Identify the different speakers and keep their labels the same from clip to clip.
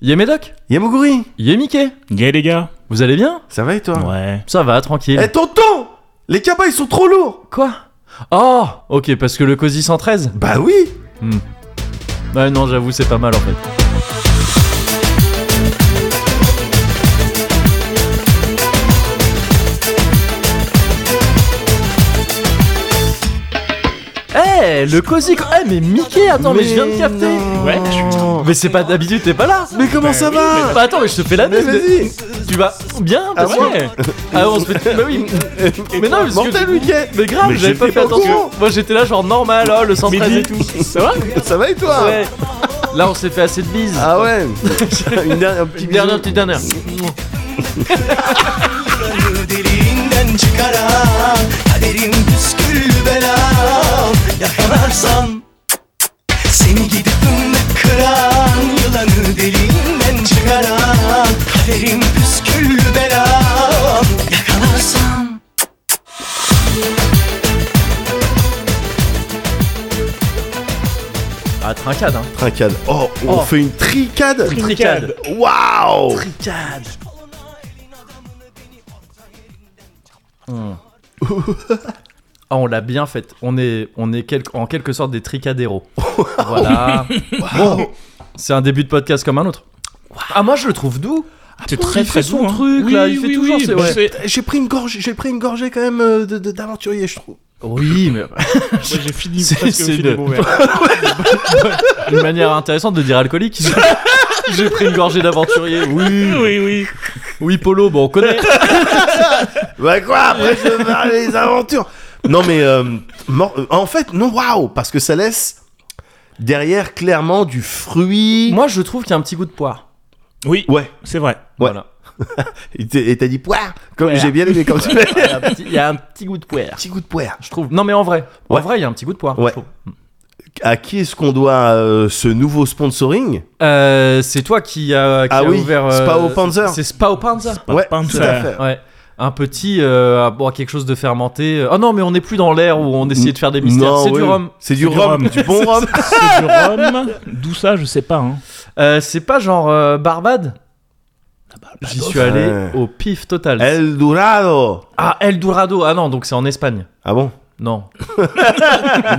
Speaker 1: Yé Médoc
Speaker 2: Yamoguri,
Speaker 1: Yé Mickey
Speaker 3: Gay les gars
Speaker 1: Vous allez bien
Speaker 2: ça va et toi
Speaker 3: Ouais.
Speaker 1: Ça va, tranquille.
Speaker 2: Eh tonton Les cabas ils sont trop lourds
Speaker 1: Quoi Oh Ok, parce que le COSI 113
Speaker 2: Bah oui
Speaker 1: Bah non, j'avoue, c'est pas mal en fait. Eh, le COSI... Eh, mais Mickey, attends, mais, je viens de capter
Speaker 2: non.
Speaker 3: Ouais, je suis-
Speaker 1: Mais c'est pas d'habitude, t'es pas là
Speaker 2: Mais comment
Speaker 3: Bah
Speaker 2: ça
Speaker 3: oui,
Speaker 2: va
Speaker 1: Bah attends, mais je te fais la
Speaker 2: Mais
Speaker 1: news, mais-
Speaker 2: vas-y
Speaker 1: Tu vas bien parce
Speaker 2: Ah ouais
Speaker 1: que... Ah on se fait... Bah oui Mais non, parce
Speaker 2: Mental
Speaker 1: que...
Speaker 2: Mickey
Speaker 1: Mais grave,
Speaker 3: Mais
Speaker 1: j'avais
Speaker 3: j'étais
Speaker 1: pas fait
Speaker 2: pas au
Speaker 1: attention
Speaker 2: courant.
Speaker 1: Moi j'étais là genre normal, oh, le 113 et
Speaker 3: Mais dis-
Speaker 1: tout Ça va
Speaker 2: Ça va et toi
Speaker 1: Ouais Là on s'est fait assez de bises
Speaker 2: Ah ouais Une dernière petite
Speaker 1: Petite dernière, petite dernière
Speaker 4: Deliğinden çıkara Kaderim püsküllü bela Yakalarsam Seni gidip ınlık kıran Yılanı deliğinden çıkaran Kaderim püsküllü bela Yakalarsam
Speaker 1: Ah trincade hein
Speaker 2: Trincade. Oh, on
Speaker 1: Oh.
Speaker 2: fait une tricade
Speaker 1: Trincade
Speaker 2: Waouh
Speaker 1: Trincade Hmm. Ah on l'a bien faite On est, on est quel- en quelque sorte des tricaderos Voilà Bon C'est un début de podcast comme un autre Ah moi je le trouve doux
Speaker 3: C'est
Speaker 1: bon,
Speaker 3: très
Speaker 1: il
Speaker 3: très
Speaker 1: fait son
Speaker 3: doux, hein.
Speaker 1: truc,
Speaker 3: Oui,
Speaker 1: là, il
Speaker 3: oui,
Speaker 1: fait
Speaker 3: oui,
Speaker 1: toujours
Speaker 3: oui,
Speaker 1: ses-
Speaker 3: bah,
Speaker 1: ouais.
Speaker 3: c'est-
Speaker 2: J'ai pris une gorgée, j'ai pris une gorgée quand même euh, de- de- d'aventurier, je trouve.
Speaker 1: Oui mais
Speaker 3: Moi, j'ai fini
Speaker 1: C'est-
Speaker 3: presque au
Speaker 1: c'est
Speaker 3: fil
Speaker 1: de-
Speaker 3: de mon verre.
Speaker 1: Une manière intéressante de dire alcoolique. J'ai pris une gorgée d'aventurier. Oui,
Speaker 3: Oui, oui.
Speaker 1: oui, Polo, bon, on connaît.
Speaker 2: Bah quoi Après, je vais faire les aventures Non, mais... euh, mor- euh, en fait, non, waouh Parce que ça laisse derrière, clairement, du fruit...
Speaker 1: Moi, je trouve qu'il y a un petit goût de poire.
Speaker 3: Oui,
Speaker 2: Ouais.
Speaker 3: c'est vrai.
Speaker 1: Voilà.
Speaker 2: Et t'es- et t'as dit poire Comme
Speaker 1: Poire.
Speaker 2: j'ai bien aimé comme tu l'as dit.
Speaker 1: Il y a un petit- il y a un petit goût de poire.
Speaker 2: Petit goût de poire.
Speaker 1: Je trouve. Non, mais en vrai, en
Speaker 2: Ouais.
Speaker 1: vrai, il y a un petit goût de poire. je
Speaker 2: Ouais.
Speaker 1: trouve.
Speaker 2: À qui est-ce qu'on doit euh, ce nouveau sponsoring
Speaker 1: Euh, c'est toi qui a, qui
Speaker 2: Ah
Speaker 1: a
Speaker 2: oui,
Speaker 1: ouvert. euh,
Speaker 2: Spa au Panzer.
Speaker 1: C'est Spa au Panzer.
Speaker 3: Pas
Speaker 2: Ouais,
Speaker 3: pain de
Speaker 2: tout
Speaker 3: ça.
Speaker 2: à fait.
Speaker 1: Ouais. Un petit, euh, ah, bon, quelque chose de fermenté. Ah non, mais on n'est plus dans l'air où on essayait de faire des mystères.
Speaker 2: Non,
Speaker 1: c'est
Speaker 2: oui.
Speaker 1: du rhum.
Speaker 2: C'est du rhum, du bon rhum.
Speaker 3: C'est du rhum. D'où ça, je sais pas. Hein.
Speaker 1: Euh, c'est pas genre euh, Barbade. J'y suis allé
Speaker 2: Ouais.
Speaker 1: au pif total.
Speaker 2: El Dorado.
Speaker 1: Ah, El Dorado. Ah non, donc c'est en Espagne.
Speaker 2: Ah bon
Speaker 1: Non.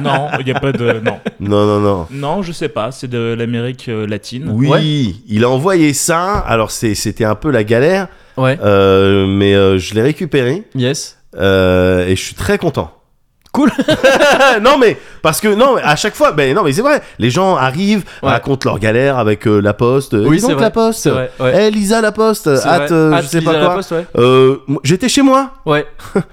Speaker 3: Non, il y a pas de. Non.
Speaker 2: Non, non, non.
Speaker 3: Non, je sais pas. C'est de l'Amérique euh, latine.
Speaker 2: Oui,
Speaker 1: Ouais.
Speaker 2: il a envoyé ça. Alors c'est- c'était un peu la galère,
Speaker 1: Ouais.
Speaker 2: euh, mais euh, je l'ai récupéré
Speaker 1: Yes.
Speaker 2: euh, et je suis très content.
Speaker 1: Cool.
Speaker 2: non mais parce que non mais à chaque fois ben non mais c'est vrai les gens arrivent
Speaker 1: Ouais.
Speaker 2: racontent leur galère avec euh, la poste
Speaker 1: Oui,
Speaker 2: Dis donc
Speaker 1: c'est vrai.
Speaker 2: la poste
Speaker 1: C'est vrai. Ouais.
Speaker 2: Eh, Lisa la poste
Speaker 1: C'est
Speaker 2: hâte
Speaker 1: vrai.
Speaker 2: euh,
Speaker 1: Hâte
Speaker 2: je sais
Speaker 1: qu'ils aient
Speaker 2: pas
Speaker 1: la
Speaker 2: quoi
Speaker 1: poste, ouais.
Speaker 2: Euh, moi, j'étais chez moi
Speaker 1: Ouais.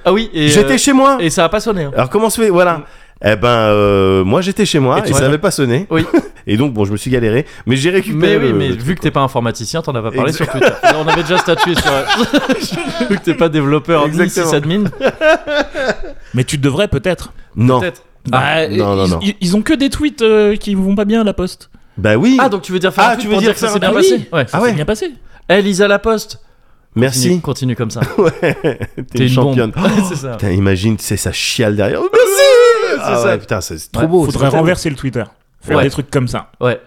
Speaker 1: Ah oui. Et,
Speaker 2: j'étais
Speaker 1: euh,
Speaker 2: chez moi
Speaker 1: Et ça a pas sonné. hein.
Speaker 2: alors comment se fait voilà eh ben euh, moi j'étais chez moi
Speaker 1: Et tu
Speaker 2: et ça
Speaker 1: vois-
Speaker 2: n'avait pas sonné
Speaker 1: Oui.
Speaker 2: et donc bon je me suis galéré mais j'ai récupéré euh,
Speaker 1: Mais oui,
Speaker 2: le-
Speaker 1: mais
Speaker 2: le
Speaker 1: vu que t'es pas informaticien, t'en as pas parlé
Speaker 2: Exact-
Speaker 1: sur Twitter. On avait déjà statué sur. vu que t'es pas développeur ni
Speaker 2: Exactement.
Speaker 1: sysadmin,
Speaker 3: Mais tu devrais peut-être.
Speaker 2: non
Speaker 1: peut-être.
Speaker 3: Bah,
Speaker 2: non, non,
Speaker 3: ils,
Speaker 2: non.
Speaker 3: ils- ils ont que des tweets euh, qui vont pas bien à la poste.
Speaker 2: bah oui
Speaker 1: Ah donc tu veux dire faire
Speaker 2: Ah,
Speaker 1: un tweet
Speaker 2: tu veux
Speaker 1: pour
Speaker 2: dire
Speaker 1: dire, que ça
Speaker 2: faire
Speaker 1: s'est
Speaker 2: un
Speaker 1: bien
Speaker 3: tweet.
Speaker 1: passé Ouais.
Speaker 2: ah
Speaker 3: C'est
Speaker 2: ouais
Speaker 3: bien passé.
Speaker 1: Eh Lisa la poste. Continue,
Speaker 2: merci
Speaker 1: continue comme ça.
Speaker 2: t'es une championne
Speaker 1: bombe. Ah. Ouais, c'est ça.
Speaker 2: Putain, imagine, c'est sa chiale derrière. Merci Ah
Speaker 1: ça.
Speaker 2: ouais, putain, c'est c'est trop
Speaker 1: Ouais,
Speaker 2: beau.
Speaker 3: Faudrait
Speaker 2: c'est-
Speaker 3: renverser le Twitter. Faire
Speaker 1: Ouais.
Speaker 3: des trucs comme ça.
Speaker 1: Ouais.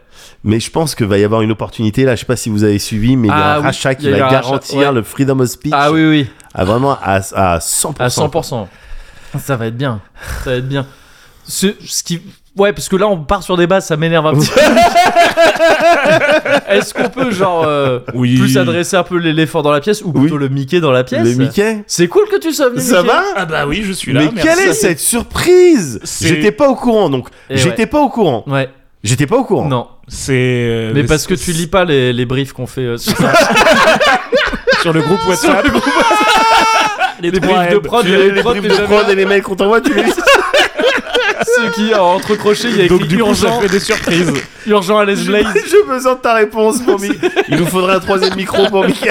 Speaker 2: Mais je pense que va y avoir une opportunité là. Je sais pas si vous avez suivi, mais il y a
Speaker 1: Ah
Speaker 2: un
Speaker 1: oui,
Speaker 2: rachat qui
Speaker 1: il y a
Speaker 2: va
Speaker 1: eu un rachat,
Speaker 2: garantir
Speaker 1: ouais.
Speaker 2: le freedom of speech.
Speaker 1: Ah oui oui.
Speaker 2: à vraiment à, à 100%.
Speaker 1: À 100%. Ça va être bien. Ça va être bien. Ce, ce qui... Ouais, parce que là, on part sur des bases, ça m'énerve un petit peu. Est-ce qu'on peut, genre, euh,
Speaker 3: Oui.
Speaker 1: plus adresser un peu l'éléphant dans la pièce ou plutôt
Speaker 2: Oui.
Speaker 1: le Mickey dans la pièce
Speaker 2: Le Mickey
Speaker 1: C'est cool que tu sois venu.
Speaker 2: Ça
Speaker 1: Mickey.
Speaker 2: va
Speaker 3: Ah bah oui, je suis là.
Speaker 2: Mais
Speaker 3: merci.
Speaker 2: quelle est cette surprise
Speaker 3: C'est-
Speaker 2: J'étais pas au courant donc.
Speaker 1: Et
Speaker 2: J'étais pas au courant.
Speaker 1: Ouais,
Speaker 2: J'étais pas au courant.
Speaker 1: Eh non.
Speaker 3: Eh ben, C'est. euh,
Speaker 1: Mais parce que tu lis pas les, les briefs qu'on fait euh, sur, ça.
Speaker 3: sur le groupe WhatsApp.
Speaker 1: les
Speaker 3: trois
Speaker 1: briefs de
Speaker 3: M.
Speaker 1: prod,
Speaker 2: Tu
Speaker 1: les,
Speaker 2: les, les
Speaker 1: prods,
Speaker 2: primes
Speaker 1: t'es
Speaker 2: de
Speaker 1: jamais
Speaker 2: prod
Speaker 1: là.
Speaker 2: et les mails qu'on t'envoie, tu les
Speaker 1: Ceux qui, en entre crochets, il y a
Speaker 3: Donc
Speaker 1: écrit
Speaker 3: du coup, ça
Speaker 1: urgent,
Speaker 3: fait des surprises.
Speaker 1: urgent à Les Blaze.
Speaker 2: J'ai besoin de ta réponse pour Mickey. Il nous faudrait un troisième micro pour Mickey.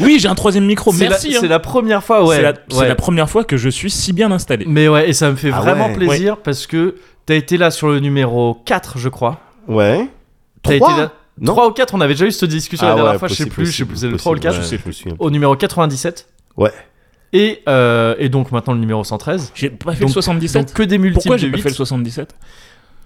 Speaker 3: Oui, j'ai un troisième micro.
Speaker 1: C'est la,
Speaker 3: Merci. hein.
Speaker 1: c'est la première fois, ouais.
Speaker 3: C'est la, c'est
Speaker 1: ouais.
Speaker 3: la première fois que je suis si bien installé.
Speaker 1: Mais ouais, et ça me fait
Speaker 2: Ah
Speaker 1: vraiment
Speaker 2: ouais.
Speaker 1: plaisir parce que t'as été là sur le numéro 4, je crois.
Speaker 2: Ouais.
Speaker 1: T'as
Speaker 2: Trois
Speaker 1: été là.
Speaker 2: Non.
Speaker 1: 3 ou 4, on avait déjà eu cette discussion la
Speaker 2: Ah
Speaker 1: dernière
Speaker 2: ouais,
Speaker 1: fois,
Speaker 2: possible,
Speaker 1: je sais plus, je sais
Speaker 2: possible,
Speaker 1: plus, c'est le 3 ou le 4,
Speaker 2: possible,
Speaker 3: je sais
Speaker 2: ouais, je me souviens.
Speaker 1: au numéro 97.
Speaker 2: Ouais.
Speaker 1: Et, euh, et donc maintenant le numéro 113.
Speaker 3: J'ai pas fait
Speaker 1: Donc-
Speaker 3: le 77.
Speaker 1: Donc que des multiples
Speaker 3: Pourquoi j'ai
Speaker 1: de
Speaker 3: pas
Speaker 1: 8.
Speaker 3: fait le 77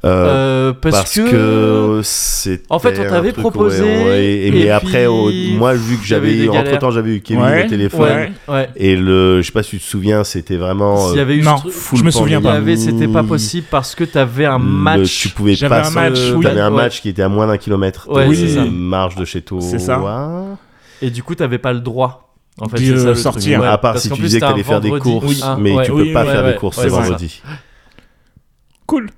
Speaker 2: Euh,
Speaker 1: Euh, parce,
Speaker 2: parce que, c'est
Speaker 1: En fait, on t'avait proposé, et
Speaker 2: mais
Speaker 1: puis-
Speaker 2: après au- moi vu que
Speaker 1: j'avais eu
Speaker 2: j'avais
Speaker 1: des galères.
Speaker 2: entre temps j'avais eu Kevin
Speaker 3: Ouais,
Speaker 2: au téléphone
Speaker 1: ouais, ouais.
Speaker 2: et le je sais pas si tu te souviens c'était vraiment
Speaker 1: S'il y
Speaker 2: euh,
Speaker 1: avait eu ce
Speaker 3: non,
Speaker 1: truc-
Speaker 2: full
Speaker 3: je me souviens
Speaker 1: il y
Speaker 3: pas.
Speaker 1: avait, c'était pas possible parce que t'avais un
Speaker 2: le-
Speaker 1: match.
Speaker 2: tu pouvais
Speaker 3: J'avais
Speaker 2: pas
Speaker 3: un
Speaker 2: sans-
Speaker 3: match, oui.
Speaker 2: t'avais un
Speaker 1: Ouais.
Speaker 2: match qui était à moins d'un kilomètre
Speaker 1: Ouais,
Speaker 2: de
Speaker 3: c'est ça.
Speaker 2: marche de chez toi
Speaker 3: C'est ça.
Speaker 1: Et du coup, t'avais pas le droit. En fait,
Speaker 3: D'y,
Speaker 1: c'est ça,
Speaker 3: euh,
Speaker 1: le truc.
Speaker 3: sortir.
Speaker 1: Ouais,
Speaker 2: à part
Speaker 1: parce
Speaker 2: si
Speaker 1: qu'en
Speaker 2: tu
Speaker 1: plus,
Speaker 2: disais que
Speaker 1: c'était
Speaker 2: t'allais
Speaker 1: un
Speaker 2: faire des
Speaker 1: vendredi.
Speaker 2: courses
Speaker 1: Oui. Ah,
Speaker 2: mais
Speaker 1: ouais.
Speaker 2: tu
Speaker 3: Oui,
Speaker 2: peux pas
Speaker 3: ouais,
Speaker 2: faire
Speaker 1: ouais,
Speaker 2: des courses
Speaker 1: ouais,
Speaker 2: le
Speaker 1: c'est ça.
Speaker 2: vendredi
Speaker 3: Cool.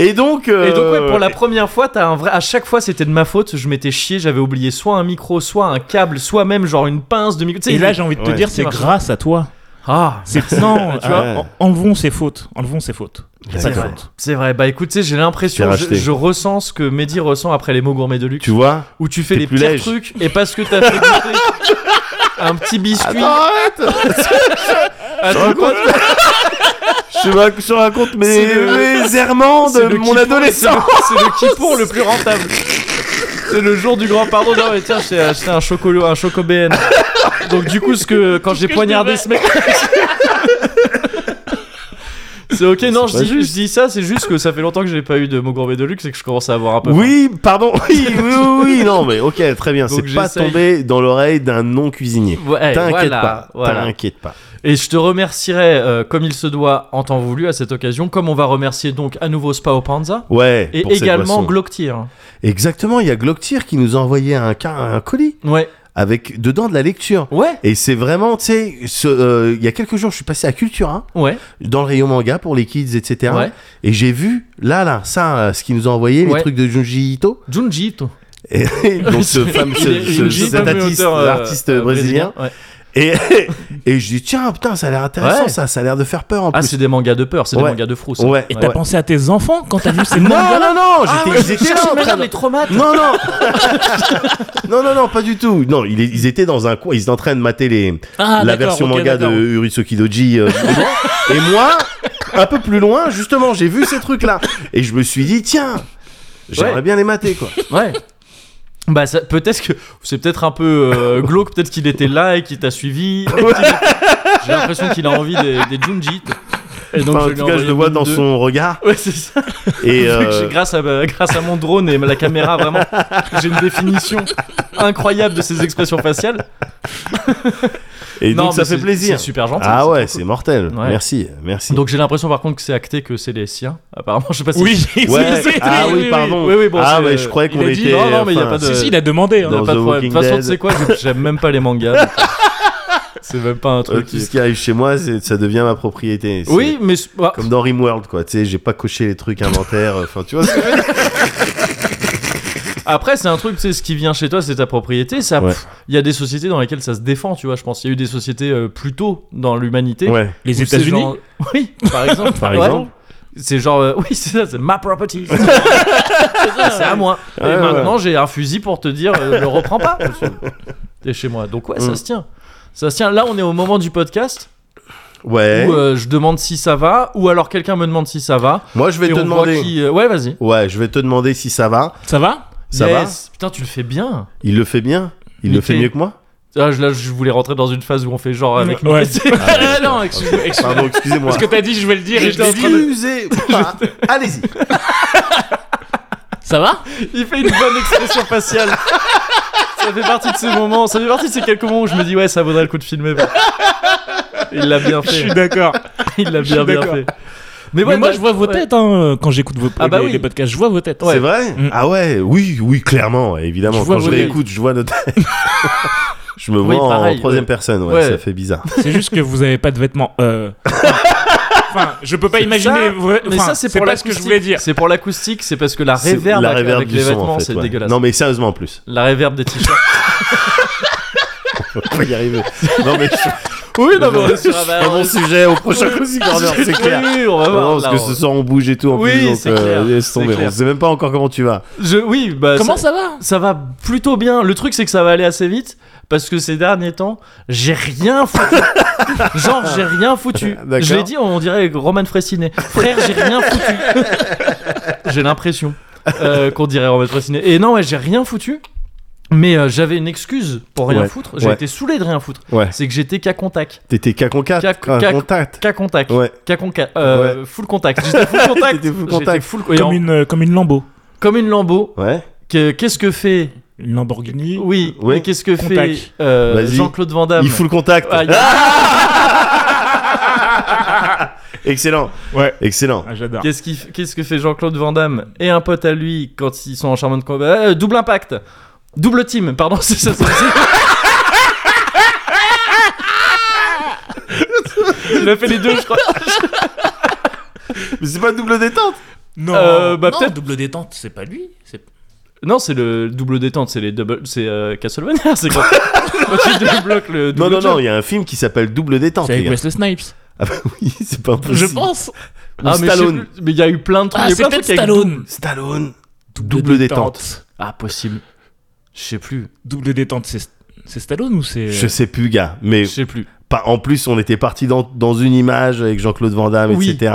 Speaker 2: et donc euh,
Speaker 1: Et donc ouais, pour la première fois, t'as un vrai. À chaque fois, c'était de ma faute. Je m'étais chié. J'avais oublié soit un micro, soit un câble, soit même genre une pince de micro. Tu sais,
Speaker 3: Et
Speaker 1: il-
Speaker 3: là, j'ai envie de te
Speaker 2: Ouais.
Speaker 3: dire, c'est
Speaker 1: Marche.
Speaker 3: grâce à toi.
Speaker 1: ah,
Speaker 3: C'est non, tu
Speaker 2: vois.
Speaker 3: vois, en- enlevons ses fautes. Enlevons ses fautes. Y a pas de
Speaker 1: vrai.
Speaker 3: faute.
Speaker 1: c'est vrai. Bah écoute, tu sais, j'ai l'impression,
Speaker 2: T'es
Speaker 1: je,
Speaker 2: racheté.
Speaker 1: je ressens ce que Mehdi ressent après les mots gourmets de Luc,
Speaker 2: tu vois
Speaker 1: où tu fais
Speaker 2: t'es
Speaker 1: les
Speaker 2: plus
Speaker 1: pires
Speaker 2: lège.
Speaker 1: trucs et parce que t'as fait goûter un petit biscuit.
Speaker 2: arrête
Speaker 1: à ton pote,
Speaker 2: je rac- je raconte mes,
Speaker 1: C'est le-
Speaker 2: mes errements
Speaker 1: c'est
Speaker 2: de
Speaker 1: le
Speaker 2: mon
Speaker 1: qui-pour,
Speaker 2: adolescent
Speaker 1: C'est le qui pour le plus rentable. C'est le jour du grand pardon. Non, mais tiens, j'ai acheté un chocolo, un choco BN. Donc, du coup, ce que, quand j'ai poignardé ce mec. C'est ok, non, je
Speaker 2: pas
Speaker 1: dis, je dis ça, c'est juste que ça fait longtemps que j'ai pas eu de mot gourmet de luxe et que je commence à avoir un peu.
Speaker 2: Oui, pardon. Oui, oui, oui, oui, non, mais ok, très bien.
Speaker 1: Donc
Speaker 2: C'est pas
Speaker 1: j'essaye.
Speaker 2: tombé dans l'oreille d'un non cuisinier.
Speaker 1: faim. Ouais,
Speaker 2: T'inquiète
Speaker 1: voilà,
Speaker 2: pas.
Speaker 1: voilà.
Speaker 2: T'inquiète pas.
Speaker 1: Et je te remercierai euh, comme il se doit en temps voulu à cette occasion, comme on va remercier donc à nouveau Spa au Panza
Speaker 2: Ouais.
Speaker 1: et
Speaker 2: pour cette
Speaker 1: également
Speaker 2: boisson.
Speaker 1: Glocktir.
Speaker 2: Exactement. Il y a Glocktir qui nous a envoyé un, ca- un colis
Speaker 1: Ouais,
Speaker 2: avec dedans de la lecture.
Speaker 1: ouais,
Speaker 2: Et c'est vraiment, tu sais, ce, euh, il y a quelques jours, je suis passé à Cultura
Speaker 1: ouais,
Speaker 2: dans le rayon manga pour les kids, etc.
Speaker 1: ouais.
Speaker 2: Et j'ai vu là, là, ça, euh, ce qu'ils nous ont envoyé,
Speaker 1: Ouais.
Speaker 2: les trucs de Junji Ito.
Speaker 1: Junji Ito.
Speaker 2: Et donc ce fameux,
Speaker 1: Il est-
Speaker 2: ce- ce-
Speaker 1: il est
Speaker 2: cet
Speaker 1: fameux
Speaker 2: artiste,
Speaker 1: auteur, euh,
Speaker 2: l'artiste
Speaker 1: euh,
Speaker 2: brésilien.
Speaker 1: ouais.
Speaker 2: Et, et je dis tiens putain ça a l'air intéressant
Speaker 1: Ouais.
Speaker 2: ça ça a l'air de faire peur en
Speaker 1: Ah,
Speaker 2: plus.
Speaker 1: c'est des mangas de peur, c'est des
Speaker 2: Ouais.
Speaker 1: mangas de hein. frou. ça.
Speaker 2: Ouais.
Speaker 3: Et t'as
Speaker 2: ouais.
Speaker 3: pensé à tes enfants quand t'as vu ces
Speaker 2: Non
Speaker 3: mangas
Speaker 2: non non
Speaker 1: Ah,
Speaker 2: j'étais
Speaker 1: ouais,
Speaker 2: ils étaient là en
Speaker 1: cherchais,
Speaker 2: train
Speaker 1: merde,
Speaker 2: de-
Speaker 1: les traumates.
Speaker 2: non non non non non pas du tout non ils, ils étaient dans un coin ils étaient en train de mater les
Speaker 3: Ah,
Speaker 2: la
Speaker 3: d'accord,
Speaker 2: version
Speaker 3: ok,
Speaker 2: manga de
Speaker 3: d'accord.
Speaker 2: Urisoki Doji euh, et moi un peu plus loin justement j'ai vu ces trucs là et je me suis dit tiens j'aimerais
Speaker 1: Ouais.
Speaker 2: bien les mater quoi
Speaker 1: Ouais. Bah, ça- peut-être que c'est peut-être un peu euh, glauque, peut-être qu'il était là et qu'il t'a suivi. J'ai l'impression qu'il a envie des, des Junji. Et donc,
Speaker 2: Enfin, en
Speaker 1: lui ai
Speaker 2: tout cas je
Speaker 1: envoyé
Speaker 2: le vois
Speaker 1: une,
Speaker 2: dans
Speaker 1: deux.
Speaker 2: son regard
Speaker 1: Ouais, c'est ça.
Speaker 2: et
Speaker 1: Vu que
Speaker 2: euh,
Speaker 1: j'ai- grâce, à, euh, grâce à mon drone et la caméra, vraiment, j'ai une définition incroyable de ses expressions faciales.
Speaker 2: et donc
Speaker 1: mais
Speaker 2: ça fait
Speaker 1: c'est-
Speaker 2: plaisir
Speaker 1: C'est super gentil.
Speaker 2: ah
Speaker 1: c'est
Speaker 2: ouais
Speaker 1: trop
Speaker 2: c'est mortel
Speaker 1: Ouais.
Speaker 2: merci merci
Speaker 1: cool. Donc, j'ai l'impression par contre que c'est acté que c'est les siens. Apparemment, je sais pas si.
Speaker 3: Oui, si,
Speaker 2: Ouais.
Speaker 3: si, si,
Speaker 2: ah oui, pardon.
Speaker 1: Oui, oui, bon,
Speaker 2: ah
Speaker 1: c'est-
Speaker 2: ouais, je croyais qu'on
Speaker 1: il a
Speaker 2: était.
Speaker 1: dit, non, non, mais il y a pas de-
Speaker 3: Si, si, il a demandé. hein.
Speaker 1: Non,
Speaker 2: Dans
Speaker 1: pas de
Speaker 2: The
Speaker 1: problème. De toute
Speaker 2: Walking
Speaker 1: façon, tu
Speaker 2: Dead.
Speaker 1: sais quoi, je- j'aime même pas les mangas. donc, euh, c'est même pas un
Speaker 2: euh,
Speaker 1: truc
Speaker 2: tout
Speaker 1: qui.
Speaker 2: ce qui arrive chez moi, c'est- ça devient ma propriété. C'est
Speaker 1: Oui, mais c'est- bah,
Speaker 2: Comme dans Rimworld, quoi. Tu sais, j'ai pas coché les trucs inventaires. euh, Enfin, tu vois. c'est-
Speaker 1: après, c'est un truc, tu sais, ce qui vient chez toi, c'est ta propriété. Ça,
Speaker 2: Ouais.
Speaker 1: pff, il y a des sociétés dans lesquelles ça se défend, tu vois. Je pense, il y a eu des sociétés euh, plus tôt dans l'humanité.
Speaker 2: Ouais.
Speaker 3: Les
Speaker 1: où c'est
Speaker 3: États-Unis
Speaker 1: genre- Oui, par exemple.
Speaker 2: Par
Speaker 1: Ouais.
Speaker 2: exemple.
Speaker 1: C'est genre, euh, oui, c'est ça, c'est ma property. c'est ça, c'est à moi.
Speaker 2: Ouais,
Speaker 1: et
Speaker 2: ouais.
Speaker 1: maintenant, j'ai un fusil pour te dire, euh, le reprends pas. monsieur. T'es chez moi. Donc, ouais, ça
Speaker 2: Mm.
Speaker 1: se tient. Ça se tient. Là, on est au moment du podcast
Speaker 2: Ouais.
Speaker 1: où euh, je demande si ça va, ou alors quelqu'un me demande si ça va.
Speaker 2: Moi, je vais
Speaker 1: et
Speaker 2: te
Speaker 1: on voit
Speaker 2: demander.
Speaker 1: qui, euh, ouais, vas-y.
Speaker 2: Ouais, je vais te demander si ça va.
Speaker 3: Ça va
Speaker 2: Ça
Speaker 1: Yes. Putain, tu le fais bien.
Speaker 2: va. Il le fait bien. Il le
Speaker 1: Nickel.
Speaker 2: fait mieux que moi.
Speaker 1: Ah, je- là, je voulais rentrer dans une phase où on fait
Speaker 2: Mm.
Speaker 1: genre avec
Speaker 3: Ouais.
Speaker 1: Ah, non, excuse-moi.
Speaker 3: Excuse-
Speaker 2: Pardon, excusez-moi.
Speaker 3: Parce que t'as dit, je vais le dire et je l'ai dit.
Speaker 2: Excusez-moi. Allez-y.
Speaker 3: Ça va
Speaker 1: Il fait une bonne expression faciale. ça fait partie de ces moments, ça fait partie de ces quelques moments où je me dis ouais, ça vaudrait le coup de filmer. Il l'a bien
Speaker 3: Je suis
Speaker 1: fait.
Speaker 3: d'accord.
Speaker 1: Il l'a
Speaker 3: je
Speaker 1: bien
Speaker 3: suis
Speaker 1: bien
Speaker 3: d'accord.
Speaker 1: fait.
Speaker 3: Mais,
Speaker 1: ouais,
Speaker 3: moi,
Speaker 1: bah,
Speaker 3: je vois vos
Speaker 1: ouais.
Speaker 3: têtes hein, quand j'écoute vos
Speaker 1: Ah bah
Speaker 3: les,
Speaker 1: oui.
Speaker 3: les podcasts. Je vois vos têtes.
Speaker 2: C'est vrai
Speaker 3: Mm.
Speaker 2: Ah ouais, oui, oui, clairement, évidemment.
Speaker 3: Je vois
Speaker 2: Quand je
Speaker 3: vos
Speaker 2: réécoute, je vois notre. je me
Speaker 1: Oui,
Speaker 2: vois en
Speaker 1: pareil,
Speaker 2: troisième
Speaker 1: ouais.
Speaker 2: personne, ouais,
Speaker 1: Ouais.
Speaker 2: ça fait bizarre.
Speaker 3: C'est juste que vous avez pas de vêtements. Euh... Enfin, je peux pas imaginer.
Speaker 1: Ça,
Speaker 3: vos-
Speaker 1: mais
Speaker 3: enfin,
Speaker 1: ça c'est pour
Speaker 3: pas ce que je
Speaker 1: l'acoustique.
Speaker 3: voulais dire.
Speaker 1: C'est pour l'acoustique, c'est parce que la
Speaker 2: C'est
Speaker 1: réverb
Speaker 2: la
Speaker 1: avec,
Speaker 2: réverb
Speaker 1: avec
Speaker 2: du
Speaker 1: les
Speaker 2: son, en
Speaker 1: vêtements,
Speaker 2: fait,
Speaker 1: c'est
Speaker 2: ouais.
Speaker 1: dégueulasse.
Speaker 2: Non, mais sérieusement en plus.
Speaker 1: La réverb des t-shirts.
Speaker 2: On va y arriver. Non, mais je-
Speaker 1: oui,
Speaker 3: Euh,
Speaker 2: non, mais on est sur un- Prenons le sujet au prochain Cozy Corner, c'est clair.
Speaker 1: Oui, on va voir.
Speaker 2: Non, parce
Speaker 1: là,
Speaker 2: que
Speaker 1: on-
Speaker 2: ce soir on bouge et tout en
Speaker 1: Oui,
Speaker 2: plus, donc euh,
Speaker 1: c'est clair,
Speaker 2: laisse
Speaker 1: c'est
Speaker 2: tomber.
Speaker 1: clair.
Speaker 2: On sait même pas encore comment tu vas.
Speaker 1: Je, oui, bah,
Speaker 3: Comment
Speaker 1: ça,
Speaker 3: ça va
Speaker 1: ça va plutôt bien. Le truc, c'est que ça va aller assez vite parce que ces derniers temps, j'ai rien foutu. Genre, j'ai rien foutu.
Speaker 2: D'accord.
Speaker 1: Je l'ai dit, on dirait Roman Fressinet. Frère, j'ai rien foutu. j'ai l'impression euh, qu'on dirait Roman Fressinet. Et non, ouais, j'ai rien foutu. Mais euh, j'avais une excuse pour rien
Speaker 2: Ouais,
Speaker 1: foutre. J'ai
Speaker 2: ouais.
Speaker 1: été saoulé de rien foutre.
Speaker 2: Ouais.
Speaker 1: C'est que j'étais qu'à contact.
Speaker 2: T'étais qu'à contact.
Speaker 1: Qu'à-
Speaker 2: qu'à
Speaker 1: qu'à-
Speaker 2: contact.
Speaker 1: Qu'à contact.
Speaker 2: Ouais.
Speaker 1: Qu'à conca- euh, Full contact. J'étais full contact.
Speaker 2: T'étais full
Speaker 1: J'étais
Speaker 2: contact.
Speaker 1: full- et en-
Speaker 3: Comme une, euh, comme une Lambo.
Speaker 1: lambeau.
Speaker 2: Ouais.
Speaker 1: Que- Qu'est-ce que fait.
Speaker 3: Une Lamborghini.
Speaker 1: Oui.
Speaker 2: Ouais.
Speaker 1: mais Qu'est-ce que
Speaker 3: Contact.
Speaker 1: fait euh,
Speaker 2: Vas-y.
Speaker 1: Jean-Claude Van Damme
Speaker 2: Il fout le contact.
Speaker 1: Ah, il-
Speaker 2: Excellent.
Speaker 3: Ouais.
Speaker 2: Excellent.
Speaker 3: Ah, j'adore.
Speaker 1: Qu'est-ce qu'il f- qu'est-ce que fait Jean-Claude Van Damme et un pote à lui quand ils sont en charmant de combat Euh, Double impact Double team, pardon, c'est ça, ça c'est- Il a fait les deux, je crois.
Speaker 2: Mais c'est pas double détente.
Speaker 3: Non,
Speaker 1: Euh, bah,
Speaker 5: Non,
Speaker 1: peut-être-
Speaker 5: double détente, c'est pas lui. C'est
Speaker 1: Non, c'est le double détente, c'est les double. C'est euh, Castlevania, c'est quand, quand tu débloques le
Speaker 2: Non,
Speaker 1: double.
Speaker 2: non, non,
Speaker 1: jump.
Speaker 2: il y a un film qui s'appelle Double détente.
Speaker 5: c'est avec
Speaker 2: les gars.
Speaker 5: Wesley Snipes.
Speaker 2: Ah bah oui, c'est pas impossible.
Speaker 5: Je
Speaker 2: Ou
Speaker 5: pense.
Speaker 1: Ah, mais je sais
Speaker 2: Stallone.
Speaker 1: plus, mais il y a eu plein de trucs.
Speaker 5: Ah,
Speaker 1: il y a eu
Speaker 5: c'est
Speaker 1: plein de
Speaker 5: peut-être
Speaker 1: trucs avec
Speaker 5: Stallone.
Speaker 2: Stallone. Double, détente.
Speaker 1: Ah, possible. Je sais plus.
Speaker 3: Double détente, c'est c'est Stallone ou
Speaker 1: Euh,
Speaker 3: c'est.
Speaker 2: Je sais plus, gars. Mais
Speaker 1: Je sais plus.
Speaker 2: pas- en plus, on était parti dans, dans une image avec Jean-Claude Van Damme,
Speaker 1: Oui.
Speaker 2: etc.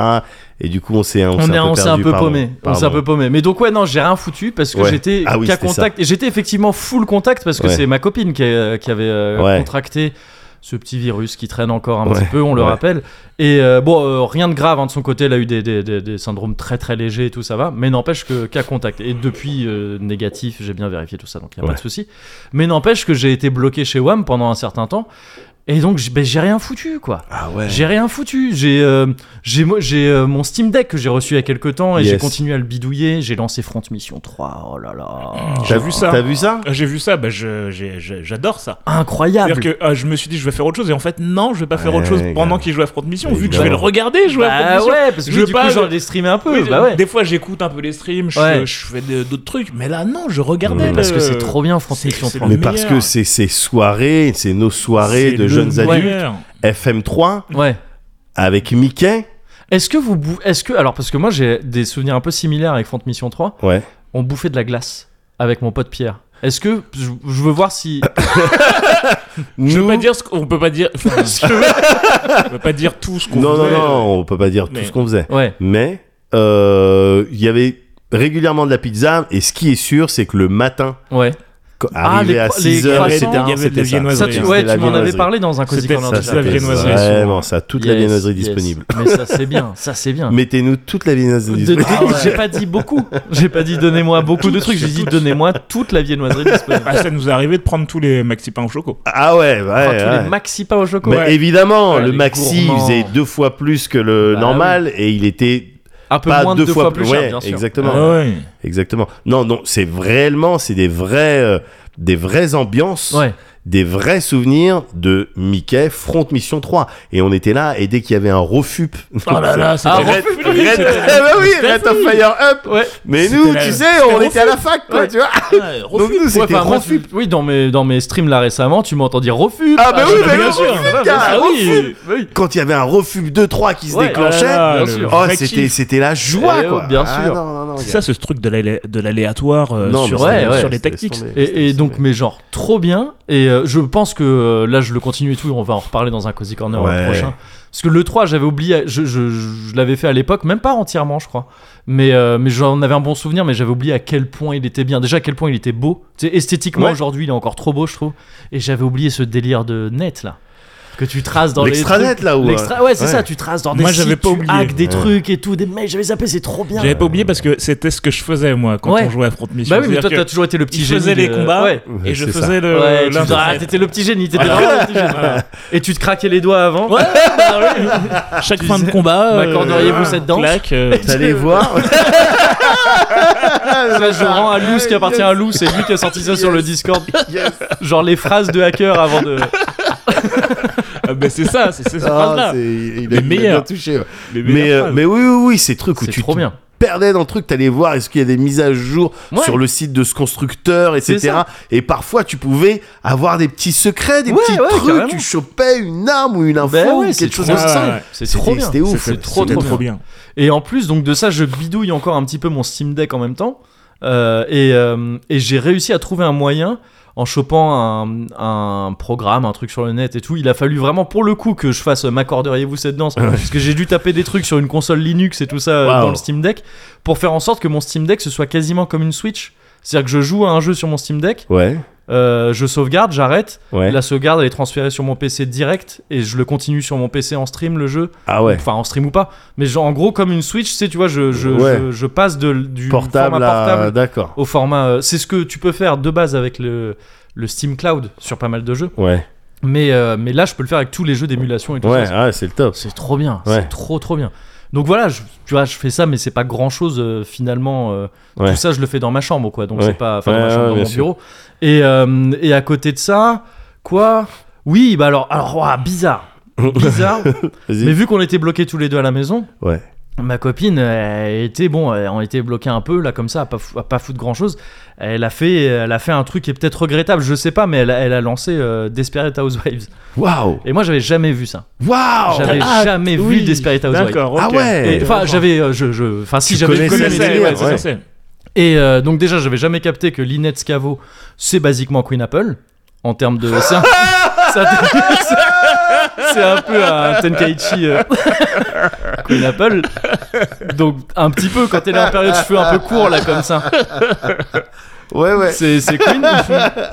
Speaker 2: Et du coup, on s'est on
Speaker 1: On,
Speaker 2: s'est
Speaker 1: est, on s'est un
Speaker 2: perdu,
Speaker 1: peu
Speaker 2: pardon.
Speaker 1: paumé. On
Speaker 2: Pardon.
Speaker 1: s'est un peu paumé. Mais donc ouais, non, j'ai rien foutu parce que
Speaker 2: Ouais.
Speaker 1: j'étais
Speaker 2: Ah oui,
Speaker 1: qu'à
Speaker 2: c'était
Speaker 1: contact. Et j'étais effectivement full contact parce que
Speaker 2: Ouais.
Speaker 1: c'est ma copine qui, euh, qui avait euh,
Speaker 2: Ouais.
Speaker 1: contracté ce petit virus qui traîne encore un
Speaker 2: Ouais.
Speaker 1: petit peu, on le
Speaker 2: Ouais.
Speaker 1: rappelle. Et euh, bon, euh, rien de grave hein, de son côté. Elle a eu des, des- des- des syndromes très très légers et tout ça va. Mais n'empêche que qu'à contact. Et depuis euh, négatif, j'ai bien vérifié tout ça, donc il y a
Speaker 2: Ouais.
Speaker 1: pas de souci. Mais n'empêche que j'ai été bloqué chez WAM pendant un certain temps. Et donc j'- ben, j'ai rien foutu quoi.
Speaker 2: Ah ouais.
Speaker 1: J'ai rien foutu. J'ai euh, j'ai mo- j'ai, euh, mon Steam Deck que j'ai reçu il y a quelques temps et
Speaker 2: Yes.
Speaker 1: j'ai continué à le bidouiller. J'ai lancé Front Mission 3. Oh là là.
Speaker 3: J'ai vu ça.
Speaker 2: T'as vu ça
Speaker 3: Ah, J'ai vu ça, bah, je- j'ai- j'ai- j'adore ça.
Speaker 1: Incroyable.
Speaker 3: C'est-à-dire que ah, je me suis dit, je vais faire autre chose, et en fait, non, je vais pas faire autre chose
Speaker 2: Ouais,
Speaker 3: pendant
Speaker 2: grave.
Speaker 3: qu'il joue à Front Mission,
Speaker 2: Ouais,
Speaker 3: vu que je vais le
Speaker 2: grave.
Speaker 3: regarder jouer à
Speaker 1: Bah
Speaker 3: Front Mission.
Speaker 1: ouais, parce que
Speaker 3: Je
Speaker 1: oui,
Speaker 3: veux
Speaker 1: du
Speaker 3: pas-
Speaker 1: coup, genre, je les streamais un peu.
Speaker 3: Oui,
Speaker 1: bah ouais.
Speaker 3: Des fois, j'écoute un peu les streams, je,
Speaker 1: Ouais.
Speaker 3: je fais de- d'autres trucs, mais là, non, je regardais.
Speaker 2: Mais
Speaker 3: le-
Speaker 1: Parce que c'est trop bien, Front
Speaker 3: Euh, c'est-
Speaker 1: Mission
Speaker 3: c'est
Speaker 1: 3.
Speaker 3: le
Speaker 2: mais parce
Speaker 3: meilleur.
Speaker 2: que c'est ces soirées, c'est nos soirées
Speaker 3: C'est
Speaker 2: de
Speaker 3: le
Speaker 2: jeunes adultes
Speaker 3: meilleur.
Speaker 2: FM3
Speaker 1: Ouais.
Speaker 2: avec Mickey.
Speaker 1: Est-ce que vous. bou- Est-ce que. Alors, parce que moi, j'ai des souvenirs un peu similaires avec Front Mission 3.
Speaker 2: Ouais.
Speaker 1: On bouffait de la glace avec mon pote Pierre. Est-ce que. Je, je veux voir si.
Speaker 3: Je
Speaker 2: Nous-
Speaker 3: veux pas dire ce qu'on peut pas dire. enfin, je veux- je veux pas dire tout ce qu'on euh,
Speaker 2: Non, non,
Speaker 3: voulait.
Speaker 2: non, on peut pas dire tout
Speaker 3: Mais-
Speaker 2: ce qu'on faisait.
Speaker 1: Ouais.
Speaker 2: Mais euh, il y avait régulièrement de la pizza, et ce qui est sûr, c'est que le matin,
Speaker 1: Ouais.
Speaker 2: quand-
Speaker 1: Ah,
Speaker 2: arrivé
Speaker 1: les
Speaker 2: à
Speaker 1: cro- les
Speaker 2: 6h,
Speaker 1: croissants.
Speaker 2: etc.,
Speaker 1: Il y
Speaker 3: avait de la
Speaker 2: c'était ça.
Speaker 3: viennoiserie,
Speaker 1: Ça,
Speaker 3: Ouais,
Speaker 1: tu,
Speaker 3: c'était
Speaker 1: ouais,
Speaker 2: la
Speaker 1: tu m'en avais
Speaker 2: viennoiserie.
Speaker 1: parlé dans un Cosy
Speaker 3: C'était-
Speaker 1: Corner
Speaker 3: ça,
Speaker 1: déjà.
Speaker 3: c'était la viennoiserie.
Speaker 2: Vraiment, ça, toute la
Speaker 1: Yes,
Speaker 2: viennoiserie
Speaker 1: yes.
Speaker 2: disponible.
Speaker 1: Mais ça c'est bien, ça c'est bien.
Speaker 2: Mettez-nous toute la viennoiserie
Speaker 1: De- de-
Speaker 2: disponible.
Speaker 1: J'ai pas dit beaucoup. J'ai pas dit donnez-moi beaucoup de trucs. J'ai dit donnez-moi toute la viennoiserie disponible.
Speaker 3: Ah, ça nous est arrivé de prendre tous les maxi pains au choco.
Speaker 2: Ah ouais, ouais,
Speaker 1: Enfin, tous
Speaker 2: ouais.
Speaker 1: les maxi pains au choco.
Speaker 2: Mais
Speaker 3: Ouais.
Speaker 2: évidemment,
Speaker 1: Ouais,
Speaker 2: le
Speaker 1: les
Speaker 2: maxi
Speaker 1: gourmands.
Speaker 2: faisait deux fois plus que le
Speaker 1: Bah
Speaker 2: normal et il était
Speaker 1: Un peu
Speaker 2: pas
Speaker 1: moins de
Speaker 2: deux,
Speaker 1: deux fois, plus cher,
Speaker 2: ouais,
Speaker 1: bien sûr.
Speaker 2: Exactement,
Speaker 3: Ah ouais.
Speaker 2: exactement. Non, non, c'est réellement, c'est des vrais, euh, des vraies ambiances,
Speaker 1: Ouais.
Speaker 2: des vrais souvenirs de Mickey Front Mission 3. Et on était là et dès qu'il y avait un refup,
Speaker 3: Oh là là, c'était
Speaker 1: Ah,
Speaker 2: Red,
Speaker 1: refup,
Speaker 2: Red-
Speaker 1: oui,
Speaker 2: Red-
Speaker 1: c'était-
Speaker 2: Eh ben oui, Red of Fire Up.
Speaker 1: Ouais.
Speaker 2: Mais
Speaker 3: C'était
Speaker 2: nous,
Speaker 3: la-
Speaker 2: tu sais,
Speaker 3: c'était
Speaker 2: on était à la fac, quoi,
Speaker 1: Ouais.
Speaker 2: tu vois.
Speaker 3: Ah,
Speaker 2: Donc nous, c'était
Speaker 1: enfin, moi, tu-
Speaker 2: refup.
Speaker 1: Oui, dans mes, dans mes streams là récemment, tu m'entends dire refus.
Speaker 2: Ah, bah oui,
Speaker 1: je-
Speaker 2: bah
Speaker 1: bien
Speaker 2: oui,
Speaker 1: sûr.
Speaker 2: refus,
Speaker 1: Ah,
Speaker 2: gars,
Speaker 1: bah oui,
Speaker 2: refus.
Speaker 1: oui.
Speaker 2: Quand il y avait un refup 2-3 qui se
Speaker 1: Ouais.
Speaker 2: déclenchait,
Speaker 3: Ah là là,
Speaker 1: bien
Speaker 3: le
Speaker 1: sûr.
Speaker 2: oh,
Speaker 3: vrai
Speaker 2: c'était,
Speaker 3: kiff.
Speaker 2: c'était la joie,
Speaker 1: Eh oh,
Speaker 2: quoi.
Speaker 1: bien
Speaker 2: Ah,
Speaker 1: sûr.
Speaker 2: non, non, non,
Speaker 3: C'est
Speaker 2: gars.
Speaker 3: ça ce truc de l'alé- de l'aléatoire euh,
Speaker 2: Non,
Speaker 3: sur,
Speaker 2: mais
Speaker 1: ouais,
Speaker 3: sur
Speaker 1: ouais,
Speaker 3: les
Speaker 2: laisse
Speaker 3: tactiques.
Speaker 2: tomber, laisse
Speaker 1: Et, et donc,
Speaker 2: tomber.
Speaker 1: mais genre, trop bien. Et euh, je pense que euh, là, je le continue et tout. On va en reparler dans un Cozy Corner
Speaker 2: Ouais.
Speaker 1: le prochain. Parce que le 3, j'avais oublié. Je, je- je l'avais fait à l'époque, même pas entièrement, je crois. Mais, euh, mais j'en avais un bon souvenir, mais j'avais oublié à quel point il était bien. Déjà, à quel point il était beau. Tu sais, esthétiquement,
Speaker 2: Ouais.
Speaker 1: aujourd'hui, il est encore trop beau, je trouve. Et j'avais oublié ce délire de net, là. Que tu traces dans les
Speaker 2: L'extranet,
Speaker 1: trucs.
Speaker 2: là, ou, euh,
Speaker 1: L'extra- Ouais, c'est
Speaker 2: ouais.
Speaker 1: ça, tu traces dans des
Speaker 3: Moi, j'avais
Speaker 1: sites,
Speaker 3: pas
Speaker 1: tu
Speaker 3: oublié.
Speaker 1: hackes des
Speaker 2: Ouais.
Speaker 1: trucs et tout, des mails, j'avais zappé, c'est trop bien.
Speaker 3: J'avais pas oublié parce que c'était ce que je faisais moi quand
Speaker 1: Ouais.
Speaker 3: on jouait à Front Mission.
Speaker 1: Bah oui, mais
Speaker 3: C'est-à-dire
Speaker 1: toi, t'as
Speaker 3: que
Speaker 1: toujours été le petit
Speaker 3: il
Speaker 1: génie.
Speaker 3: faisait les
Speaker 1: de-
Speaker 3: combats
Speaker 1: Ouais.
Speaker 3: et je
Speaker 2: C'est ça.
Speaker 3: faisais le.
Speaker 1: Ouais, tu
Speaker 3: l'un
Speaker 1: te- ah,
Speaker 3: des-
Speaker 1: t'étais le petit génie, t'étais vraiment le petit génie.
Speaker 3: Voilà.
Speaker 1: Et tu te craquais les doigts avant. bah
Speaker 3: Chaque fin de combat. euh,
Speaker 1: M'accorderiez-vous cette danse
Speaker 3: claque, euh,
Speaker 2: T'allais voir.
Speaker 1: Là, je rends à Lou ce qui appartient à Lou, c'est lui qui a sorti ça sur le Discord.
Speaker 2: Yes.
Speaker 1: Genre les phrases de hacker avant de.
Speaker 3: ah, bah, c'est ça, c'est c'est cette
Speaker 2: Ah,
Speaker 3: phrase-là.
Speaker 2: c'est- il
Speaker 3: Les
Speaker 2: a- il a bien
Speaker 3: meilleurs.
Speaker 2: touché. ouais.
Speaker 3: Les meilleures
Speaker 2: Mais, euh,
Speaker 3: phrases.
Speaker 2: mais oui, oui, oui, ces trucs où
Speaker 1: C'est
Speaker 2: tu
Speaker 1: trop
Speaker 2: te
Speaker 1: bien.
Speaker 2: perdais dans le truc, t'allais voir est-ce qu'il y a des mises à jour
Speaker 1: Ouais.
Speaker 2: sur le site de ce constructeur,
Speaker 1: C'est
Speaker 2: etc.
Speaker 1: ça.
Speaker 2: Et parfois, tu pouvais avoir des petits secrets, des
Speaker 1: Ouais,
Speaker 2: petits
Speaker 1: ouais,
Speaker 2: trucs.
Speaker 1: carrément.
Speaker 2: Tu chopais une arme ou une info,
Speaker 1: Ben ouais,
Speaker 2: ou
Speaker 1: c'est
Speaker 2: quelque
Speaker 1: trop
Speaker 2: chose
Speaker 1: bien.
Speaker 2: comme
Speaker 3: Ah,
Speaker 2: ça.
Speaker 3: ouais.
Speaker 1: C'est
Speaker 2: C'était-
Speaker 1: trop bien.
Speaker 2: c'était ouf,
Speaker 1: C'est
Speaker 2: ouais.
Speaker 1: trop,
Speaker 3: C'était
Speaker 1: trop, bien.
Speaker 3: trop bien.
Speaker 1: Et en plus, donc de ça, je bidouille encore un petit peu mon Steam Deck en même temps. Euh, et euh, et j'ai réussi à trouver un moyen en chopant un, un programme, un truc sur le net et tout. Il a fallu vraiment pour le coup que je fasse euh, m'accorderiez-vous cette danse Parce que j'ai dû taper des trucs sur une console Linux et tout ça euh,
Speaker 2: Waouh.
Speaker 1: dans le Steam Deck pour faire en sorte que mon Steam Deck ce soit quasiment comme une Switch. C'est-à-dire que je joue à un jeu sur mon Steam Deck
Speaker 2: Ouais.
Speaker 1: euh, je sauvegarde, j'arrête.
Speaker 2: Ouais.
Speaker 1: La sauvegarde, elle est transférée sur mon PC direct et je le continue sur mon PC en stream, le jeu.
Speaker 2: Ah ouais.
Speaker 1: Enfin, en stream ou pas. Mais genre, en gros, comme une Switch, tu sais, tu vois, je, je,
Speaker 2: Ouais.
Speaker 1: je, je passe de, du
Speaker 2: Portable,
Speaker 1: format portable
Speaker 2: à... d'accord.
Speaker 1: au format. euh, c'est ce que tu peux faire de base avec le, le Steam Cloud sur pas mal de jeux.
Speaker 2: Ouais.
Speaker 1: Mais, euh, mais là, je peux le faire avec tous les jeux d'émulation et tout
Speaker 2: Ouais,
Speaker 1: ça.
Speaker 2: ah, c'est le top.
Speaker 1: C'est trop bien.
Speaker 2: Ouais.
Speaker 1: C'est trop, trop bien. Donc voilà, je, tu vois, je fais ça, mais c'est pas grand chose finalement. euh,
Speaker 2: Ouais.
Speaker 1: Tout ça, je le fais dans ma chambre, quoi. Donc
Speaker 2: Ouais.
Speaker 1: c'est pas. Enfin, dans
Speaker 2: Ouais,
Speaker 1: ma chambre,
Speaker 2: ouais,
Speaker 1: dans
Speaker 2: bien
Speaker 1: mon
Speaker 2: sûr.
Speaker 1: bureau. Et, euh, et à côté de ça, quoi Oui, bah alors, alors ouah, bizarre. Bizarre.
Speaker 2: Vas-y.
Speaker 1: mais vu qu'on était bloqués tous les deux à la maison,
Speaker 2: Ouais.
Speaker 1: Ma copine elle était bon, elle- on était bloqué un peu là comme ça, à pas, fou- à pas foutre grand chose. Elle a fait, elle a fait un truc qui est peut-être regrettable, je sais pas, mais elle, a- elle a lancé euh, Desperate Housewives.
Speaker 2: Waouh.
Speaker 1: Et moi j'avais jamais vu ça.
Speaker 2: Waouh.
Speaker 1: J'avais
Speaker 2: Ah,
Speaker 1: jamais vu
Speaker 3: Oh, oui,
Speaker 1: Desperate Housewives.
Speaker 3: D'accord, ok.
Speaker 2: Ah ouais.
Speaker 1: Et, Enfin j'avais, euh, je, je, enfin si
Speaker 2: Tu
Speaker 1: j'avais
Speaker 2: connaissais
Speaker 1: connu,
Speaker 3: Connaissais,
Speaker 1: mais-
Speaker 2: le délire,
Speaker 3: ouais, c'est ça,
Speaker 2: ouais.
Speaker 3: c'est-
Speaker 1: Et euh, donc déjà j'avais jamais capté que Lynette Scavo, c'est basiquement Queen Apple en termes de. C'est un, ça- c'est un peu un Tenkaichi euh, Queen Apple. Donc un petit peu quand elle est en période de cheveux un peu court là comme ça.
Speaker 2: Ouais, ouais.
Speaker 1: C'est c'est Queen.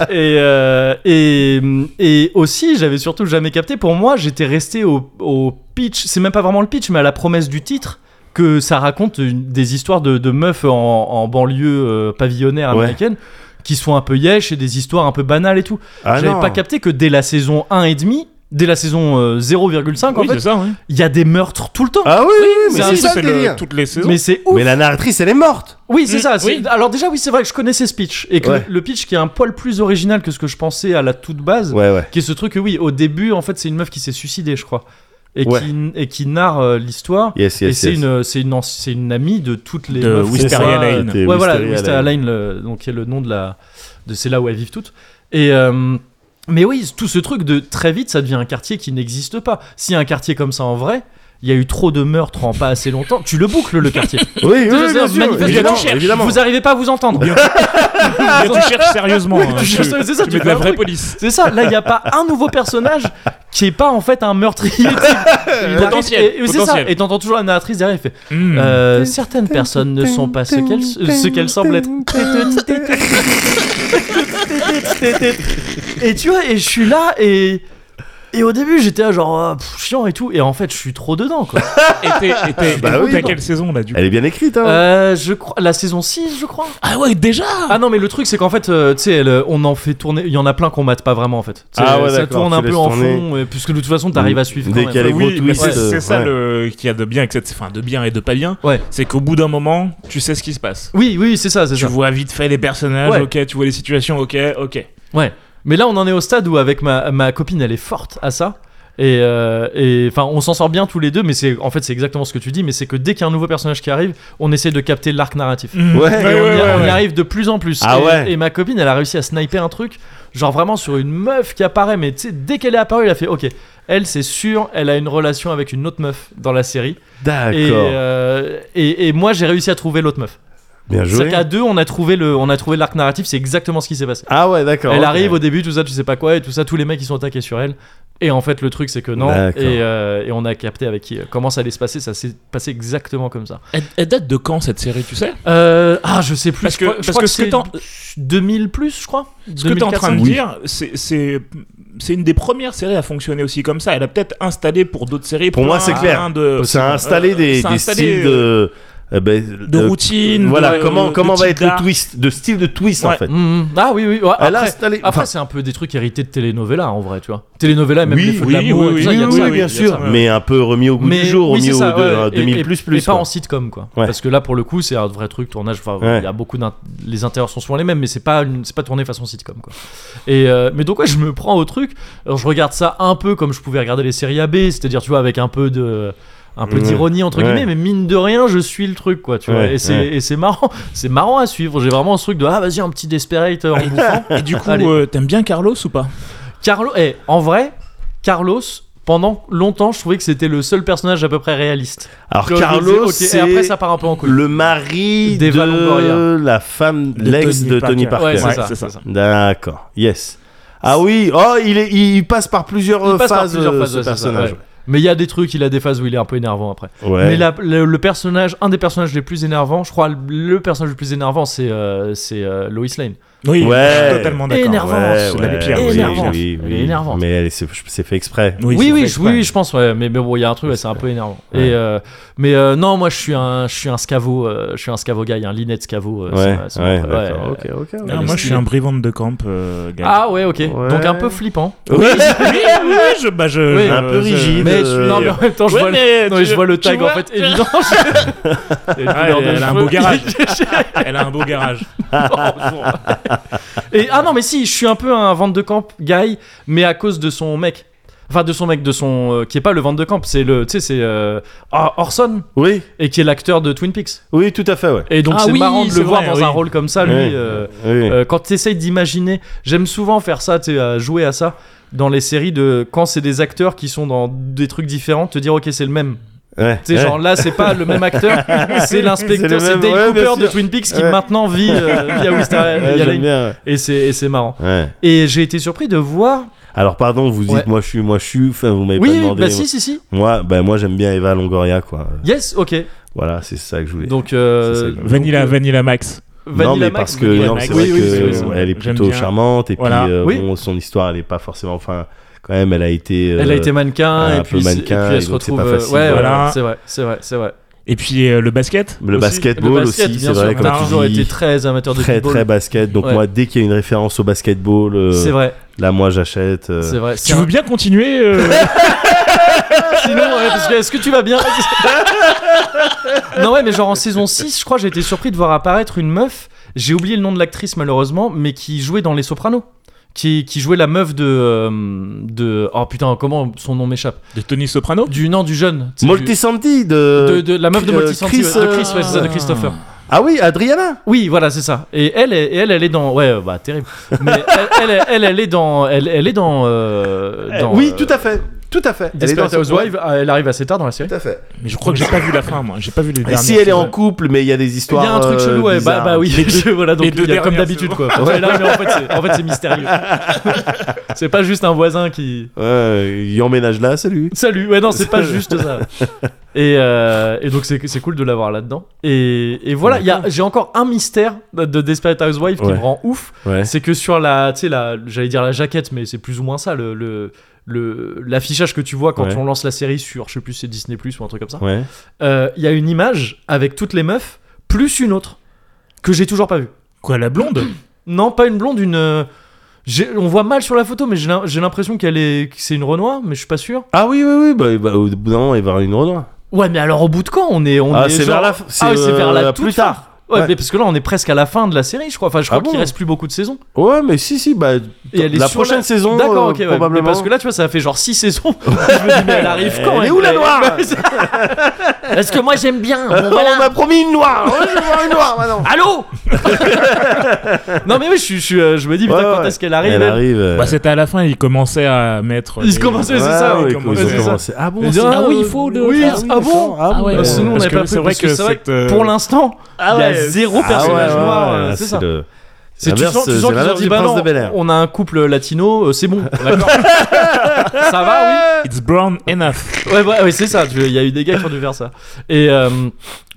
Speaker 1: et, euh, et, et aussi, j'avais surtout jamais capté. Pour moi, j'étais resté au, au pitch. C'est même pas vraiment le pitch, mais à la promesse du titre que ça raconte une- des histoires de, de meufs en, en banlieue euh, pavillonnaire
Speaker 2: Ouais.
Speaker 1: américaine qui sont un peu yesh et des histoires un peu banales et tout.
Speaker 2: Ah
Speaker 1: j'avais
Speaker 2: non.
Speaker 1: pas capté que dès la saison 1,5, dès la saison euh, 0,5, en
Speaker 3: Oui,
Speaker 1: fait,
Speaker 3: c'est ça, ouais.
Speaker 1: il y a des meurtres tout le temps.
Speaker 2: Ah oui, oui,
Speaker 1: c'est
Speaker 2: mais
Speaker 1: un
Speaker 2: c'est ça
Speaker 3: c'est
Speaker 2: le
Speaker 3: le-
Speaker 2: délire.
Speaker 3: toutes les saisons.
Speaker 1: Mais c'est ouf.
Speaker 2: Mais la narratrice, elle est morte.
Speaker 1: Oui, c'est
Speaker 3: Mm,
Speaker 1: ça. c'est-
Speaker 3: oui.
Speaker 1: Alors déjà, oui, c'est vrai que je connaissais ce pitch. Et que
Speaker 2: Ouais.
Speaker 1: le pitch qui est un poil plus original que ce que je pensais à la toute base,
Speaker 2: Ouais, ouais.
Speaker 1: qui est ce truc que oui, au début, en fait, c'est une meuf qui s'est suicidée, je crois. Et,
Speaker 2: Ouais.
Speaker 1: qui, et qui narre euh, l'histoire.
Speaker 2: Yes,
Speaker 1: et
Speaker 2: yes,
Speaker 1: c'est
Speaker 2: yes.
Speaker 1: une, euh, c'est une, anci- c'est une amie de toutes les
Speaker 3: De
Speaker 1: meufs.
Speaker 3: Wisteria
Speaker 1: qu'on voit,
Speaker 3: Lane.
Speaker 1: euh,
Speaker 2: T'es
Speaker 1: Ouais, voilà,
Speaker 2: Wisteria
Speaker 1: Wisteria Lane, le- donc qui est le nom de la, de c'est là où elles vivent toutes. Et euh, mais oui, tout ce truc de très vite, ça devient un quartier qui n'existe pas. Si un quartier comme ça en vrai, il y a eu trop de meurtres en pas assez longtemps. Tu le boucles le quartier.
Speaker 2: Oui, oui,
Speaker 1: Déjà,
Speaker 2: oui,
Speaker 1: c'est
Speaker 2: bien
Speaker 1: un
Speaker 2: sûr,
Speaker 1: manifeste
Speaker 2: évidemment,
Speaker 3: de recherche.
Speaker 2: évidemment.
Speaker 1: Vous arrivez pas à vous entendre.
Speaker 3: Mais tu cherches sérieusement. hein.
Speaker 1: tu cherches- c'est ça,
Speaker 3: tu
Speaker 1: tu
Speaker 3: mets de
Speaker 1: fais
Speaker 3: la
Speaker 1: un
Speaker 3: vraie
Speaker 1: truc.
Speaker 3: police.
Speaker 1: C'est ça, là il n'y a pas un nouveau personnage qui est pas en fait un meurtrier. Il
Speaker 3: Potentiel,
Speaker 1: arrive- et- et C'est ça,
Speaker 3: potentiel.
Speaker 1: et t'entends toujours la narratrice derrière, il fait
Speaker 3: Hmm.
Speaker 1: euh, Certaines personnes ne sont pas ce qu'elles ce qu'elles semblent être. Et tu vois, et je suis là et. Et au début j'étais là genre ah, pff, chiant et tout, et en fait je suis trop dedans quoi.
Speaker 3: Et
Speaker 1: Ah
Speaker 3: t'es- et t'es-
Speaker 2: Bah
Speaker 3: et
Speaker 2: oui,
Speaker 3: t'es à
Speaker 2: non.
Speaker 3: quelle saison là du coup
Speaker 2: Elle est bien écrite, hein.
Speaker 1: Euh, je crois, la saison 6 je crois.
Speaker 3: Ah ouais, déjà
Speaker 1: Ah non mais le truc c'est qu'en fait euh, tu sais elle, euh, on en fait tourner il y en a plein qu'on mate pas vraiment en fait. Tu sais,
Speaker 2: Ah ouais,
Speaker 1: ça
Speaker 2: d'accord,
Speaker 1: tourne
Speaker 2: tu
Speaker 1: un peu
Speaker 2: laisses
Speaker 1: en
Speaker 2: tourner.
Speaker 1: fond et- puisque de toute façon t'arrives à suivre
Speaker 2: Dès
Speaker 1: quand
Speaker 2: qu'elle
Speaker 1: même.
Speaker 2: les gros
Speaker 3: oui, mais
Speaker 2: twists,
Speaker 3: c'est c'est ça
Speaker 2: ouais.
Speaker 3: le qu'il y a de bien avec cette enfin de bien et de pas bien,
Speaker 1: Ouais.
Speaker 3: c'est qu'au bout d'un moment, tu sais ce qui se passe.
Speaker 1: Oui oui c'est ça c'est
Speaker 3: Tu
Speaker 1: ça.
Speaker 3: vois vite fait les personnages,
Speaker 1: Ouais.
Speaker 3: OK, tu vois les situations, OK, OK.
Speaker 1: Ouais. Mais là, on en est au stade où avec ma, ma copine, elle est forte à ça. Et euh, et, enfin, on s'en sort bien tous les deux. Mais c'est en fait, c'est exactement ce que tu dis. Mais c'est que dès qu'il y a un nouveau personnage qui arrive, on essaie de capter l'arc narratif.
Speaker 3: Hmm.
Speaker 2: Ouais.
Speaker 1: Et
Speaker 2: Ouais,
Speaker 1: on, y,
Speaker 3: ouais,
Speaker 1: on y
Speaker 3: ouais.
Speaker 1: arrive de plus en plus.
Speaker 2: Ah
Speaker 1: et,
Speaker 2: ouais.
Speaker 1: et ma copine, elle a réussi à sniper un truc, genre vraiment sur une meuf qui apparaît. Mais tu sais, dès qu'elle est apparue, elle a fait OK. Elle, c'est sûr, elle a une relation avec une autre meuf dans la série. Et,
Speaker 2: D'accord.
Speaker 1: euh, et, et moi, j'ai réussi à trouver l'autre meuf.
Speaker 2: Bien
Speaker 1: C'est
Speaker 2: joué.
Speaker 1: qu'à deux, on a trouvé le, on a trouvé l'arc narratif. C'est exactement ce qui s'est passé.
Speaker 2: Ah ouais, d'accord.
Speaker 1: Elle
Speaker 2: ok.
Speaker 1: arrive au début, tout ça, tu sais pas quoi, et tout ça, tous les mecs ils sont attaqués sur elle. Et en fait, le truc c'est que non,
Speaker 2: D'accord.
Speaker 1: et, euh, et on a capté avec qui, euh, comment ça allait se passer, ça s'est passé exactement comme ça.
Speaker 3: Elle, elle date de quand cette série, tu sais
Speaker 1: Euh, ah, je sais plus,
Speaker 3: Parce
Speaker 1: je
Speaker 3: que-
Speaker 1: crois, je
Speaker 3: parce
Speaker 1: crois
Speaker 3: que
Speaker 1: que
Speaker 3: ce que
Speaker 1: c'est
Speaker 3: t'en-
Speaker 1: 2000 plus, je crois.
Speaker 3: Ce que t'es en train de
Speaker 1: 2400.
Speaker 3: dire, c'est c'est c'est une des premières séries à fonctionner aussi comme ça. Elle a peut-être installé pour d'autres séries.
Speaker 2: Pour moi,
Speaker 3: plein
Speaker 2: c'est clair.
Speaker 3: De,
Speaker 2: Ça a installé
Speaker 3: euh,
Speaker 2: des,
Speaker 3: ça a
Speaker 2: des
Speaker 3: installé,
Speaker 2: styles
Speaker 3: euh,
Speaker 2: de. euh, ben,
Speaker 3: de
Speaker 2: euh,
Speaker 3: routine.
Speaker 2: Voilà,
Speaker 3: de-
Speaker 2: comment,
Speaker 3: de
Speaker 2: comment va
Speaker 3: type
Speaker 2: être le
Speaker 3: d'art.
Speaker 2: twist, de style de twist en
Speaker 3: Ouais.
Speaker 2: fait.
Speaker 1: Mhm. Ah oui, oui, ouais,
Speaker 2: Elle a
Speaker 1: après,
Speaker 2: installé.
Speaker 1: après,
Speaker 2: enfin,
Speaker 1: c'est un peu des trucs hérités de telenovela en vrai, tu vois. Telenovela, même
Speaker 2: Oui,
Speaker 1: les feux
Speaker 3: oui,
Speaker 1: de l'amour,
Speaker 3: oui,
Speaker 1: et tout
Speaker 3: oui,
Speaker 1: ça, il y a de
Speaker 3: oui,
Speaker 1: ça.
Speaker 3: oui,
Speaker 2: bien
Speaker 3: il y a
Speaker 2: sûr,
Speaker 3: ça, ouais.
Speaker 2: mais un peu remis au goût
Speaker 1: Mais
Speaker 2: du jour,
Speaker 1: oui,
Speaker 2: remis
Speaker 1: c'est
Speaker 2: au
Speaker 1: ça,
Speaker 2: de-
Speaker 1: ouais,
Speaker 2: euh,
Speaker 1: et-
Speaker 2: 2000
Speaker 1: et-
Speaker 2: plus plus.
Speaker 1: Et pas
Speaker 2: quoi.
Speaker 1: en sitcom, quoi.
Speaker 2: Ouais.
Speaker 1: Parce que là, pour le coup, c'est un vrai truc, tournage. Enfin,
Speaker 2: Ouais.
Speaker 1: il y a beaucoup d'int- les interventions sont les mêmes, mais c'est pas une- c'est pas tourné façon sitcom, quoi. Et euh, mais donc ouais, je me prends au truc. Alors, je regarde ça un peu comme je pouvais regarder les séries AB, c'est-à-dire tu vois avec un peu de un peu
Speaker 2: Ouais.
Speaker 1: d'ironie entre
Speaker 2: Mmh. Ouais.
Speaker 1: guillemets, mais mine de rien, je suis le truc, quoi. Tu vois.
Speaker 2: Ouais,
Speaker 1: Et c'est
Speaker 2: ouais.
Speaker 1: et c'est marrant, c'est marrant à suivre. J'ai vraiment ce truc de ah vas-y un petit desperate euh, en bouffant.
Speaker 3: Et du coup,
Speaker 1: Allez.
Speaker 3: euh, t'aimes bien Carlos ou pas
Speaker 1: Carlos, eh, en vrai, Carlos. Pendant longtemps, je trouvais que c'était le seul personnage à peu près réaliste.
Speaker 2: Alors
Speaker 1: Je me disais,
Speaker 2: Carlos,
Speaker 1: ok,
Speaker 2: c'est
Speaker 1: et après ça part un peu en couille.
Speaker 2: le mari
Speaker 1: D'Eva
Speaker 2: de
Speaker 1: Longoria.
Speaker 2: la femme,
Speaker 3: De
Speaker 2: l'ex
Speaker 3: Tony
Speaker 2: de Tony
Speaker 3: Parker.
Speaker 2: Parker.
Speaker 1: Ouais, c'est
Speaker 3: Ouais,
Speaker 1: ça,
Speaker 3: c'est
Speaker 1: c'est
Speaker 3: ça.
Speaker 1: ça.
Speaker 2: D'accord, yes. Ah oui, oh, il, est, il passe par plusieurs
Speaker 1: Il
Speaker 2: euh,
Speaker 1: passe par
Speaker 2: phases,
Speaker 1: plusieurs
Speaker 2: euh,
Speaker 1: phases,
Speaker 2: ce
Speaker 1: ouais, c'est ça,
Speaker 2: personnage.
Speaker 1: ouais. Mais il y a des trucs, il a des phases où il est un peu énervant après.
Speaker 2: Ouais.
Speaker 1: Mais la- le, le personnage, un des personnages les plus énervants, je crois le, le personnage le plus énervant, c'est euh, c'est euh, Lois Lane.
Speaker 3: Oui,
Speaker 2: Ouais.
Speaker 3: je suis totalement d'accord.
Speaker 1: Énervant.
Speaker 2: Ouais,
Speaker 3: c'est la
Speaker 2: ouais,
Speaker 3: pire,
Speaker 2: oui,
Speaker 1: énervante.
Speaker 2: oui,
Speaker 1: Elle est
Speaker 2: oui.
Speaker 1: énervante.
Speaker 2: Mais elle est- c'est c'est fait exprès.
Speaker 1: Oui, oui,
Speaker 3: c'est
Speaker 1: oui,
Speaker 3: fait
Speaker 1: je,
Speaker 3: exprès.
Speaker 1: oui, je pense, ouais. mais, mais bon, il y a un truc, ouais, c'est un peu énervant. Et, euh, mais euh, non, moi, je suis un, je suis un scavo, euh, je suis un scavo guy, un linette scavo. euh,
Speaker 2: Ouais,
Speaker 1: c'est- c'est-
Speaker 2: ouais,
Speaker 1: ouais,
Speaker 2: d'accord.
Speaker 1: euh,
Speaker 2: Ok, ok, ok.
Speaker 3: Ah, moi, je suis un brivant de camp. euh, gars.
Speaker 1: Ah ouais, ok.
Speaker 2: Ouais.
Speaker 1: Donc un peu flippant.
Speaker 3: oui, oui, oui, je, bah, je,
Speaker 1: Oui.
Speaker 3: je-
Speaker 2: Un peu
Speaker 3: je-
Speaker 2: rigide.
Speaker 1: Mais
Speaker 2: euh,
Speaker 1: non, mais en même temps, je,
Speaker 5: Ouais,
Speaker 1: vois,
Speaker 5: mais
Speaker 1: le... non,
Speaker 5: tu-
Speaker 1: je vois le tag
Speaker 5: tu
Speaker 1: en
Speaker 5: vois-
Speaker 1: fait évident. Et le
Speaker 3: Ah,
Speaker 1: couleur
Speaker 3: elle,
Speaker 1: de
Speaker 3: elle a un
Speaker 1: cheveux.
Speaker 3: beau garage. elle a un beau garage.
Speaker 1: Et ah non, mais si, je suis un peu un Van de Camp guy, mais à cause de son mec. Enfin, de son mec, de son. euh, qui est pas le Van de Camp, c'est le. Tu sais, c'est. euh, ah, Orson,
Speaker 2: Oui,
Speaker 1: et qui est l'acteur de Twin Peaks.
Speaker 2: oui, tout à fait, ouais.
Speaker 1: Et donc,
Speaker 3: Ah
Speaker 1: c'est
Speaker 3: oui,
Speaker 1: marrant de
Speaker 3: c'est
Speaker 1: le voir
Speaker 3: vrai,
Speaker 1: dans
Speaker 3: oui.
Speaker 1: un rôle comme ça, lui.
Speaker 2: Oui,
Speaker 1: euh,
Speaker 2: oui.
Speaker 1: euh, quand tu essayes d'imaginer. J'aime souvent faire ça, tu sais, à jouer à ça. Dans les séries de. Quand c'est des acteurs qui sont dans des trucs différents, te dire, ok, c'est le même.
Speaker 2: Ouais,
Speaker 1: Tu sais,
Speaker 2: ouais.
Speaker 1: genre là, c'est pas le même acteur, c'est
Speaker 2: C'est le
Speaker 1: l'inspecteur, c'est
Speaker 2: même,
Speaker 1: Dale
Speaker 2: ouais, bien
Speaker 1: Cooper de
Speaker 2: sûr.
Speaker 1: Twin Peaks qui
Speaker 2: Ouais.
Speaker 1: maintenant vit, euh, vit à Wister
Speaker 2: Ouais, j'aime bien, ouais.
Speaker 1: Et c'est et c'est marrant.
Speaker 2: Ouais.
Speaker 1: Et j'ai été surpris de voir.
Speaker 2: Alors pardon, vous dites
Speaker 1: Ouais.
Speaker 2: moi je suis, moi je suis, enfin vous m'avez
Speaker 1: Oui,
Speaker 2: pas
Speaker 1: oui,
Speaker 2: demandé.
Speaker 1: bah si, si, si.
Speaker 2: Moi, ben moi j'aime bien Eva Longoria quoi.
Speaker 1: Yes, ok.
Speaker 2: Voilà, c'est ça que je voulais.
Speaker 1: Donc, euh,
Speaker 2: C'est ça, j'aime.
Speaker 3: Vanilla, Vanilla Max.
Speaker 1: Vanilla
Speaker 2: non mais
Speaker 1: Max,
Speaker 2: parce que
Speaker 1: Vanilla
Speaker 2: non,
Speaker 1: Max.
Speaker 2: c'est vrai
Speaker 1: Oui, oui, c'est vrai, c'est
Speaker 2: que
Speaker 1: vrai.
Speaker 2: elle est
Speaker 3: J'aime
Speaker 2: plutôt
Speaker 3: bien.
Speaker 2: charmante et
Speaker 3: Voilà.
Speaker 2: puis euh,
Speaker 1: Oui.
Speaker 2: bon, son histoire elle est pas forcément, enfin quand même elle a été. euh,
Speaker 1: Elle a été mannequin,
Speaker 2: un
Speaker 1: et
Speaker 2: peu
Speaker 1: puis, c'est-
Speaker 2: mannequin,
Speaker 1: et puis elle
Speaker 2: et
Speaker 1: se
Speaker 2: donc c'est
Speaker 1: retrouve.
Speaker 2: pas
Speaker 1: euh,
Speaker 2: facile,
Speaker 1: ouais,
Speaker 3: voilà.
Speaker 1: ouais, c'est vrai, c'est vrai, c'est vrai.
Speaker 3: Et puis euh, le basket.
Speaker 2: le
Speaker 3: aussi.
Speaker 2: basketball
Speaker 1: le basket,
Speaker 2: aussi,
Speaker 1: bien
Speaker 2: c'est
Speaker 1: sûr.
Speaker 2: vrai
Speaker 1: on
Speaker 2: quand
Speaker 1: a
Speaker 2: tu
Speaker 1: toujours
Speaker 2: dis
Speaker 1: été très amateur de
Speaker 2: très
Speaker 1: football.
Speaker 2: très basket. Donc
Speaker 1: Ouais.
Speaker 2: moi dès qu'il y a une référence au basketball, euh,
Speaker 1: C'est vrai,
Speaker 2: là moi j'achète. euh,
Speaker 1: c'est vrai.
Speaker 3: Tu veux bien continuer euh,
Speaker 1: Sinon, ouais, parce que est-ce que tu vas bien Non, ouais, mais genre en saison 6, je crois, j'ai été surpris de voir apparaître une meuf. J'ai oublié le nom de l'actrice, malheureusement, mais qui jouait dans Les Sopranos. Qui, qui jouait la meuf de, euh, de. Oh putain, comment son nom m'échappe
Speaker 3: de Tony Soprano
Speaker 1: Du nom du jeune. tu sais, du-
Speaker 2: Moltisanti
Speaker 1: de,
Speaker 2: de...
Speaker 1: de- la meuf de
Speaker 2: euh,
Speaker 1: Multisanti,
Speaker 2: Chris,
Speaker 1: ouais, de Chris,
Speaker 2: euh,
Speaker 1: ouais, c'est ça, de Christopher.
Speaker 2: Ah oui, Adriana.
Speaker 1: Oui, voilà, c'est ça. Et elle, est- et elle, elle est dans, ouais, euh, bah terrible. Mais elle, elle, est- elle, elle est dans, elle, elle est dans, euh, dans,
Speaker 2: Eh, oui,
Speaker 1: euh,
Speaker 2: tout à fait, tout à fait. Elle est dans
Speaker 1: Desperate
Speaker 2: son-
Speaker 1: Housewives. euh, Elle arrive assez tard dans la série.
Speaker 2: Tout à fait.
Speaker 3: Mais je crois que j'ai pas vu la fin, moi. J'ai pas vu les
Speaker 2: Et
Speaker 3: dernières.
Speaker 2: Ah, si elle est en
Speaker 3: saisons.
Speaker 2: couple, mais il y a des
Speaker 1: Il y
Speaker 2: histoires.
Speaker 1: a un truc
Speaker 2: euh,
Speaker 1: chelou, ouais, bah,
Speaker 2: bizarres.
Speaker 1: bah oui, je- voilà, donc
Speaker 3: les deux
Speaker 1: il y a comme
Speaker 3: dernières
Speaker 1: d'habitude
Speaker 3: saisons.
Speaker 1: quoi. Ouais, là, mais en fait, c'est en fait, c'est mystérieux. c'est pas juste un voisin qui.
Speaker 2: Ouais, il emménage là, salut.
Speaker 1: Salut, ouais, non, c'est pas juste ça. Et, euh, et donc c'est c'est cool de l'avoir là-dedans. Et, et voilà, il y a- j'ai encore un mystère de de Desperate Housewives qui
Speaker 2: Ouais.
Speaker 1: me rend ouf.
Speaker 2: Ouais.
Speaker 1: C'est que sur la, tu sais, la, j'allais dire la jaquette, mais c'est plus ou moins ça, le, le, le- l'affichage que tu vois quand
Speaker 2: Ouais.
Speaker 1: on lance la série sur, je sais plus, c'est Disney Plus ou un truc comme ça.
Speaker 2: Ouais.
Speaker 1: Euh, Il y a une image avec toutes les meufs, plus une autre que j'ai toujours pas vue.
Speaker 3: Quoi, la blonde
Speaker 1: Non, pas une blonde, une. euh, j'ai- on voit mal sur la photo, mais j'ai l'im- j'ai l'impression qu'elle est, que c'est une Renoir, mais je suis pas sûr.
Speaker 2: Ah oui, oui, oui, bah, bah, au bout d'un moment, il va y avoir une Renoir.
Speaker 1: Ouais, mais alors au bout de quand on est, on
Speaker 2: Ah,
Speaker 1: est
Speaker 2: c'est
Speaker 1: genre-
Speaker 2: vers la f-
Speaker 1: Ah,
Speaker 2: c'est,
Speaker 1: c'est vers la
Speaker 2: euh,
Speaker 1: toute
Speaker 2: plus
Speaker 1: fin.
Speaker 2: tard.
Speaker 1: Ouais,
Speaker 2: Ouais.
Speaker 1: mais parce que là on est presque à la fin de la série, je crois. Enfin, je crois
Speaker 2: Ah
Speaker 1: qu'il
Speaker 2: bon
Speaker 1: reste plus beaucoup de saisons.
Speaker 2: Ouais, mais si, si, bah,
Speaker 1: Et elle est
Speaker 2: la
Speaker 1: sur
Speaker 2: prochaine saison,
Speaker 1: D'accord,
Speaker 2: euh,
Speaker 1: ok, ouais. Mais
Speaker 2: probablement.
Speaker 1: parce que là, tu vois, ça fait genre 6 saisons. je me dis, mais elle arrive quand
Speaker 2: Elle est où, la noire
Speaker 1: Parce que moi j'aime bien. Bon,
Speaker 2: Ah, on
Speaker 1: voilà.
Speaker 2: m'a promis une noire. Ouais, je vais voir une noire maintenant.
Speaker 1: Allô Non, mais oui, je, suis- je, suis, euh, je me dis, putain,
Speaker 2: Ouais,
Speaker 1: quand
Speaker 2: ouais.
Speaker 1: est-ce qu'elle arrive
Speaker 2: Elle
Speaker 1: elle
Speaker 2: arrive. euh,
Speaker 3: Bah, c'était à la fin, ils commençaient à mettre.
Speaker 1: Ils
Speaker 3: les-
Speaker 1: commençaient, c'est
Speaker 2: ouais,
Speaker 1: ça.
Speaker 2: ouais,
Speaker 1: oui.
Speaker 2: ils ont
Speaker 3: comment- c'est ça.
Speaker 2: commencé. Ah bon,
Speaker 1: Ils
Speaker 2: c'est-
Speaker 1: disent,
Speaker 2: ah,
Speaker 1: ah
Speaker 2: oui,
Speaker 1: oui,
Speaker 2: il faut le.
Speaker 1: oui,
Speaker 2: faire.
Speaker 1: ah bon
Speaker 2: Ah
Speaker 1: Euh,
Speaker 2: ouais.
Speaker 1: Sinon, on
Speaker 3: Parce
Speaker 1: n'avait pas
Speaker 3: que c'est
Speaker 1: pris
Speaker 3: vrai
Speaker 1: parce que
Speaker 3: que
Speaker 1: c'est vrai
Speaker 3: cette, euh,
Speaker 1: que pour l'instant, il y a
Speaker 2: ouais.
Speaker 1: zéro
Speaker 2: Ah
Speaker 1: personnage
Speaker 2: ouais, ouais,
Speaker 1: noir.
Speaker 2: ouais,
Speaker 1: euh, C'est ça.
Speaker 2: le-
Speaker 1: C'est tu sens,
Speaker 2: l'inverse,
Speaker 1: tu sens
Speaker 2: c'est
Speaker 1: qu'ils ont
Speaker 2: l'inverse
Speaker 1: dit
Speaker 2: du
Speaker 1: bah
Speaker 2: prince
Speaker 1: non,
Speaker 2: de Bel-Air.
Speaker 1: on a un couple latino, euh, c'est bon. D'accord. ça va,
Speaker 3: It's brown enough.
Speaker 1: oui. Ouais, ouais, ouais, c'est ça. tu vois, Il y a eu des gars qui ont dû faire ça. Et euh,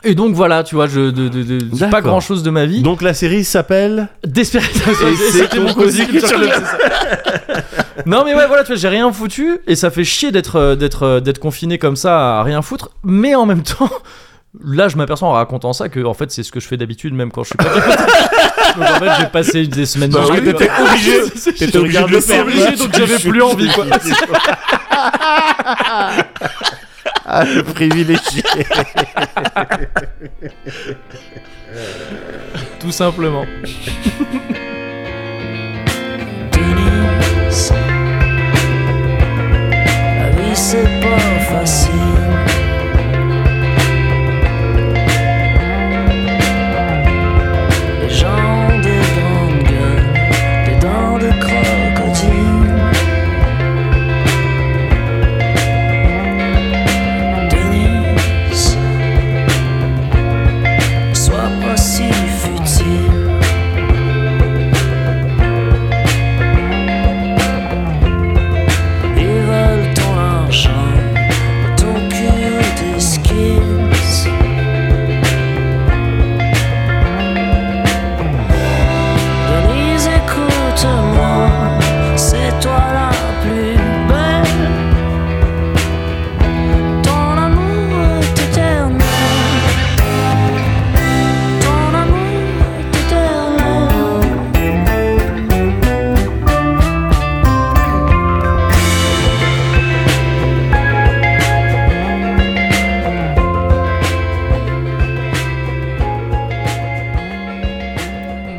Speaker 1: et donc voilà, tu vois, je de, de- de- j'ai pas
Speaker 2: D'accord.
Speaker 1: grand chose de ma vie.
Speaker 2: Donc la série s'appelle.
Speaker 1: Desperate Housewives,
Speaker 2: Et c'est
Speaker 1: c'était
Speaker 2: ton
Speaker 1: mon cosy
Speaker 2: cosy
Speaker 1: culture
Speaker 2: culture
Speaker 1: club, c'est ça. Non mais ouais voilà tu vois j'ai rien foutu et ça fait chier d'être euh, d'être euh, d'être confiné comme ça à rien foutre mais en même temps là je m'aperçois en racontant ça que en fait c'est ce que je fais d'habitude même quand je suis pas donc en fait j'ai passé des semaines
Speaker 2: Bah
Speaker 1: dans
Speaker 2: oui,
Speaker 1: le-
Speaker 2: t'étais obligé.
Speaker 1: C'est- c'est-
Speaker 2: T'étais obligé de le faire.
Speaker 1: obligé, donc j'avais plus envie, quoi.
Speaker 2: Ah, le privilégié.
Speaker 1: tout simplement
Speaker 6: tenir ça. La vie c'est pas facile. Les gens des grandes gueules, des dents de crocodile. Tenir ça. Sois pas si futile. Ils veulent ton argent, ton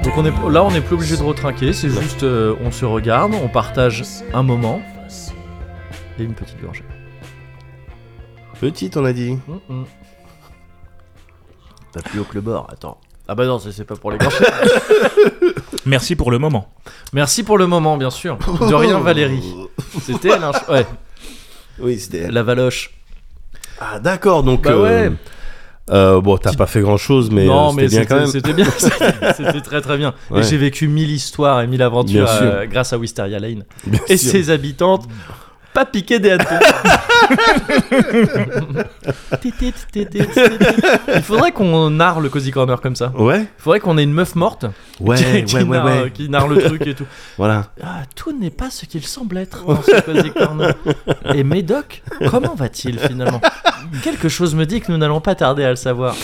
Speaker 1: Donc on est, là, on n'est plus obligé de retrinquer, c'est juste euh, on se regarde, on partage un moment et une petite gorgée.
Speaker 2: Petite, on a dit.
Speaker 1: Hum, hum.
Speaker 2: T'as plus haut que le bord, attends.
Speaker 1: Ah bah non, ça, c'est pas pour les gorgées.
Speaker 3: Merci pour le moment.
Speaker 1: Merci pour le moment, bien sûr. De rien, Valérie. C'était l'in- ouais,
Speaker 2: Oui, c'était elle.
Speaker 1: la valoche.
Speaker 2: Ah, d'accord, donc.
Speaker 1: Bah
Speaker 2: euh,
Speaker 1: ouais.
Speaker 2: euh, bon, t'as pas fait grand chose, mais
Speaker 1: non,
Speaker 2: euh,
Speaker 1: mais
Speaker 2: c'était bien quand même.
Speaker 1: c'était bien. C'était c'était très très bien.
Speaker 2: Ouais.
Speaker 1: Et j'ai vécu mille histoires et mille aventures
Speaker 2: Bien sûr.
Speaker 1: euh, grâce à Wisteria Lane
Speaker 2: Bien
Speaker 1: et
Speaker 2: sûr.
Speaker 1: ses habitantes. Pas piquer des hannetons. Il faudrait qu'on narre le Cozy Corner comme ça.
Speaker 2: Ouais,
Speaker 1: Il faudrait qu'on ait une meuf morte
Speaker 2: ouais,
Speaker 1: qui,
Speaker 2: ouais,
Speaker 1: qui
Speaker 2: ouais,
Speaker 1: narre, euh,
Speaker 2: ouais.
Speaker 1: qui narre le truc et tout.
Speaker 2: Voilà.
Speaker 1: Ah, tout n'est pas ce qu'il semble être dans ce Cozy Corner. Et Médoc, comment va-t-il finalement Quelque chose me dit que nous n'allons pas tarder à le savoir.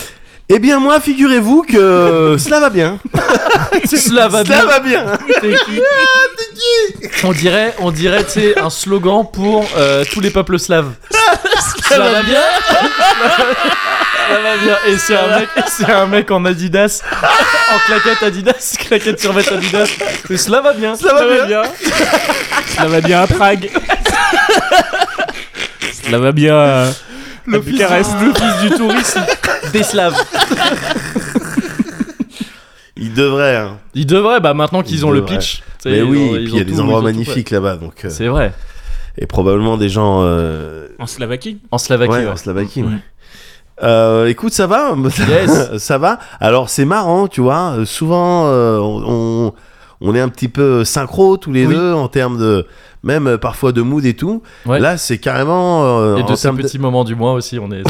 Speaker 2: Eh bien, moi, figurez-vous que euh, cela va bien.
Speaker 1: Cela va bien.
Speaker 2: va bien.
Speaker 1: T'es qui On dirait, on dirait, tu sais, un slogan pour euh, tous les peuples slaves. Ça va bien Ça va bien. Et c'est un mec, c'est un mec en Adidas, en claquette Adidas, claquette sur Adidas. Et cela va bien. Cela va bien.
Speaker 3: Cela va bien à Prague. Cela va bien euh, à, à Bucarest.
Speaker 1: L'office du tourisme des slaves.
Speaker 2: Il devrait. hein.
Speaker 1: Ils devraient, bah maintenant qu'ils
Speaker 2: Ils
Speaker 1: ont le
Speaker 2: devraient.
Speaker 1: pitch. tu sais,
Speaker 2: Mais
Speaker 1: ils
Speaker 2: oui,
Speaker 1: ont-
Speaker 2: et
Speaker 1: ils
Speaker 2: puis
Speaker 1: ont
Speaker 2: il y a des
Speaker 1: tout, ils
Speaker 2: endroits
Speaker 1: ont tout,
Speaker 2: magnifiques là-bas, donc. euh,
Speaker 1: ouais. C'est vrai.
Speaker 2: et probablement des gens. euh,
Speaker 5: En Slovaquie
Speaker 1: En Slovaquie.
Speaker 2: ouais,
Speaker 1: ouais. Mm.
Speaker 2: en Slovaquie, ouais. Euh, écoute, ça va
Speaker 1: Yes.
Speaker 2: Ça va Alors, c'est marrant, tu vois. euh, Souvent, euh, on, on- on est un petit peu euh, synchro tous les
Speaker 1: Oui.
Speaker 2: deux en termes de. Même euh, parfois de mood et tout.
Speaker 1: Ouais.
Speaker 2: Là, c'est carrément. euh,
Speaker 1: Et
Speaker 2: en
Speaker 1: de ces
Speaker 2: termes de-
Speaker 1: petits moments du mois aussi, on est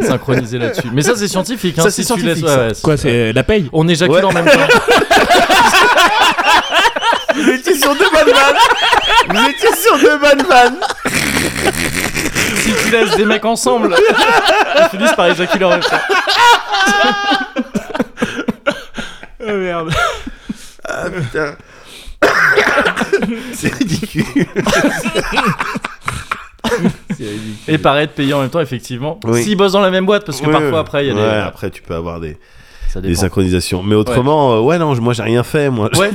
Speaker 1: synchronisés là-dessus. Mais ça, c'est scientifique. Hein,
Speaker 2: Ça,
Speaker 1: si
Speaker 2: c'est
Speaker 1: tu laisses-
Speaker 2: scientifique,
Speaker 1: ouais,
Speaker 2: ça.
Speaker 1: ouais, c'est-
Speaker 3: Quoi, c'est la paye
Speaker 1: On éjacule
Speaker 2: Ouais.
Speaker 1: en même temps.
Speaker 2: Vous étiez sur deux bonnes vannes Vous étiez sur deux bonnes vannes
Speaker 1: si tu laisses des mecs ensemble, ils finissent par éjaculer en même temps.
Speaker 3: Oh, merde.
Speaker 2: Putain. C'est ridicule.
Speaker 1: Et pareil de payer en même temps, effectivement.
Speaker 2: Oui.
Speaker 1: S'ils bossent dans la même boîte, parce que
Speaker 2: Oui,
Speaker 1: parfois
Speaker 2: oui.
Speaker 1: après, il y a des. Ah,
Speaker 2: Ouais, après, tu peux avoir des,
Speaker 1: Ça
Speaker 2: des
Speaker 1: dépend.
Speaker 2: synchronisations. Mais autrement, euh, ouais, non, je- moi, j'ai rien fait, moi.
Speaker 1: Ouais.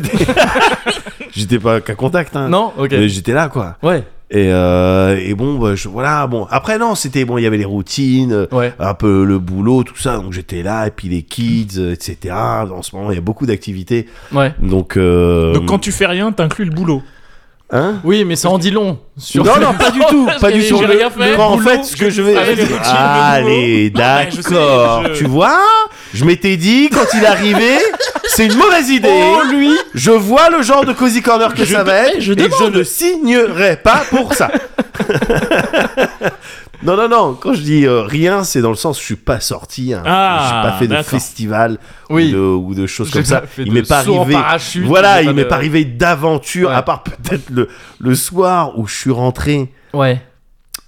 Speaker 2: J'étais pas qu'à contact, hein.
Speaker 1: Non Ok.
Speaker 2: Mais j'étais là, quoi.
Speaker 1: Ouais,
Speaker 2: Et, euh, et bon, bah, je- voilà, bon. Après, non, c'était bon, il y avait les routines, euh,
Speaker 1: ouais.
Speaker 2: un peu le boulot, tout ça. Donc, j'étais là, et puis les kids, euh, etc. En ce moment, il y a beaucoup d'activités.
Speaker 1: Ouais.
Speaker 2: Donc, euh,
Speaker 3: Donc quand tu fais rien, t'inclus le boulot.
Speaker 2: hein
Speaker 1: Oui, mais ça en dit long. Sur
Speaker 2: Non, non, pas du tout, pas du tout.
Speaker 5: J'ai rien fait.
Speaker 2: Moi, en fait, ce que je vais.
Speaker 5: Allez, les routines,
Speaker 2: Allez,
Speaker 5: Ah, je sais,
Speaker 2: d'accord.
Speaker 5: je-
Speaker 2: Tu vois, je m'étais dit, quand il est arrivé, c'est une mauvaise idée.
Speaker 1: Oh,
Speaker 2: lui Je vois le genre de cozy corner que ça va être, et je ne signerai pas pour ça. Non, non, non, quand je dis euh, rien, c'est dans le sens je suis pas sorti, hein.
Speaker 3: Ah,
Speaker 2: j'ai pas fait de
Speaker 3: d'accord.
Speaker 2: festival
Speaker 1: Oui.
Speaker 2: ou, de, ou de choses
Speaker 1: J'ai
Speaker 2: comme
Speaker 1: pas
Speaker 2: ça.
Speaker 1: fait
Speaker 2: Il
Speaker 1: de
Speaker 2: m'est pas
Speaker 1: saut en
Speaker 2: arrivé.
Speaker 1: parachute,
Speaker 2: voilà,
Speaker 1: j'ai
Speaker 2: il
Speaker 1: pas
Speaker 2: m'est
Speaker 1: de-
Speaker 2: pas arrivé d'aventure,
Speaker 1: Ouais.
Speaker 2: à part peut-être le, le soir où je suis rentré
Speaker 1: Ouais.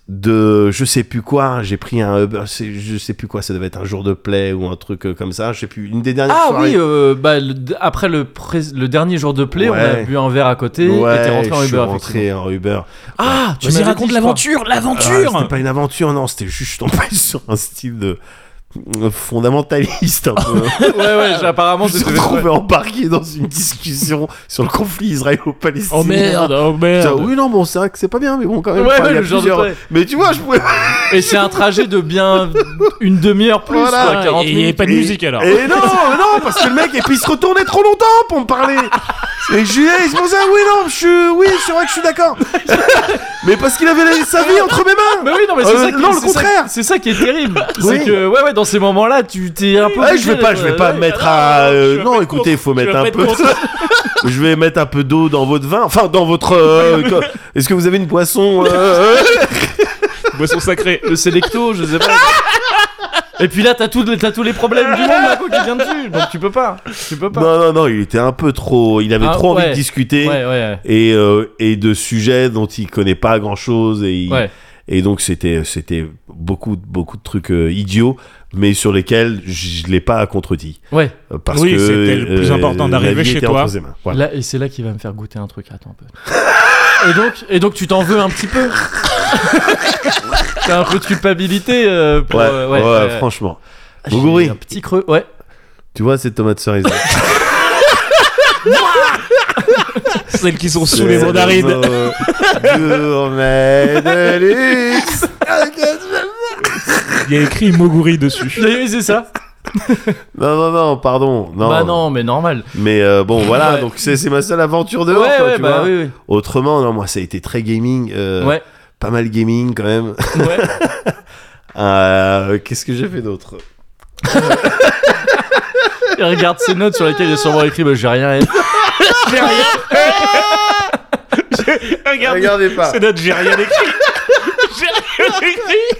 Speaker 2: de je sais plus quoi, hein, j'ai pris un Uber, c'est- je sais plus quoi, ça devait être un jour de play ou un truc euh, comme ça, je sais plus, une des dernières
Speaker 1: Ah
Speaker 2: soirées.
Speaker 1: oui, euh, bah, le- après le, pré- le dernier jour de play, on a
Speaker 2: Ouais.
Speaker 1: bu un verre à côté et t'es rentré en
Speaker 2: je suis
Speaker 1: Uber. effectivement.
Speaker 2: rentré en Uber.
Speaker 1: Ah, tu
Speaker 3: Vas-y,
Speaker 1: m'avais
Speaker 3: raconte
Speaker 1: dit, je crois.
Speaker 3: l'aventure,
Speaker 2: Ah,
Speaker 3: l'aventure
Speaker 2: c'était pas une aventure, non, c'était juste tombé sur un style de euh, fondamentaliste un peu.
Speaker 1: Ouais, ouais, j'ai- apparemment,
Speaker 2: je me suis
Speaker 1: c'était- ouais.
Speaker 2: retrouvé embarqué dans une discussion sur le conflit israélo-palestinien.
Speaker 3: Oh merde, oh
Speaker 2: Putain,
Speaker 3: merde.
Speaker 2: oui, non, bon, c'est vrai que c'est pas bien, mais bon, quand même.
Speaker 1: Ouais,
Speaker 2: enfin,
Speaker 1: ouais,
Speaker 2: il y a
Speaker 1: le genre de
Speaker 2: plusieurs-
Speaker 1: play.
Speaker 2: Mais tu vois, je pouvais.
Speaker 1: Et c'est un trajet de bien une demi-heure plus,
Speaker 2: Voilà.
Speaker 1: quoi, 40
Speaker 3: et il n'y avait
Speaker 1: minutes.
Speaker 3: pas de
Speaker 2: Et-
Speaker 3: musique alors.
Speaker 2: Et non, non, parce que le mec, et puis il se retournait trop longtemps pour me parler. Et Julien, il se posait, oui, non, je suis, oui, c'est vrai que je suis d'accord. Mais parce qu'il avait la- sa vie entre mes mains.
Speaker 1: Mais oui, non, mais c'est
Speaker 2: Euh,
Speaker 1: ça qui-
Speaker 2: non, le
Speaker 1: c'est ça-
Speaker 2: contraire.
Speaker 1: C'est ça qui est terrible.
Speaker 2: Oui.
Speaker 1: C'est que, ouais, ouais, dans ces moments-là, tu t'es un peu.
Speaker 2: Ouais,
Speaker 1: obligé
Speaker 2: je vais pas,
Speaker 1: de-
Speaker 2: je vais pas
Speaker 1: ouais.
Speaker 2: mettre à. euh,
Speaker 3: je vais
Speaker 2: non,
Speaker 3: pas être
Speaker 2: écoutez, il faut
Speaker 3: contre, je
Speaker 2: mettre
Speaker 3: vais
Speaker 2: un
Speaker 3: pas être
Speaker 2: peu. je vais mettre un peu d'eau dans votre vin. Enfin, dans votre. euh, co- Est-ce que vous avez une boisson euh, euh,
Speaker 3: Boisson sacrée.
Speaker 1: Le Selecto, je sais pas. Et puis là, t'as tout- t'as tous les problèmes du monde là, quoi, qui vient dessus. Donc tu peux pas. Tu peux pas.
Speaker 2: euh, Non, non, non, il était un peu trop. Il avait
Speaker 1: Ah,
Speaker 2: trop envie
Speaker 1: ouais.
Speaker 2: de discuter.
Speaker 1: Ouais, ouais, ouais.
Speaker 2: Et, euh, et de sujets dont il connaît pas grand chose et il,
Speaker 1: Ouais.
Speaker 2: Et donc c'était c'était beaucoup beaucoup de trucs euh, idiots, mais sur lesquels je je l'ai pas contredit
Speaker 1: Ouais.
Speaker 2: Euh, parce
Speaker 3: Oui,
Speaker 2: que euh,
Speaker 3: c'était le plus important
Speaker 2: la
Speaker 3: d'arriver
Speaker 2: vie
Speaker 3: chez
Speaker 2: était
Speaker 3: toi.
Speaker 2: entre ses mains. Voilà.
Speaker 1: Là, et c'est là qu'il va me faire goûter un truc. Attends un peu. Et donc, et donc tu t'en veux un petit peu. T'as un peu de culpabilité. euh, pour,
Speaker 2: Ouais,
Speaker 1: euh,
Speaker 2: ouais,
Speaker 1: ouais, ouais.
Speaker 2: franchement.
Speaker 1: J'ai
Speaker 2: Bougouri,
Speaker 1: un petit creux. Ouais.
Speaker 2: tu vois cette tomate cerise
Speaker 3: Celles qui sont sous les mandarides.
Speaker 2: Gourmet de luxe.
Speaker 3: Il y a écrit Moguri dessus.
Speaker 1: Oui, c'est ça.
Speaker 2: Non, non, non, pardon. Non.
Speaker 1: Bah non, mais normal.
Speaker 2: Mais euh, bon, voilà,
Speaker 1: Ouais.
Speaker 2: donc c'est c'est ma seule aventure dehors,
Speaker 1: ouais,
Speaker 2: quoi,
Speaker 1: ouais,
Speaker 2: tu
Speaker 1: bah
Speaker 2: vois.
Speaker 1: oui,
Speaker 2: Autrement, non, moi, ça a été très gaming.
Speaker 1: oui.
Speaker 2: euh,
Speaker 1: Ouais,
Speaker 2: Pas mal gaming, quand même.
Speaker 1: ouais.
Speaker 2: Euh, Qu'est-ce que j'ai fait d'autre
Speaker 1: Il regarde ses notes sur lesquelles il est sûrement écrit bah, j'ai rien.
Speaker 3: Regarde,
Speaker 2: Regardez pas.
Speaker 3: c'est notre j'ai rien écrit. J'ai rien écrit.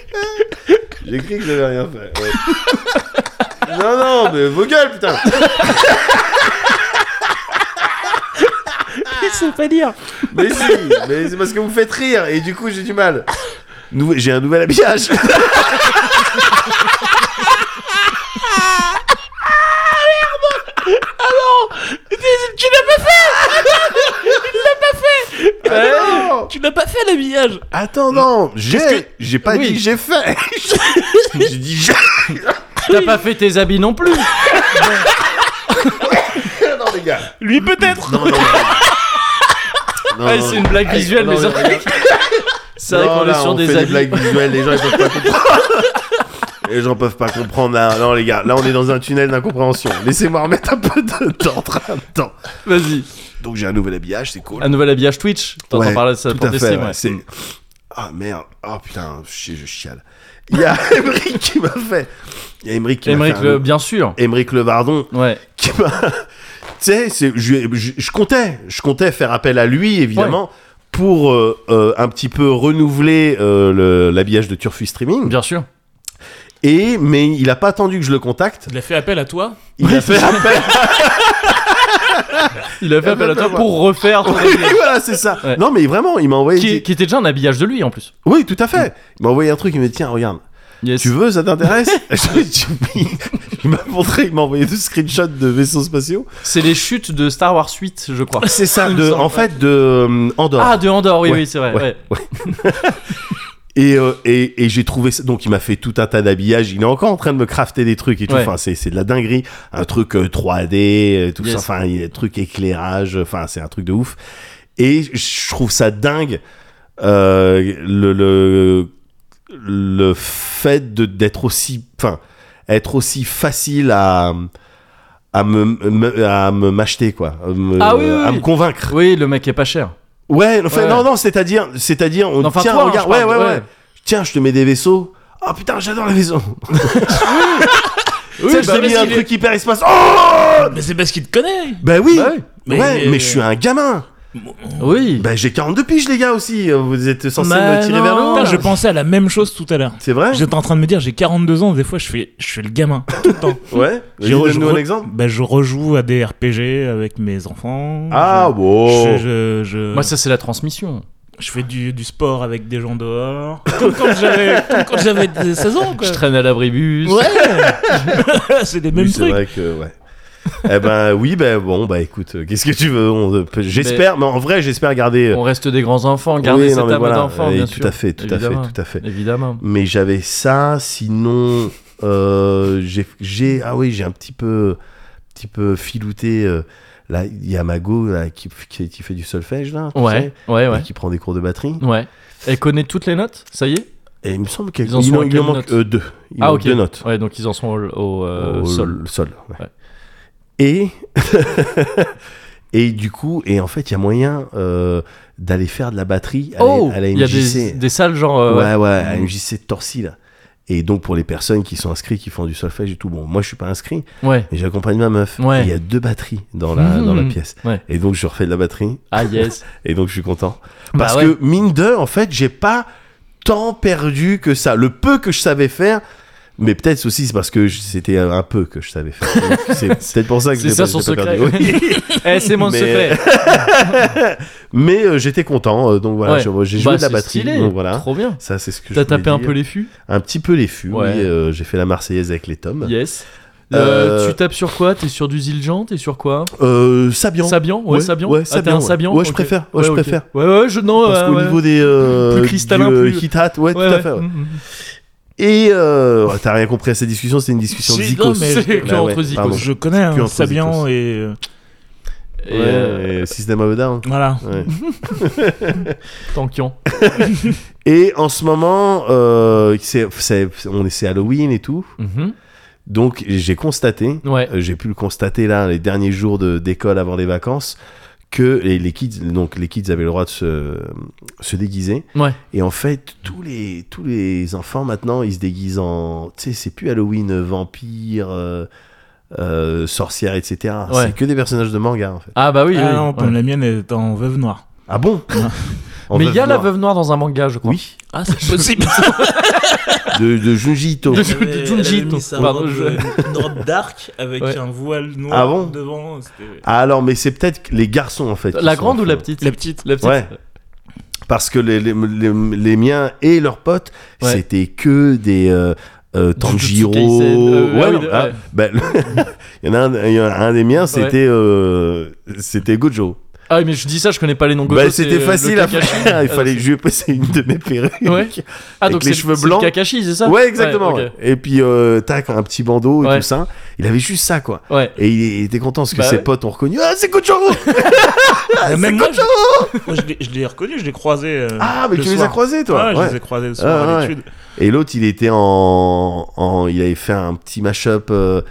Speaker 2: J'ai cru que j'avais rien fait. ouais. non, non, mais vos gueules, putain
Speaker 3: Il sait pas dire.
Speaker 2: Mais si, mais c'est parce que vous faites rire et du coup j'ai du mal. Nou- j'ai un nouvel habillage.
Speaker 5: Tu l'as pas fait Il l'a pas fait
Speaker 2: non
Speaker 5: Tu l'as pas fait l'habillage
Speaker 2: Attends, non, j'ai,
Speaker 1: Qu'est-ce
Speaker 2: j'ai pas
Speaker 1: Oui.
Speaker 2: dit que j'ai fait. j'ai dit j'ai.
Speaker 1: T'as pas fait tes habits non plus.
Speaker 2: non, les gars.
Speaker 3: Lui peut-être.
Speaker 2: Non, non, non. Non,
Speaker 1: Ouais,
Speaker 2: non,
Speaker 1: Ah, c'est une blague
Speaker 2: Allez,
Speaker 1: visuelle,
Speaker 2: non,
Speaker 1: les
Speaker 2: non,
Speaker 1: enfants. C'est vrai
Speaker 2: Non,
Speaker 1: qu'on est
Speaker 2: là,
Speaker 1: sur
Speaker 2: on
Speaker 1: des
Speaker 2: fait
Speaker 1: habits.
Speaker 2: blagues visuelles, les gens ils peuvent pas comprendre. Les gens peuvent pas comprendre là. Non, les gars, là on est dans un tunnel d'incompréhension. Laissez-moi remettre un peu de temps. un temps.
Speaker 1: Vas-y.
Speaker 2: Donc j'ai un nouvel habillage, c'est cool.
Speaker 1: Un nouvel habillage Twitch. T'entends
Speaker 2: Ouais,
Speaker 1: parler de Ah, ça
Speaker 2: tout
Speaker 1: pour
Speaker 2: à
Speaker 1: tes
Speaker 2: fait,
Speaker 1: streams,
Speaker 2: ouais,
Speaker 1: ouais. Mm.
Speaker 2: c'est- Ah merde, oh putain, je, je chiale. Il y a Emric qui m'a fait. Il y a Emric qui m'a
Speaker 1: Émeric,
Speaker 2: fait.
Speaker 1: le-
Speaker 2: un-
Speaker 1: bien sûr.
Speaker 2: Emric Levardon
Speaker 1: Ouais.
Speaker 2: qui m'a. tu sais, c'est- je, je, je comptais, je comptais faire appel à lui évidemment pour euh, euh, un petit peu renouveler euh, le- l'habillage de Turfu Streaming.
Speaker 1: Bien sûr.
Speaker 2: Et mais il a pas attendu que je le contacte.
Speaker 5: Il a fait appel à toi
Speaker 2: Il a fait appel.
Speaker 1: Il a fait appel à toi pour refaire ton
Speaker 2: Oui,
Speaker 1: habillage.
Speaker 2: voilà, c'est ça.
Speaker 1: Ouais.
Speaker 2: Non, mais vraiment, il m'a envoyé.
Speaker 1: Qui, qui était déjà un habillage de lui en plus.
Speaker 2: Oui, tout à fait. Il m'a envoyé un truc. Il m'a dit tiens, regarde.
Speaker 1: Yes.
Speaker 2: Tu veux, ça t'intéresse Je- je- Il m'a montré, il m'a envoyé deux screenshots de vaisseaux spatiaux.
Speaker 1: C'est les chutes de Star Wars 8, je crois.
Speaker 2: C'est ça,
Speaker 1: Il me
Speaker 2: de,
Speaker 1: semble,
Speaker 2: en fait, de euh, Andorre.
Speaker 1: Ah, de Andorre, oui,
Speaker 2: Ouais,
Speaker 1: oui, c'est vrai.
Speaker 2: ouais.
Speaker 1: ouais.
Speaker 2: Et, euh, et, et j'ai trouvé ça. Donc, il m'a fait tout un tas d'habillages. Il est encore en train de me crafter des trucs et tout.
Speaker 1: Ouais.
Speaker 2: Enfin, c'est c'est de la dinguerie. Un truc euh, 3D, euh, tout
Speaker 1: Yes.
Speaker 2: ça. Enfin, il y a des trucs éclairage. Enfin, c'est un truc de ouf. Et je trouve ça dingue. euh, le, le, le fait de- d'être aussi. Enfin, être aussi facile à. À me, me- à me m'acheter quoi, à me,
Speaker 1: Ah oui, oui,
Speaker 2: à
Speaker 1: oui.
Speaker 2: me convaincre.
Speaker 1: Oui, le mec est pas cher.
Speaker 2: Ouais, enfin,
Speaker 1: Ouais.
Speaker 2: non, non, c'est-à-dire, c'est-à-dire, on
Speaker 1: Non, enfin,
Speaker 2: Oh, tiens,
Speaker 1: toi, hein,
Speaker 2: regarde,
Speaker 1: je
Speaker 2: ouais,
Speaker 1: parle,
Speaker 2: ouais,
Speaker 1: ouais.
Speaker 2: ouais, Tiens, je te mets des vaisseaux. Ah putain, j'adore les vaisseaux.
Speaker 1: Oui,
Speaker 2: Tu sais, je
Speaker 1: bah,
Speaker 2: t'ai mis
Speaker 5: vas-y,
Speaker 2: un
Speaker 5: il
Speaker 2: truc hyper espace. Oh
Speaker 5: Mais c'est parce qu'il te connaît
Speaker 2: Bah oui.
Speaker 1: Bah oui.
Speaker 5: Mais-
Speaker 2: ouais, mais je suis un gamin.
Speaker 1: Oui.
Speaker 2: Bah j'ai 42 piges les gars aussi. Vous êtes censés me euh, tirer vers le
Speaker 1: non.
Speaker 2: haut.
Speaker 5: Bah Putain,
Speaker 2: là.
Speaker 5: je pensais à la même chose tout à l'heure.
Speaker 2: C'est vrai
Speaker 5: J'étais en train de me dire, j'ai 42 ans, des fois je fais, je fais le gamin. Tout le temps.
Speaker 2: Ouais.
Speaker 5: J'ai re- je
Speaker 2: Donne-nous un
Speaker 5: re-
Speaker 2: exemple.
Speaker 5: Bah, je rejoue à des RPG avec mes enfants.
Speaker 2: Ah
Speaker 5: je,
Speaker 2: wow.
Speaker 5: je, je, je-
Speaker 2: Bah,
Speaker 1: Moi, ça, c'est la transmission.
Speaker 5: je fais du, du sport avec des gens dehors. Comme quand j'avais comme quand j'avais 16 ans, quoi.
Speaker 1: Je traîne à l'abribus.
Speaker 5: c'est des
Speaker 2: Oui,
Speaker 5: mêmes
Speaker 2: c'est
Speaker 5: trucs.
Speaker 2: vrai que ouais. eh ben oui, ben bon, bah écoute, euh, qu'est-ce que tu veux on, euh, peut- J'espère, mais... en vrai, j'espère garder. euh,
Speaker 1: On reste des grands enfants, garder
Speaker 2: oui, non,
Speaker 1: cette
Speaker 2: mais
Speaker 1: âme
Speaker 2: voilà,
Speaker 1: d'enfant,
Speaker 2: euh,
Speaker 1: bien
Speaker 2: tout
Speaker 1: sûr.
Speaker 2: à fait, tout à
Speaker 1: Évidemment.
Speaker 2: fait, tout à fait.
Speaker 1: Évidemment.
Speaker 2: mais j'avais ça sinon euh, j'ai j'ai ah oui j'ai un petit peu petit peu filouté euh, là il y a Mago là, qui, qui, qui fait du solfège là tu sais,
Speaker 1: Ouais, ouais,
Speaker 2: et
Speaker 1: ouais. Mm.
Speaker 2: qui prend des cours de batterie
Speaker 1: Ouais. Elle connaît toutes les notes, ça y est
Speaker 2: et il me semble qu'il
Speaker 1: Ils en
Speaker 2: il
Speaker 1: sont
Speaker 2: en,
Speaker 1: à
Speaker 2: il
Speaker 1: quelle
Speaker 2: en manque
Speaker 1: note
Speaker 2: euh, deux il
Speaker 1: Ah,
Speaker 2: manque
Speaker 1: ok.
Speaker 2: deux notes
Speaker 1: Ouais, donc ils en sont au, au, euh,
Speaker 2: Au-
Speaker 1: sol.
Speaker 2: le sol ouais.
Speaker 1: Ouais.
Speaker 2: et et du coup et en fait il y a moyen euh, d'aller faire de la batterie à la-
Speaker 1: Oh
Speaker 2: à la
Speaker 1: Il y a
Speaker 2: MJC.
Speaker 1: des, des salles genre. euh,
Speaker 2: ouais, ouais, à
Speaker 1: Mhm.
Speaker 2: MJC de Torcy, là. Et donc, pour les personnes qui sont inscrites, qui font du solfège et tout, bon, moi, je suis pas inscrit,
Speaker 1: Ouais.
Speaker 2: mais j'accompagne ma meuf.
Speaker 1: Ouais.
Speaker 2: Et Il y a deux batteries dans la,
Speaker 1: Mhm.
Speaker 2: dans la pièce.
Speaker 1: Ouais.
Speaker 2: Et donc, je refais de la batterie,
Speaker 1: Ah, yes.
Speaker 2: et donc, je suis content.
Speaker 1: Bah
Speaker 2: Parce
Speaker 1: ouais.
Speaker 2: que, mine de, en fait, j'ai pas tant perdu que ça. Le peu que je savais faire, mais peut-être aussi, c'est parce que je- c'était euh, un peu que je savais faire. Donc, C'est peut-être pour ça que
Speaker 1: C'est
Speaker 2: j'ai
Speaker 1: ça
Speaker 2: pas-
Speaker 1: son
Speaker 2: j'ai pas
Speaker 1: secret.
Speaker 2: perdu. Oui.
Speaker 1: Eh, c'est mon
Speaker 2: Mais-
Speaker 1: secret.
Speaker 2: Mais euh, j'étais content, euh, donc voilà,
Speaker 1: Ouais.
Speaker 2: j'ai j'ai
Speaker 1: Bah,
Speaker 2: joué de la
Speaker 1: c'est
Speaker 2: batterie.
Speaker 1: stylé.
Speaker 2: donc voilà.
Speaker 1: Trop bien.
Speaker 2: Ça, c'est ce que je
Speaker 1: T'as
Speaker 2: voulais
Speaker 1: tapé un
Speaker 2: dire.
Speaker 1: peu les fûts
Speaker 2: Un petit peu les fûts,
Speaker 1: Ouais.
Speaker 2: oui. euh, j'ai fait la Marseillaise avec les tomes.
Speaker 1: Yes.
Speaker 2: Euh,
Speaker 1: Euh, tu tapes sur quoi T'es sur du Zildjian T'es sur quoi
Speaker 2: Euh, Sabian.
Speaker 1: Sabian Ouais, Sabian.
Speaker 2: Ouais,
Speaker 1: Ah, t'es un
Speaker 2: ouais.
Speaker 1: Sabian
Speaker 2: Ouais, je
Speaker 1: Ok.
Speaker 2: préfère. Ouais, je
Speaker 1: ok.
Speaker 2: préfère.
Speaker 1: Ouais, ouais, je. Non,
Speaker 2: Parce
Speaker 1: ouais,
Speaker 2: qu'au
Speaker 1: ouais.
Speaker 2: niveau des. euh,
Speaker 1: Plus cristallin,
Speaker 2: du, euh,
Speaker 1: plus-
Speaker 2: hit hat, ouais, tout
Speaker 1: Ouais,
Speaker 2: à
Speaker 1: ouais.
Speaker 2: fait.
Speaker 1: Mm,
Speaker 2: ouais.
Speaker 1: mm.
Speaker 2: Et. euh, ouais, T'as rien compris à cette discussion, c'est une discussion de
Speaker 5: Si,
Speaker 2: Zikos.
Speaker 5: non, mais-
Speaker 1: C'est
Speaker 2: Bah ouais,
Speaker 5: hein,
Speaker 1: entre Zikos.
Speaker 2: pardon.
Speaker 5: Je connais
Speaker 2: Plus
Speaker 5: un
Speaker 2: entre
Speaker 5: Sabian
Speaker 2: Zikos.
Speaker 5: et. euh,
Speaker 1: Et euh,
Speaker 2: et System of a Down.
Speaker 5: Voilà.
Speaker 2: Ouais.
Speaker 1: Tankion.
Speaker 2: Et en ce moment, euh, c'est, c'est- on est, c'est Halloween et tout.
Speaker 1: Mhm.
Speaker 2: Donc j'ai constaté,
Speaker 1: Ouais.
Speaker 2: euh, j'ai pu le constater là les derniers jours de, d'école avant les vacances, que les, les kids, donc les kids avaient le droit de se, se déguiser.
Speaker 1: Ouais.
Speaker 2: Et en fait, tous les, tous les enfants maintenant, ils se déguisent en, tu sais, c'est plus Halloween, euh, vampire, euh, euh, sorcière, etc.
Speaker 1: Ouais.
Speaker 2: C'est que des personnages de manga en fait.
Speaker 1: Ah bah oui.
Speaker 5: Ah
Speaker 1: oui,
Speaker 5: non,
Speaker 1: ouais.
Speaker 5: la mienne est en veuve noire.
Speaker 2: Ah bon En
Speaker 1: Mais il y a la
Speaker 2: noire.
Speaker 1: veuve noire dans un manga, je crois.
Speaker 2: Oui,
Speaker 5: Ah, c'est possible.
Speaker 2: de, de Junji Ito.
Speaker 1: De,
Speaker 5: Elle avait-
Speaker 1: de
Speaker 5: elle
Speaker 1: Junji
Speaker 5: avait
Speaker 1: Ito.
Speaker 5: mis sa
Speaker 1: Pardon,
Speaker 5: robe,
Speaker 1: je-
Speaker 5: euh, une robe dark avec
Speaker 1: Ouais.
Speaker 5: un voile noir
Speaker 2: Ah bon
Speaker 5: devant. c'était-
Speaker 2: Ah, Alors, mais c'est peut-être que les garçons en fait. qui
Speaker 1: La
Speaker 2: sont
Speaker 1: grande ou
Speaker 2: en
Speaker 1: la
Speaker 2: feu.
Speaker 1: petite
Speaker 5: La petite.
Speaker 1: La petite.
Speaker 2: Ouais. Parce que les, les, les, les miens et leurs potes,
Speaker 1: Ouais.
Speaker 2: c'était que des euh, euh, Tanjiro.
Speaker 1: Jujutsu Kaisen, euh, ah oui,
Speaker 2: non,
Speaker 1: de-
Speaker 2: ah,
Speaker 1: ouais.
Speaker 2: ben, il y en a un, il y en a un des miens, c'était euh, c'était Gojo.
Speaker 1: Ah mais je dis ça, je connais pas les noms. Gojo,
Speaker 2: Ben,
Speaker 1: c'est,
Speaker 2: c'était
Speaker 1: euh, le
Speaker 2: facile à
Speaker 1: Kakashi.
Speaker 2: faire. Il
Speaker 1: Ah,
Speaker 2: fallait que je lui ai passé une de mes perruques.
Speaker 1: Ouais. Ah
Speaker 2: avec
Speaker 1: donc
Speaker 2: les
Speaker 1: c'est-
Speaker 2: cheveux
Speaker 1: c'est le
Speaker 2: blancs.
Speaker 1: Kakashi, c'est ça
Speaker 2: Ouais, exactement.
Speaker 1: Ouais,
Speaker 2: ouais. Et puis, euh, tac, un petit bandeau et
Speaker 1: Ouais.
Speaker 2: tout ça. Il avait juste ça, quoi.
Speaker 1: ok. Ouais.
Speaker 2: Et il était content parce que
Speaker 1: Bah
Speaker 2: ses
Speaker 1: ouais.
Speaker 2: potes ont reconnu Ah, c'est Gojo
Speaker 5: Mais même moi, je, moi, je l'ai- je l'ai reconnu, je l'ai croisé. euh,
Speaker 2: Ah, mais
Speaker 5: le
Speaker 2: tu les as
Speaker 5: soir.
Speaker 2: croisés, toi
Speaker 5: Ouais,
Speaker 2: Ouais.
Speaker 5: je les ai croisés le soir
Speaker 2: Ah,
Speaker 5: à
Speaker 2: ouais.
Speaker 5: l'étude.
Speaker 2: Et l'autre, il était en, en- Il avait fait un petit mash-up euh,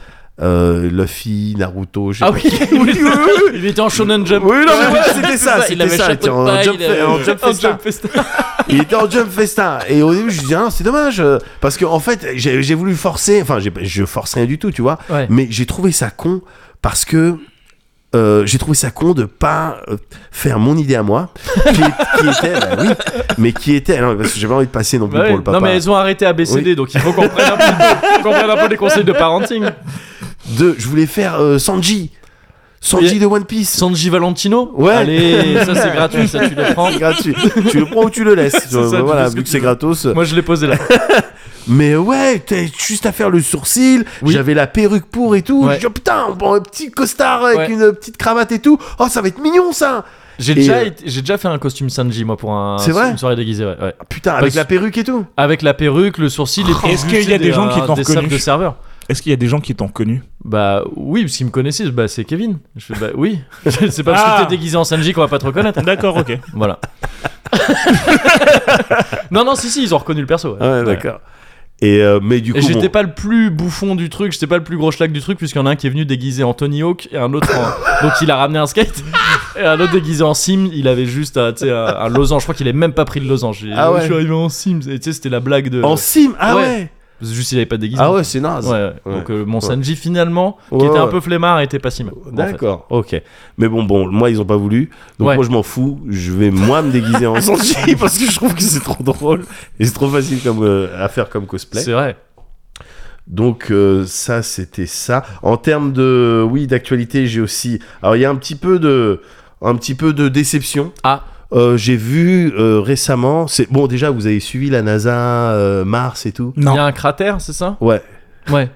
Speaker 2: euh, Luffy, Naruto, je sais
Speaker 1: Ah
Speaker 2: pas.
Speaker 1: oui, oui, oui, oui. il était en Shonen Jump.
Speaker 2: Oui, non, mais
Speaker 1: Ouais,
Speaker 2: voilà, c'était ça,
Speaker 1: Il
Speaker 2: c'était
Speaker 1: avait
Speaker 2: ça,
Speaker 1: chapeau de
Speaker 2: tiens, en
Speaker 1: paille,
Speaker 2: Jump
Speaker 1: il avait-
Speaker 2: Fe- en Jump
Speaker 1: en
Speaker 2: Festa.
Speaker 1: Jump Festa. Bah
Speaker 2: Il était en Jump Festa. Et au début, je me disais, ah, c'est dommage. euh, Parce que, en fait, j'ai j'ai voulu forcer. Enfin, j'ai- je force rien du tout, tu vois.
Speaker 1: Ouais.
Speaker 2: Mais j'ai trouvé ça con parce que. euh, j'ai trouvé ça con de pas euh, faire mon idée à moi, qui, est- qui était, bah oui, mais qui était, non, parce que j'ai pas envie de passer non plus
Speaker 1: Bah ouais.
Speaker 2: pour le papa.
Speaker 1: Non mais elles ont arrêté ABCD, donc il faut qu'on prenne un peu, qu'on prenne un peu les conseils de parenting.
Speaker 2: Deux, je voulais faire euh, Sanji, Sanji
Speaker 1: Oui.
Speaker 2: de One Piece.
Speaker 1: Sanji Valentino
Speaker 2: Ouais.
Speaker 1: Allez, ça c'est gratuit, ça tu le prends.
Speaker 2: C'est gratuit. tu le prends ou tu le laisses.
Speaker 1: C'est ça,
Speaker 2: voilà,
Speaker 1: tu fais ce que
Speaker 2: vu que
Speaker 1: tu
Speaker 2: c'est
Speaker 1: veux.
Speaker 2: gratos.
Speaker 1: Moi je l'ai posé là.
Speaker 2: Mais ouais, t'as juste à faire le sourcil.
Speaker 1: Oui.
Speaker 2: J'avais la perruque pour et tout.
Speaker 1: Ouais.
Speaker 2: Je dis, oh, putain, on prend un petit costard avec
Speaker 1: Ouais.
Speaker 2: une petite cravate et tout. Oh, ça va être mignon ça.
Speaker 1: J'ai
Speaker 2: Et,
Speaker 1: déjà,
Speaker 2: euh,
Speaker 1: été- j'ai déjà fait un costume Sanji moi pour un,
Speaker 2: C'est vrai
Speaker 1: une soirée déguisée, ouais, ouais.
Speaker 2: Ah, Putain, avec
Speaker 1: Parce-
Speaker 2: la perruque et tout.
Speaker 1: Avec la perruque, le sourcil, les
Speaker 5: Est-ce qu'il y a des gens qui t'ont
Speaker 1: des sables
Speaker 5: reconnu
Speaker 1: de serveur
Speaker 5: Est-ce qu'il y a des gens qui t'ont connu
Speaker 1: Bah oui, parce qu'ils me connaissaient, bah c'est Kevin. Je fais, bah oui. c'est pas parce
Speaker 5: Ah.
Speaker 1: que t'es déguisé en Sanji qu'on va pas te reconnaître.
Speaker 5: D'accord, ok.
Speaker 1: Voilà. non, non, si, si, ils ont reconnu le perso. ouais.
Speaker 2: Ouais, d'accord. Et euh, mais du coup,
Speaker 1: Et j'étais
Speaker 2: bon,
Speaker 1: pas le plus bouffon du truc, j'étais pas le plus gros schlag du truc, puisqu'il y en a un qui est venu déguisé en Tony Hawk et un autre en. Donc il a ramené un skate. Et un autre déguisé en Sim, il avait juste euh, tu sais, un, un losange. Je crois qu'il avait même pas pris de losange. Il- oh,
Speaker 2: Ah ouais.
Speaker 1: Je suis arrivé en Sim. Et tu sais, c'était la blague de.
Speaker 2: en sim. Ah
Speaker 1: euh, ouais.
Speaker 2: ouais.
Speaker 1: C'est Juste, il avait pas déguisé.
Speaker 2: Ah ouais, c'est naze.
Speaker 1: Ouais, ouais. Donc euh, mon Sanji, finalement, qui
Speaker 2: Ouais,
Speaker 1: était un
Speaker 2: ouais.
Speaker 1: peu flemmard, était pas Sim. en fait.
Speaker 2: D'accord, ok. Mais bon, bon, moi ils ont pas voulu, donc
Speaker 1: Ouais.
Speaker 2: moi je m'en fous. Je vais moi me déguiser en Sanji parce que je trouve que c'est trop drôle et c'est trop facile comme euh, à faire comme cosplay.
Speaker 1: C'est vrai.
Speaker 2: Donc euh, ça, c'était ça. En termes de, oui, d'actualité, j'ai aussi. Alors il y a un petit peu de, un petit peu de déception.
Speaker 1: Ah.
Speaker 2: Euh, j'ai vu euh, récemment. C'est bon, déjà vous avez suivi la NASA, euh, Mars et tout.
Speaker 1: Il y
Speaker 5: Non.
Speaker 1: a un cratère, c'est ça
Speaker 2: Ouais.
Speaker 1: Ouais.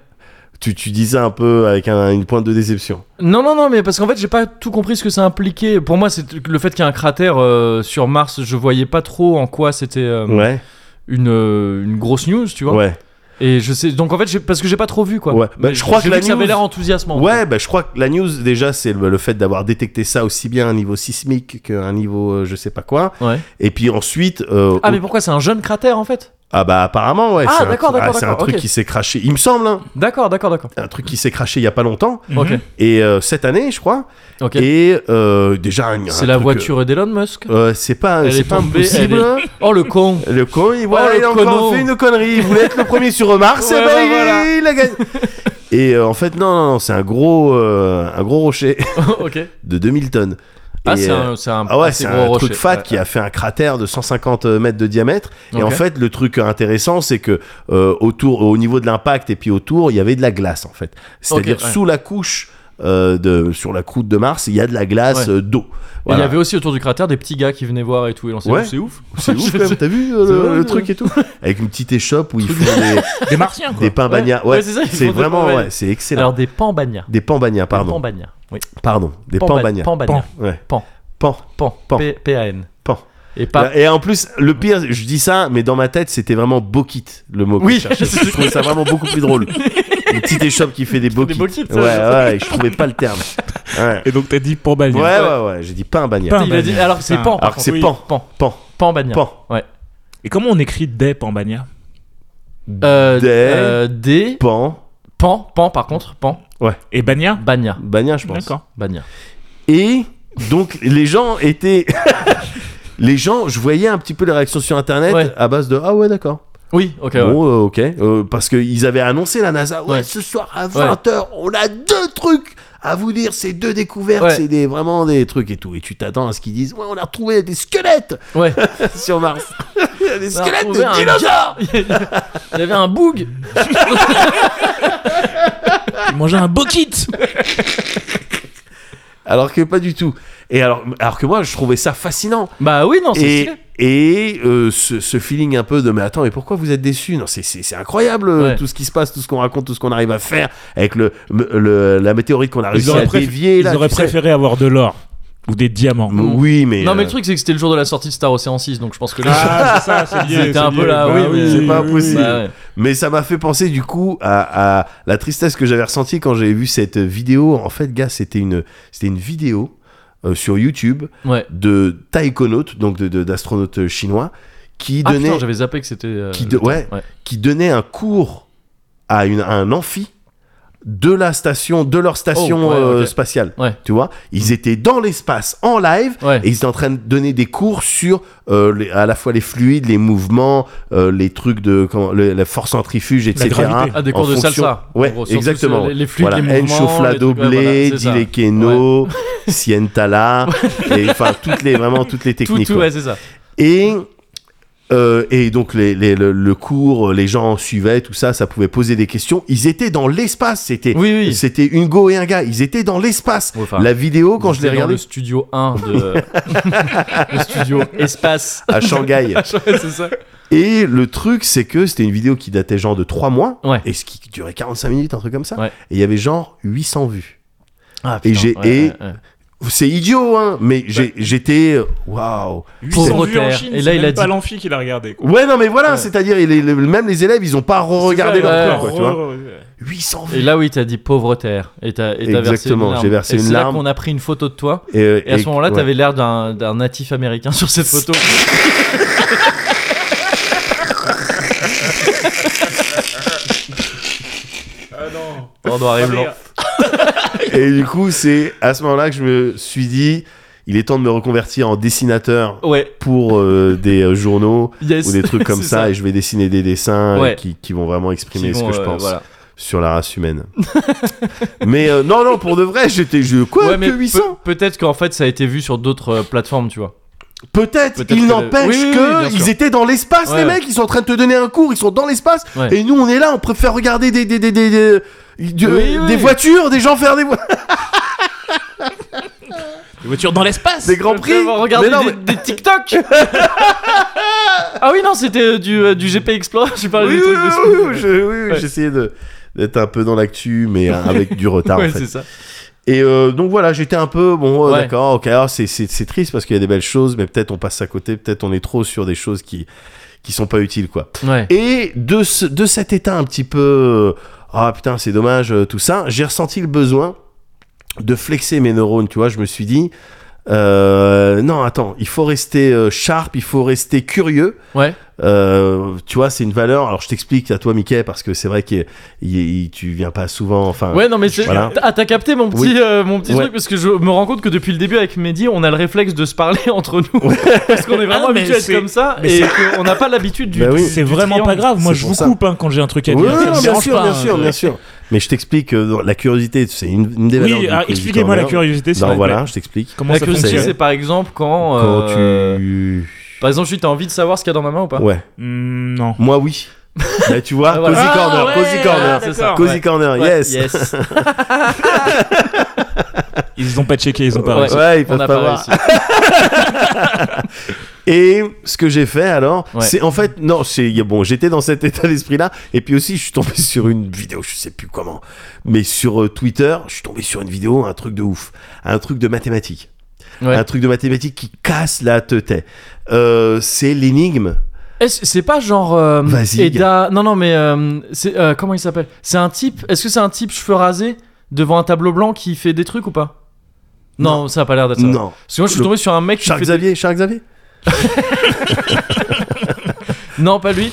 Speaker 2: Tu, tu dis ça un peu avec un- une pointe de déception.
Speaker 1: Non, non, non, mais parce qu'en fait, j'ai pas tout compris ce que ça impliquait. Pour moi, c'est le fait qu'il y a un cratère euh, sur Mars, je voyais pas trop en quoi c'était euh,
Speaker 2: Ouais.
Speaker 1: une, euh, une grosse news, tu vois.
Speaker 2: Ouais.
Speaker 1: Et je sais, donc en fait, j'ai- parce que j'ai pas trop vu, quoi.
Speaker 2: Ouais. Bah,
Speaker 1: Mais
Speaker 2: je crois
Speaker 1: j'ai
Speaker 2: que
Speaker 1: vu
Speaker 2: la
Speaker 1: ça avait
Speaker 2: news-
Speaker 1: l'air enthousiasmant. en fait.
Speaker 2: Ouais, bah, je crois que la news, déjà, c'est le, le fait d'avoir détecté ça aussi bien à un niveau sismique qu'à un niveau euh, je sais pas quoi.
Speaker 1: Ouais.
Speaker 2: Et puis ensuite. euh,
Speaker 1: Ah,
Speaker 2: au-
Speaker 1: mais pourquoi c'est un jeune cratère en fait
Speaker 2: ah, bah apparemment, ouais.
Speaker 1: Ah,
Speaker 2: c'est un
Speaker 1: d'accord,
Speaker 2: tru-
Speaker 1: d'accord,
Speaker 2: c'est un
Speaker 1: d'accord,
Speaker 2: truc
Speaker 1: ok.
Speaker 2: qui s'est craché, il me semble, hein.
Speaker 1: D'accord, d'accord, d'accord.
Speaker 2: un truc qui s'est craché il y a pas longtemps.
Speaker 5: Mhm.
Speaker 1: Ok,
Speaker 2: Et euh, cette année, je crois.
Speaker 1: ok.
Speaker 2: Et euh, déjà, un- un
Speaker 1: c'est la
Speaker 2: truc,
Speaker 1: voiture d'Elon Musk.
Speaker 2: euh, euh, c'est pas,
Speaker 1: Elle est
Speaker 2: c'est pas
Speaker 1: tombée,
Speaker 2: impossible. hein.
Speaker 1: elle Oh le con
Speaker 2: Le con, il, voilà,
Speaker 1: Oh, le
Speaker 2: il a encore
Speaker 1: connant.
Speaker 2: fait une connerie. Il voulait être le premier sur Mars,
Speaker 1: Ouais,
Speaker 2: et ben,
Speaker 1: bah,
Speaker 2: il-
Speaker 1: voilà.
Speaker 2: il a gagné. Et euh, en fait, non, non, non, c'est un gros, euh, un gros rocher
Speaker 1: Ok.
Speaker 2: de 2000 tonnes.
Speaker 1: Ah,
Speaker 2: Et,
Speaker 1: c'est
Speaker 2: euh,
Speaker 1: un, c'est un
Speaker 2: Ah ouais,
Speaker 1: assez
Speaker 2: c'est
Speaker 1: gros
Speaker 2: un
Speaker 1: rocher.
Speaker 2: truc fat
Speaker 1: Ouais.
Speaker 2: qui a fait un cratère de 150 mètres de diamètre. Et en
Speaker 1: Ok.
Speaker 2: fait, le truc intéressant, c'est que euh, autour, au niveau de l'impact et puis autour, il y avait de la glace en fait. C'est-à-dire
Speaker 1: Ok, ouais.
Speaker 2: sous la couche euh, de, sur la croûte de Mars, il y a de la glace
Speaker 1: Ouais.
Speaker 2: euh, d'eau.
Speaker 1: Et Il y
Speaker 2: Voilà.
Speaker 1: avait aussi autour du cratère des petits gars qui venaient voir et tout. Et on s'est dit,
Speaker 2: Ouais.
Speaker 1: c'est ouf.
Speaker 2: C'est ouf, quand même, t'as vu euh,
Speaker 1: C'est
Speaker 2: le,
Speaker 1: vrai,
Speaker 2: le
Speaker 1: ouais.
Speaker 2: truc et tout Avec une petite échoppe où ils font des,
Speaker 5: Des martiens, quoi.
Speaker 2: des pains bagnats.
Speaker 1: Ouais,
Speaker 2: Ouais,
Speaker 1: c'est ça, ils
Speaker 2: c'est
Speaker 1: font des
Speaker 2: vraiment,
Speaker 1: pains bagnats.
Speaker 2: ouais, c'est excellent.
Speaker 1: Alors des pambagnas.
Speaker 2: des pains bagnats,
Speaker 1: Des
Speaker 2: pardon.
Speaker 1: pambagnas. Oui.
Speaker 2: Pardon, des pains bagnats.
Speaker 1: Pambagnas.
Speaker 2: Ouais.
Speaker 1: Pan.
Speaker 2: Pan.
Speaker 1: Pan.
Speaker 2: Pan.
Speaker 1: P- P-A-N.
Speaker 2: Pan.
Speaker 1: Et pas.
Speaker 2: Et en plus, le pire, je dis ça, mais dans ma tête, c'était vraiment Bokit, le mot que
Speaker 1: Oui.
Speaker 2: je cherchais. je trouvais ça vraiment beaucoup plus drôle. Une petite échoppe qui fait des beaux
Speaker 1: Des
Speaker 2: kits.
Speaker 1: beaux kits, ça,
Speaker 2: Ouais,
Speaker 1: ça.
Speaker 2: ouais, et je trouvais pas le terme. Ouais,
Speaker 5: Et donc t'as dit pour
Speaker 2: ouais,
Speaker 5: Bagnard.
Speaker 2: ouais, ouais, j'ai dit pas un bagnard.
Speaker 5: Pain.
Speaker 1: Il a dit, alors que c'est
Speaker 5: Putain.
Speaker 1: pan. par
Speaker 2: Ah. Alors que c'est
Speaker 1: contre.
Speaker 2: pan.
Speaker 1: Pan.
Speaker 2: Pan,
Speaker 1: Pan bagnard.
Speaker 2: pan.
Speaker 5: Et comment on écrit Dep en Bagnard
Speaker 1: Euh,
Speaker 2: Des-
Speaker 1: euh, des.
Speaker 2: Pan,
Speaker 1: Pan. Pan, par contre. Pan.
Speaker 5: Et Bagnard
Speaker 1: Bagnard.
Speaker 2: bagnard, je pense.
Speaker 5: D'accord.
Speaker 1: Bagnard.
Speaker 2: Et donc les gens étaient. les gens, je voyais un petit peu les réactions sur internet
Speaker 1: Ouais.
Speaker 2: à base de Ah ouais, d'accord.
Speaker 1: Oui, ok. ouais.
Speaker 2: Bon, euh, ok. Euh, parce qu'ils avaient annoncé la NASA Ouais,
Speaker 1: Ouais.
Speaker 2: ce soir à
Speaker 1: Ouais.
Speaker 2: 20h, on a deux trucs à vous dire, c'est deux découvertes,
Speaker 1: Ouais.
Speaker 2: c'est des, vraiment des trucs et tout. Et tu t'attends à ce qu'ils disent Ouais, on a retrouvé des squelettes
Speaker 1: Ouais.
Speaker 2: sur Mars. des
Speaker 1: On a
Speaker 2: squelettes
Speaker 1: retrouvé
Speaker 2: de
Speaker 1: un
Speaker 2: dinosaures
Speaker 1: Il y avait un boug.
Speaker 5: Il mangeait un beau kit
Speaker 2: Alors que pas du tout. Et alors, alors que moi, je trouvais ça fascinant.
Speaker 1: Bah oui, non, c'est
Speaker 2: et
Speaker 1: stylé.
Speaker 2: et euh, ce, ce feeling un peu de mais attends mais pourquoi vous êtes déçus non c'est c'est c'est incroyable euh,
Speaker 1: Ouais.
Speaker 2: tout ce qui se passe tout ce qu'on raconte tout ce qu'on arrive à faire avec le, me- le- la météorite qu'on a réussi
Speaker 5: auraient
Speaker 2: à
Speaker 5: préf-
Speaker 2: dévier
Speaker 5: Ils
Speaker 2: là
Speaker 5: auraient
Speaker 2: tu sais.
Speaker 5: préféré avoir de l'or ou des diamants.
Speaker 2: M- oui mais
Speaker 1: Non, mais
Speaker 2: euh,
Speaker 1: le truc, c'est que c'était le jour de la sortie de Star Ocean 6, donc je pense que les gens-
Speaker 5: Ah, c'est ça, c'est lié.
Speaker 1: C'était un
Speaker 5: c'est
Speaker 1: peu
Speaker 5: lié.
Speaker 1: là,
Speaker 5: Bah
Speaker 1: oui, mais-
Speaker 2: c'est pas possible.
Speaker 1: Bah ouais.
Speaker 2: mais ça m'a fait penser du coup à, à la tristesse que j'avais ressentie quand j'avais vu cette vidéo en fait gars c'était une c'était une vidéo euh, sur YouTube
Speaker 1: Ouais.
Speaker 2: de taïkonautes donc de- de- d'astronautes chinois qui
Speaker 1: Ah
Speaker 2: donnaient
Speaker 1: putain, j'avais zappé que c'était. euh,
Speaker 2: qui,
Speaker 1: le
Speaker 2: de-
Speaker 1: temps.
Speaker 2: ouais, qui donnait un cours à, une, à un amphi de la station, de leur station
Speaker 1: Oh, ouais,
Speaker 2: euh,
Speaker 1: ok.
Speaker 2: spatiale.
Speaker 1: Ouais. Mm.
Speaker 2: Tu vois, ils étaient dans l'espace en live
Speaker 1: Ouais.
Speaker 2: et ils étaient en train de donner des cours sur euh, les- à la fois les fluides, les mouvements, euh, les trucs de comment, le- la force centrifuge, etc.
Speaker 5: gravité.
Speaker 1: Ah, des cours
Speaker 2: en
Speaker 1: de
Speaker 2: fonction-
Speaker 1: salsa.
Speaker 2: Ouais,
Speaker 1: en gros, surtout
Speaker 2: exactement.
Speaker 1: sur Les, les fluides,
Speaker 2: voilà,
Speaker 1: les mouvements.
Speaker 2: Enchofla
Speaker 1: les trucs- ouais,
Speaker 2: Doblé,
Speaker 1: voilà, c'est ça.
Speaker 2: Dilekeno, Sientala, et enfin toutes les vraiment toutes les
Speaker 1: Tout,
Speaker 2: techniques.
Speaker 1: tout,
Speaker 2: quoi.
Speaker 1: ouais, c'est ça.
Speaker 2: Et, euh, et donc les, les- le, le cours, les gens suivaient, tout ça, ça pouvait poser des questions. Ils étaient dans l'espace, c'était
Speaker 1: Oui, oui.
Speaker 2: c'était une go et un gars, ils étaient dans l'espace.
Speaker 1: Ouais, enfin,
Speaker 2: La vidéo, quand je
Speaker 1: C'était
Speaker 2: l'ai
Speaker 1: dans
Speaker 2: regardée
Speaker 1: le studio 1 de. le studio Espace.
Speaker 2: à Shanghai.
Speaker 1: Ouais, c'est ça.
Speaker 2: et le truc, c'est que c'était une vidéo qui datait genre de 3 mois,
Speaker 1: Ouais.
Speaker 2: et ce qui durait 45 minutes, un truc comme ça.
Speaker 1: Ouais.
Speaker 2: Et il y avait genre 800 vues.
Speaker 1: Ah,
Speaker 2: Et j'ai-
Speaker 1: ouais,
Speaker 2: et-
Speaker 1: ouais, ouais.
Speaker 2: C'est idiot, hein, mais j'ai- j'étais. euh, Waouh!
Speaker 5: 800 vues en
Speaker 1: Pauvre
Speaker 5: Chine,
Speaker 1: terre. Et
Speaker 5: c'est
Speaker 1: là, il
Speaker 5: même
Speaker 1: a
Speaker 5: pas
Speaker 1: dit-
Speaker 5: l'amphi qui l'a regardé. quoi.
Speaker 2: Ouais, non, mais voilà,
Speaker 1: Ouais.
Speaker 2: c'est-à-dire, il est- le- même les élèves, ils ont pas regardé
Speaker 1: C'est ça,
Speaker 2: leur
Speaker 1: ouais.
Speaker 2: cours, quoi, tu vois.
Speaker 5: Re- re-
Speaker 2: 800 vues!
Speaker 1: Et là, oui, t'as dit pauvre terre. Et t'as et t'as versé une
Speaker 2: Exactement,
Speaker 1: larme.
Speaker 2: j'ai versé
Speaker 1: Et
Speaker 2: une
Speaker 1: c'est là
Speaker 2: larme.
Speaker 1: qu'on a pris une photo de toi.
Speaker 2: Et, euh,
Speaker 1: Et à
Speaker 2: et-
Speaker 1: ce moment-là,
Speaker 2: ouais.
Speaker 1: t'avais l'air d'un d'un natif américain sur cette photo. En noir et blanc.
Speaker 5: Ah,
Speaker 2: Et du coup, c'est à ce moment-là que je me suis dit, il est temps de me reconvertir en dessinateur
Speaker 1: Ouais,
Speaker 2: pour euh, des euh, journaux
Speaker 1: yes.
Speaker 2: ou des trucs comme
Speaker 1: C'est
Speaker 2: ça, et je vais dessiner des dessins
Speaker 1: Ouais.
Speaker 2: qui, qui vont vraiment exprimer
Speaker 1: Qui
Speaker 2: ce
Speaker 1: vont,
Speaker 2: que je
Speaker 1: euh,
Speaker 2: pense
Speaker 1: voilà.
Speaker 2: sur la race humaine. mais euh, non, non, pour de vrai, j'étais je quoi
Speaker 1: Ouais, mais
Speaker 2: que 800
Speaker 1: peut- Peut-être qu'en fait, ça a été vu sur d'autres euh, plateformes, tu vois.
Speaker 2: Peut-être.
Speaker 1: peut-être que-
Speaker 2: il n'empêche
Speaker 1: Oui, oui, oui,
Speaker 2: que
Speaker 1: bien sûr.
Speaker 2: ils étaient dans l'espace,
Speaker 1: Ouais,
Speaker 2: les
Speaker 1: ouais.
Speaker 2: mecs. Ils sont en train de te donner un cours, ils sont dans l'espace,
Speaker 1: Ouais.
Speaker 2: et nous, on est là, on préfère regarder des des des des, des- du-
Speaker 1: Oui, oui.
Speaker 2: des voitures, des gens faire des, vo-
Speaker 5: Des voitures dans l'espace
Speaker 2: des grands prix.
Speaker 1: Regardez
Speaker 2: Mais non,
Speaker 1: des, des TikTok Ah oui, non, c'était euh, du, euh, du GP Explorer, je parlais
Speaker 2: Oui,
Speaker 1: des
Speaker 2: oui,
Speaker 1: trucs de
Speaker 2: oui, oui, je- oui, oui,
Speaker 1: Ouais.
Speaker 2: j'essayais de d'être un peu dans l'actu, mais euh, avec du retard.
Speaker 1: Ouais,
Speaker 2: en fait.
Speaker 1: c'est ça.
Speaker 2: Et euh, donc voilà, j'étais un peu bon, euh,
Speaker 1: Ouais.
Speaker 2: d'accord, ok, alors c'est- c'est c'est triste parce qu'il y a des belles choses, mais peut-être on passe à côté, peut-être on est trop sur des choses qui qui sont pas utiles, quoi.
Speaker 1: Ouais.
Speaker 2: Et de ce, de cet état un petit peu, euh, ah putain, c'est dommage, euh, tout ça, j'ai ressenti le besoin de flexer mes neurones, tu vois. Je me suis dit, euh, non, attends, il faut rester euh, sharp, il faut rester curieux.
Speaker 1: Ouais.
Speaker 2: Euh, tu vois, c'est une valeur. Alors, je t'explique à toi, Mickey, parce que c'est vrai que il- il- tu viens pas souvent. Enfin,
Speaker 1: Ouais, non, mais c'est.
Speaker 2: Euh, Voilà.
Speaker 1: Ah, t'as capté mon petit,
Speaker 2: Oui.
Speaker 1: euh, mon petit
Speaker 2: Ouais.
Speaker 1: truc, parce que je me rends compte que depuis le début avec Mehdi, on a le réflexe de se parler entre nous. parce qu'on est vraiment
Speaker 5: Ah, mais
Speaker 1: habitué à être
Speaker 5: c'est-
Speaker 1: comme ça,
Speaker 5: mais
Speaker 1: et qu'on n'a pas l'habitude du.
Speaker 2: Bah oui.
Speaker 5: C'est
Speaker 1: du
Speaker 5: vraiment pas
Speaker 1: triangle.
Speaker 5: grave, moi
Speaker 2: C'est
Speaker 5: je
Speaker 2: pour
Speaker 5: vous
Speaker 2: ça.
Speaker 5: coupe hein, quand j'ai un truc à
Speaker 2: Ouais,
Speaker 5: dire. ça
Speaker 2: non,
Speaker 5: me
Speaker 2: bien
Speaker 5: dérange
Speaker 2: sûr,
Speaker 5: pas,
Speaker 2: bien
Speaker 5: hein,
Speaker 2: sûr,
Speaker 5: je-
Speaker 2: bien sûr. Mais je t'explique euh, dans la curiosité, c'est une, une des valeurs.
Speaker 5: Oui,
Speaker 2: du
Speaker 5: ah,
Speaker 2: Curiosity
Speaker 5: expliquez-moi la
Speaker 2: Corner.
Speaker 5: curiosité, s'il
Speaker 2: Non,
Speaker 5: vous plaît.
Speaker 2: bah, voilà, je t'explique.
Speaker 5: Comment
Speaker 1: La
Speaker 5: ça
Speaker 1: curiosité,
Speaker 2: fonctionne
Speaker 1: c'est par exemple quand.
Speaker 2: Quand
Speaker 1: euh,
Speaker 2: tu.
Speaker 1: Par exemple, si t'as envie de savoir ce qu'il y a dans ma main ou pas.
Speaker 2: Ouais.
Speaker 5: Hmm, Non.
Speaker 2: Moi, oui. Là, tu vois,
Speaker 1: Ah,
Speaker 2: Cozy
Speaker 1: voilà.
Speaker 5: Ah,
Speaker 2: Corner,
Speaker 5: ouais,
Speaker 2: Cozy Corner.
Speaker 1: c'est ça.
Speaker 2: Cozy Corner,
Speaker 1: Ouais,
Speaker 2: yes.
Speaker 5: Ils ont pas checké, ils ont pas
Speaker 1: Ouais.
Speaker 5: réussi.
Speaker 2: Ouais, ils
Speaker 1: On
Speaker 2: peuvent
Speaker 1: n'a
Speaker 2: pas
Speaker 1: pas
Speaker 2: voir.
Speaker 1: réussi.
Speaker 2: Et ce que j'ai fait alors,
Speaker 1: Ouais.
Speaker 2: c'est en fait non, c'est bon, j'étais dans cet état d'esprit là, et puis aussi je suis tombé sur une vidéo, je sais plus comment, mais sur euh, Twitter, je suis tombé sur une vidéo, un truc de ouf, un truc de mathématiques,
Speaker 1: Ouais.
Speaker 2: un truc de mathématiques qui casse la tête. Euh, c'est l'énigme
Speaker 1: Est-ce- C'est pas genre. euh,
Speaker 2: Vas-y.
Speaker 1: Eda. Non, non, mais. euh, c'est euh, comment il s'appelle C'est un type. Est-ce que c'est un type cheveux rasés devant un tableau blanc qui fait des trucs ou pas non, ça a pas l'air d'être ça.
Speaker 2: Non.
Speaker 1: Parce que moi, je suis
Speaker 2: Le-
Speaker 1: tombé sur un mec qui
Speaker 2: Charles
Speaker 1: fait.
Speaker 2: Xavier, Charles Xavier
Speaker 1: Non, pas lui.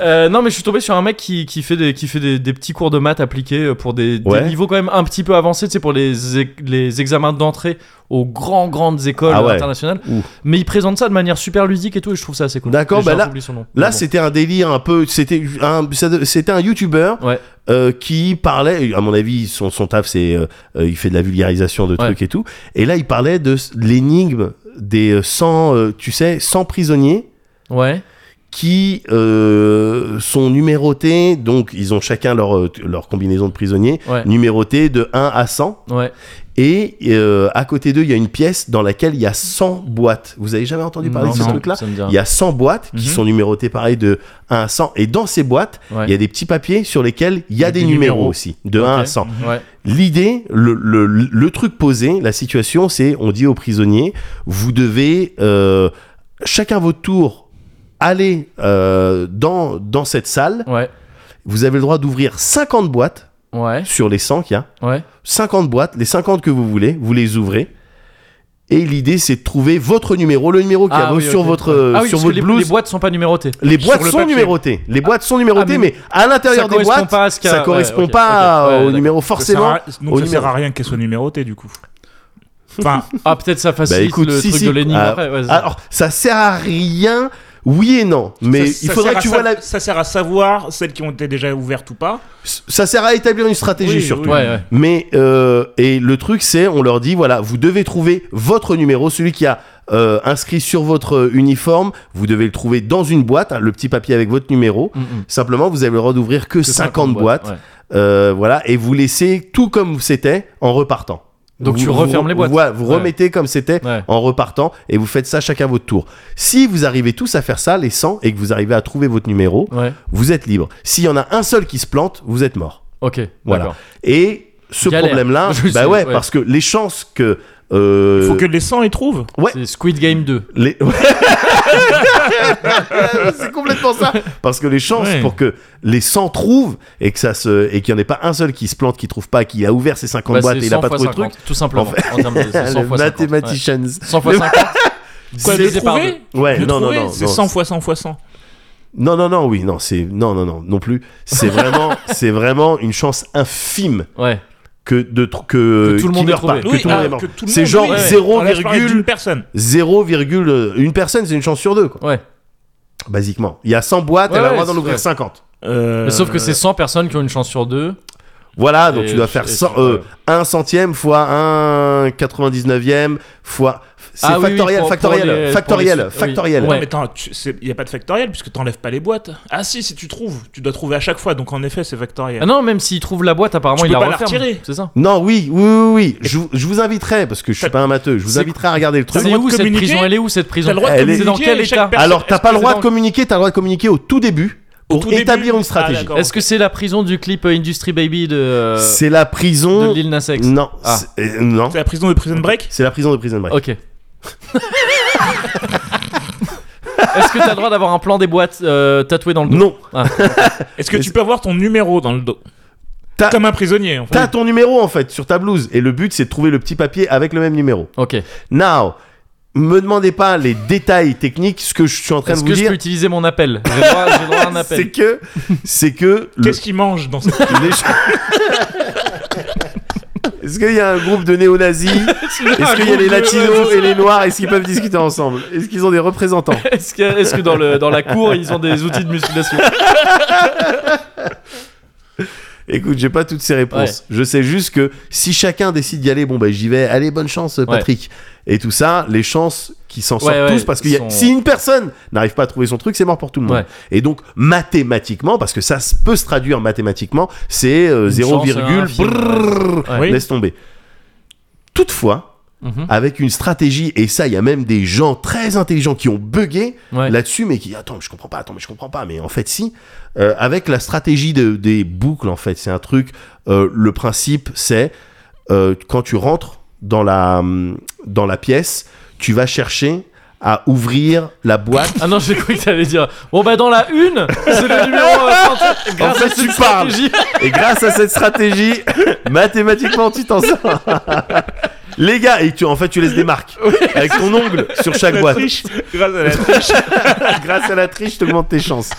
Speaker 1: Euh, non, mais je suis tombé sur un mec qui, qui fait, des, qui fait des, des petits cours de maths appliqués euh, pour des, des
Speaker 2: Ouais.
Speaker 1: niveaux quand même un petit peu avancés, tu sais, pour les, ex- les examens d'entrée aux grands, grandes écoles
Speaker 2: Ah ouais.
Speaker 1: internationales.
Speaker 2: Ouh.
Speaker 1: Mais il présente ça de manière super ludique et tout, et je trouve ça assez cool.
Speaker 2: D'accord,
Speaker 1: Déjà,
Speaker 2: bah là-
Speaker 1: j'oublie son nom.
Speaker 2: Là,
Speaker 1: Mais bon.
Speaker 2: c'était un délire un peu. C'était un, ça- c'était un YouTuber
Speaker 1: Ouais.
Speaker 2: euh, qui parlait. À mon avis, son, son taf, c'est euh, euh, il fait de la vulgarisation de
Speaker 1: Ouais.
Speaker 2: trucs et tout. Et là, il parlait de s- l'énigme des euh, 100, euh, tu sais, 100 prisonniers
Speaker 1: Ouais.
Speaker 2: qui euh, sont numérotés. Donc, ils ont chacun leur euh, leur combinaison de prisonniers
Speaker 1: Ouais.
Speaker 2: numérotés de 1 à 100.
Speaker 1: Ouais.
Speaker 2: Et euh, à côté d'eux, il y a une pièce dans laquelle il y a 100 boîtes. Vous avez jamais entendu parler
Speaker 1: Non,
Speaker 2: de ce
Speaker 1: non,
Speaker 2: truc-là
Speaker 1: ça me dit rien.
Speaker 2: il y a 100 boîtes qui
Speaker 1: Mhm.
Speaker 2: sont numérotées pareil de 1 à 100. Et dans ces boîtes,
Speaker 1: Ouais.
Speaker 2: il y a des petits papiers sur lesquels il y a, des, numéros, aussi, de 1 à 100.
Speaker 1: Ouais.
Speaker 2: L'idée, le, le- le truc posé, la situation, c'est on dit aux prisonniers, vous devez euh, chacun votre tour aller euh, dans, dans cette salle.
Speaker 1: Ouais.
Speaker 2: Vous avez le droit d'ouvrir 50 boîtes
Speaker 1: Ouais.
Speaker 2: sur les 100 qu'il y a.
Speaker 1: Ouais.
Speaker 2: 50 boîtes, les 50 que vous voulez, vous les ouvrez. Et l'idée, c'est de trouver votre numéro, le numéro qu'il y a
Speaker 1: Ah oui,
Speaker 2: sur
Speaker 1: ok.
Speaker 2: votre, euh,
Speaker 1: Ah oui,
Speaker 2: sur
Speaker 1: parce que
Speaker 2: votre
Speaker 1: les,
Speaker 2: blouse.
Speaker 1: les boîtes sont pas numérotées.
Speaker 2: Les
Speaker 3: Sur
Speaker 2: boîtes
Speaker 3: le
Speaker 2: sont
Speaker 3: papier.
Speaker 2: numérotées. Les boîtes sont numérotées,
Speaker 1: ah,
Speaker 2: mais, à l'intérieur
Speaker 1: Ça
Speaker 2: des
Speaker 1: correspond
Speaker 2: boîtes,
Speaker 1: pas à ce qu'il y a-
Speaker 2: ça
Speaker 1: ouais,
Speaker 2: correspond
Speaker 1: ok,
Speaker 2: pas
Speaker 1: ok. Ouais,
Speaker 2: euh, au
Speaker 1: d'accord.
Speaker 2: numéro forcément.
Speaker 3: Ça sert à-
Speaker 2: au
Speaker 3: donc ça sert
Speaker 2: numéro.
Speaker 3: à rien qu'elle soit numérotée du coup. Enfin,
Speaker 1: Ah, peut-être ça facilite
Speaker 2: Bah, écoute,
Speaker 1: le
Speaker 2: si,
Speaker 1: truc
Speaker 2: si.
Speaker 1: de l'énigme
Speaker 2: Ah,
Speaker 1: après. Ouais, c'est-
Speaker 2: Alors, ça sert à rien. Oui et non, mais
Speaker 3: ça-
Speaker 2: il
Speaker 3: ça
Speaker 2: faudrait
Speaker 3: sert
Speaker 2: que
Speaker 3: à
Speaker 2: tu
Speaker 3: sa-
Speaker 2: vois la.
Speaker 3: Ça sert à savoir celles qui ont été déjà ouvertes ou pas.
Speaker 2: Ça sert à établir une stratégie
Speaker 3: Oui,
Speaker 2: surtout.
Speaker 1: ouais, ouais.
Speaker 2: Mais euh, et le truc c'est, on leur dit voilà, vous devez trouver votre numéro, celui qui a euh, inscrit sur votre euh, uniforme, vous devez le trouver dans une boîte, hein, le petit papier avec votre numéro.
Speaker 1: Mm, mm.
Speaker 2: Simplement, vous avez le droit d'ouvrir que,
Speaker 1: Que
Speaker 2: 50, boîtes.
Speaker 1: ouais.
Speaker 2: Euh, voilà, et vous laissez tout comme c'était en repartant.
Speaker 1: Donc
Speaker 2: Vous-
Speaker 1: tu
Speaker 2: vous-
Speaker 1: refermes les boîtes.
Speaker 2: Voilà, vous
Speaker 1: Ouais.
Speaker 2: remettez comme c'était
Speaker 1: Ouais.
Speaker 2: en repartant et vous faites ça chacun votre tour. Si vous arrivez tous à faire ça, les 100, et que vous arrivez à trouver votre numéro,
Speaker 1: Ouais.
Speaker 2: vous êtes libre. S'il y en a un seul qui se plante, vous êtes mort.
Speaker 1: Ok.
Speaker 2: Voilà.
Speaker 1: d'accord.
Speaker 2: Et ce
Speaker 1: Galère.
Speaker 2: problème-là,
Speaker 1: Je
Speaker 2: bah
Speaker 1: sais,
Speaker 2: ouais,
Speaker 1: ouais.
Speaker 2: parce que les chances que. euh,
Speaker 3: Il faut que les 100 y trouvent.
Speaker 2: Ouais.
Speaker 1: C'est Squid Game 2.
Speaker 2: les- c'est complètement ça. Parce que les chances
Speaker 3: Ouais.
Speaker 2: pour que les 100 trouvent et que ça se et qu'il n'y en ait pas un seul qui se plante, qui trouve pas, qui a ouvert ses 50
Speaker 1: Bah,
Speaker 2: boîtes
Speaker 1: c'est
Speaker 2: et il a
Speaker 1: 100
Speaker 2: pas
Speaker 1: fois
Speaker 2: trouvé le
Speaker 1: 50,
Speaker 2: truc.
Speaker 1: Tout simplement. En termes de c'est 100
Speaker 2: Le
Speaker 1: fois 50. ouais.
Speaker 2: Mathematicians.
Speaker 1: 100 fois 50.
Speaker 3: Quoi,
Speaker 1: divisé
Speaker 3: les
Speaker 1: par
Speaker 3: trouver
Speaker 1: deux.
Speaker 2: Ouais,
Speaker 3: Le
Speaker 2: Eh, non, non,
Speaker 3: trouver,
Speaker 2: non,
Speaker 3: C'est
Speaker 2: non.
Speaker 3: 100 fois 100 fois 100.
Speaker 2: Non, non, non, oui, non, c'est non, non, non, non plus. C'est vraiment, c'est vraiment une chance infime
Speaker 1: Ouais.
Speaker 2: que de tr- que,
Speaker 1: Que tout le monde
Speaker 2: qu'il
Speaker 1: ait
Speaker 2: meure pas,
Speaker 1: trouvé.
Speaker 2: que tout le monde
Speaker 3: ah,
Speaker 2: est mort.
Speaker 3: que tout le
Speaker 2: C'est
Speaker 3: monde,
Speaker 2: genre
Speaker 3: oui.
Speaker 2: zéro
Speaker 3: Alors là, je parlais
Speaker 2: virgule-
Speaker 3: d'une personne.
Speaker 2: 0, une personne, c'est une chance sur deux, quoi.
Speaker 1: Ouais.
Speaker 2: Basiquement, il y a 100 boîtes,
Speaker 1: Ouais,
Speaker 2: elle a
Speaker 1: ouais,
Speaker 2: le droit d'en
Speaker 1: c'est
Speaker 2: ouvrir
Speaker 1: vrai.
Speaker 2: 50.
Speaker 3: Euh,
Speaker 1: Mais sauf que c'est 100 personnes qui ont une chance sur deux.
Speaker 2: Voilà, donc
Speaker 1: Et
Speaker 2: tu dois
Speaker 1: je-
Speaker 2: faire
Speaker 1: et
Speaker 2: 100,
Speaker 1: je-
Speaker 2: euh, un centième fois un 99e fois. C'est
Speaker 1: Ah oui, oui,
Speaker 2: factoriel,
Speaker 1: pour- pour
Speaker 2: factoriel,
Speaker 1: les- pour les-
Speaker 2: factoriel,
Speaker 1: oui.
Speaker 2: factoriel.
Speaker 1: Ouais.
Speaker 3: Non, mais attends, il n'y a pas de factoriel puisque t'enlèves pas les boîtes. Ah si, si tu trouves, tu dois trouver à chaque fois, donc en effet c'est factoriel.
Speaker 1: Ah non, même s'il trouve la boîte, apparemment
Speaker 3: Tu
Speaker 1: il
Speaker 3: peux
Speaker 1: la
Speaker 3: pas la
Speaker 1: referme.
Speaker 3: retirer.
Speaker 1: C'est ça.
Speaker 2: Non, oui, oui, oui, oui. Je, vous- je vous inviterai parce que je suis
Speaker 3: T'as-
Speaker 2: pas un matheux. Je vous
Speaker 1: C'est-
Speaker 2: inviterai à regarder le truc.
Speaker 1: C'est
Speaker 3: droit de
Speaker 1: où cette
Speaker 3: communiquer
Speaker 1: prison Elle est où cette prison
Speaker 3: T'as le droit de
Speaker 2: Elle est-
Speaker 1: C'est dans
Speaker 3: communiquer
Speaker 1: quel
Speaker 3: et chaque
Speaker 1: état
Speaker 3: personne-
Speaker 2: Alors,
Speaker 3: est-ce
Speaker 2: t'as
Speaker 3: que
Speaker 2: pas le
Speaker 3: c'est
Speaker 2: droit
Speaker 3: dans-
Speaker 2: de communiquer, t'as le droit de communiquer au tout début
Speaker 3: Au
Speaker 2: pour
Speaker 3: tout début
Speaker 2: établir une
Speaker 3: Ah,
Speaker 2: stratégie.
Speaker 3: d'accord.
Speaker 1: Est-ce que c'est la prison du clip euh, Industry Baby de euh,
Speaker 2: c'est la
Speaker 1: de
Speaker 2: prison.
Speaker 1: Lil Nas X
Speaker 2: Non,
Speaker 1: Ah.
Speaker 2: c'est- euh, non.
Speaker 3: C'est la prison de Prison Break
Speaker 2: C'est la prison de Prison Break.
Speaker 1: Ok. Est-ce que t'as le droit d'avoir un plan des boîtes euh, tatoué dans le dos
Speaker 2: Non,
Speaker 3: Est-ce que tu peux avoir ton numéro dans le dos
Speaker 2: T'as-
Speaker 3: Comme un prisonnier en fait.
Speaker 2: t'as ton numéro en fait sur ta blouse et le but c'est de trouver le petit papier avec le même numéro.
Speaker 1: Ok.
Speaker 2: Now, me demandez pas les détails techniques. Ce que je suis en train de
Speaker 1: Est-ce
Speaker 2: vous
Speaker 1: que je
Speaker 2: dire,
Speaker 1: peux utiliser mon appel J'ai le droit, j'ai le droit à un
Speaker 2: c'est
Speaker 1: appel.
Speaker 2: que, c'est que le-
Speaker 3: Qu'est-ce qu'il mange dans cette
Speaker 2: les gens- Est-ce qu'il y a un groupe de néo-nazis Est-ce qu'il y a les latinos et les noirs Est-ce qu'ils peuvent discuter ensemble Est-ce qu'ils ont des représentants
Speaker 1: Est-ce que, est-ce que dans, le, dans la cour ils ont des outils de musculation
Speaker 2: Écoute, j'ai pas toutes ces réponses. Je sais juste que si chacun décide d'y aller, bon bah j'y vais. Allez, bonne chance, Patrick. Et tout ça, les chances qui s'en sortent
Speaker 1: Ouais, ouais,
Speaker 2: tous parce que y a-
Speaker 1: sont-
Speaker 2: si une personne n'arrive pas à trouver son truc, c'est mort pour tout le monde.
Speaker 1: Ouais.
Speaker 2: Et donc mathématiquement, parce que ça se peut se traduire mathématiquement, c'est euh,
Speaker 1: Une
Speaker 2: 0,
Speaker 1: chance, un film,
Speaker 2: brrrr,
Speaker 1: ouais.
Speaker 3: Oui.
Speaker 2: laisse tomber. Toutefois,
Speaker 1: Mhm.
Speaker 2: avec une stratégie, et ça, il y a même des gens très intelligents qui ont bugué
Speaker 1: Ouais.
Speaker 2: là-dessus, mais qui, attends, mais je comprends pas, attends, mais je comprends pas, mais en fait, si, Euh, avec la stratégie de- des boucles, en fait, c'est un truc, euh, le principe, c'est euh, quand tu rentres dans la, hum, dans la pièce, tu vas chercher à ouvrir la boîte.
Speaker 1: Ah non, j'ai cru que t'allais dire. Bon, bah, dans la une, c'est le numéro euh, 38. Grâce
Speaker 2: fait,
Speaker 1: à
Speaker 2: tu
Speaker 1: cette
Speaker 2: parles.
Speaker 1: stratégie.
Speaker 2: Et grâce à cette stratégie, mathématiquement, tu t'en sors. Les gars, et tu, en fait, tu laisses des marques avec ton ongle sur chaque boîte.
Speaker 3: triche, grâce à la triche.
Speaker 2: Grâce à la triche, tu augmentes tes chances.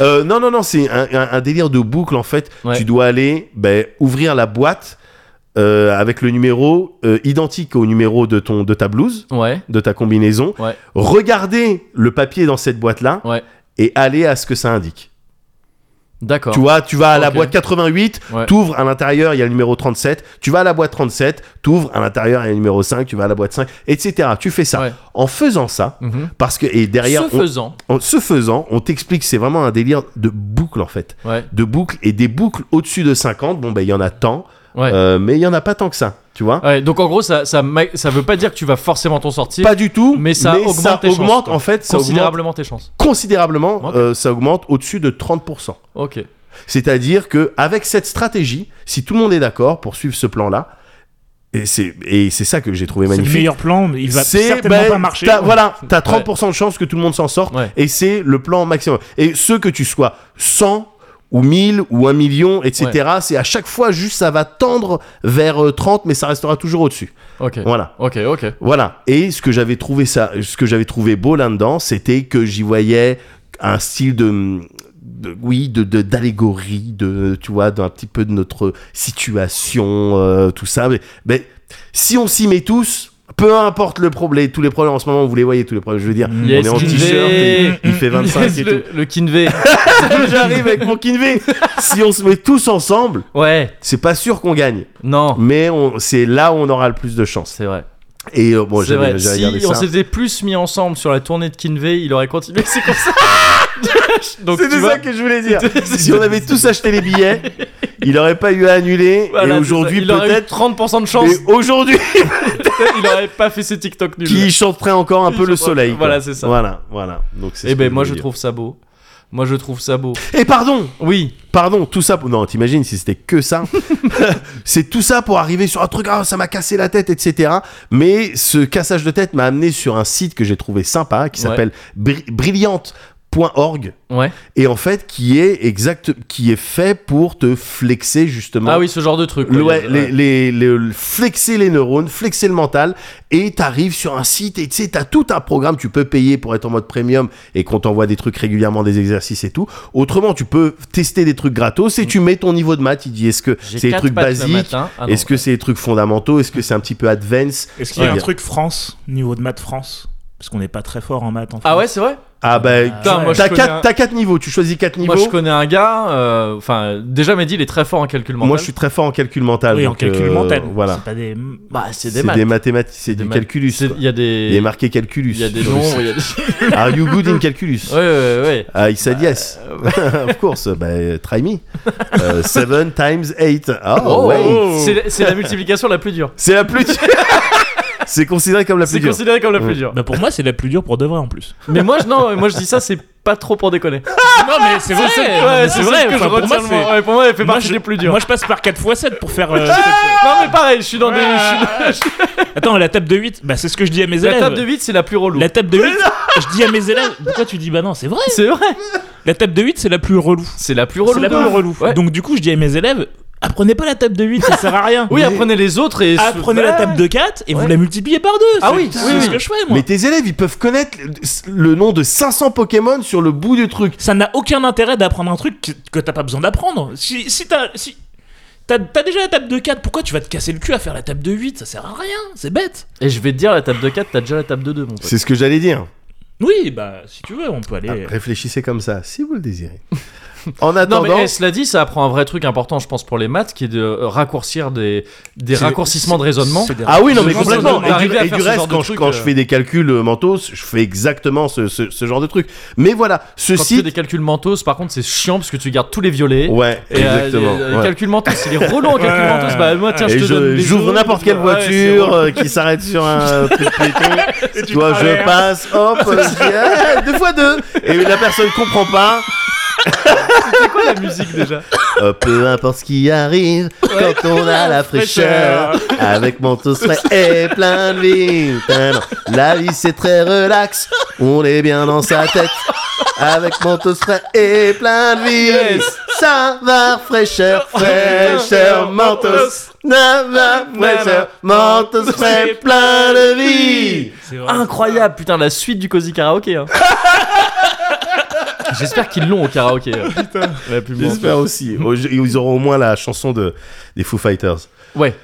Speaker 2: Euh, non, non, non, c'est un, un- un délire de boucle en fait.
Speaker 1: Ouais.
Speaker 2: Tu dois aller ben, ouvrir la boîte euh, avec le numéro euh, identique au numéro de, ton, de ta blouse,
Speaker 1: Ouais,
Speaker 2: de ta combinaison.
Speaker 1: Ouais.
Speaker 2: Regarder le papier dans cette boîte-là
Speaker 1: Ouais.
Speaker 2: et aller à ce que ça indique.
Speaker 1: d'accord.
Speaker 2: Tu vois, tu vas à la
Speaker 1: Ok.
Speaker 2: boîte 88,
Speaker 1: Ouais.
Speaker 2: t'ouvres à l'intérieur, il y a le numéro 37. Tu vas à la boîte 37, t'ouvres à l'intérieur, il y a le numéro 5, tu vas à la boîte 5, etc. Tu fais ça.
Speaker 1: Ouais.
Speaker 2: En faisant ça,
Speaker 1: Mhm.
Speaker 2: parce que, et derrière,
Speaker 1: Ce
Speaker 2: on-
Speaker 1: faisant,
Speaker 2: en ce faisant, on t'explique que c'est vraiment un délire de boucle en fait.
Speaker 1: ouais,
Speaker 2: De boucle et des boucles au-dessus de 50, bon ben il y en a tant,
Speaker 1: ouais.
Speaker 2: euh, mais il y en a pas tant que ça, tu vois.
Speaker 1: Ouais, donc en gros, ça, ça, ma- ça veut pas dire que tu vas forcément t'en sortir.
Speaker 2: Pas du tout,
Speaker 1: Ah, Mais ça augmente tes chances,
Speaker 2: augmente,
Speaker 1: quoi.
Speaker 2: en fait, ça augmente
Speaker 1: considérablement tes chances.
Speaker 2: considérablement,
Speaker 1: Ok.
Speaker 2: euh, ça augmente au-dessus de 30%.
Speaker 1: Ok.
Speaker 2: C'est-à-dire que avec cette stratégie, si tout le monde est d'accord pour suivre ce plan-là, et c'est et c'est ça que j'ai trouvé
Speaker 5: C'est le
Speaker 2: magnifique.
Speaker 5: meilleur plan, mais il va
Speaker 2: C'est,
Speaker 5: certainement
Speaker 2: ben,
Speaker 5: pas marcher.
Speaker 2: t'as- voilà, t'as 30% de chance que tout le monde s'en sorte
Speaker 1: Ouais.
Speaker 2: et c'est le plan maximum. Et ce que tu sois 100 ou 1000 ou 1 million, etc., c'est à chaque fois juste ça va tendre vers euh, 30, mais ça restera toujours au-dessus.
Speaker 1: Ok.
Speaker 2: Voilà.
Speaker 1: Ok, ok.
Speaker 2: Voilà. Et ce que j'avais trouvé ça, ce que j'avais trouvé beau là-dedans, c'était que j'y voyais un style de, de- oui, de de- d'allégorie, de, tu vois, d'un petit peu de notre situation, euh, tout ça. Mais, mais si on s'y met tous, peu importe le problème, tous les problèmes en ce moment, vous les voyez tous les problèmes. Je veux dire,
Speaker 3: Mm.
Speaker 1: Yes,
Speaker 2: on est en
Speaker 1: Kinvey.
Speaker 2: t-shirt, il, il fait 25
Speaker 1: Yes,
Speaker 2: et tout.
Speaker 1: le, le Kinvey.
Speaker 2: J'arrive avec mon Kinvey. si on se met tous ensemble,
Speaker 1: Ouais,
Speaker 2: c'est pas sûr qu'on gagne,
Speaker 1: non,
Speaker 2: mais on- c'est là où on aura le plus de chance.
Speaker 1: c'est vrai.
Speaker 2: Et euh, bon,
Speaker 1: c'est
Speaker 2: j'avais
Speaker 1: vrai.
Speaker 2: j'avais
Speaker 1: Si
Speaker 2: regardé
Speaker 1: on
Speaker 2: ça.
Speaker 1: s'était plus mis ensemble sur la tournée de Kinvey, il aurait continué ses concerts. Donc
Speaker 2: C'était
Speaker 1: tu
Speaker 2: ça
Speaker 1: vois,
Speaker 2: que je voulais dire.
Speaker 1: C'était-
Speaker 2: si on avait tous acheté les billets, il aurait pas eu à annuler.
Speaker 1: voilà,
Speaker 2: et
Speaker 1: c'est ça.
Speaker 2: aujourd'hui,
Speaker 1: il aurait eu
Speaker 2: peut-être.
Speaker 1: 30% de chance.
Speaker 2: Et aujourd'hui,
Speaker 1: il aurait pas fait ses TikTok nuls.
Speaker 2: qui chanterait encore un
Speaker 1: Qui
Speaker 2: peu le
Speaker 1: chanterait-
Speaker 2: soleil. quoi.
Speaker 1: voilà, c'est ça.
Speaker 2: Voilà, voilà. Donc, c'est
Speaker 1: Eh
Speaker 2: ce que
Speaker 1: ben moi je
Speaker 2: voulais dire.
Speaker 1: trouve ça beau. Moi je trouve ça beau.
Speaker 2: Et pardon,
Speaker 1: Oui.
Speaker 2: pardon, tout ça. Pour... Non, t'imagines si c'était que ça. c'est tout ça pour arriver sur un truc. Ah, ça m'a cassé la tête, etc. Mais ce cassage de tête m'a amené sur un site que j'ai trouvé sympa qui
Speaker 1: Ouais.
Speaker 2: s'appelle bri- brillante.org.
Speaker 1: Ouais.
Speaker 2: Et en fait, qui est exact, qui est fait pour te flexer justement
Speaker 1: Ah oui, ce genre de truc. quoi.
Speaker 2: Le- ouais,
Speaker 1: Il y a-
Speaker 2: les, les, les- le- flexer les neurones, flexer le mental, et t'arrives sur un site, et tu sais, t'as tout un programme, tu peux payer pour être en mode premium, et qu'on t'envoie des trucs régulièrement, des exercices et tout. Autrement, tu peux tester des trucs gratos, et tu mets ton niveau de maths, il dit, est-ce que
Speaker 1: J'ai
Speaker 2: c'est des
Speaker 1: quatre
Speaker 2: trucs
Speaker 1: pattes le
Speaker 2: basiques
Speaker 1: matin. Ah non.
Speaker 2: Est-ce que c'est des trucs fondamentaux Est-ce que c'est un petit peu advanced
Speaker 5: Est-ce qu'il y a
Speaker 2: Ouais.
Speaker 5: un truc France, niveau de maths France Parce qu'on n'est pas très fort en maths en France.
Speaker 1: Ah ouais, c'est vrai
Speaker 2: Ah bah,
Speaker 1: Putain, moi, je
Speaker 2: t'as
Speaker 1: connais
Speaker 2: quatre,
Speaker 1: un-
Speaker 2: t'as quatre niveaux, tu choisis quatre niveaux.
Speaker 1: Moi je connais un gars, euh, enfin déjà Mehdi il est très fort en calcul mental.
Speaker 2: Moi, je suis très fort en calcul mental.
Speaker 5: Oui, en
Speaker 2: donc,
Speaker 5: calcul
Speaker 2: euh,
Speaker 5: mental.
Speaker 2: Voilà.
Speaker 5: C'est pas des.
Speaker 1: Bah c'est des
Speaker 2: C'est
Speaker 1: maths.
Speaker 2: des mathématiques, c'est
Speaker 1: Des
Speaker 2: du
Speaker 1: maths.
Speaker 2: calculus.
Speaker 1: C'est-
Speaker 2: quoi.
Speaker 1: Il y a
Speaker 2: Il est
Speaker 1: des,
Speaker 2: marqué calculus.
Speaker 1: il y a des noms, il y a des. Ouais
Speaker 2: Are you good in calculus
Speaker 1: ouais ouais.
Speaker 2: Ah, il said yes.
Speaker 1: euh,
Speaker 2: of course, bah, try me. Euh, seven times eight. Oh, ouais.
Speaker 1: C'est- C'est la multiplication la plus dure.
Speaker 2: C'est la plus dure. c'est considéré comme la plus
Speaker 1: C'est
Speaker 2: dure.
Speaker 1: considéré comme la plus
Speaker 2: Ouais.
Speaker 1: dure.
Speaker 5: Bah pour moi, c'est la plus dure pour de vrai en plus.
Speaker 1: Mais moi je non, moi je dis ça c'est pas trop pour déconner.
Speaker 5: non, mais c'est vrai, c'est
Speaker 1: Ouais, c'est vrai.
Speaker 5: que
Speaker 1: enfin,
Speaker 5: je
Speaker 1: pour, moi,
Speaker 5: retiens le
Speaker 1: c'est-
Speaker 5: mot.
Speaker 1: ouais, pour moi, elle fait
Speaker 5: Moi,
Speaker 1: partie
Speaker 5: je-
Speaker 1: des plus dures.
Speaker 5: Moi, je passe par 4x7 pour faire. euh,
Speaker 1: non mais pareil, je suis dans des. je suis dans-
Speaker 5: Attends, la table de 8, bah c'est ce que je dis à mes
Speaker 1: La
Speaker 5: élèves.
Speaker 1: table de 8 c'est la plus relou.
Speaker 5: La table de 8, je dis à mes élèves. Pourquoi tu dis bah non, c'est vrai
Speaker 1: C'est vrai.
Speaker 5: La table de 8, c'est la plus relou.
Speaker 1: C'est la plus
Speaker 5: C'est
Speaker 1: relou.
Speaker 5: la
Speaker 1: de
Speaker 5: plus
Speaker 1: ouf.
Speaker 5: relou.
Speaker 1: Ouais.
Speaker 5: Donc du coup, je dis à mes élèves, apprenez pas la table de 8, ça sert à rien.
Speaker 1: Oui, apprenez les autres et.
Speaker 5: Apprenez la table de 4 et
Speaker 1: Ouais.
Speaker 5: vous la multipliez par 2.
Speaker 1: Ah oui,
Speaker 5: c'est
Speaker 1: oui,
Speaker 5: c'est ce
Speaker 1: oui.
Speaker 5: que je fais moi.
Speaker 2: Mais tes élèves, ils peuvent connaître le- le nom de 500 Pokémon sur le bout du truc.
Speaker 5: Ça n'a aucun intérêt d'apprendre un truc que, que t'as pas besoin d'apprendre. Si, si t'as. Si... T'as t'as déjà la table de 4, pourquoi tu vas te casser le cul à faire la table de 8 Ça sert à rien, c'est bête.
Speaker 1: Et je vais te dire, la table de 4, t'as déjà la table de 2, mon pote.
Speaker 2: C'est ce que j'allais dire.
Speaker 5: Oui, bah si tu veux, on peut aller.
Speaker 2: Ah, réfléchissez comme ça, si vous le désirez. En
Speaker 1: Non,
Speaker 2: attendant,
Speaker 1: mais eh, cela dit, ça apprend un vrai truc important, je pense, pour les maths, qui est de euh, raccourcir des, des raccourcissements de raisonnement.
Speaker 2: Ah oui, non,
Speaker 1: Je
Speaker 2: mais
Speaker 1: pense
Speaker 2: complètement.
Speaker 1: qu'on doit
Speaker 2: Et
Speaker 1: arriver
Speaker 2: du,
Speaker 1: à
Speaker 2: et
Speaker 1: faire
Speaker 2: du
Speaker 1: ce genre
Speaker 2: reste,
Speaker 1: de
Speaker 2: quand, je,
Speaker 1: truc,
Speaker 2: quand
Speaker 1: euh,
Speaker 2: je fais des calculs euh, mentaux, je fais exactement ce, ce- ce genre de truc. Mais voilà, ce
Speaker 1: Quand tu fais des
Speaker 2: site.
Speaker 1: calculs mentaux, par contre, c'est chiant parce que tu gardes tous les violets.
Speaker 2: Ouais,
Speaker 1: Et, euh,
Speaker 2: exactement.
Speaker 1: les- Les
Speaker 2: ouais.
Speaker 1: calculs mentaux, s'il est relou en calcul mentaux, bah moi, tiens,
Speaker 2: Et
Speaker 1: je te donne.
Speaker 2: je-
Speaker 1: des
Speaker 2: j'ouvre
Speaker 1: jeux,
Speaker 2: n'importe quelle
Speaker 1: ouais, c'est
Speaker 2: voiture
Speaker 1: relou.
Speaker 2: euh, qui s'arrête sur un truc piéton. tu vois, je passe, hop, je dis, Eh, deux fois deux. Et la personne comprend pas.
Speaker 1: C'est quoi la musique déjà
Speaker 2: Euh, peu importe ce qui arrive, quand on a la fraîcheur, avec mon toast frais et plein de vie. Tellement. La vie c'est très relax, on est bien dans sa tête. Avec mon toast frais et plein de vie. Ça va fraîcheur, fraîcheur, mentos. Ça va fraîcheur, mentos frais, plein de vie.
Speaker 5: C'est vrai.
Speaker 1: Incroyable, putain, la suite du Cozy Karaoke. hein. J'espère qu'ils l'ont au karaoké. euh. La pub.
Speaker 2: J'espère aussi. Oh, je- Ils auront au moins la chanson de, des Foo Fighters.
Speaker 1: Ouais.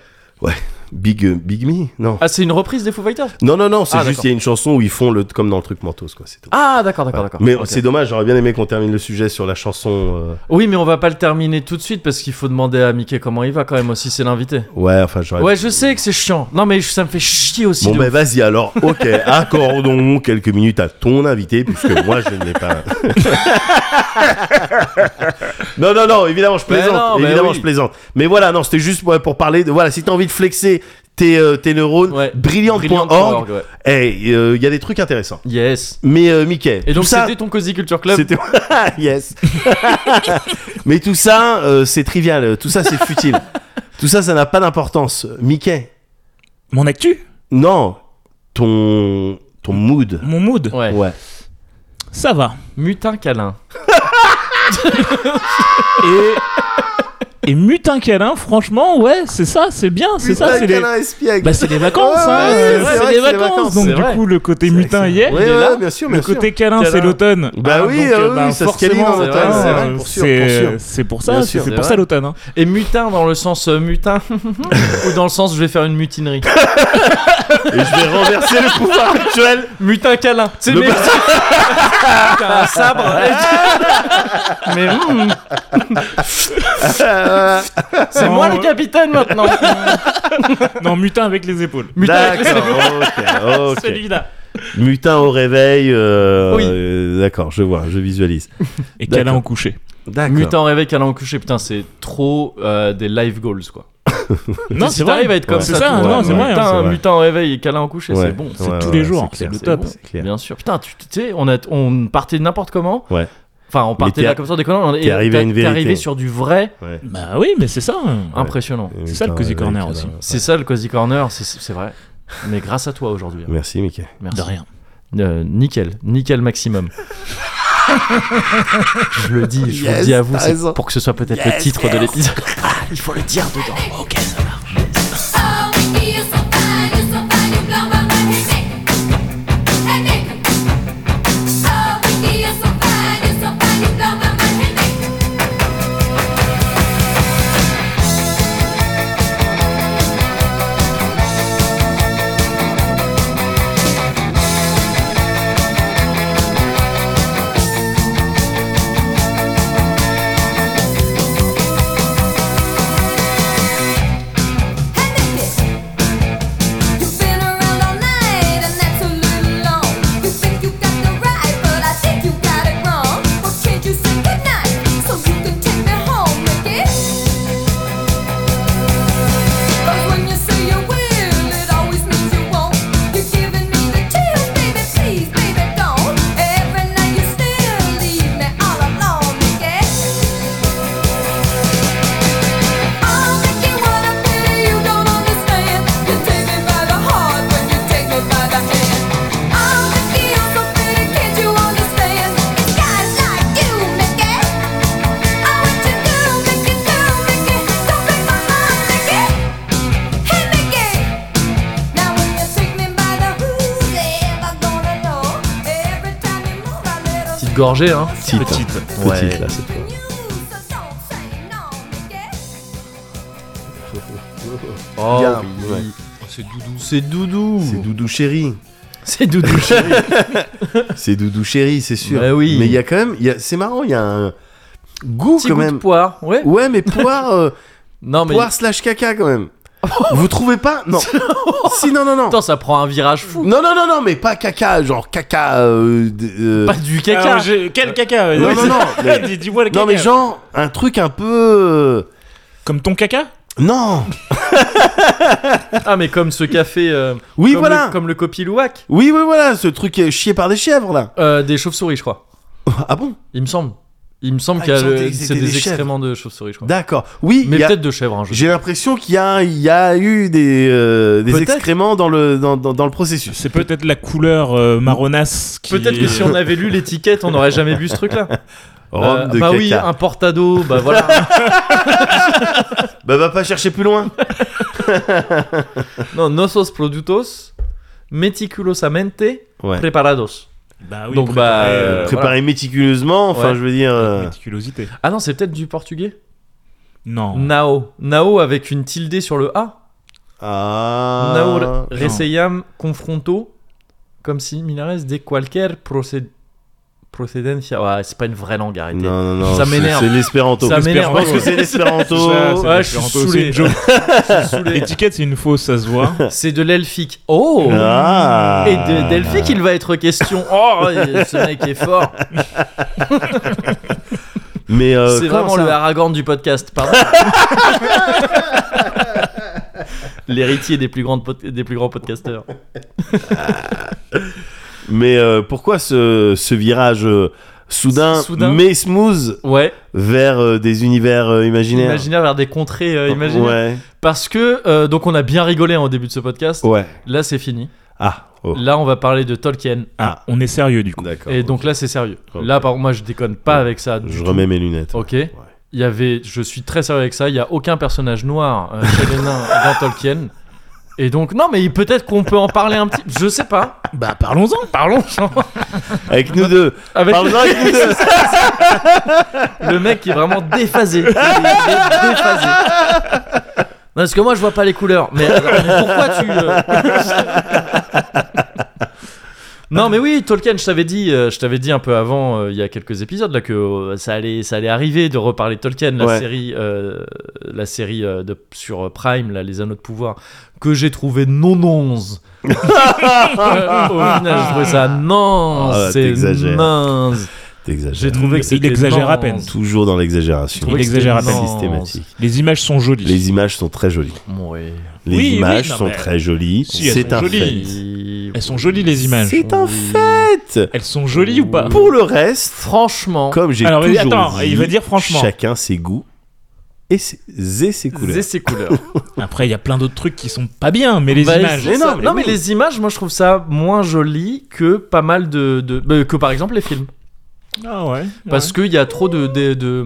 Speaker 2: Big, euh, Big Me Non.
Speaker 1: Ah, c'est une reprise des Foo Fighters
Speaker 2: Non, non, non, c'est
Speaker 1: Ah,
Speaker 2: juste
Speaker 1: d'accord.
Speaker 2: qu'il y a une chanson où ils font le, comme dans le truc Mentos, quoi. C'est tout.
Speaker 1: Ah, d'accord, d'accord,
Speaker 2: Ouais.
Speaker 1: d'accord.
Speaker 2: Mais
Speaker 1: Ok.
Speaker 2: c'est dommage, j'aurais bien aimé qu'on termine le sujet sur la chanson.
Speaker 1: Oui, mais on va pas le terminer tout de suite parce qu'il faut demander à Mickey comment il va quand même aussi, c'est l'invité.
Speaker 2: euh, Ouais, enfin, j'aurais.
Speaker 1: Ouais, je sais que c'est chiant. Non, mais je- ça me fait chier aussi.
Speaker 2: Bon
Speaker 1: de
Speaker 2: ben vas-y alors, ok, accordons quelques minutes à ton invité puisque moi je ne l'ai pas. non non non, évidemment je
Speaker 1: Mais
Speaker 2: plaisante,
Speaker 1: Ben non, mais
Speaker 2: évidemment
Speaker 1: oui.
Speaker 2: je plaisante. Mais voilà, non c'était juste pour, pour parler de voilà si t'as envie de flexer tes, euh, tes neurones,
Speaker 1: Ouais.
Speaker 2: brillant.org,
Speaker 1: Brilliant point org, ouais.
Speaker 2: eh il y a des trucs intéressants.
Speaker 1: Yes.
Speaker 2: Mais euh, Mickey,
Speaker 1: Et
Speaker 2: tout
Speaker 1: donc,
Speaker 2: ça,
Speaker 1: c'était ton Cozy Culture Club.
Speaker 2: C'était yes. Mais tout ça, euh, c'est trivial. Tout ça, c'est futile. tout ça, ça n'a pas d'importance. Mickey,
Speaker 5: Mon actu
Speaker 2: non, ton ton mood.
Speaker 5: Mon mood
Speaker 1: Ouais.
Speaker 2: Ouais.
Speaker 5: Ça va.
Speaker 1: Mutin câlin.
Speaker 5: Et. Et mutin câlin, franchement, ouais, c'est ça, c'est bien, c'est ça, c'est les. Bah, c'est les vacances, hein,
Speaker 2: Ouais,
Speaker 5: euh,
Speaker 2: c'est
Speaker 5: c'est
Speaker 2: vrai
Speaker 5: des
Speaker 2: que c'est les
Speaker 5: vacances.
Speaker 2: vacances,
Speaker 5: Donc,
Speaker 1: c'est
Speaker 5: du
Speaker 1: vrai.
Speaker 5: coup, le côté mutin y est.
Speaker 2: Ouais,
Speaker 5: il est
Speaker 2: ouais,
Speaker 5: là.
Speaker 2: bien sûr,
Speaker 5: Le
Speaker 2: bien sûr.
Speaker 5: côté câlin, c'est
Speaker 1: Câlin.
Speaker 5: l'automne.
Speaker 2: Bah oui,
Speaker 5: donc,
Speaker 2: euh,
Speaker 5: euh,
Speaker 2: oui,
Speaker 5: bah,
Speaker 2: ça se câline
Speaker 5: forcément,
Speaker 2: en
Speaker 5: c'est
Speaker 1: automne,
Speaker 5: vrai,
Speaker 1: c'est
Speaker 5: euh,
Speaker 1: vrai,
Speaker 2: pour sûr,
Speaker 5: c'est-
Speaker 2: pour sûr.
Speaker 5: C'est pour
Speaker 2: Bien
Speaker 5: ça, c'est
Speaker 2: sûr,
Speaker 5: c'est
Speaker 1: c'est
Speaker 5: pour ça
Speaker 1: vrai.
Speaker 5: l'automne. hein.
Speaker 1: Et mutin dans le sens euh, mutin ou dans le sens je vais faire une mutinerie.
Speaker 2: Et je vais renverser le pouvoir actuel.
Speaker 1: Mutin câlin. C'est
Speaker 2: Le
Speaker 1: mec qui a un sabre. mais hum, c'est moi le capitaine maintenant.
Speaker 5: Non, mutin avec les épaules.
Speaker 1: Mutin avec les
Speaker 2: D'accord. ok, ok.
Speaker 5: Celui-là.
Speaker 2: Mutin au réveil. euh,
Speaker 1: Oui.
Speaker 2: euh, D'accord, je vois, je visualise.
Speaker 5: Et câlin
Speaker 2: D'accord.
Speaker 5: au coucher.
Speaker 2: D'accord.
Speaker 1: Mutant réveil câlin au coucher, putain, c'est trop euh, des live goals quoi.
Speaker 5: Non,
Speaker 1: si
Speaker 5: c'est
Speaker 1: t'arrives
Speaker 5: vrai.
Speaker 1: à être comme
Speaker 2: Ouais.
Speaker 1: ça,
Speaker 5: C'est ça,
Speaker 1: tout le
Speaker 5: non,
Speaker 1: temps,
Speaker 5: c'est vrai, hein.
Speaker 1: Putain,
Speaker 2: c'est vrai.
Speaker 1: mutant en réveil et câlin au coucher,
Speaker 2: Ouais.
Speaker 1: c'est bon,
Speaker 2: Ouais,
Speaker 5: tous
Speaker 2: ouais,
Speaker 5: les
Speaker 2: ouais,
Speaker 5: jours,
Speaker 2: clair,
Speaker 5: c'est le top.
Speaker 2: bon, c'est clair.
Speaker 1: bien sûr. Putain, tu tu sais, on, a, on partait n'importe comment.
Speaker 2: Ouais.
Speaker 1: Enfin, on partait
Speaker 2: t'es-
Speaker 1: là comme ça, déconnant. on est-
Speaker 2: t'es arrivé à une vérité.
Speaker 1: arrivé sur du vrai,
Speaker 2: Ouais.
Speaker 5: Bah oui, mais c'est ça.
Speaker 1: impressionnant.
Speaker 5: C'est ça, le
Speaker 2: Mutin
Speaker 5: Cozy
Speaker 2: au réveil,
Speaker 5: Corner
Speaker 2: câlin.
Speaker 5: aussi.
Speaker 1: C'est ça le Cozy Corner, c'est- c'est vrai. Mais grâce à toi aujourd'hui. hein.
Speaker 2: Merci Mickey.
Speaker 1: Merci.
Speaker 5: De rien.
Speaker 1: Euh, nickel, nickel maximum. je le dis, je vous le
Speaker 2: Yes,
Speaker 1: dis à vous,
Speaker 2: t'as
Speaker 1: c'est
Speaker 2: raison.
Speaker 1: pour que ce soit peut-être le titre de l'épisode. Ah, il faut le dire dedans. Oh, Ok, ça va.
Speaker 7: You're so fine, you're so fine, you blow my mind. Hey, Nick. Hey, Nick. Oh, Vicky, you're so fine, you're so fine, you blow my mind. Hey, Nick. You've been around all night and that's a little long. You think you got the right, but I think you got it wrong. Well, can't you say goodnight so you can take me home, Mickey? 'Cause when you say you will, it always means you won't. You're giving me the chills, baby. Please, baby, don't. Every night you still leave me all alone, Mickey. Oh, Mickey, what a pity you don't understand. You take me by the heart when you take me by the hand. Oh, Mickey, I'm so pretty, can't you understand? It's guys like you, Mickey. Oh, what you do, Mickey, do, Mickey, don't break my heart, Mickey. Hey, Mickey. Now when you take me by the who's ever gonna know? Every time you move, I let us
Speaker 1: Petite gorgée, hein.
Speaker 7: Petite.
Speaker 1: Ouais.
Speaker 2: Petite là, c'est
Speaker 7: news, so don't say no, Mickey.
Speaker 1: Oh,
Speaker 2: Bien,
Speaker 1: oui.
Speaker 2: ouais.
Speaker 1: Oh, C'est doudou. C'est doudou.
Speaker 2: C'est Doudou Chéri.
Speaker 1: C'est doudou.
Speaker 2: C'est Doudou Chéri, c'est sûr.
Speaker 1: Bah oui.
Speaker 2: Mais il y a quand même, il y a- c'est marrant, il y a un goût
Speaker 1: Petit
Speaker 2: quand
Speaker 1: goût de
Speaker 2: même.
Speaker 1: poire, ouais.
Speaker 2: Ouais, mais poire, euh,
Speaker 1: Non mais Oh.
Speaker 2: poire slash caca quand même. Vous trouvez pas Non. si, non, non, non.
Speaker 1: attends, ça prend un virage fou.
Speaker 2: Non, non, non, non, mais pas caca, genre caca. euh, d- euh,
Speaker 1: Pas du
Speaker 5: Ah,
Speaker 1: caca.
Speaker 5: j'ai- Quel caca ouais,
Speaker 2: Non,
Speaker 5: ouais,
Speaker 2: non,
Speaker 5: c'est-
Speaker 2: non, mais-
Speaker 5: Dis-moi le caca.
Speaker 2: Non, mais genre, un truc un peu. euh,
Speaker 5: Comme ton caca
Speaker 2: Non.
Speaker 1: ah mais comme ce café. euh,
Speaker 2: Oui,
Speaker 1: comme
Speaker 2: voilà.
Speaker 1: le- comme le copilouac.
Speaker 2: Oui, oui, voilà, ce truc euh, chié par des chèvres là.
Speaker 1: Euh, des chauves-souris, je crois.
Speaker 2: Ah bon
Speaker 1: Il me semble. Il me semble
Speaker 2: Ah,
Speaker 1: qu'il y a
Speaker 2: ils ont
Speaker 1: le-
Speaker 2: des-
Speaker 1: c'est
Speaker 2: des-
Speaker 1: des,
Speaker 2: des chèvres.
Speaker 1: excréments de chauve-souris, je crois.
Speaker 2: D'accord. Oui,
Speaker 1: Mais
Speaker 2: il y a-
Speaker 1: peut-être de chèvres, hein, je-
Speaker 2: j'ai l'impression qu'il y a, il y a eu des, euh, des
Speaker 1: Peut-être.
Speaker 2: excréments dans le, dans, dans- dans le processus.
Speaker 5: C'est peut-être la couleur euh, marronasse qui.
Speaker 1: Peut-être que si on avait lu l'étiquette, on n'aurait jamais vu ce truc-là.
Speaker 2: Rhum
Speaker 1: Euh,
Speaker 2: de
Speaker 1: bah
Speaker 2: caca.
Speaker 1: oui, un portado, bah voilà.
Speaker 2: Bah va pas chercher plus loin.
Speaker 1: non, nosos productos meticulosamente
Speaker 2: Ouais.
Speaker 1: preparados.
Speaker 5: Bah oui,
Speaker 1: Donc,
Speaker 5: pré-
Speaker 1: bah,
Speaker 5: euh,
Speaker 1: euh,
Speaker 2: Préparé méticuleusement, enfin
Speaker 1: Ouais.
Speaker 2: je veux dire. euh,
Speaker 5: méticulosité.
Speaker 1: Ah non, c'est peut-être du portugais.
Speaker 5: Non.
Speaker 1: Nao. Nao avec une tilde sur le A.
Speaker 2: Ah.
Speaker 1: Nao reseiam confronto, comme si Minares de qualquer proced... procedencia. Ouais, c'est pas une vraie langue, arrêtez.
Speaker 2: Non, non, non.
Speaker 1: Ça
Speaker 2: c'est-
Speaker 1: m'énerve.
Speaker 2: C'est l'espéranto.
Speaker 1: Ça m'énerve.
Speaker 2: Je pense que c'est l'espéranto.
Speaker 5: Ça, c'est-
Speaker 1: Ouais, je suis
Speaker 5: Esperanto,
Speaker 1: saoulé.
Speaker 5: c'est une
Speaker 1: Je suis saoulé.
Speaker 5: L'étiquette, c'est une fausse, ça se voit.
Speaker 1: C'est de l'elfique. Oh
Speaker 2: Ah.
Speaker 1: Et de d'elfique, il va être question. Oh, ce mec est fort.
Speaker 2: Mais euh,
Speaker 1: c'est
Speaker 2: comment
Speaker 1: vraiment
Speaker 2: ça
Speaker 1: le Aragorn du podcast, pardon. L'héritier des plus, grandes pod- des plus grands podcasteurs.
Speaker 2: Mais euh, pourquoi ce, ce virage euh, soudain,
Speaker 1: Soudain.
Speaker 2: mais smooth
Speaker 1: Ouais,
Speaker 2: vers euh, des univers euh, imaginaires
Speaker 1: imaginaire vers des contrées euh, imaginaires.
Speaker 2: Ouais.
Speaker 1: Parce que, euh, donc on a bien rigolé hein, au début de ce podcast.
Speaker 2: Ouais.
Speaker 1: Là, c'est fini.
Speaker 2: Ah. oh.
Speaker 1: Là, on va parler de Tolkien.
Speaker 5: Ah, on est sérieux du coup.
Speaker 2: D'accord.
Speaker 1: Et donc là, c'est sérieux.
Speaker 2: Ok.
Speaker 1: Là, par contre, moi, je déconne pas
Speaker 2: Ouais.
Speaker 1: avec ça. du
Speaker 2: je
Speaker 1: tout.
Speaker 2: remets mes lunettes.
Speaker 1: Ok. Il y avait, je suis très sérieux avec ça. Il y a aucun personnage noir euh, chez les nains dans Tolkien. Et donc non, mais peut-être qu'on peut en parler un petit. Je sais pas.
Speaker 5: Bah parlons-en.
Speaker 1: Parlons.
Speaker 2: Avec nous deux.
Speaker 1: Avec
Speaker 2: Parlons avec nous deux.
Speaker 1: le mec qui est vraiment déphasé. Il est- il est déphasé. Non, parce que moi je vois pas les couleurs. Mais, alors, mais pourquoi tu. euh, non, mais oui, Tolkien, je t'avais dit, euh, je t'avais dit un peu avant, euh, il y a quelques épisodes là que euh, ça allait, ça allait arriver de reparler de Tolkien, la
Speaker 2: Ouais.
Speaker 1: série, euh, la série euh, de, sur euh, Prime, là, les Anneaux de pouvoir, que j'ai trouvé non nonze. Euh, Au final, j'ai trouvé ça non,
Speaker 2: Ah,
Speaker 1: c'est
Speaker 2: t'exagères.
Speaker 1: mince. J'ai
Speaker 2: T'exagères.
Speaker 1: trouvé que
Speaker 5: Il
Speaker 1: c'était
Speaker 5: exagère à
Speaker 1: dense.
Speaker 5: peine.
Speaker 2: Toujours dans l'exagération.
Speaker 5: Il exagère à peine.
Speaker 1: dense.
Speaker 2: Systématique.
Speaker 5: Les images sont jolies.
Speaker 2: Les images sont très jolies.
Speaker 1: Oui.
Speaker 2: Les
Speaker 5: Oui, oui,
Speaker 2: images
Speaker 5: non,
Speaker 2: sont
Speaker 5: mais-
Speaker 2: très jolies.
Speaker 5: Si, elles
Speaker 2: c'est
Speaker 5: sont
Speaker 2: un
Speaker 5: jolies. Elles sont jolies les
Speaker 2: fait.
Speaker 5: images.
Speaker 2: C'est un
Speaker 1: Oui.
Speaker 2: fait.
Speaker 5: Elles sont jolies ou pas
Speaker 2: Pour le reste,
Speaker 1: Franchement,
Speaker 2: comme j'ai
Speaker 5: Alors,
Speaker 2: toujours
Speaker 5: vas-y, attends,
Speaker 2: dit,
Speaker 5: il va dire franchement.
Speaker 2: chacun ses goûts et ses, et ses couleurs.
Speaker 1: c'est ses couleurs.
Speaker 5: Après, il y a plein d'autres trucs qui sont pas bien, mais les
Speaker 1: Bah,
Speaker 5: images.
Speaker 1: c'est ça.
Speaker 2: mais
Speaker 1: non, mais
Speaker 2: oui.
Speaker 1: les images, moi je trouve ça moins joli que pas mal de. de- bah, que par exemple les films.
Speaker 5: Ah ouais.
Speaker 1: Parce qu'il y a trop de. de, de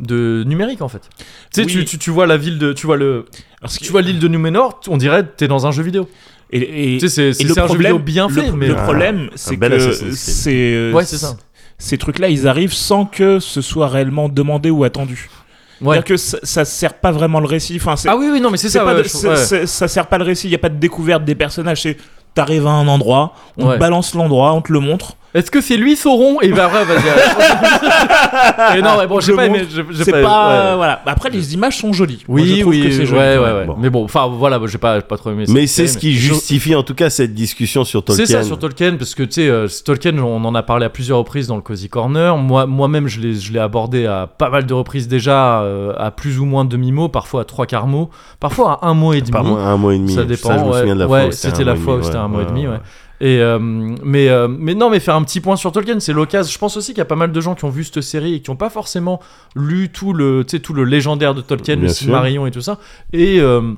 Speaker 1: de numérique en fait. Tu sais,
Speaker 5: Oui.
Speaker 1: tu, tu, tu vois la ville de, tu vois le,
Speaker 5: Parce que-
Speaker 1: tu vois l'île de Numénor, on dirait t'es dans un jeu vidéo.
Speaker 5: Et, et-
Speaker 1: Tu sais, c'est-
Speaker 5: et
Speaker 1: c'est c'est un jeu vidéo bien
Speaker 5: le-
Speaker 1: fait,
Speaker 5: le,
Speaker 1: mais
Speaker 5: problème, c'est
Speaker 2: Ah, bel
Speaker 5: que
Speaker 2: Assassin's Creed.
Speaker 5: c'est euh,
Speaker 1: ouais c'est ça.
Speaker 5: Ces trucs-là, ils arrivent sans que ce soit réellement demandé ou attendu.
Speaker 1: euh, Ouais.
Speaker 5: C'est-à-dire que ça, ça sert pas vraiment le récit. Enfin, c'est-
Speaker 1: Ah oui oui non mais c'est
Speaker 5: c'est
Speaker 1: ça.
Speaker 5: pas
Speaker 1: ouais,
Speaker 5: de-
Speaker 1: je-
Speaker 5: c'est-
Speaker 1: ouais.
Speaker 5: c'est- ça sert pas le récit. Il y a pas de découverte des personnages. C'est t'arrives à un endroit, on
Speaker 1: Ouais.
Speaker 5: te balance l'endroit, on te le montre.
Speaker 1: Est-ce que c'est lui Sauron Et bah ouais vas-y. Et non mais bon j'ai
Speaker 5: Je
Speaker 1: pas aimé.
Speaker 5: montre.
Speaker 1: j'ai- j'ai
Speaker 5: C'est pas,
Speaker 1: ouais.
Speaker 5: voilà. Après, les images sont jolies. Moi, je
Speaker 1: Oui,
Speaker 5: trouve
Speaker 1: oui,
Speaker 5: que c'est joli.
Speaker 1: ouais,
Speaker 5: quand
Speaker 1: ouais,
Speaker 5: même.
Speaker 1: ouais.
Speaker 2: Bon.
Speaker 1: Mais bon, enfin, voilà, bah, j'ai pas, j'ai pas trop aimé.
Speaker 2: Mais
Speaker 1: cette
Speaker 2: c'est
Speaker 1: série,
Speaker 2: ce
Speaker 1: mais-
Speaker 2: qui justifie en tout cas cette discussion sur Tolkien.
Speaker 1: C'est ça sur Tolkien, parce que tu sais, euh, c'est Tolkien, on en a parlé à plusieurs reprises dans le Cozy Corner. Moi- Moi-même, je l'ai je l'ai abordé à pas mal de reprises déjà, euh, à plus ou moins demi-mot, parfois à trois quarts mot, parfois à un mot et demi.
Speaker 2: Pardon, un mois et demi.
Speaker 1: Ça dépend.
Speaker 2: je me
Speaker 1: ouais.
Speaker 2: souviens de la
Speaker 1: Ouais,
Speaker 2: fois où
Speaker 1: c'était
Speaker 2: un
Speaker 1: la
Speaker 2: mois et
Speaker 1: fois où
Speaker 2: demi,
Speaker 1: c'était un mois et demi, ouais. Et euh, mais euh, mais non mais faire un petit point sur Tolkien c'est l'occasion je pense aussi qu'il y a pas mal de gens qui ont vu cette série et qui ont pas forcément lu tout le tu sais, tout le légendaire de Tolkien
Speaker 2: Bien
Speaker 1: le
Speaker 2: sûr.
Speaker 1: Silmarillion et tout ça et euh,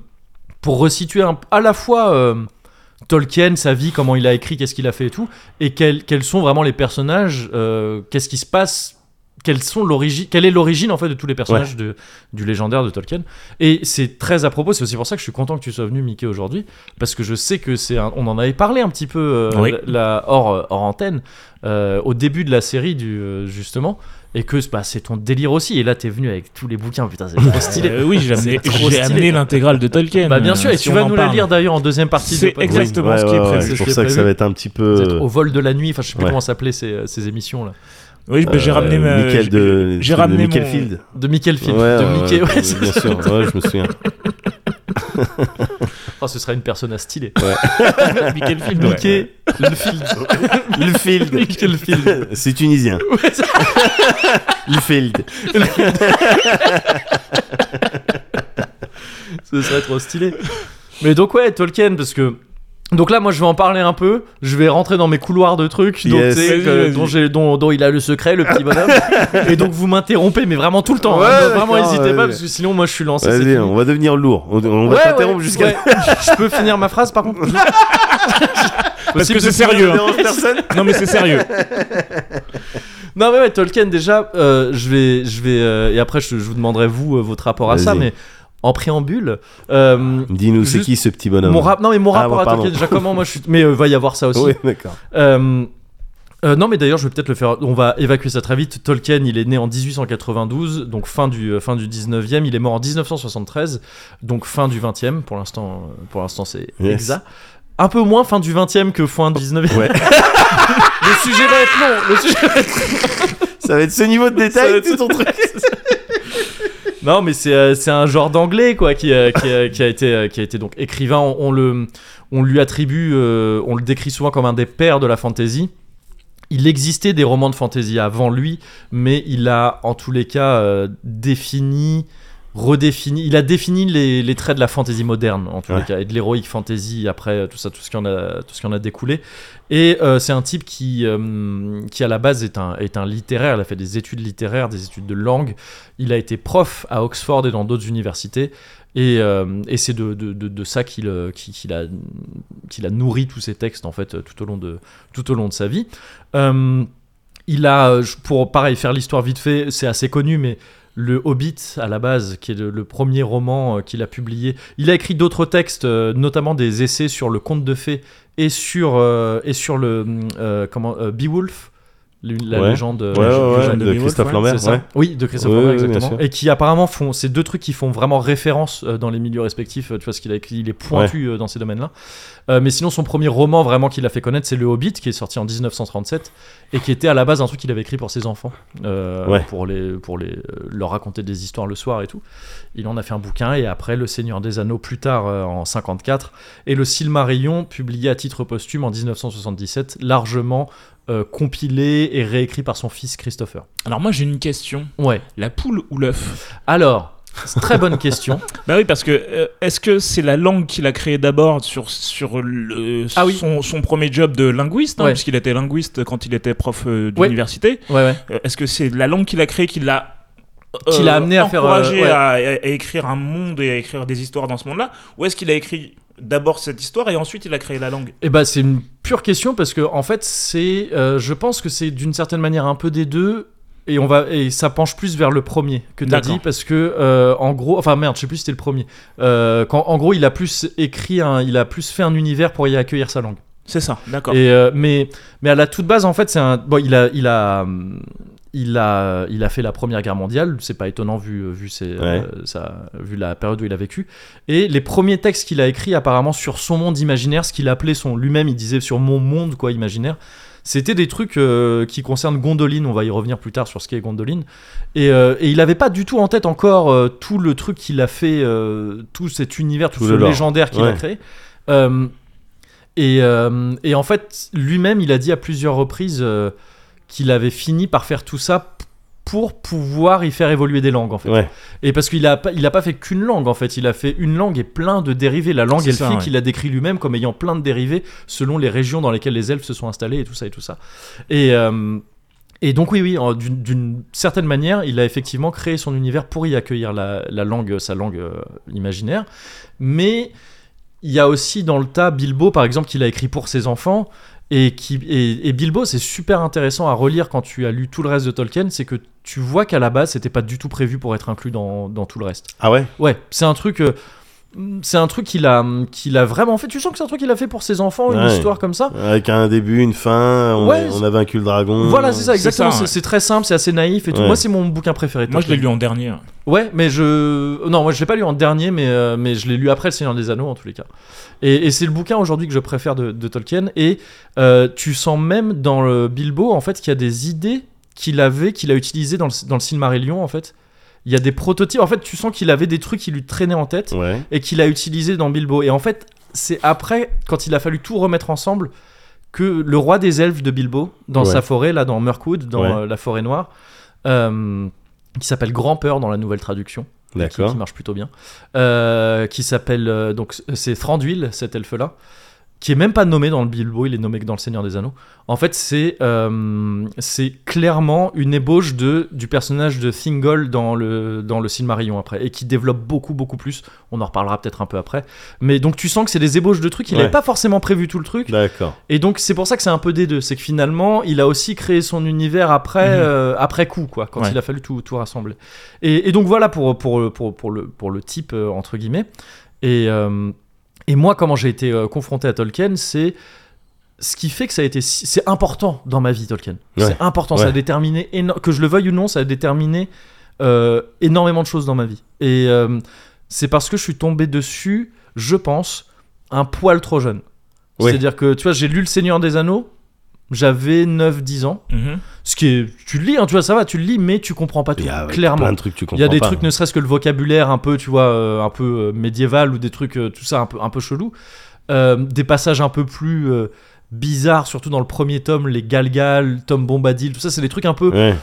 Speaker 1: pour resituer un- à la fois euh, Tolkien sa vie comment il a écrit qu'est-ce qu'il a fait et tout et quels, quels sont vraiment les personnages euh, qu'est-ce qui se passe quelles sont l'origine quelle est l'origine en fait de tous les personnages de, du légendaire de Tolkien et c'est très à propos c'est aussi pour ça que je suis content que tu sois venu Mickey aujourd'hui parce que je sais que c'est un- on en avait parlé un petit peu euh,
Speaker 5: Oui.
Speaker 1: la, la- hors, euh, hors antenne euh, au début de la série du euh, justement et que bah, c'est ton délire aussi et là t'es venu avec tous les bouquins putain c'est trop stylé
Speaker 5: Euh, oui, j'ai amené,
Speaker 1: C'est trop
Speaker 5: j'ai
Speaker 1: stylé.
Speaker 5: amené l'intégrale de Tolkien.
Speaker 1: bah bien sûr
Speaker 5: euh,
Speaker 1: et
Speaker 5: si
Speaker 1: tu
Speaker 5: on
Speaker 1: vas
Speaker 5: en
Speaker 1: nous la
Speaker 5: parle.
Speaker 1: lire d'ailleurs en deuxième partie
Speaker 5: C'est
Speaker 1: de podcast.
Speaker 5: exact. Exactement
Speaker 2: Ouais,
Speaker 5: ce qui est
Speaker 2: ouais, ouais,
Speaker 5: prévu.
Speaker 2: C'est pour
Speaker 1: C'est
Speaker 2: ça que ça
Speaker 1: prévu.
Speaker 2: va être un petit
Speaker 1: Vous
Speaker 2: peu. euh,
Speaker 1: êtes au vol de la nuit enfin je sais plus
Speaker 2: Ouais.
Speaker 1: comment s'appelaient ces, euh, ces émissions là
Speaker 5: Oui, bah, j'ai
Speaker 2: euh,
Speaker 5: ramené ma.
Speaker 2: Michael de,
Speaker 5: j'ai
Speaker 2: de
Speaker 5: ramené mon-
Speaker 2: Michael Field.
Speaker 1: de Michael Field
Speaker 2: Ouais,
Speaker 1: de
Speaker 2: ouais,
Speaker 1: Mickey
Speaker 2: ouais,
Speaker 1: ouais,
Speaker 2: bien
Speaker 1: c'est-
Speaker 2: sûr, ouais, je me souviens.
Speaker 1: Oh, ce sera une personne à stylée
Speaker 5: Michael Field, ouais.
Speaker 1: Mickey le Field
Speaker 2: Le Field.
Speaker 1: Mickey le Field
Speaker 2: C'est tunisien.
Speaker 1: Ouais, ça-
Speaker 2: Le Field.
Speaker 1: ce serait trop stylé mais donc ouais Tolkien parce que Donc là, moi, je vais en parler un peu. Je vais rentrer dans mes couloirs de trucs donc,
Speaker 2: Yes.
Speaker 1: tu sais,
Speaker 3: Vas-y,
Speaker 1: que-
Speaker 3: vas-y.
Speaker 1: dont, j'ai- dont- dont il a le secret, le petit bonhomme. et donc, vous m'interrompez, mais vraiment tout le temps. hein.
Speaker 2: Ouais,
Speaker 1: Donc, vraiment,
Speaker 2: d'accord,
Speaker 1: n'hésitez pas,
Speaker 2: vas-y.
Speaker 1: parce que sinon, moi, je suis lancé. c'est
Speaker 2: Vas-y,
Speaker 1: fini.
Speaker 2: on va devenir lourd. On, on va
Speaker 1: Ouais,
Speaker 2: t'interrompre
Speaker 1: ouais,
Speaker 2: jusqu'à.
Speaker 1: ouais. je peux finir ma phrase, par contre
Speaker 3: Parce que c'est sérieux.
Speaker 2: Ça
Speaker 3: hein.
Speaker 2: dérange personne
Speaker 3: Non, mais c'est sérieux.
Speaker 1: Non mais ouais, Tolkien déjà, euh, je vais, je vais, euh, et après je, je vous demanderai vous euh, votre rapport à ça,
Speaker 2: Vas-y.
Speaker 1: mais en préambule, euh,
Speaker 2: Dis-nous, c'est
Speaker 1: Juste-
Speaker 2: qui ce petit bonhomme
Speaker 1: mon rap, non mais mon
Speaker 2: Ah,
Speaker 1: rapport
Speaker 2: bon,
Speaker 1: à Tolkien
Speaker 2: pardon.
Speaker 1: déjà comment moi je suis, mais euh, va y avoir ça aussi.
Speaker 2: Oui, d'accord.
Speaker 1: Euh, euh, non mais d'ailleurs je vais peut-être le faire, on va évacuer ça très vite. Tolkien il est né en 1892, donc fin du, euh, fin du 19e, il est mort en 1973, donc fin du 20e, pour l'instant euh, pour l'instant c'est
Speaker 2: Yes.
Speaker 1: exact. Un peu moins fin du 20e que fin 19e.
Speaker 2: Ouais.
Speaker 1: le sujet va être long, le sujet va être
Speaker 2: Ça va être ce niveau de
Speaker 1: Ça va
Speaker 2: détail,
Speaker 1: être-
Speaker 2: tout ton truc.
Speaker 1: Non, mais c'est euh, c'est un genre d'anglais quoi qui, euh, qui, euh, qui a été euh, qui a été donc écrivain. On, on le on lui attribue, euh, on le décrit souvent comme un des pères de la fantasy. Il existait des romans de fantasy avant lui, mais il a en tous les cas euh, défini, redéfini. Il a défini les, les traits de la fantasy moderne en tous
Speaker 2: Ouais.
Speaker 1: les cas et de l'héroïque fantasy après euh, tout ça, tout ce qui en a tout ce qui en a découlé. Et euh, c'est un type qui, euh, qui à la base est un, est un littéraire, il a fait des études littéraires, des études de langue, il a été prof à Oxford et dans d'autres universités, et, euh, et c'est de, de- de- de ça qu'il euh, qu'il- qu'il a, qu'il a nourri tous ses textes en fait euh, tout au long de, tout au long de sa vie. Euh, il a, euh, je- pour pareil faire l'histoire vite fait, c'est assez connu, mais le Hobbit à la base, qui est le, le premier roman euh, qu'il a publié, il a écrit d'autres textes, euh, notamment des essais sur le conte de fées et sur euh, et sur le hum, euh, comment euh, Beowulf, l- la
Speaker 2: Ouais.
Speaker 1: légende, euh,
Speaker 2: Ouais,
Speaker 1: la
Speaker 2: ouais,
Speaker 1: légende
Speaker 2: ouais,
Speaker 1: de
Speaker 2: de
Speaker 1: Beowulf,
Speaker 2: Christophe
Speaker 1: ouais,
Speaker 2: Lambert,
Speaker 1: c'est ça
Speaker 2: ouais.
Speaker 1: Oui, de Christophe
Speaker 2: Ouais,
Speaker 1: Lambert
Speaker 2: ouais, bien
Speaker 1: exactement.
Speaker 2: sûr.
Speaker 1: Et qui apparemment font ces deux trucs qui font vraiment référence euh, dans les milieux respectifs. euh, Tu vois ce qu'il a écrit, il est pointu euh, dans ces domaines-là. Euh, mais sinon, son premier roman vraiment qui l'a fait connaître, c'est Le Hobbit, qui est sorti en 1937 et qui était à la base un truc qu'il avait écrit pour ses enfants, euh,
Speaker 2: Ouais.
Speaker 1: pour, les, pour les, euh, leur raconter des histoires le soir et tout. Il en a fait un bouquin et après Le Seigneur des Anneaux plus tard euh, en 54 et Le Silmarillion, publié à titre posthume en 1977, largement euh, compilé et réécrit par son fils Christopher.
Speaker 5: Alors moi j'ai une question.
Speaker 1: Ouais.
Speaker 5: La poule ou l'œuf
Speaker 1: Alors, c'est très bonne question.
Speaker 5: Bah oui parce que euh, est-ce que c'est la langue qu'il a créée d'abord sur, sur le,
Speaker 1: Ah oui.
Speaker 5: son, son premier job de linguiste, hein,
Speaker 1: Ouais.
Speaker 5: puisqu'il était linguiste quand il était prof euh,
Speaker 1: Ouais.
Speaker 5: d'université
Speaker 1: Ouais, ouais.
Speaker 5: Euh, Est-ce que c'est la langue qu'il a créée qui l'a
Speaker 1: Qui l'a amené à faire, euh,
Speaker 5: encouragé
Speaker 1: ouais.
Speaker 5: à, à- à écrire un monde et à écrire des histoires dans ce monde-là Ou est-ce qu'il a écrit d'abord cette histoire et ensuite il a créé la langue
Speaker 1: Eh ben, c'est une pure question parce que en fait, c'est, euh, je pense que c'est d'une certaine manière un peu des deux. Et, on va, et ça penche plus vers le premier que t'as
Speaker 5: D'accord.
Speaker 1: dit parce que euh, en gros enfin merde je sais plus si c'était le premier Euh, quand, en gros il a plus écrit un, il a plus fait un univers pour y accueillir sa langue
Speaker 5: C'est ça, d'accord.
Speaker 1: Et, euh, mais, mais à la toute base, en fait, c'est un. Bon, il a, il a, hum, il a, il a fait la Première Guerre mondiale. C'est pas étonnant vu, vu ses-
Speaker 2: Ouais.
Speaker 1: euh, sa- vu la période où il a vécu. Et les premiers textes qu'il a écrits, apparemment, sur son monde imaginaire, ce qu'il appelait son, lui-même, il disait sur mon monde quoi imaginaire. C'était des trucs euh, qui concernent Gondoline, on va y revenir plus tard sur ce qu'est Gondoline. Et, euh, et il n'avait pas du tout en tête encore euh, tout le truc qu'il a fait, euh, tout cet univers, tout,
Speaker 2: Tout
Speaker 1: ce
Speaker 2: le lore.
Speaker 1: légendaire qu'il a
Speaker 2: Ouais.
Speaker 1: créé. Euh, et, euh, et en fait, lui-même, il a dit à plusieurs reprises euh, qu'il avait fini par faire tout ça p- pour pouvoir y faire évoluer des langues, en fait.
Speaker 2: Ouais.
Speaker 1: Et parce qu'il a, pas- il a pas fait qu'une langue, en fait. Il a fait une langue et plein de dérivés. La langue
Speaker 5: C'est
Speaker 1: elfique,
Speaker 5: ça, ouais.
Speaker 1: il a décrit lui-même comme ayant plein de dérivés selon les régions dans lesquelles les elfes se sont installés et tout ça et tout ça. Et, euh, et donc, oui, oui, en- d'une- d'une certaine manière, il a effectivement créé son univers pour y accueillir la, la langue, sa langue euh, imaginaire. Mais il y a aussi dans le tas Bilbo, par exemple, qu'il a écrit pour ses enfants. Et, qui, et, et Bilbo, c'est super intéressant à relire quand tu as lu tout le reste de Tolkien, c'est que tu vois qu'à la base, c'était pas du tout prévu pour être inclus dans, dans tout le reste.
Speaker 2: Ah ouais
Speaker 1: Ouais, c'est un truc. euh, c'est un truc qu'il a, qu'il a vraiment fait. Tu sens que c'est un truc qu'il a fait pour ses enfants, une
Speaker 2: Ouais.
Speaker 1: histoire comme ça.
Speaker 2: Avec un début, une fin, on,
Speaker 1: Ouais,
Speaker 2: est- on a vaincu le dragon.
Speaker 1: Voilà, c'est ça,
Speaker 5: Euh, c'est
Speaker 1: exactement.
Speaker 5: ça,
Speaker 1: C'est
Speaker 5: ouais.
Speaker 1: c'est très simple, c'est assez naïf et tout.
Speaker 2: Ouais.
Speaker 1: Moi, c'est mon bouquin préféré.
Speaker 5: Moi je l'ai
Speaker 1: Tolkien.
Speaker 5: lu en dernier.
Speaker 1: Ouais, mais je. Non, moi je l'ai pas lu en dernier, mais, euh, mais je l'ai lu après Le Seigneur des Anneaux en tous les cas. Et, et c'est le bouquin aujourd'hui que je préfère de, de Tolkien. Et euh, tu sens même dans le Bilbo en fait qu'il y a des idées qu'il avait, qu'il a utilisées dans le, dans le Silmarillion en fait. Il y a des prototypes. En fait, tu sens qu'il avait des trucs qui lui traînaient en tête
Speaker 2: Ouais.
Speaker 1: et qu'il a utilisé dans Bilbo. Et en fait, c'est après, quand il a fallu tout remettre ensemble, que le roi des elfes de Bilbo, dans
Speaker 2: Ouais.
Speaker 1: sa forêt, là, dans Mirkwood, dans
Speaker 2: Ouais.
Speaker 1: euh, la forêt noire, euh, qui s'appelle Grand Peur dans la nouvelle traduction, qui,
Speaker 2: D'accord.
Speaker 1: qui marche plutôt bien, euh, qui s'appelle, euh, donc c'est Thranduil, cet elfe-là, qui est même pas nommé dans le Bilbo, il est nommé que dans le Seigneur des Anneaux. En fait, c'est euh, c'est clairement une ébauche de du personnage de Thingol dans le dans le Silmarillion après et qui développe beaucoup beaucoup plus. On en reparlera peut-être un peu après. Mais donc tu sens que c'est des ébauches de trucs, il
Speaker 2: Ouais.
Speaker 1: n'avait pas forcément prévu tout le truc.
Speaker 2: D'accord.
Speaker 1: Et donc c'est pour ça que c'est un peu des deux, c'est que finalement il a aussi créé son univers après
Speaker 2: Mhm.
Speaker 1: euh, après coup quoi, quand
Speaker 8: Ouais.
Speaker 1: il a fallu tout, tout rassembler. Et, et donc voilà pour pour pour pour le pour le type euh, entre guillemets. Et euh, et moi comment j'ai été euh, confronté à Tolkien, c'est ce qui fait que ça a été si- c'est important dans ma vie Tolkien.
Speaker 2: Ouais.
Speaker 1: C'est important, ça
Speaker 2: Ouais.
Speaker 1: a déterminé éno- que je le veuille ou non, ça a déterminé euh, énormément de choses dans ma vie. Et euh, c'est parce que je suis tombé dessus, je pense, un poil trop jeune.
Speaker 2: Oui.
Speaker 1: C'est-à-dire que, tu vois, j'ai lu Le Seigneur des Anneaux, j'avais 9-10 ans.
Speaker 8: Mhm.
Speaker 1: Ce qui est. Tu le lis, hein, tu vois, ça va, tu le lis, mais tu comprends pas tout,
Speaker 2: Il y a
Speaker 1: clairement.
Speaker 2: plein de trucs que tu comprends
Speaker 1: Il y a des
Speaker 2: pas.
Speaker 1: trucs, ne serait-ce que le vocabulaire un peu, tu vois, euh, un peu euh, médiéval ou des trucs, euh, tout ça, un peu, un peu chelou. Euh, des passages un peu plus euh, bizarres, surtout dans le premier tome, les Galgal, Tom Bombadil, tout ça, c'est des trucs un peu.
Speaker 2: Ouais,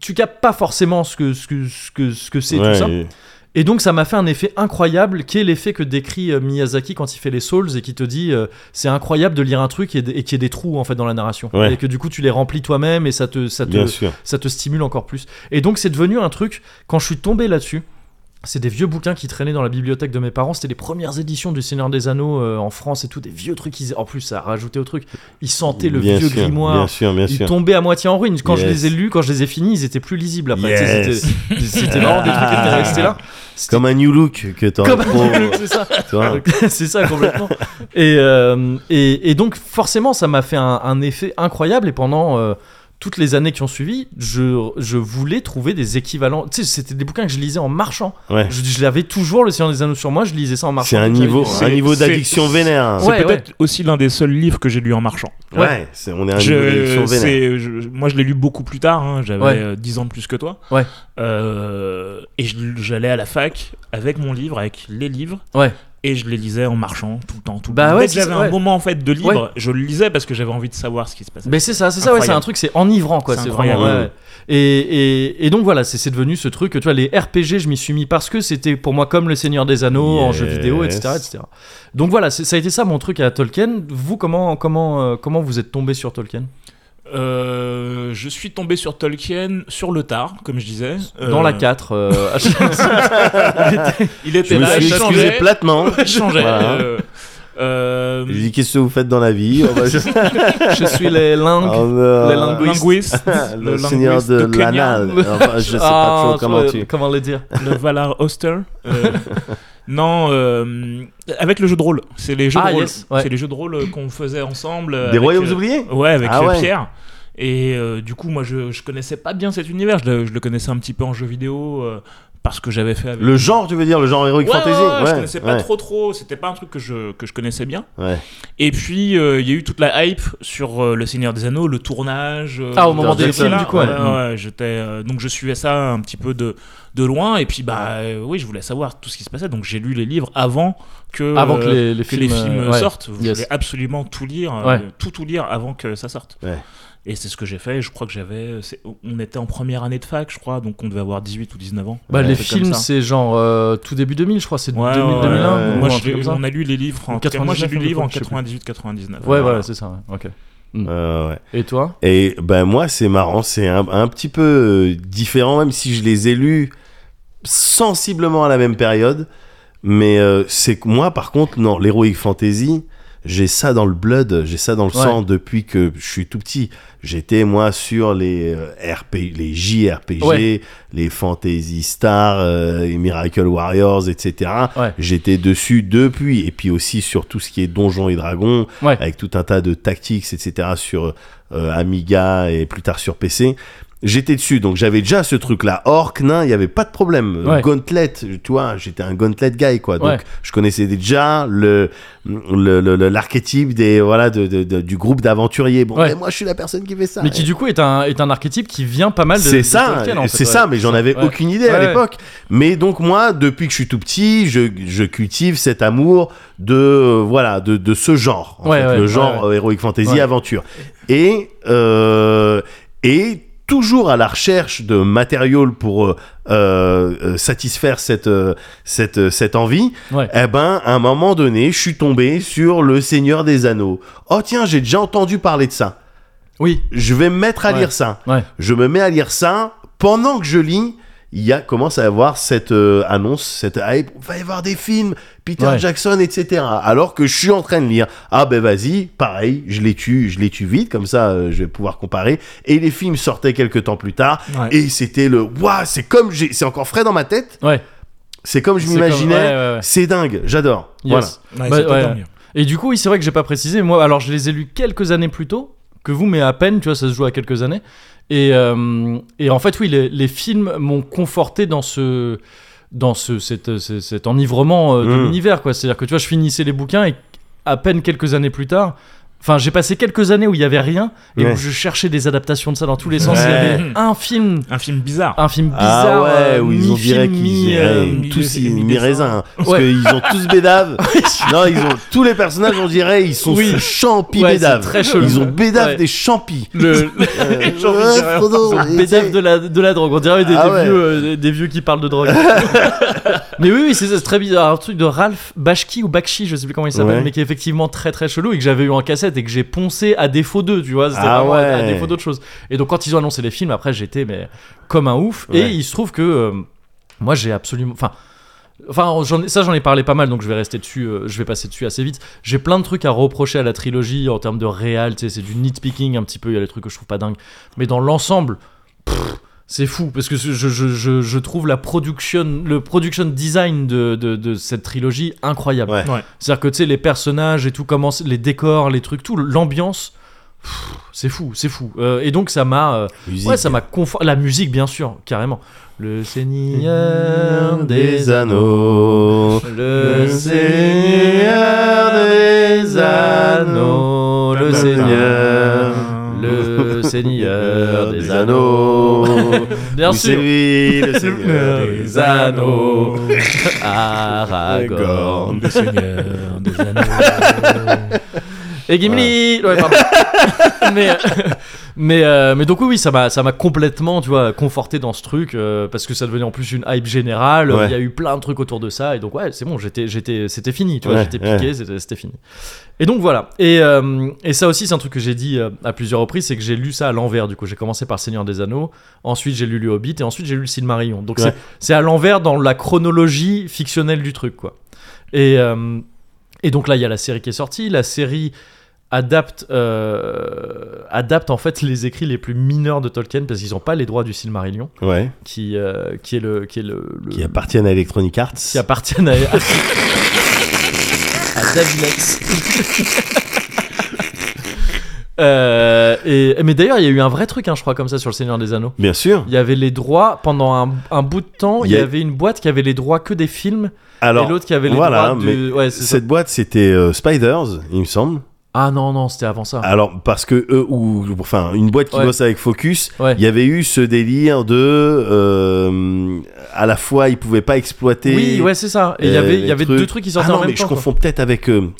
Speaker 1: Tu capes pas forcément ce que, ce que, ce que, ce que c'est,
Speaker 2: ouais,
Speaker 1: tout ça.
Speaker 2: et-
Speaker 1: Et donc ça m'a fait un effet incroyable, qui est l'effet que décrit euh, Miyazaki quand il fait les Souls et qui te dit euh, c'est incroyable de lire un truc et, de- et qu'il y ait des trous en fait dans la narration
Speaker 2: Ouais.
Speaker 1: et que du coup tu les remplis toi-même et ça te ça te
Speaker 2: Bien sûr.
Speaker 1: ça te stimule encore plus. Et donc c'est devenu un truc, quand je suis tombé là-dessus, c'est des vieux bouquins qui traînaient dans la bibliothèque de mes parents, c'était les premières éditions du Seigneur des Anneaux euh, en France et tout, des vieux trucs, ils- en plus ça a rajouté au truc, ils sentaient le
Speaker 2: bien
Speaker 1: vieux
Speaker 2: sûr, Bien
Speaker 1: grimoire,
Speaker 2: sûr, bien
Speaker 1: ils
Speaker 2: sûr.
Speaker 1: tombaient à moitié en ruine, quand je
Speaker 2: Yes.
Speaker 1: les ai lus, quand je les ai finis, ils étaient plus lisibles après, Tu sais,
Speaker 2: Yes.
Speaker 1: c'était- c'était marrant, des trucs étaient restés là. C'était
Speaker 2: Comme un new look que t'aurais
Speaker 1: comme
Speaker 2: trop.
Speaker 1: c'est ça.
Speaker 2: tu vois.
Speaker 1: c'est ça complètement. Et, euh, et, et donc forcément, ça m'a fait un, un effet incroyable. Et pendant euh, toutes les années qui ont suivi, je, je voulais trouver des équivalents. Tu sais, c'était des bouquins que je lisais en marchant.
Speaker 2: Ouais.
Speaker 1: Je, je l'avais toujours le Seigneur des Anneaux sur moi. Je lisais ça en marchant.
Speaker 2: C'est un
Speaker 1: Donc, j'avais-
Speaker 2: niveau,
Speaker 5: C'est-
Speaker 2: un niveau
Speaker 5: c'est-
Speaker 2: d'addiction vénère. hein.
Speaker 5: C'est
Speaker 1: Ouais,
Speaker 5: peut-être aussi l'un des seuls livves que j'ai lu en marchant.
Speaker 1: ouais.
Speaker 2: Ouais, c'est- on est à un niveau d'addiction vénère.
Speaker 5: Je, c'est- je- moi, je l'ai lu beaucoup plus tard. hein, J'avais
Speaker 1: Ouais.
Speaker 5: euh, 10 ans de plus que toi.
Speaker 1: Ouais.
Speaker 5: Euh, et je- j'allais à la fac avec mon livre, avec les livres.
Speaker 1: Ouais.
Speaker 5: Et je les lisais en marchant tout le temps. Tout le
Speaker 1: Bah
Speaker 5: temps.
Speaker 1: ouais,
Speaker 5: Dès que
Speaker 1: c'est
Speaker 5: j'avais
Speaker 1: ça,
Speaker 5: un
Speaker 1: ouais.
Speaker 5: moment en fait de libre,
Speaker 1: Ouais. Bah
Speaker 5: je le lisais parce que j'avais envie de savoir ce qui se passait.
Speaker 1: Mais c'est ça, c'est ça, ouais, c'est
Speaker 5: Incroyable.
Speaker 1: un truc, c'est enivrant, quoi.
Speaker 5: C'est
Speaker 1: C'est vraiment.
Speaker 5: incroyable.
Speaker 1: ouais, ouais. Et, et, et donc voilà, c'est c'est devenu ce truc, tu vois, les RPG, je m'y suis mis parce que c'était pour moi comme le Seigneur des Anneaux en
Speaker 2: Yes.
Speaker 1: jeu vidéo, etc. etc. Donc voilà, c'est- ça a été ça mon truc à Tolkien. Vous, comment, comment, euh, comment vous êtes tombé sur Tolkien
Speaker 5: Euh, je suis tombé sur Tolkien sur le tard, comme je disais.
Speaker 1: Dans
Speaker 5: Euh,
Speaker 1: la 4, euh, à chaque-
Speaker 5: Il
Speaker 1: Eh
Speaker 2: Je
Speaker 5: était
Speaker 1: ben,
Speaker 2: me
Speaker 5: là,
Speaker 2: suis
Speaker 5: il
Speaker 2: excusé
Speaker 5: changeait.
Speaker 2: platement.
Speaker 5: Il changeait.
Speaker 2: Voilà.
Speaker 5: euh, euh,
Speaker 2: J'ai dit qu'est-ce que vous faites dans la vie Oh, bah, je-
Speaker 1: je suis les
Speaker 2: Ah,
Speaker 1: langues.
Speaker 2: bah,
Speaker 1: les langues.
Speaker 5: linguiste,
Speaker 2: Le seigneur
Speaker 5: linguiste
Speaker 2: de
Speaker 5: kenyan,
Speaker 2: l'anal. Enfin, je sais pas
Speaker 1: Ah,
Speaker 2: trop comment
Speaker 1: je-
Speaker 2: tu.
Speaker 1: comment le dire
Speaker 5: le Valar Oster. euh, non, euh, avec le jeu de rôle. C'est les jeux
Speaker 1: Ah,
Speaker 5: de rôle.
Speaker 1: yes, ouais.
Speaker 5: C'est les jeux de rôle euh, qu'on faisait ensemble. euh,
Speaker 2: Des
Speaker 5: avec,
Speaker 2: royaumes
Speaker 5: euh,
Speaker 2: oubliés
Speaker 5: Ouais, avec
Speaker 2: Ah
Speaker 5: euh,
Speaker 2: ouais.
Speaker 5: Pierre. Et euh, du coup, moi, je, je connaissais pas bien cet univers. Je, le- je le connaissais un petit peu en jeu vidéo euh, parce que j'avais fait. Avec...
Speaker 2: Le genre, tu veux dire, le genre Heroic
Speaker 5: Ouais,
Speaker 2: Fantasy
Speaker 5: ouais, ouais, je
Speaker 2: Ouais,
Speaker 5: connaissais pas
Speaker 2: ouais,
Speaker 5: trop trop. C'était pas un truc que je que je connaissais bien.
Speaker 2: ouais.
Speaker 5: Et puis euh, il y a eu toute la hype sur euh, le Seigneur des Anneaux, le tournage. euh,
Speaker 1: Ah, au moment
Speaker 2: des
Speaker 5: tout
Speaker 2: films,
Speaker 5: là.
Speaker 1: du coup, ouais. Mm.
Speaker 5: Ouais, ouais, j'étais euh, donc je suivais ça un petit peu de de loin. Et puis bah euh, oui, je voulais savoir tout ce qui se passait. Donc j'ai lu les livres avant que
Speaker 1: Avant que
Speaker 5: euh,
Speaker 1: les, les
Speaker 5: que
Speaker 1: films,
Speaker 5: les films
Speaker 1: euh, ouais.
Speaker 5: sortent. Vous
Speaker 1: Yes.
Speaker 5: voulez absolument tout lire, euh,
Speaker 1: Ouais.
Speaker 5: tout tout lire avant que ça sorte.
Speaker 2: Ouais.
Speaker 5: Et c'est ce que j'ai fait. Je crois que j'avais, c'est- on était en première année de fac, je crois, donc on devait avoir 18 ou 19 ans.
Speaker 1: Bah,
Speaker 2: Ouais,
Speaker 1: les
Speaker 5: c'est comme
Speaker 1: films,
Speaker 5: ça.
Speaker 1: c'est genre euh, tout début 2000, je crois, c'est
Speaker 5: Ouais,
Speaker 1: 2000,
Speaker 5: ouais,
Speaker 1: 2001.
Speaker 2: ouais.
Speaker 1: ou
Speaker 5: Moi,
Speaker 1: un
Speaker 5: je
Speaker 1: truc
Speaker 5: l'ai-
Speaker 1: comme ça.
Speaker 5: on a lu les livres en
Speaker 1: Ou
Speaker 5: 99, moi j'ai lu
Speaker 1: 99,
Speaker 5: les livres en
Speaker 1: je sais plus.
Speaker 5: 98-99.
Speaker 1: Ouais, voilà, c'est ça. ouais. Ok.
Speaker 2: Euh, ouais.
Speaker 1: Et toi
Speaker 2: Et ben moi, c'est marrant, c'est un, un petit peu euh, différent, même si je les ai lus sensiblement à la même période. Mais euh, c'est que moi, par contre, non, l'Heroic Fantasy, j'ai ça dans le blood, j'ai ça dans le
Speaker 1: Ouais.
Speaker 2: sang depuis que je suis tout petit. J'étais, moi, sur les, euh, RP, les JRPG,
Speaker 1: Ouais.
Speaker 2: les Fantasy Star, euh, les Miracle Warriors, etc.
Speaker 1: Ouais.
Speaker 2: J'étais dessus depuis. Et puis aussi sur tout ce qui est Donjons et Dragons,
Speaker 1: Ouais.
Speaker 2: avec tout un tas de tactiques, etc. sur euh, Amiga et plus tard sur PC. J'étais dessus, donc j'avais déjà ce truc-là. Orc, nain, il n'y avait pas de problème.
Speaker 1: Ouais.
Speaker 2: Gauntlet, tu vois, j'étais un gauntlet guy, quoi. Donc
Speaker 1: Ouais.
Speaker 2: je connaissais déjà le le- le- le- l'archétype des voilà de, de- de- du groupe d'aventuriers. Bon,
Speaker 1: Ouais.
Speaker 2: mais moi je suis la personne qui fait ça.
Speaker 1: Mais qui du coup est un, est un archétype qui vient pas mal de.
Speaker 2: C'est
Speaker 1: de
Speaker 2: ça,
Speaker 1: Tolkien, en fait,
Speaker 2: c'est
Speaker 1: ouais.
Speaker 2: ça, mais j'en avais
Speaker 1: Ouais.
Speaker 2: aucune idée à
Speaker 1: Ouais, ouais.
Speaker 2: l'époque. Mais donc moi, depuis que je suis tout petit, je, je cultive cet amour de euh, voilà de, de ce genre, euh, en
Speaker 1: Ouais,
Speaker 2: fait,
Speaker 1: ouais,
Speaker 2: le
Speaker 1: ouais,
Speaker 2: genre
Speaker 1: ouais.
Speaker 2: euh, heroic fantasy
Speaker 1: Ouais.
Speaker 2: aventure. Et euh, et toujours à la recherche de matériaux pour euh, euh, satisfaire cette, euh, cette, euh, cette envie,
Speaker 1: Ouais.
Speaker 2: eh ben, à un moment donné, je suis tombé sur Le Seigneur des Anneaux. Oh tiens, j'ai déjà entendu parler de ça.
Speaker 1: Oui.
Speaker 2: Je vais me mettre à
Speaker 1: Ouais.
Speaker 2: lire ça.
Speaker 1: Ouais.
Speaker 2: Je me mets à lire ça. Pendant que je lis, il y a, commence à avoir cette euh, annonce, cette hype. Va y avoir des films, Peter
Speaker 1: Ouais.
Speaker 2: Jackson, etc. Alors que je suis en train de lire. Ah ben vas-y, pareil, je les tue, je les tue vite, comme ça euh, je vais pouvoir comparer. Et les films sortaient quelques temps plus tard.
Speaker 3: Ouais.
Speaker 2: Et c'était le. Waouh, c'est comme. j'ai- C'est encore frais dans ma tête.
Speaker 1: Ouais.
Speaker 2: C'est comme je
Speaker 1: C'est comme-
Speaker 2: m'imaginais.
Speaker 1: ouais, ouais, ouais.
Speaker 2: C'est dingue, j'adore.
Speaker 1: Yes.
Speaker 2: Voilà.
Speaker 3: Ouais,
Speaker 1: Bah,
Speaker 3: c'est pas
Speaker 1: ouais.
Speaker 3: tant mieux.
Speaker 1: Et du coup, oui, c'est vrai que j'ai pas précisé. Moi, alors, je les ai lus quelques années plus tôt que vous, mais à peine, tu vois, ça se joue à quelques années. Et, euh, et en fait, oui, les, les films m'ont conforté dans ce dans ce, cet, cet- cet enivrement euh, de
Speaker 2: Mm.
Speaker 1: l'univers, quoi. C'est-à-dire que tu vois, je finissais les bouquins et à peine quelques années plus tard. Enfin, j'ai passé quelques années où il y avait rien et
Speaker 2: Ouais.
Speaker 1: où je cherchais des adaptations de ça dans tous les sens. Il y
Speaker 2: Ouais.
Speaker 1: avait un film,
Speaker 3: Un film bizarre.
Speaker 1: un film
Speaker 2: Ah
Speaker 1: bizarre,
Speaker 2: ouais,
Speaker 1: euh,
Speaker 2: où ils ont
Speaker 1: mi-film,
Speaker 2: dirait qu'ils
Speaker 1: mi-
Speaker 2: euh,
Speaker 1: euh,
Speaker 2: tous
Speaker 3: mi-
Speaker 2: mi
Speaker 3: mi-
Speaker 2: raisin parce
Speaker 1: Ouais.
Speaker 2: qu'ils ont tous bédave. non, ils ont tous les personnages, on dirait, ils sont
Speaker 1: Oui.
Speaker 2: sous champis
Speaker 1: Ouais,
Speaker 2: bédave.
Speaker 1: c'est très chelou.
Speaker 2: Ils ont bédave
Speaker 1: Ouais.
Speaker 2: des champis.
Speaker 1: le,
Speaker 2: Euh,
Speaker 3: J'ai envie de
Speaker 2: ouais,
Speaker 3: dire,
Speaker 2: Frodo, et
Speaker 1: Bédave
Speaker 2: c'est-
Speaker 1: de la, de la drogue, on dirait des,
Speaker 2: Ah
Speaker 1: des
Speaker 2: ouais.
Speaker 1: vieux, euh, des- des vieux qui parlent de drogue. mais oui, oui c'est ça, c'est très bizarre. Un truc de Ralph Bashki ou Bakshi, je sais plus comment il s'appelle,
Speaker 2: Ouais.
Speaker 1: mais qui est effectivement très très chelou et que j'avais eu en cassette et que j'ai poncé à défaut d'eux, tu vois. C'était
Speaker 2: Ah
Speaker 1: vraiment à- à
Speaker 2: ouais.
Speaker 1: défaut d'autre chose. Et donc quand ils ont annoncé les films, après j'étais mais comme un ouf.
Speaker 2: Ouais.
Speaker 1: Et il se trouve que euh, moi j'ai absolument. Enfin. Enfin, j'en ai- ça j'en ai parlé pas mal, donc je vais rester dessus, euh, je vais passer dessus assez vite. J'ai plein de trucs à reprocher à la trilogie en termes de réal, tu sais, c'est du nitpicking un petit peu, il y a des trucs que je trouve pas dingue. Mais dans l'ensemble, pff, c'est fou, parce que je, je, je, je trouve la production, le production design de, de, de cette trilogie incroyable.
Speaker 2: Ouais.
Speaker 3: Ouais.
Speaker 1: C'est-à-dire que tu sais, les personnages et tout, comment c'est- les décors, les trucs, tout, l'ambiance, pff, c'est fou, c'est fou. Euh, et donc ça m'a. euh,
Speaker 2: Musique.
Speaker 1: Ouais, ça m'a confort. La musique, bien sûr, carrément. Le Seigneur des
Speaker 2: des
Speaker 1: Anneaux.
Speaker 2: anneaux.
Speaker 1: Le Seigneur des Anneaux. Ah,
Speaker 3: Bah,
Speaker 1: Le Seigneur. Le Seigneur des Anneaux. Bien
Speaker 2: Oui, c'est
Speaker 1: sûr.
Speaker 2: lui, le Seigneur
Speaker 1: Le-
Speaker 2: des
Speaker 1: Des Anneaux. Aragorn.
Speaker 3: Le Seigneur des Anneaux.
Speaker 1: Et Gimli Ouais, pardon. mais, euh, mais, euh, mais donc oui, oui, ça m'a ça m'a complètement, tu vois, conforté dans ce truc, euh, parce que ça devenait en plus une hype générale,
Speaker 2: Ouais.
Speaker 1: il y a eu plein de trucs autour de ça, et donc ouais, c'est bon, j'étais j'étais c'était fini, tu vois,
Speaker 2: Ouais,
Speaker 1: j'étais piqué, c'était c'était fini. Et donc voilà, et, euh, et ça aussi c'est un truc que j'ai dit euh, à plusieurs reprises, c'est que j'ai lu ça à l'envers, du coup j'ai commencé par Seigneur des Anneaux, ensuite j'ai lu Le Hobbit, et ensuite j'ai lu Le Silmarillion, donc
Speaker 2: Ouais.
Speaker 1: c'est- c'est à l'envers dans la chronologie fictionnelle du truc, quoi. Et... euh, et donc là, il y a la série qui est sortie. La série adapte, euh, adapte en fait les écrits les plus mineurs de Tolkien parce qu'ils n'ont pas les droits du Silmarillion,
Speaker 2: Ouais,
Speaker 1: qui, euh, qui est le, qui est le, le-
Speaker 2: qui appartiennent à Electronic Arts.
Speaker 1: qui appartiennent à, à, à Davilex. Euh, et, mais d'ailleurs, il y a eu un vrai truc, hein, je crois, comme ça sur le Seigneur des Anneaux.
Speaker 2: Bien sûr.
Speaker 1: Il y avait les droits pendant un, un bout de temps. Il
Speaker 2: Il
Speaker 1: y
Speaker 2: y a-
Speaker 1: avait une boîte qui avait les droits que des films
Speaker 2: Alors,
Speaker 1: et l'autre qui avait les
Speaker 2: voilà,
Speaker 1: droits du. Ouais, c'est ça.
Speaker 2: cette boîte, c'était euh, Spiders, il me semble.
Speaker 1: Ah non non, c'était avant ça.
Speaker 2: Alors parce que eux ou enfin une boîte qui
Speaker 1: Ouais.
Speaker 2: bosse avec Focus, il
Speaker 1: Ouais.
Speaker 2: y avait eu ce délire de euh, à la fois ils pouvaient pas exploiter.
Speaker 1: Oui, ouais, c'est ça. Et il y
Speaker 2: euh,
Speaker 1: avait, il
Speaker 2: les
Speaker 1: y avait
Speaker 2: trucs.
Speaker 1: deux trucs qui
Speaker 2: Ah
Speaker 1: sortaient
Speaker 2: non
Speaker 1: en
Speaker 2: mais
Speaker 1: même
Speaker 2: je
Speaker 1: temps. quoi.
Speaker 2: confonds peut-être avec euh,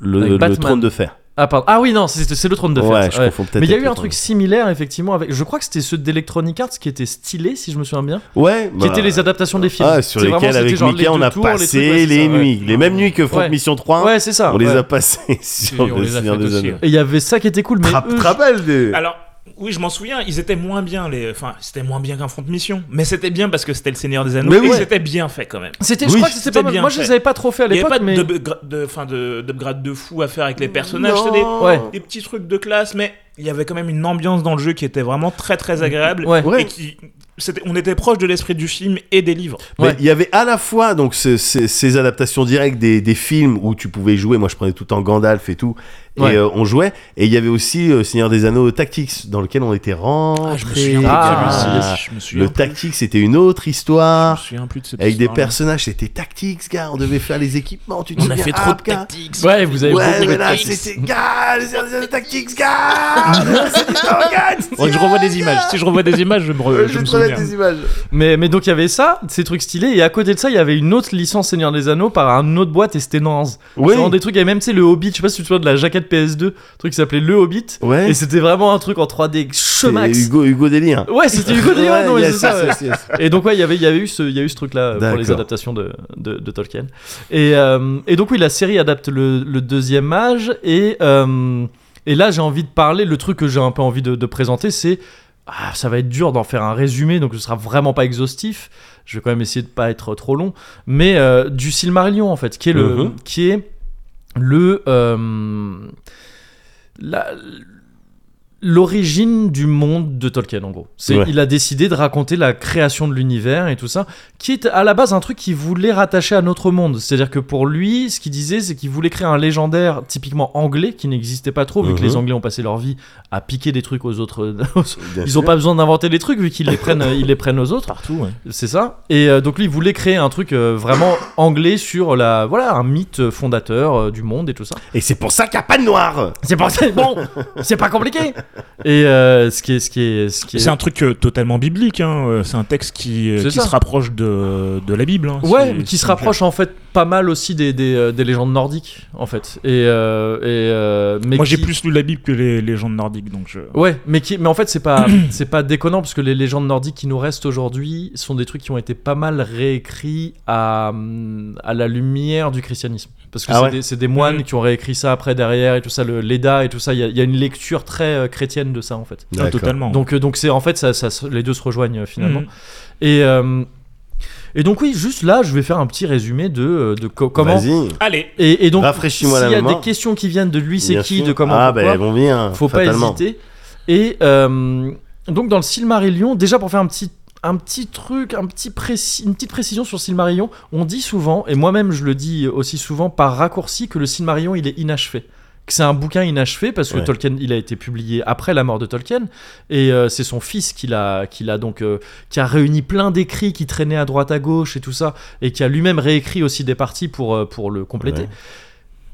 Speaker 2: le,
Speaker 1: Avec
Speaker 2: le
Speaker 1: Batman.
Speaker 2: trône de fer.
Speaker 1: Ah, pardon. Ah oui, non, c'est c'est le trône de fer.
Speaker 2: ouais,
Speaker 1: ça,
Speaker 2: je
Speaker 1: ouais.
Speaker 2: confonds peut-être.
Speaker 1: Mais il y a
Speaker 2: avec
Speaker 1: eu
Speaker 2: le
Speaker 1: un
Speaker 2: trône
Speaker 1: truc similaire, effectivement, avec. Je crois que c'était ceux d'Electronic Arts qui étaient stylés, si je me souviens bien,
Speaker 2: de- Ouais.
Speaker 1: qui étaient les adaptations des films.
Speaker 2: Bah, Ah, sur
Speaker 1: C'est vraiment,
Speaker 2: lesquels
Speaker 1: c'était
Speaker 2: avec
Speaker 1: genre les
Speaker 2: Mickey on
Speaker 1: deux
Speaker 2: a
Speaker 1: tours, les
Speaker 2: passé
Speaker 1: trucs,
Speaker 2: les,
Speaker 1: ouais, c'est ça, ouais.
Speaker 2: nuits, les mêmes nuits que Front
Speaker 1: Ouais.
Speaker 2: Mission 3.
Speaker 1: Ouais, c'est ça.
Speaker 2: on les
Speaker 1: ouais.
Speaker 2: a passés sur
Speaker 3: on
Speaker 2: le
Speaker 3: les a
Speaker 2: Seigneur
Speaker 3: faites
Speaker 2: des
Speaker 3: aussi,
Speaker 2: Anneaux.
Speaker 3: ouais.
Speaker 1: Et il y avait ça qui était cool, mais
Speaker 2: Tra-
Speaker 1: eux,
Speaker 2: te rappelles de-
Speaker 3: Alors, oui, je m'en souviens, ils étaient moins bien, les. Enfin, c'était moins bien qu'un front de mission. Mais c'était bien parce que c'était le Seigneur des Anneaux.
Speaker 2: Mais
Speaker 3: et
Speaker 2: ouais.
Speaker 3: c'était bien fait quand même.
Speaker 1: c'était, je
Speaker 2: Oui,
Speaker 1: crois que c'était
Speaker 3: c'était
Speaker 1: pas mal.
Speaker 3: bien
Speaker 1: Moi, je les
Speaker 3: fait.
Speaker 1: avais pas trop fait à
Speaker 3: Il n'y avait
Speaker 1: l'époque,
Speaker 3: pas
Speaker 1: mais.
Speaker 3: de, de, de, enfin, de, d'upgrade de fou à faire avec les personnages. C'était des,
Speaker 1: Ouais.
Speaker 3: des petits trucs de classe, mais il y avait quand même une ambiance dans le jeu qui était vraiment très très agréable.
Speaker 1: Ouais.
Speaker 2: Ouais.
Speaker 3: Et qui. c'était- on était proche de l'esprit du film et des livres.
Speaker 2: Mais
Speaker 1: Ouais.
Speaker 2: il y avait à la fois donc ce- ce- ces adaptations directes des, des films où tu pouvais jouer. Moi, je prenais tout en Gandalf et tout, et
Speaker 1: Ouais.
Speaker 2: euh, on jouait. Et il y avait aussi euh, Seigneur des Anneaux Tactics, dans lequel on était rentré.
Speaker 1: plus de
Speaker 3: Ah,
Speaker 1: celui-ci.
Speaker 3: je me souviens
Speaker 2: le
Speaker 3: plus.
Speaker 2: Tactics, c'était une autre histoire. Avec des personnages, c'était Tactics, gars. On devait faire les équipements. Tu te
Speaker 5: On a
Speaker 2: souviens,
Speaker 5: fait trop de
Speaker 2: Hap, gars
Speaker 5: tactiques.
Speaker 1: Ouais, vous avez
Speaker 2: Ouais,
Speaker 1: beaucoup
Speaker 2: mais là,
Speaker 1: de-
Speaker 2: c'est c'est- gars, le Seigneur des Anneaux Tactics, gars. C'est du temps, gars, c'est-
Speaker 5: Faudrait que je revois des images. Si je revois des images, je me, re- je
Speaker 2: Je
Speaker 5: me
Speaker 2: vais te remettre
Speaker 5: souviens.
Speaker 2: des images.
Speaker 1: Mais, mais donc il y avait ça, ces trucs stylés, et à côté de ça, il y avait une autre licence Seigneur des Anneaux par un autre boîte, et c'était Nance.
Speaker 2: Oui.
Speaker 1: C'est vraiment des trucs, et même, tu sais, le Hobbit, je sais pas si tu te souviens de la jaquette de PS2, un truc qui s'appelait Le Hobbit.
Speaker 2: Ouais.
Speaker 1: Et c'était vraiment un truc en 3D
Speaker 2: C'est
Speaker 1: chemax.
Speaker 2: Hugo, Hugo hein. Délire.
Speaker 1: Ouais, c'était Hugo Délire, non, mais
Speaker 2: yes,
Speaker 1: c'est ça, ouais.
Speaker 2: yes, yes, yes.
Speaker 1: Et donc ouais, il y avait- il y avait eu ce, il y a eu ce truc-là pour les
Speaker 2: D'accord.
Speaker 1: adaptations de, de, de Tolkien. Et, euh, et donc oui, la série adapte le, le deuxième âge. Et, euh, et là, j'ai envie de parler, le truc que j'ai un peu envie de, de présenter, c'est... ah, ça va être dur d'en faire un résumé, donc ce sera vraiment pas exhaustif. Je vais quand même essayer de pas être trop long. Mais euh, du Silmarillion, en fait, qui est le...
Speaker 2: Mhm.
Speaker 1: Qui est le... euh, la- l'origine du monde de Tolkien en gros. C'est
Speaker 2: Ouais.
Speaker 1: il a décidé de raconter la création de l'univers et tout ça, qui est à la base un truc qu'il voulait rattacher à notre monde. C'est-à-dire que pour lui, ce qu'il disait, c'est qu'il voulait créer un légendaire typiquement anglais qui n'existait pas trop vu que
Speaker 2: Mhm.
Speaker 1: les Anglais ont passé leur vie à piquer des trucs aux autres.
Speaker 2: Bien
Speaker 1: Ils
Speaker 2: sûr.
Speaker 1: ont pas besoin d'inventer des trucs vu qu'ils les prennent, ils les prennent aux autres.
Speaker 5: Partout, ouais.
Speaker 1: C'est ça. Et euh, donc lui, il voulait créer un truc euh, vraiment anglais sur la voilà un mythe fondateur euh, du monde et tout ça.
Speaker 2: Et c'est pour ça qu'il n'y a pas de noir.
Speaker 1: C'est pas c'est bon, c'est pas compliqué. Et euh, ce qui est, ce qui est, ce qui est.
Speaker 5: C'est un truc euh, totalement biblique, hein. euh, c'est un texte qui, euh,
Speaker 1: C'est
Speaker 5: qui
Speaker 1: ça.
Speaker 5: se rapproche de, de la Bible. hein,
Speaker 1: Ouais,
Speaker 5: c'est-
Speaker 1: mais qui
Speaker 5: c'est-
Speaker 1: se rapproche en fait pas mal aussi des, des, euh, des légendes nordiques en fait. Et, euh, et euh, mais
Speaker 5: Moi j'ai
Speaker 1: qui-
Speaker 5: plus lu la Bible que les légendes nordiques, donc je...
Speaker 1: Ouais, mais qui, mais en fait c'est pas, c'est pas déconnant parce que les légendes nordiques qui nous restent aujourd'hui sont des trucs qui ont été pas mal réécrits à, à la lumière du christianisme. Parce que
Speaker 2: Ah
Speaker 1: c'est
Speaker 2: ouais.
Speaker 1: des, c'est des moines
Speaker 5: Mm.
Speaker 1: qui ont réécrit ça après derrière et tout ça, le l'Eda et tout ça. Il y, a- il y a une lecture très euh, chrétienne de ça en fait.
Speaker 5: Ah, totalement.
Speaker 1: Donc, euh, donc c'est en fait ça, ça se- les deux se rejoignent euh, finalement.
Speaker 5: Mhm.
Speaker 1: Et euh, et donc oui, juste là, je vais faire un petit résumé de euh, de co- comment. Ah,
Speaker 2: Vas-y.
Speaker 5: Allez,
Speaker 1: Et, et donc s'il
Speaker 2: Rafraîchis-moi la
Speaker 1: y a
Speaker 2: mémoire.
Speaker 1: des questions qui viennent de lui, c'est
Speaker 2: Bien
Speaker 1: qui,
Speaker 2: sûr.
Speaker 1: de comment,
Speaker 2: Ah,
Speaker 1: pourquoi,
Speaker 2: ben elles vont bien.
Speaker 1: faut pas
Speaker 2: fatalement.
Speaker 1: hésiter. Et euh, donc dans le Silmarillion, déjà pour faire un petit un petit truc, un petit préci- une petite précision sur Silmarillion, on dit souvent, et moi-même je le dis aussi souvent par raccourci, que le Silmarillion il est inachevé. Que c'est un bouquin inachevé parce que
Speaker 2: Ouais.
Speaker 1: Tolkien il a été publié après la mort de Tolkien et euh, c'est son fils qui l'a qui l'a donc euh, qui a réuni plein d'écrits qui traînaient à droite à gauche et tout ça et qui a lui-même réécrit aussi des parties pour euh, pour le compléter.
Speaker 2: Ouais.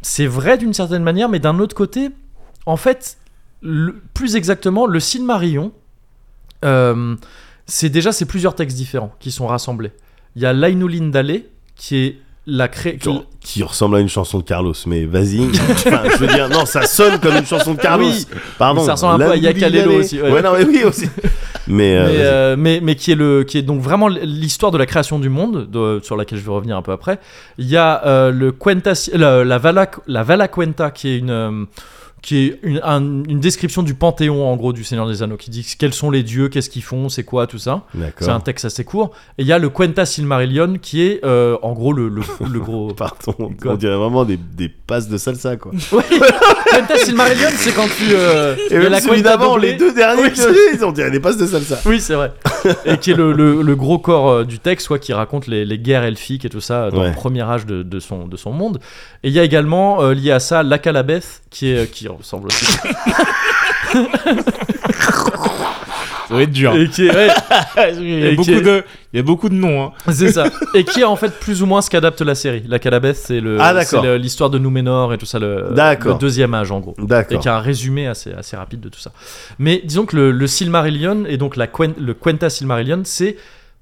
Speaker 1: C'est vrai d'une certaine manière, mais d'un autre côté, en fait, le- plus exactement, le Silmarillion, euh, c'est déjà c'est plusieurs textes différents qui sont rassemblés. Il y a l'Ainulin Dale, qui est la cré...
Speaker 2: Qui, qui ressemble à une chanson de Carlos, mais vas-y. Enfin, je veux dire, non, ça sonne comme une chanson de Carlos.
Speaker 1: Oui.
Speaker 2: Pardon.
Speaker 1: Ça ressemble un peu à
Speaker 2: Lali
Speaker 1: Yakalelo
Speaker 2: Lali.
Speaker 1: aussi, ouais.
Speaker 2: non, mais oui, aussi. Mais,
Speaker 1: mais,
Speaker 2: euh, vas-y.
Speaker 1: euh, mais, mais qui, est le, qui est donc vraiment l'histoire de la création du monde, de- sur laquelle je vais revenir un peu après. Il y a euh, le Cuenta, la, la, Vala, la Vala Cuenta, qui est une. euh, qui est une, un- une description du panthéon en gros du Seigneur des Anneaux qui dit quels sont les dieux, qu'est-ce qu'ils font, c'est quoi tout ça. C'est un
Speaker 2: D'accord.
Speaker 1: texte assez court. Et il y a le Cuenta Silmarillion qui est euh, en gros le, le, le gros.
Speaker 2: Pardon, on dirait vraiment des, des passes de salsa, quoi.
Speaker 1: Oui. Cuenta Silmarillion, c'est quand tu. euh, il y
Speaker 2: Et
Speaker 1: a
Speaker 2: même
Speaker 1: la
Speaker 2: celui
Speaker 1: Cuenta
Speaker 2: d'avant,
Speaker 1: doublée.
Speaker 2: les deux derniers,
Speaker 1: Oui,
Speaker 2: que j'ai, ils ont dirait des passes de salsa.
Speaker 1: Oui, c'est vrai. et qui est le, le- le gros corps euh, du texte, soit qui raconte les, les guerres elfiques et tout ça euh, dans
Speaker 2: Ouais.
Speaker 1: le premier âge de, de son, de son monde. Et il y a également euh, lié à ça l'Akalabeth, qui, est, euh, qui ressemble aussi.
Speaker 5: ça va être dur.
Speaker 1: et qui est, ouais,
Speaker 5: Il y, a
Speaker 1: et
Speaker 5: beaucoup
Speaker 1: qui est-
Speaker 5: de, il y a beaucoup de noms. hein.
Speaker 1: c'est ça. Et qui est en fait plus ou moins ce qu'adapte la série. L'Akalabeth, c'est le-
Speaker 2: Ah,
Speaker 1: c'est
Speaker 2: d'accord.
Speaker 1: le- l'histoire de Númenor et tout ça, le,
Speaker 2: D'accord.
Speaker 1: le deuxième âge en gros. et
Speaker 2: D'accord.
Speaker 1: qui a un résumé assez, assez rapide de tout ça. Mais disons que le, le Silmarillion et donc la Quen- le Quenta Silmarillion, c'est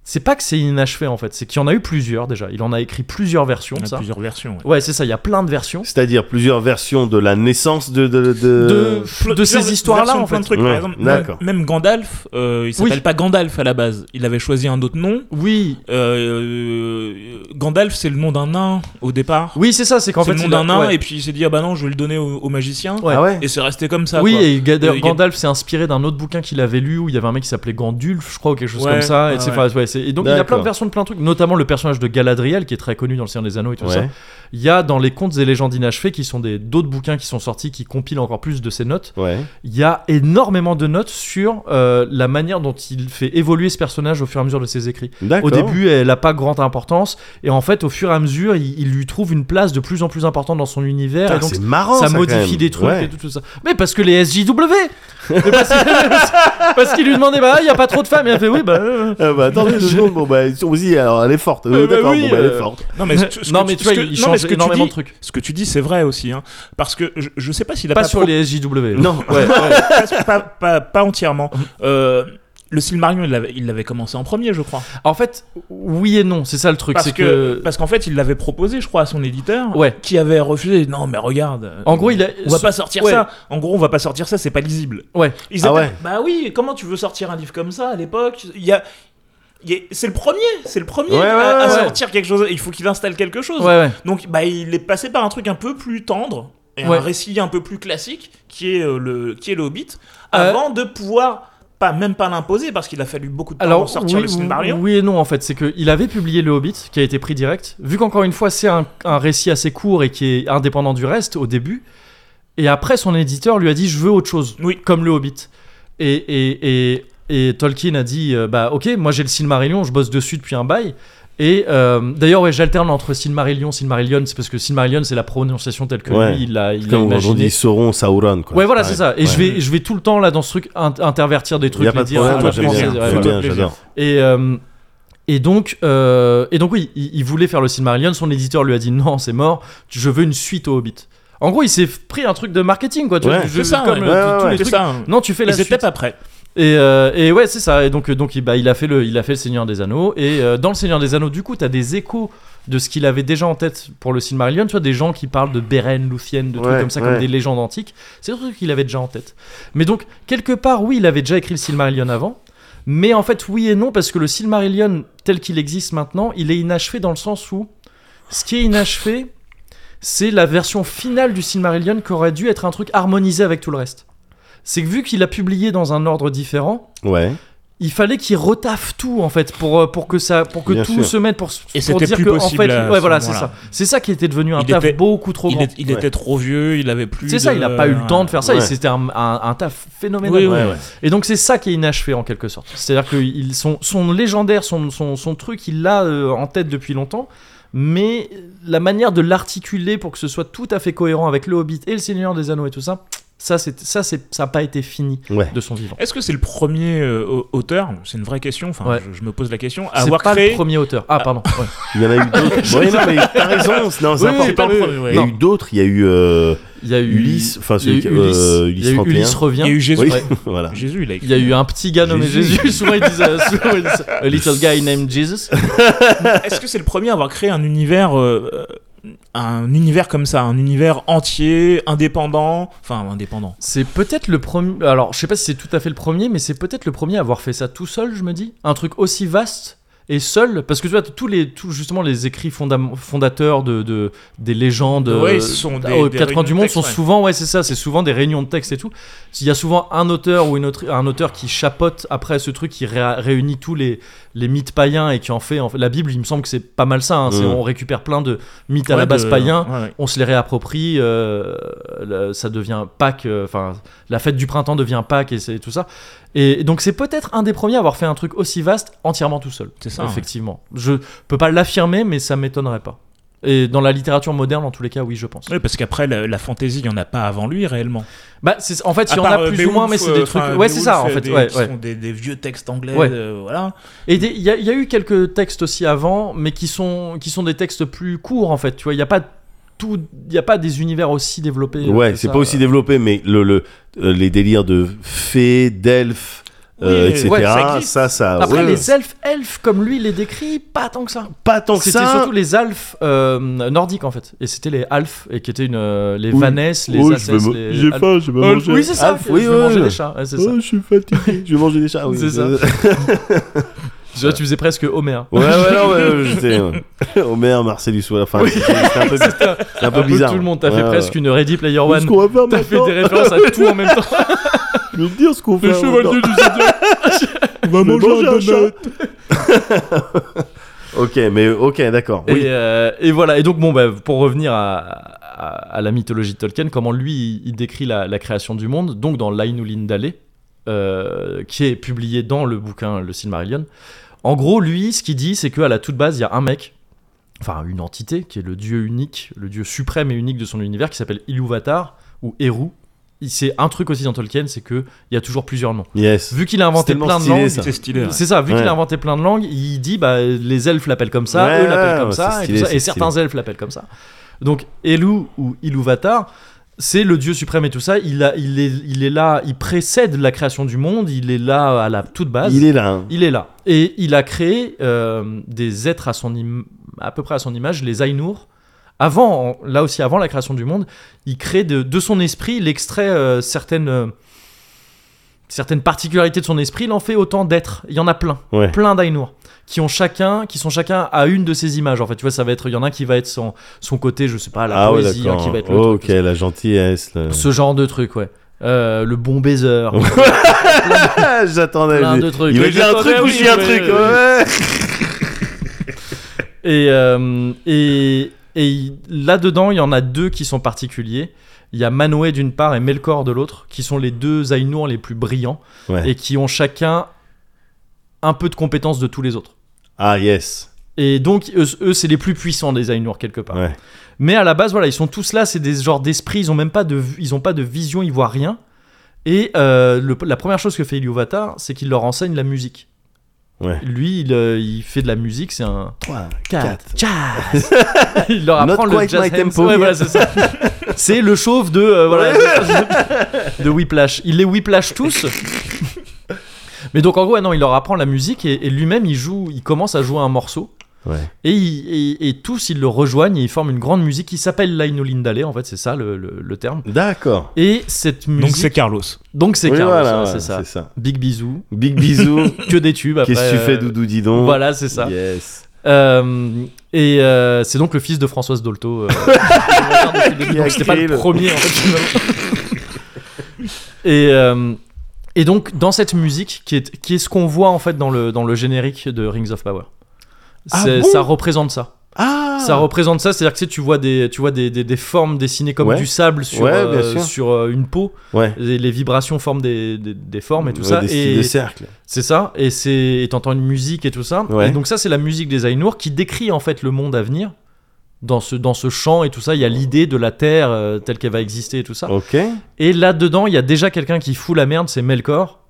Speaker 1: c'est pas que c'est inachevé en fait, c'est qu'il y en a eu plusieurs déjà. Il en a écrit plusieurs versions.
Speaker 5: Il y a
Speaker 1: ça.
Speaker 5: plusieurs versions. ouais.
Speaker 1: Ouais, c'est ça. Il y a plein de versions
Speaker 2: C'est-à-dire plusieurs versions de la naissance de. de,
Speaker 1: de,
Speaker 2: de...
Speaker 1: de ces histoires-là en fait.
Speaker 2: Ouais, d'accord.
Speaker 5: Euh, d'accord. Même Gandalf, euh, il s'appelle
Speaker 1: Oui.
Speaker 5: pas Gandalf à la base. Il avait choisi un autre nom.
Speaker 1: Oui,
Speaker 5: Euh, Gandalf, c'est le nom d'un nain au départ.
Speaker 1: oui, c'est ça. C'est qu'en
Speaker 5: c'est
Speaker 1: fait
Speaker 5: le nom
Speaker 1: il a-
Speaker 5: d'un nain
Speaker 1: ouais.
Speaker 5: et puis il s'est dit ah bah non, je vais le donner au, au magicien.
Speaker 1: Ouais.
Speaker 2: Ah ouais
Speaker 5: Et c'est resté comme ça.
Speaker 1: oui,
Speaker 5: quoi.
Speaker 1: et Gad-
Speaker 5: Euh, il y a-
Speaker 1: Gandalf s'est inspiré d'un autre bouquin qu'il avait lu où il y avait un mec qui s'appelait Gandulf, je crois, ou quelque chose
Speaker 5: Ouais,
Speaker 1: comme ça. Et,
Speaker 5: ouais,
Speaker 1: c'est-
Speaker 5: ouais.
Speaker 1: enfin, ouais, c'est- et donc il y a plein de
Speaker 2: D'accord.
Speaker 1: versions de plein de trucs, notamment le personnage de Galadriel qui est très connu dans le Seigneur des Anneaux et tout ça.
Speaker 2: Ouais.
Speaker 1: Il y a dans les contes et légendes inachevées qui sont des d'autres bouquins qui sont sortis qui compilent encore plus de ces notes.
Speaker 2: Ouais.
Speaker 1: Il y a énormément de notes sur euh, la manière dont il fait évoluer ce personnage au fur et à mesure de ses écrits.
Speaker 2: D'accord.
Speaker 1: Au début, elle n'a pas grande importance et en fait, au fur et à mesure, il, il lui trouve une place de plus en plus importante dans son univers
Speaker 2: Putain,
Speaker 1: et donc
Speaker 2: Ah, c'est marrant.
Speaker 1: ça,
Speaker 2: quand
Speaker 1: modifie
Speaker 2: même.
Speaker 1: des trucs
Speaker 2: Ouais.
Speaker 1: et tout, tout ça. Mais parce que les SJW Mais parce, parce qu'il lui demandait bah il y a pas trop de femmes et elle fait oui bah euh,
Speaker 2: Euh, bah, attendez deux secondes, bon, bah, vas-y, alors elle est forte. Euh,
Speaker 1: Euh, bah
Speaker 2: D'accord,
Speaker 1: oui,
Speaker 2: bon, bah, elle
Speaker 1: euh,
Speaker 2: est forte.
Speaker 5: Non mais, ce- ce
Speaker 1: non
Speaker 5: que-
Speaker 1: mais
Speaker 5: ce
Speaker 1: tu vois
Speaker 5: que-
Speaker 1: il
Speaker 5: non, mais
Speaker 1: change
Speaker 5: ce que tu
Speaker 1: énormément
Speaker 5: dis-
Speaker 1: de trucs.
Speaker 5: Ce que tu dis, c'est vrai aussi, hein. parce que je, je sais pas s'il a
Speaker 1: Pas
Speaker 5: pas,
Speaker 1: sur
Speaker 5: pro-
Speaker 1: les Mhm. SJW.
Speaker 2: Non,
Speaker 1: ouais.
Speaker 5: pas, pas- pas- pas entièrement. Euh, le Silmarillion, il l'avait- il l'avait commencé en premier, je crois.
Speaker 1: En fait, oui et non, c'est ça le truc.
Speaker 5: Parce
Speaker 1: C'est
Speaker 5: que,
Speaker 1: que.
Speaker 5: parce qu'en fait, il l'avait proposé, je crois, à son éditeur,
Speaker 1: Ouais.
Speaker 5: qui avait refusé. Non, mais regarde.
Speaker 1: En gros, il a.
Speaker 5: on va pas sortir
Speaker 1: ouais.
Speaker 5: ça. En gros, on va pas sortir ça. C'est pas lisible.
Speaker 1: Ouais.
Speaker 5: Ils
Speaker 2: Ah
Speaker 5: étaient-
Speaker 2: ouais.
Speaker 5: Bah oui. Comment tu veux sortir un livre comme ça à l'époque Il y a. il y a- C'est le premier, c'est le premier
Speaker 2: Ouais, ouais,
Speaker 5: à, à
Speaker 1: ouais.
Speaker 5: sortir quelque chose. Il faut qu'il installe quelque chose.
Speaker 1: Ouais, ouais.
Speaker 5: Donc, bah, il est passé par un truc un peu plus tendre et
Speaker 1: Ouais.
Speaker 5: un récit un peu plus classique qui est euh, le qui est le Hobbit,
Speaker 1: Euh.
Speaker 5: avant de pouvoir pas même pas l'imposer parce qu'il a fallu beaucoup de temps
Speaker 1: Alors,
Speaker 5: pour sortir le
Speaker 1: oui,
Speaker 5: Silmarillion.
Speaker 1: oui et non, en fait. C'est qu'il avait publié Le Hobbit, qui a été pris direct. Vu qu'encore une fois, c'est un, un récit assez court et qui est indépendant du reste au début. Et après, son éditeur lui a dit Je veux autre chose.
Speaker 5: Oui.
Speaker 1: Comme Le Hobbit. Et, et, et, et Tolkien a dit euh, Bah, ok, moi j'ai le Silmarillion, je bosse dessus depuis un bail. Et euh, d'ailleurs, ouais, j'alterne entre Silmarillion, Silmarillion, c'est parce que Silmarillion, c'est la prononciation telle que
Speaker 2: Ouais.
Speaker 1: lui, il l'a il l'a
Speaker 2: Comme quand on
Speaker 1: imaginée.
Speaker 2: dit Sauron, Sauron, quoi.
Speaker 1: Ouais, voilà, c'est ça. Et je,
Speaker 2: ouais.
Speaker 1: vais, je vais tout le temps là dans ce truc in- intervertir des
Speaker 2: Il
Speaker 1: trucs.
Speaker 2: n'y a pas
Speaker 1: les
Speaker 2: de
Speaker 1: dire,
Speaker 2: problème,
Speaker 1: ah,
Speaker 2: moi
Speaker 1: la
Speaker 2: j'aime bien,
Speaker 1: française, ouais,
Speaker 2: j'aime
Speaker 1: voilà.
Speaker 2: bien, j'adore.
Speaker 1: Et, euh, et, donc, euh, et donc, oui, il, il voulait faire le Silmarillion. Son éditeur lui a dit non, c'est mort, je veux une suite au Hobbit. En gros, il s'est pris un truc de marketing, quoi. Tu
Speaker 2: Ouais.
Speaker 1: vois, je-
Speaker 5: C'est ça,
Speaker 1: comme,
Speaker 5: ouais.
Speaker 1: euh,
Speaker 2: Ouais,
Speaker 1: tous
Speaker 2: ouais,
Speaker 1: les
Speaker 5: C'est
Speaker 1: trucs.
Speaker 5: ça. hein.
Speaker 1: Non, tu fais la
Speaker 5: Ils étaient
Speaker 1: suite.
Speaker 5: pas prêts.
Speaker 1: Et, euh, et ouais, c'est ça. Et donc, euh, donc il- bah, il, a fait le, il a fait le Seigneur des Anneaux. Et euh, dans le Seigneur des Anneaux, du coup, t'as des échos de ce qu'il avait déjà en tête pour le Silmarillion. Tu vois, des gens qui parlent de Beren, Luthien, de trucs
Speaker 2: Ouais,
Speaker 1: comme ça,
Speaker 2: ouais.
Speaker 1: comme des légendes antiques. C'est des trucs qu'il avait déjà en tête. Mais donc, quelque part, oui, il avait déjà écrit le Silmarillion avant. Mais en fait, oui et non, parce que le Silmarillion, tel qu'il existe maintenant, il est inachevé dans le sens où ce qui est inachevé, c'est la version finale du Silmarillion qui aurait dû être un truc harmonisé avec tout le reste. C'est que vu qu'il a publié dans un ordre différent,
Speaker 2: Ouais.
Speaker 1: il fallait qu'il retaffe tout en fait pour euh, pour que ça pour que
Speaker 2: Bien
Speaker 1: tout
Speaker 2: sûr.
Speaker 1: se mette pour s-
Speaker 5: Et
Speaker 1: pour
Speaker 5: c'était
Speaker 1: dire
Speaker 5: plus
Speaker 1: que en
Speaker 5: possible
Speaker 1: fait
Speaker 5: à
Speaker 1: ouais
Speaker 5: ce
Speaker 1: voilà c'est
Speaker 5: moment-là.
Speaker 1: ça c'est ça qui était devenu un
Speaker 5: Il
Speaker 1: taf
Speaker 5: était-
Speaker 1: beaucoup trop
Speaker 5: Il,
Speaker 1: grand
Speaker 5: est- il
Speaker 2: Ouais.
Speaker 5: était trop vieux, il avait plus.
Speaker 1: c'est ça
Speaker 5: de-
Speaker 1: il a pas eu le temps de faire ça et
Speaker 2: Ouais.
Speaker 1: c'était un, un- un taf phénoménal
Speaker 5: Oui, oui.
Speaker 2: Ouais, ouais.
Speaker 1: et donc c'est ça qui est inachevé en quelque sorte c'est à dire que il- son son légendaire son son, son truc il l'a euh, en tête depuis longtemps mais la manière de l'articuler pour que ce soit tout à fait cohérent avec le Hobbit et le Seigneur des Anneaux et tout ça ça c'est ça c'est ça n'a pas été fini
Speaker 2: Ouais.
Speaker 1: de son vivant
Speaker 5: Est-ce que c'est le premier euh, au- auteur C'est une vraie question. Enfin,
Speaker 1: Ouais.
Speaker 5: je, je me pose la question. À
Speaker 1: c'est
Speaker 5: avoir
Speaker 1: pas
Speaker 5: créé.
Speaker 1: le premier auteur ah pardon ouais.
Speaker 2: Il y en a eu d'autres. Ouais, non, mais t'as raison. Non, c'est
Speaker 1: Oui, oui,
Speaker 2: important.
Speaker 5: c'est pas le premier. ouais.
Speaker 2: Il y a eu d'autres. Il y a eu euh,
Speaker 1: Il y a eu
Speaker 2: Ulysse. Enfin,
Speaker 1: Il y a
Speaker 2: celui
Speaker 1: eu
Speaker 2: qui.
Speaker 1: Ulysse,
Speaker 2: euh,
Speaker 1: il y a eu
Speaker 2: 31.
Speaker 1: Ulysse revient.
Speaker 5: Il y a eu Jésus.
Speaker 2: Oui,
Speaker 5: ouais.
Speaker 2: voilà.
Speaker 5: Jésus, il a écrit.
Speaker 1: Il y a eu un petit gars nommé
Speaker 2: Jésus.
Speaker 1: Jésus. souvent ils disent, euh, souvent, ils disent, a little guy named Jesus.
Speaker 5: Est-ce que c'est le premier à avoir créé un univers, euh, euh, un univers comme ça, un univers entier, indépendant, enfin indépendant.
Speaker 1: C'est peut-être le premier. Alors je sais pas si c'est tout à fait le premier, mais c'est peut-être le premier à avoir fait ça tout seul, je me dis. Un truc aussi vaste et seul, parce que tu vois tous les, tous justement les écrits fondam- fondateurs de, de- des légendes
Speaker 5: Ouais,
Speaker 1: euh,
Speaker 5: ce sont des-
Speaker 1: aux
Speaker 5: des
Speaker 1: quatre
Speaker 5: réunions
Speaker 1: coins
Speaker 5: de
Speaker 1: du monde
Speaker 5: texte,
Speaker 1: sont
Speaker 5: ouais.
Speaker 1: souvent, ouais c'est ça, c'est souvent des réunions de texte et tout. Il y a souvent un auteur ou une autre, un auteur qui chapote après ce truc qui ré- réunit tous les, les mythes païens et qui en fait, en fait- la Bible. Il me semble que c'est pas mal ça. hein, c'est-
Speaker 2: Mhm.
Speaker 1: on récupère plein de mythes à
Speaker 5: Ouais,
Speaker 1: la base
Speaker 5: de-
Speaker 1: païens.
Speaker 5: ouais, ouais.
Speaker 1: On se les réapproprie, euh, le- ça devient Pâques, euh, enfin la fête du printemps devient Pâques et c'est tout ça. Et donc c'est peut-être un des premiers à avoir fait un truc aussi vaste entièrement tout seul.
Speaker 5: C'est ça,
Speaker 1: Effectivement. Je peux pas l'affirmer, mais ça m'étonnerait pas. Et dans la littérature moderne, en tous les cas, oui, je pense.
Speaker 5: Ouais, parce qu'après la, la fantaisie, il y en a pas avant lui réellement.
Speaker 1: Bah, c'est- en fait, il
Speaker 5: À
Speaker 1: y en
Speaker 5: part,
Speaker 1: a
Speaker 5: euh,
Speaker 1: plus ou
Speaker 5: Beowulf,
Speaker 1: moins, mais c'est
Speaker 5: euh,
Speaker 1: des trucs.
Speaker 5: enfin,
Speaker 1: Ouais, c'est ça, en
Speaker 5: Beowulf,
Speaker 1: fait.
Speaker 5: des-
Speaker 1: ouais,
Speaker 5: qui
Speaker 1: ouais.
Speaker 5: sont des, des vieux textes anglais,
Speaker 1: Ouais.
Speaker 5: euh, voilà.
Speaker 1: Et des- il y, a- il y a eu quelques textes aussi avant, mais qui sont, qui sont des textes plus courts, en fait. Tu vois, il n'y a pas tout, il y a pas des univers aussi développés. euh,
Speaker 2: Ouais,
Speaker 1: que
Speaker 2: c'est
Speaker 1: ça.
Speaker 2: pas aussi développé, mais le, le, euh, les délires de fées, d'elfes, euh,
Speaker 5: Oui,
Speaker 2: etc.
Speaker 1: ouais,
Speaker 5: ça
Speaker 2: ça,
Speaker 5: existe.
Speaker 2: ça,
Speaker 1: Après,
Speaker 2: Ah ouais, ouais.
Speaker 1: les elfes, elfes, comme lui les décrit, pas tant que ça.
Speaker 2: pas tant que
Speaker 1: C'était
Speaker 2: ça.
Speaker 1: surtout les alphes euh, nordiques en fait, et c'était les alphes et qui étaient une euh, les
Speaker 2: Oui.
Speaker 1: vaness, les
Speaker 2: Oh, je
Speaker 1: asses,
Speaker 2: vais me-
Speaker 1: les
Speaker 2: J'ai
Speaker 1: Alpes.
Speaker 2: faim, je vais
Speaker 1: Euh,
Speaker 2: manger.
Speaker 1: oui c'est ça.
Speaker 2: Alf,
Speaker 1: oui,
Speaker 2: oui,
Speaker 1: je vais manger
Speaker 2: ouais.
Speaker 1: des chats, ouais, c'est ça.
Speaker 2: Oh, je suis fatigué. je vais manger des chats. Oui.
Speaker 1: C'est ça. Tu vois, tu faisais presque Homer.
Speaker 2: Ouais, ouais, non, ouais, ouais, j'étais. euh, ouais. Homer, Marcellus, ouais, enfin, c'était un peu, c'est un peu bizarre.
Speaker 1: tout le monde, t'as
Speaker 2: Ouais,
Speaker 1: fait
Speaker 2: ouais.
Speaker 1: presque une Ready Player One.
Speaker 2: Ce qu'on va faire
Speaker 1: T'as fait
Speaker 2: maintenant,
Speaker 1: des références à tout en même temps.
Speaker 2: je vais te dire ce qu'on
Speaker 1: Bah,
Speaker 2: fait. maintenant.
Speaker 1: du Zodiac.
Speaker 2: On va manger, un donut. ok, mais ok, d'accord.
Speaker 1: Et,
Speaker 2: Oui.
Speaker 1: euh, et voilà. Et donc bon, bah, pour revenir à, à- à la mythologie de Tolkien, comment lui il décrit la, la création du monde, donc dans l'Ainulin Dale, euh, qui est publié dans le bouquin Le Silmarillion. En gros, lui, ce qu'il dit, c'est qu'à la toute base, il y a un mec, enfin une entité, qui est le dieu unique, le dieu suprême et unique de son univers, qui s'appelle Iluvatar ou Eru. Il- C'est un truc aussi dans Tolkien, c'est que il y a toujours plusieurs noms.
Speaker 2: Yes.
Speaker 1: Vu qu'il a inventé
Speaker 2: C'est tellement
Speaker 1: plein de
Speaker 2: stylé,
Speaker 1: langues,
Speaker 2: ça.
Speaker 5: C'est stylé. ouais.
Speaker 1: c'est ça, vu
Speaker 2: Ouais.
Speaker 1: qu'il a inventé plein de langues, il dit bah les elfes l'appellent comme ça,
Speaker 2: Ouais,
Speaker 1: eux l'appellent
Speaker 2: ouais,
Speaker 1: comme
Speaker 2: ouais,
Speaker 1: ça,
Speaker 2: c'est
Speaker 1: et,
Speaker 2: stylé,
Speaker 1: tout ça,
Speaker 2: c'est
Speaker 1: et certains elfes l'appellent comme ça. Donc Elu ou Iluvatar, c'est le dieu suprême et tout ça. Il, a, il, est, il est là, il précède la création du monde, il est là à la toute base.
Speaker 2: Il est là. hein.
Speaker 1: Il est là. Et il a créé euh, des êtres à, son im- à peu près à son image, les Ainur. Avant, en- là aussi, avant la création du monde, il crée de, de son esprit, il extrait euh, certaines, euh, certaines particularités de son esprit, il en fait autant d'êtres. Il y en a plein,
Speaker 2: Ouais.
Speaker 1: plein d'Ainur, qui, ont chacun, qui sont chacun à une de ses images. En fait, tu vois, ça va être, il y en a un qui va être son, son côté, je sais pas, la
Speaker 2: ah ouais,
Speaker 1: poésie, un
Speaker 2: d'accord.
Speaker 1: qui va être le
Speaker 2: ok,
Speaker 1: truc,
Speaker 2: la gentillesse. le-
Speaker 1: ce genre de truc, ouais. Euh, le bon baiser.
Speaker 2: Ah, J'attendais.
Speaker 1: Plein
Speaker 2: j'ai-
Speaker 1: de trucs.
Speaker 2: Il veut
Speaker 1: Oui,
Speaker 2: dire un
Speaker 1: j'attendais,
Speaker 2: truc ou
Speaker 1: oui,
Speaker 2: je dis un
Speaker 1: oui,
Speaker 2: truc.
Speaker 1: oui.
Speaker 2: Ouais.
Speaker 1: Et, euh, et, et il- là-dedans, il y en a deux qui sont particuliers. Il y a Manoé d'une part et Melkor de l'autre, qui sont les deux Ainur les plus brillants
Speaker 2: Ouais.
Speaker 1: et qui ont chacun un peu de compétences de tous les autres.
Speaker 2: Ah yes.
Speaker 1: Et donc, eux, eux, c'est les plus puissants des Ainur quelque part.
Speaker 2: Ouais.
Speaker 1: Mais à la base, voilà, ils sont tous là, c'est des genres d'esprit, ils ont même pas de, ils ont pas de vision, ils voient rien. Et euh, le- la première chose que fait Ilyuvata, c'est qu'il leur enseigne la musique.
Speaker 2: Ouais.
Speaker 1: Lui, il, euh, il fait de la musique, c'est un,
Speaker 2: 3,
Speaker 1: Quatre. Jazz. Il leur
Speaker 2: Not
Speaker 1: apprend le
Speaker 2: quite
Speaker 1: jazz
Speaker 2: my
Speaker 1: hands.
Speaker 2: tempo
Speaker 1: Ouais,
Speaker 2: yet.
Speaker 1: voilà, c'est ça. C'est le chauve de euh, voilà de, de Whiplash. Il les Whiplash tous. Mais donc en gros, ouais, non, il leur apprend la musique et, et lui-même il joue, il commence à jouer un morceau.
Speaker 2: Ouais.
Speaker 1: Et, il- et- et tous ils le rejoignent et ils forment une grande musique qui s'appelle Lainolindale en fait, c'est ça le, le- le terme.
Speaker 2: D'accord.
Speaker 1: Et cette
Speaker 3: Donc
Speaker 1: musique,
Speaker 3: c'est Carlos.
Speaker 1: donc c'est
Speaker 2: Oui,
Speaker 1: Carlos,
Speaker 2: voilà,
Speaker 1: ouais,
Speaker 2: ouais,
Speaker 1: c'est ça.
Speaker 2: C'est ça.
Speaker 1: Big bisous,
Speaker 2: Big bisou.
Speaker 1: que des tubes.
Speaker 2: Qu'est-ce que
Speaker 1: après,
Speaker 2: tu fais,
Speaker 1: euh,
Speaker 2: Doudou, dis donc
Speaker 1: Voilà, c'est ça.
Speaker 2: Yes.
Speaker 1: Euh, et euh, c'est donc le fils de Françoise Dolto. euh, qui regarde depuis le début,
Speaker 2: Qui a
Speaker 1: donc c'était pas
Speaker 2: créé
Speaker 1: le
Speaker 2: le-
Speaker 1: premier en fait. finalement. et, euh, et donc dans cette musique qui est, qui est ce qu'on voit en fait dans le, dans le générique de Rings of Power. C'est- ça représente ça.
Speaker 2: Ah
Speaker 1: Ça représente ça, c'est-à-dire que tu, sais, tu vois des, tu vois des, des, des formes dessinées comme
Speaker 2: Ouais.
Speaker 1: du sable sur,
Speaker 2: Ouais, bien
Speaker 1: euh,
Speaker 2: sûr.
Speaker 1: sur euh, une peau.
Speaker 2: Ouais.
Speaker 1: Et les vibrations forment des, des, des formes et tout
Speaker 2: Ouais,
Speaker 1: ça.
Speaker 2: Des
Speaker 1: et
Speaker 2: styles de cercle.
Speaker 1: c'est ça, et c'est et t'entends une musique et tout ça.
Speaker 2: Ouais.
Speaker 1: Et donc ça, c'est la musique des Ainur qui décrit en fait le monde à venir. Dans ce, dans ce chant et tout ça, il y a l'idée de la Terre euh, telle qu'elle va exister et tout ça.
Speaker 2: Ok.
Speaker 1: Et là-dedans, il y a déjà quelqu'un qui fout la merde, c'est Melkor,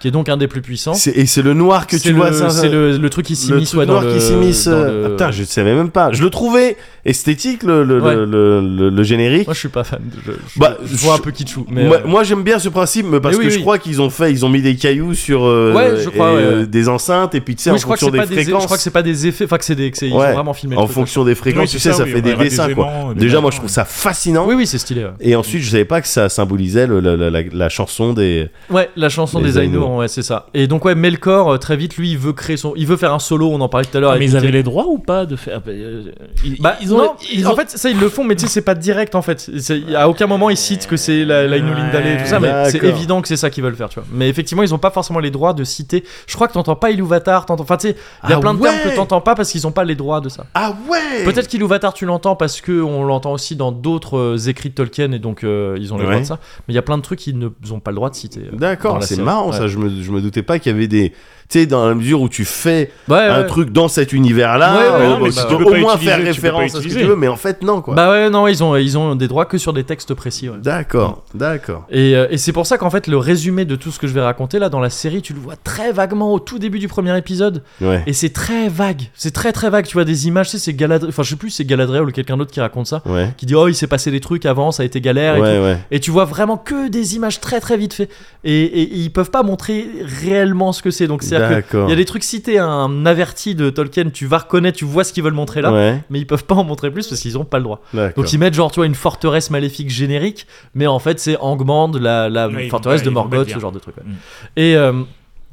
Speaker 1: qui est donc un des plus puissants.
Speaker 2: C'est- Et c'est le noir que
Speaker 1: C'est
Speaker 2: tu vois,
Speaker 1: le-
Speaker 2: ça. ça-
Speaker 1: C'est le, le truc qui
Speaker 2: le
Speaker 1: s'immisce
Speaker 2: truc
Speaker 1: ouais, dans
Speaker 2: noir
Speaker 1: le-
Speaker 2: qui s'immisce.
Speaker 1: dans
Speaker 2: euh,
Speaker 1: le-
Speaker 2: ah, putain, je savais même pas. Je le trouvais esthétique, le, le,
Speaker 1: Ouais.
Speaker 2: le, le- le- le générique.
Speaker 1: Moi, je suis pas fan. de- Je, je-
Speaker 2: Bah,
Speaker 1: je vois un
Speaker 2: je-
Speaker 1: peu Kitschou. Mais,
Speaker 2: moi,
Speaker 1: euh,
Speaker 2: moi, j'aime bien ce principe mais parce
Speaker 1: Mais oui,
Speaker 2: que je
Speaker 1: oui.
Speaker 2: crois qu'ils ont fait, ils ont mis des cailloux sur euh,
Speaker 1: Ouais, je crois,
Speaker 2: et,
Speaker 1: ouais,
Speaker 2: euh,
Speaker 1: ouais.
Speaker 2: des enceintes et puis tu sais
Speaker 1: oui,
Speaker 2: en
Speaker 1: je crois que
Speaker 2: fonction
Speaker 1: c'est pas
Speaker 2: des
Speaker 1: des, je crois que
Speaker 2: fréquences,
Speaker 1: c'est pas des effets, enfin que c'est des, que c'est- ils
Speaker 2: Ouais.
Speaker 1: ont vraiment filmé. le
Speaker 2: en
Speaker 1: truc.
Speaker 2: fonction des fréquences,
Speaker 3: Oui,
Speaker 2: tu
Speaker 3: c'est
Speaker 2: sais,
Speaker 3: ça,
Speaker 2: ça
Speaker 3: oui,
Speaker 2: fait
Speaker 3: ouais,
Speaker 2: des
Speaker 3: avec des
Speaker 2: dessins
Speaker 3: aimants,
Speaker 2: quoi.
Speaker 3: euh, des
Speaker 2: Déjà, moi,
Speaker 3: machins,
Speaker 2: je trouve ça fascinant.
Speaker 1: Oui, oui, c'est stylé. ouais.
Speaker 2: Et ensuite, je savais pas que ça symbolisait le- la, la- la- la chanson des.
Speaker 1: Ouais, la chanson
Speaker 2: Les
Speaker 1: des Ainur,
Speaker 2: Ainur.
Speaker 1: ouais, c'est ça. Et donc ouais, Melkor euh, très vite lui il veut créer son il veut faire un solo, on en parlait tout à l'heure
Speaker 3: Mais
Speaker 1: avec
Speaker 3: ils avaient
Speaker 1: Mickey.
Speaker 3: les droits ou pas de faire. ah, bah, euh, ils,
Speaker 1: Bah,
Speaker 3: ils ont.
Speaker 1: non,
Speaker 3: ils
Speaker 1: en
Speaker 3: ont-
Speaker 1: fait ça ils le font mais tu sais c'est pas direct en fait. C'est- À aucun moment ils citent que c'est la, la Inulindale et tout ça mais c'est
Speaker 2: D'accord.
Speaker 1: évident que c'est ça qu'ils veulent faire, tu vois. Mais effectivement, ils ont pas forcément les droits de citer. Je crois que t'entends pas Iluvatar, t'entends enfin tu sais, il y a
Speaker 2: Ah
Speaker 1: plein de termes
Speaker 2: ouais
Speaker 1: que t'entends pas parce qu'ils ont pas les droits de ça.
Speaker 2: Ah ouais.
Speaker 1: Peut-être qu'Iluvatar tu l'entends parce que on l'entend aussi dans d'autres euh, écrits de Tolkien et donc euh, ils ont les
Speaker 2: Ouais. Bah,
Speaker 1: droits de ça, mais il y a plein de trucs qu'ils ne ils ont pas le droit de citer. euh, dans
Speaker 2: D'accord,
Speaker 1: la
Speaker 2: c'est
Speaker 1: série.
Speaker 2: marrant
Speaker 1: Ouais.
Speaker 2: ça. Je me, je me doutais pas qu'il y avait des. Tu sais, dans la mesure où bah, tu fais
Speaker 1: Ouais,
Speaker 2: un
Speaker 1: Euh, ouais.
Speaker 2: truc dans cet univers-là,
Speaker 1: Ouais, ouais,
Speaker 2: euh,
Speaker 1: non, mais
Speaker 2: tu
Speaker 1: bah,
Speaker 2: peux
Speaker 1: tu
Speaker 3: peux
Speaker 2: au
Speaker 3: pas
Speaker 2: moins
Speaker 3: utiliser,
Speaker 2: faire
Speaker 3: tu peux pas
Speaker 2: référence à ce que tu
Speaker 3: utiliser.
Speaker 2: veux, mais en fait, non, quoi.
Speaker 1: Bah ouais, non, ils ont, ils ont des droits que sur des textes précis. ouais.
Speaker 2: D'accord, d'accord.
Speaker 1: Et, euh, et c'est pour ça qu'en fait, le résumé de tout ce que je vais raconter là dans la série, tu le vois très vaguement au tout début du premier épisode.
Speaker 2: Ouais.
Speaker 1: Et c'est très vague. C'est très très vague. Tu vois des images, tu sais, c'est Galadriel. Enfin, je sais plus si c'est Galadriel ou quelqu'un d'autre qui raconte ça.
Speaker 2: Ouais.
Speaker 1: Qui dit, oh, il s'est passé des trucs avant, ça a été galère et tout.
Speaker 2: Ouais, ouais.
Speaker 1: Et tu vois vraiment que des images très très vite fait. Et, et- et ils peuvent pas montrer réellement ce que c'est. Donc c'est-à-dire que
Speaker 2: D'accord.
Speaker 1: il y a des trucs cités, un averti de Tolkien, tu vas reconnaître, tu vois ce qu'ils veulent montrer là.
Speaker 2: Ouais,
Speaker 1: Mais ils peuvent pas en montrer plus parce qu'ils ont pas le droit.
Speaker 2: d'accord.
Speaker 1: Donc ils mettent genre tu vois une forteresse maléfique générique, mais en fait c'est Angmand, la, la
Speaker 3: Ouais, ils vont
Speaker 1: forteresse
Speaker 3: pas-
Speaker 1: de
Speaker 3: ils vont pas
Speaker 1: Morgoth,
Speaker 3: le dire.
Speaker 1: ce genre de truc. ouais.
Speaker 3: Mm.
Speaker 1: Et, euh,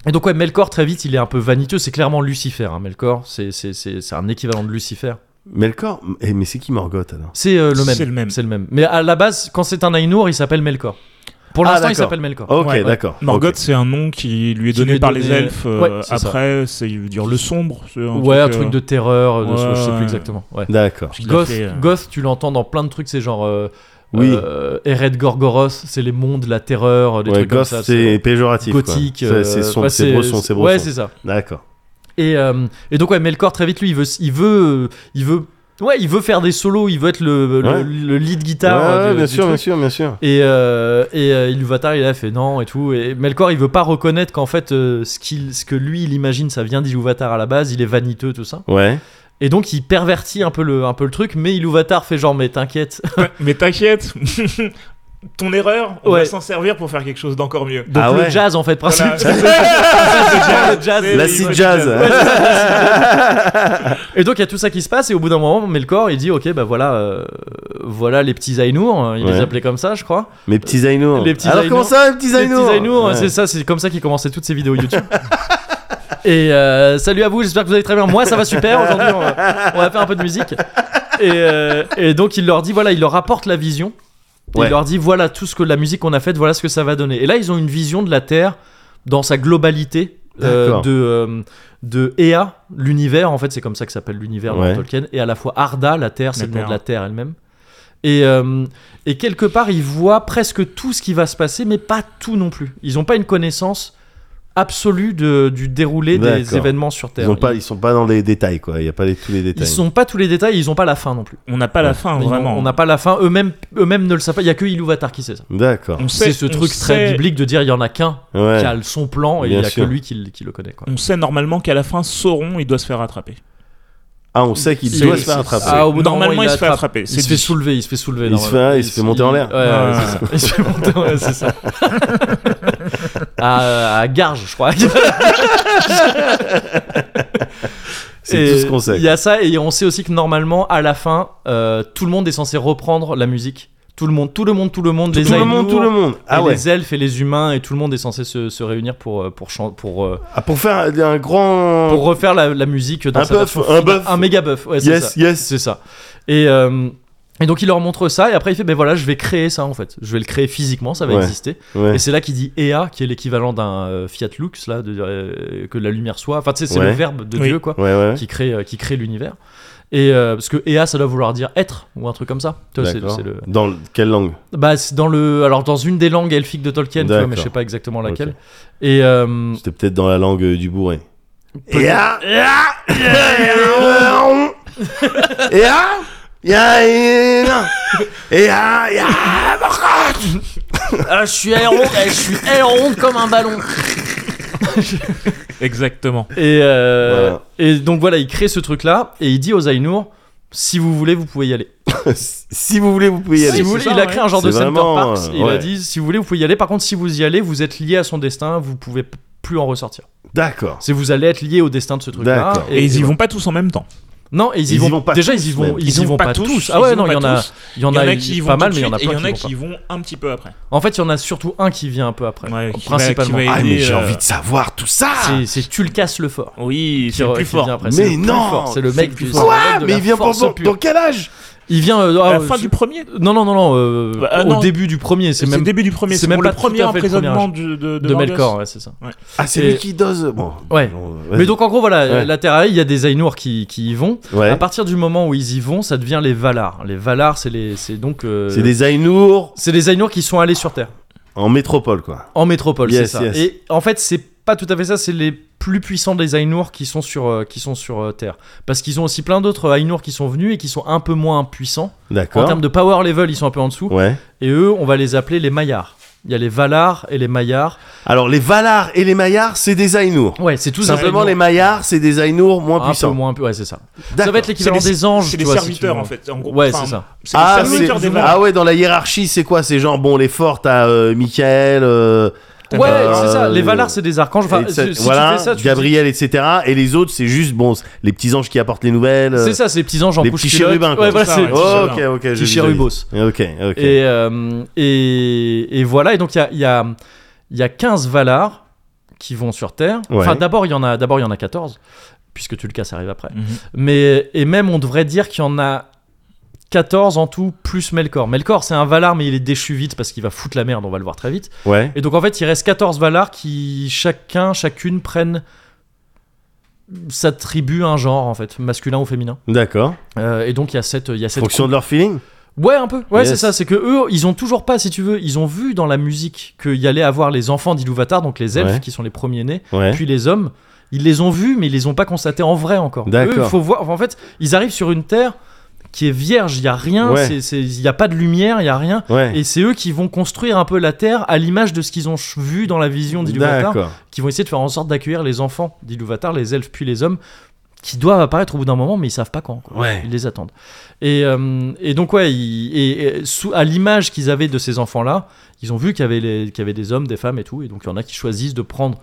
Speaker 1: et donc ouais, Melkor très vite il est un peu vaniteux, c'est clairement Lucifer. hein, Melkor, c'est c'est- c'est- c'est un équivalent de Lucifer.
Speaker 2: Melkor, eh, mais c'est qui Morgoth alors
Speaker 1: C'est euh, le même.
Speaker 3: C'est le même.
Speaker 1: C'est le même. Mais à la base, quand c'est un Ainur, il s'appelle Melkor. Pour
Speaker 2: Ah,
Speaker 1: l'instant, il
Speaker 2: d'accord.
Speaker 1: s'appelle Melkor.
Speaker 2: Ok,
Speaker 3: ouais.
Speaker 2: d'accord.
Speaker 3: Morgoth,
Speaker 2: Ok.
Speaker 3: c'est un nom qui lui est
Speaker 1: Qui
Speaker 3: donné
Speaker 1: lui est
Speaker 3: par
Speaker 1: donné-
Speaker 3: les elfes. euh,
Speaker 1: Ouais, c'est ça.
Speaker 3: après, c'est il veut dire le sombre. c'est Un
Speaker 1: ouais, un
Speaker 3: euh,
Speaker 1: truc de terreur, de
Speaker 3: Ouais,
Speaker 1: je sais plus
Speaker 3: ouais.
Speaker 1: exactement. Ouais.
Speaker 2: D'accord.
Speaker 3: qu'il a
Speaker 1: Goth,
Speaker 3: fait, euh,
Speaker 1: Goth, tu l'entends dans plein de trucs, c'est genre. euh,
Speaker 2: Oui.
Speaker 1: euh, Ered Gorgoroth, c'est les mondes, la terreur, des
Speaker 2: Ouais,
Speaker 1: trucs
Speaker 2: Goth,
Speaker 1: comme ça.
Speaker 2: c'est péjoratif. quoi.
Speaker 1: gothique.
Speaker 2: C'est-
Speaker 1: euh,
Speaker 2: C'est
Speaker 1: ouais,
Speaker 2: sombre, c'est brosson, c'est
Speaker 1: Ouais,
Speaker 2: brosson.
Speaker 1: c'est ça.
Speaker 2: D'accord.
Speaker 1: Et, euh, et donc ouais, Melkor très vite lui, il veut, il veut, euh, il veut, ouais, il veut faire des solos, il veut être le, le,
Speaker 2: Ouais.
Speaker 1: le lead guitar.
Speaker 2: Ouais,
Speaker 1: euh,
Speaker 2: ouais,
Speaker 1: de-
Speaker 2: bien
Speaker 1: du
Speaker 2: sûr,
Speaker 1: truc.
Speaker 2: bien sûr, bien sûr.
Speaker 1: Et, euh, et euh, Iluvatar, il a fait non et tout. Et Melkor, il veut pas reconnaître qu'en fait, euh, ce, qu'il ce que lui, il imagine, ça vient d'Iluvatar à la base, il est vaniteux, tout ça.
Speaker 2: Ouais.
Speaker 1: Et donc, il pervertit un peu le, un peu le truc, mais Iluvatar fait genre, mais t'inquiète,
Speaker 3: Mais t'inquiète,
Speaker 5: ton erreur, on
Speaker 1: Ouais.
Speaker 5: va s'en servir pour faire quelque chose d'encore mieux.
Speaker 1: Donc
Speaker 2: Ah
Speaker 1: le
Speaker 2: ouais.
Speaker 1: jazz en fait, principe.
Speaker 5: Voilà.
Speaker 1: Le jazz.
Speaker 5: Mais oui,
Speaker 2: L'acid
Speaker 5: le
Speaker 2: jazz.
Speaker 1: Et donc il y a tout ça qui se passe et au bout d'un moment, Melkor il dit ok bah voilà, euh, voilà les petits Ainours, il les
Speaker 2: Ouais.
Speaker 1: appelait comme ça je crois.
Speaker 2: Mes petits Ainours.
Speaker 1: Les petits
Speaker 2: Alors
Speaker 1: Ainours.
Speaker 2: comment ça, mes petits
Speaker 1: Les
Speaker 2: Ainours
Speaker 1: petits Ainours,
Speaker 2: Ouais.
Speaker 1: c'est ça, c'est comme ça qu'il commençait toutes ses vidéos YouTube. Et euh, salut à vous, j'espère que vous allez très bien. Moi, ça va super. Aujourd'hui, on, va- on va faire un peu de musique. Et, euh, et donc, il leur dit voilà, il leur apporte la vision. Et
Speaker 2: Ouais.
Speaker 1: Il leur dit voilà tout ce que la musique qu'on a faite, voilà ce que ça va donner. Et là, ils ont une vision de la Terre dans sa globalité euh,
Speaker 2: D'accord.
Speaker 1: de euh, de Ea, l'univers. En fait, c'est comme ça que s'appelle l'univers dans
Speaker 2: Ouais.
Speaker 1: Tolkien. Et à la fois Arda, la Terre, c'est
Speaker 5: La
Speaker 1: le nom
Speaker 5: Terre.
Speaker 1: de la Terre elle-même. Et, euh, et quelque part, ils voient presque tout ce qui va se passer, mais pas tout non plus. Ils n'ont pas une connaissance absolue de- du déroulé des
Speaker 2: D'accord.
Speaker 1: événements sur Terre.
Speaker 2: Ils, ont pas, ils sont pas dans les détails, quoi. Il n'y a pas les- tous les
Speaker 1: Ils
Speaker 2: détails.
Speaker 1: sont pas tous les détails, ils n'ont pas la fin non plus.
Speaker 5: On n'a pas la fin,
Speaker 1: Ils n'ont-
Speaker 5: vraiment.
Speaker 1: On n'a pas la fin, eux-mêmes eux-mêmes ne le savent pas. Il n'y a que Iluvatar qui sait ça.
Speaker 2: D'accord.
Speaker 5: On
Speaker 1: C'est
Speaker 5: sait-
Speaker 1: ce
Speaker 5: on
Speaker 1: truc très
Speaker 5: sait-
Speaker 1: biblique de dire il y en a qu'un
Speaker 2: Ouais.
Speaker 1: qui a son plan et il
Speaker 2: Bien
Speaker 1: n'y a
Speaker 2: sûr.
Speaker 1: que lui qui, le- qui le connaît. Quoi.
Speaker 5: On sait normalement qu'à la fin, Sauron, il doit se faire attraper.
Speaker 2: Ah, on sait qu'il
Speaker 5: C'est-
Speaker 2: doit se faire
Speaker 5: c'est-
Speaker 2: attraper.
Speaker 5: Ah,
Speaker 1: au bout d'un moment,
Speaker 5: Normalement, il se fait
Speaker 1: attrape.
Speaker 5: attraper,
Speaker 1: Il
Speaker 5: c'est
Speaker 1: se fait
Speaker 5: dit.
Speaker 1: soulever, il se fait soulever.
Speaker 2: Il se
Speaker 1: normalement.
Speaker 2: fait- il se fait monter
Speaker 1: il-
Speaker 2: en l'air.
Speaker 1: Ouais, ouais,
Speaker 5: Ouais.
Speaker 1: c'est ça. Il se fait monter en l'air, c'est ça. à, à Garges, je crois.
Speaker 2: C'est
Speaker 1: Et
Speaker 2: tout ce qu'on sait.
Speaker 1: Il y a ça, et on sait aussi que normalement, à la fin, euh, tout le monde est censé reprendre la musique. Tout le monde, tout le monde, tout le monde, les
Speaker 2: tout le
Speaker 1: Ainur,
Speaker 2: monde, tout le monde.
Speaker 1: et
Speaker 2: Ah ouais.
Speaker 1: les elfes et les humains, et tout le monde est censé se, se réunir pour, euh, pour, chan- pour, euh,
Speaker 2: Ah, pour faire un- un grand.
Speaker 1: pour refaire la, la musique dans
Speaker 2: Un
Speaker 1: sa
Speaker 2: buff,
Speaker 1: version
Speaker 2: un
Speaker 1: finale.
Speaker 2: buff.
Speaker 1: Un méga buff, ouais, c'est ça.
Speaker 2: yes, yes.
Speaker 1: C'est ça. Et, euh, et donc il leur montre ça, et après il fait, ben voilà, je vais créer ça en fait. Je vais le créer physiquement, ça va
Speaker 2: Ouais.
Speaker 1: exister.
Speaker 2: Ouais.
Speaker 1: Et c'est là qu'il dit EA, qui est l'équivalent d'un euh, Fiat Lux, là, de dire euh, que la lumière soit. Enfin, tu sais, c'est
Speaker 2: Ouais.
Speaker 1: le verbe de
Speaker 5: Oui.
Speaker 1: Dieu, quoi,
Speaker 2: Ouais, ouais.
Speaker 1: qui crée, euh, qui crée l'univers. Et euh, parce que EA, ça doit vouloir dire être, ou un truc comme ça. Tu vois, c'est-
Speaker 2: D'accord.
Speaker 1: c'est le-
Speaker 2: Dans le- quelle langue
Speaker 1: Bah, c'est dans le. Alors, dans une des langues elfiques de Tolkien, tu vois, mais je
Speaker 2: D'accord.
Speaker 1: sais pas exactement laquelle.
Speaker 2: Ok.
Speaker 1: Et. euh,
Speaker 2: C'était peut-être dans la langue euh, du bourré.
Speaker 1: Peut-être.
Speaker 2: Et ah Et ah Et ah Et ah Et ah Et ah Et ah
Speaker 1: Ah, je suis aéron, je suis aéron comme un ballon.
Speaker 5: Exactement.
Speaker 1: Et, euh,
Speaker 2: Voilà.
Speaker 1: et donc voilà, il crée ce truc-là et il dit aux Ainur si vous voulez, vous pouvez y aller.
Speaker 2: Si vous voulez, vous pouvez y
Speaker 1: Si
Speaker 2: aller.
Speaker 1: vous voulez,
Speaker 5: ça,
Speaker 1: il a
Speaker 5: ouais.
Speaker 1: créé un genre
Speaker 2: C'est
Speaker 1: de Center
Speaker 2: vraiment,
Speaker 1: Parks.
Speaker 2: euh,
Speaker 1: et Il a
Speaker 2: ouais.
Speaker 1: dit si vous voulez, vous pouvez y aller. Par contre, si vous y allez, vous êtes lié à son destin, vous pouvez p- plus en ressortir.
Speaker 2: D'accord.
Speaker 1: C'est vous allez être lié au destin de ce truc-là.
Speaker 2: D'accord.
Speaker 5: Et, ils y
Speaker 1: voilà.
Speaker 5: vont pas tous en même temps.
Speaker 1: Non, et ils, y
Speaker 2: Ils y
Speaker 1: vont.
Speaker 2: vont pas
Speaker 1: déjà,
Speaker 2: tous,
Speaker 1: ils y vont.
Speaker 2: même.
Speaker 1: Ils, y vont pas tous. Ah
Speaker 5: ils
Speaker 1: ouais,
Speaker 5: y
Speaker 1: non,
Speaker 5: vont
Speaker 1: il y en
Speaker 5: pas
Speaker 1: a.
Speaker 5: tous.
Speaker 1: Il y en
Speaker 5: Il y en
Speaker 1: a
Speaker 5: a qui y
Speaker 1: eu
Speaker 5: vont
Speaker 1: pas
Speaker 5: tout
Speaker 1: mal,
Speaker 5: de
Speaker 1: mais il y en a
Speaker 5: suite, et
Speaker 1: plein
Speaker 5: il y en a
Speaker 1: qui vont
Speaker 5: qui vont un petit peu après.
Speaker 1: pas. En fait, il y en a surtout un qui vient un peu après,
Speaker 5: Ouais, qui va-
Speaker 1: principalement. Ah,
Speaker 5: qui va
Speaker 2: Ah, mais
Speaker 5: aider,
Speaker 2: j'ai
Speaker 5: euh,
Speaker 2: envie de savoir tout ça
Speaker 1: C'est- C'est Tulkas le fort.
Speaker 5: Oui,
Speaker 1: qui-
Speaker 5: c'est le
Speaker 1: qui
Speaker 5: plus
Speaker 1: vient
Speaker 5: fort.
Speaker 1: après. C'est
Speaker 2: Mais
Speaker 1: le plus
Speaker 2: non,
Speaker 1: fort. C'est le
Speaker 5: c'est
Speaker 1: mec du
Speaker 5: le plus
Speaker 1: c'est le mec
Speaker 2: Quoi
Speaker 1: de
Speaker 2: Mais
Speaker 1: la
Speaker 2: il vient
Speaker 1: force
Speaker 2: pendant.
Speaker 1: pure.
Speaker 2: Dans quel âge
Speaker 1: Il vient euh,
Speaker 5: À
Speaker 1: ah,
Speaker 5: la fin
Speaker 1: je-
Speaker 5: du premier.
Speaker 1: Non, non, non, non. euh,
Speaker 5: Bah, ah,
Speaker 1: au
Speaker 5: non.
Speaker 1: début du premier, c'est
Speaker 5: C'est le
Speaker 1: même
Speaker 5: début du premier.
Speaker 1: c'est
Speaker 5: C'est
Speaker 1: même
Speaker 5: pour le
Speaker 1: pas tout à fait
Speaker 5: premier
Speaker 1: le premier
Speaker 5: emprisonnement
Speaker 1: âge.
Speaker 5: du- de
Speaker 1: de Melkor,
Speaker 5: Melkor.
Speaker 1: ouais, c'est ça.
Speaker 2: Ah, c'est lui
Speaker 1: Et-
Speaker 2: qui dose. Bon.
Speaker 1: Ouais.
Speaker 2: Vas-y.
Speaker 1: Mais donc, en gros, voilà,
Speaker 2: Ouais.
Speaker 1: la Terre Aïe, il y a des Ainur qui, qui y vont.
Speaker 2: Ouais.
Speaker 1: À partir du moment où ils y vont, ça devient les Valar. Les Valar, c'est les, c'est donc, euh,
Speaker 2: C'est des Ainours
Speaker 1: c'est les Ainur qui sont allés sur Terre,
Speaker 2: en métropole, quoi.
Speaker 1: en métropole,
Speaker 2: Yes,
Speaker 1: c'est ça.
Speaker 2: yes.
Speaker 1: Et en fait, c'est pas tout à fait ça. C'est les plus puissants des Ainur qui sont sur, euh, qui sont sur euh, Terre, parce qu'ils ont aussi plein d'autres Ainur qui sont venus et qui sont un peu moins puissants. En
Speaker 2: D'accord.
Speaker 1: termes de power level, ils sont un peu en dessous.
Speaker 2: Ouais.
Speaker 1: Et eux, on va les appeler les Maillars. Il y a les Valar et les Maillars.
Speaker 2: Alors, les Valar et les Maillars, c'est des Ainours.
Speaker 1: Ouais, c'est tous des
Speaker 2: Simplement,
Speaker 1: Ainur
Speaker 2: les Maillars, c'est des Ainours moins
Speaker 1: un
Speaker 2: puissants.
Speaker 1: peu moins, un peu- ouais, c'est ça. Ça
Speaker 2: D'accord.
Speaker 1: va être l'équivalent
Speaker 5: C'est les-
Speaker 1: des anges.
Speaker 5: c'est
Speaker 1: tu
Speaker 5: les
Speaker 1: vois, si
Speaker 5: serviteurs,
Speaker 1: tu veux.
Speaker 5: en fait, en gros.
Speaker 1: Ouais,
Speaker 5: Enfin,
Speaker 1: c'est ça.
Speaker 5: C'est
Speaker 2: Ah,
Speaker 5: le serviteur
Speaker 2: c'est-
Speaker 5: des Valar.
Speaker 2: ah ouais, dans la hiérarchie, c'est quoi ces gens Bon, les forts, t'as euh, Michael, euh,
Speaker 1: Ouais,
Speaker 2: Euh,
Speaker 1: c'est ça. Les Valar, c'est des archanges. Enfin,
Speaker 2: et-
Speaker 1: si- si
Speaker 2: voilà,
Speaker 1: tu fais ça, tu
Speaker 2: Gabriel, etc. Et les autres, c'est juste bon, les petits anges qui apportent les nouvelles.
Speaker 1: dis-
Speaker 2: euh,
Speaker 1: C'est ça, c'est les petits anges en
Speaker 2: les
Speaker 1: couche
Speaker 2: petits
Speaker 1: culotte.
Speaker 2: chérubins. quoi.
Speaker 1: Ouais, voilà,
Speaker 5: ça,
Speaker 1: c'est.
Speaker 5: ouais.
Speaker 2: Oh, ok,
Speaker 5: chérubins.
Speaker 2: ok, je
Speaker 1: Petit
Speaker 2: visualise.
Speaker 1: chérubos.
Speaker 2: Ok, ok.
Speaker 1: Et, euh, et, et voilà. Et donc, il y a, il y, a, il y a 15 Valar qui vont sur Terre.
Speaker 2: Ouais.
Speaker 1: Enfin, d'abord, il y, en a- d'abord, il y en a 14, puisque Tulkas arrive après.
Speaker 5: Mhm.
Speaker 1: Mais, et même, on devrait dire qu'il y en a 14 en tout, plus Melkor. Melkor, c'est un Valar, mais il est déchu vite parce qu'il va foutre la merde, on va le voir très vite.
Speaker 2: Ouais.
Speaker 1: Et donc en fait, il reste 14 Valar qui chacun, chacune prennent sa tribu, un genre en fait, masculin ou féminin.
Speaker 2: D'accord.
Speaker 1: Euh, et donc il y a cette, il y a cette
Speaker 2: Fonction de leur feeling.
Speaker 1: Ouais, un peu. Ouais,
Speaker 2: Yes.
Speaker 1: c'est ça. C'est que eux, ils ont toujours pas, si tu veux, ils ont vu dans la musique qu'il y allait avoir les enfants d'Iluvatar, donc les elfes
Speaker 2: Ouais.
Speaker 1: qui sont les premiers nés,
Speaker 2: Ouais.
Speaker 1: puis les hommes. Ils les ont vus, mais ils les ont pas constatés en vrai encore.
Speaker 2: D'accord.
Speaker 1: Eux, faut voir. En fait, ils arrivent sur une terre qui est vierge. Il y a rien.
Speaker 2: Ouais.
Speaker 1: c'est- c'est- Il y a pas de lumière. Il y a rien.
Speaker 2: ouais.
Speaker 1: Et c'est eux qui vont construire un peu la terre à l'image de ce qu'ils ont ch- vu dans la vision d'Iluvatar
Speaker 2: D'accord.
Speaker 1: qui vont essayer de faire en sorte d'accueillir les enfants d'Iluvatar, les elfes puis les hommes, qui doivent apparaître au bout d'un moment, mais ils savent pas quand. quoi.
Speaker 2: Ouais.
Speaker 1: Ils les attendent. Et, euh, et donc, ouais, ils- et, et sous, à l'image qu'ils avaient de ces enfants-là, ils ont vu qu'il y, avait les- qu'il y avait des hommes, des femmes et tout. Et donc, il y en a qui choisissent de prendre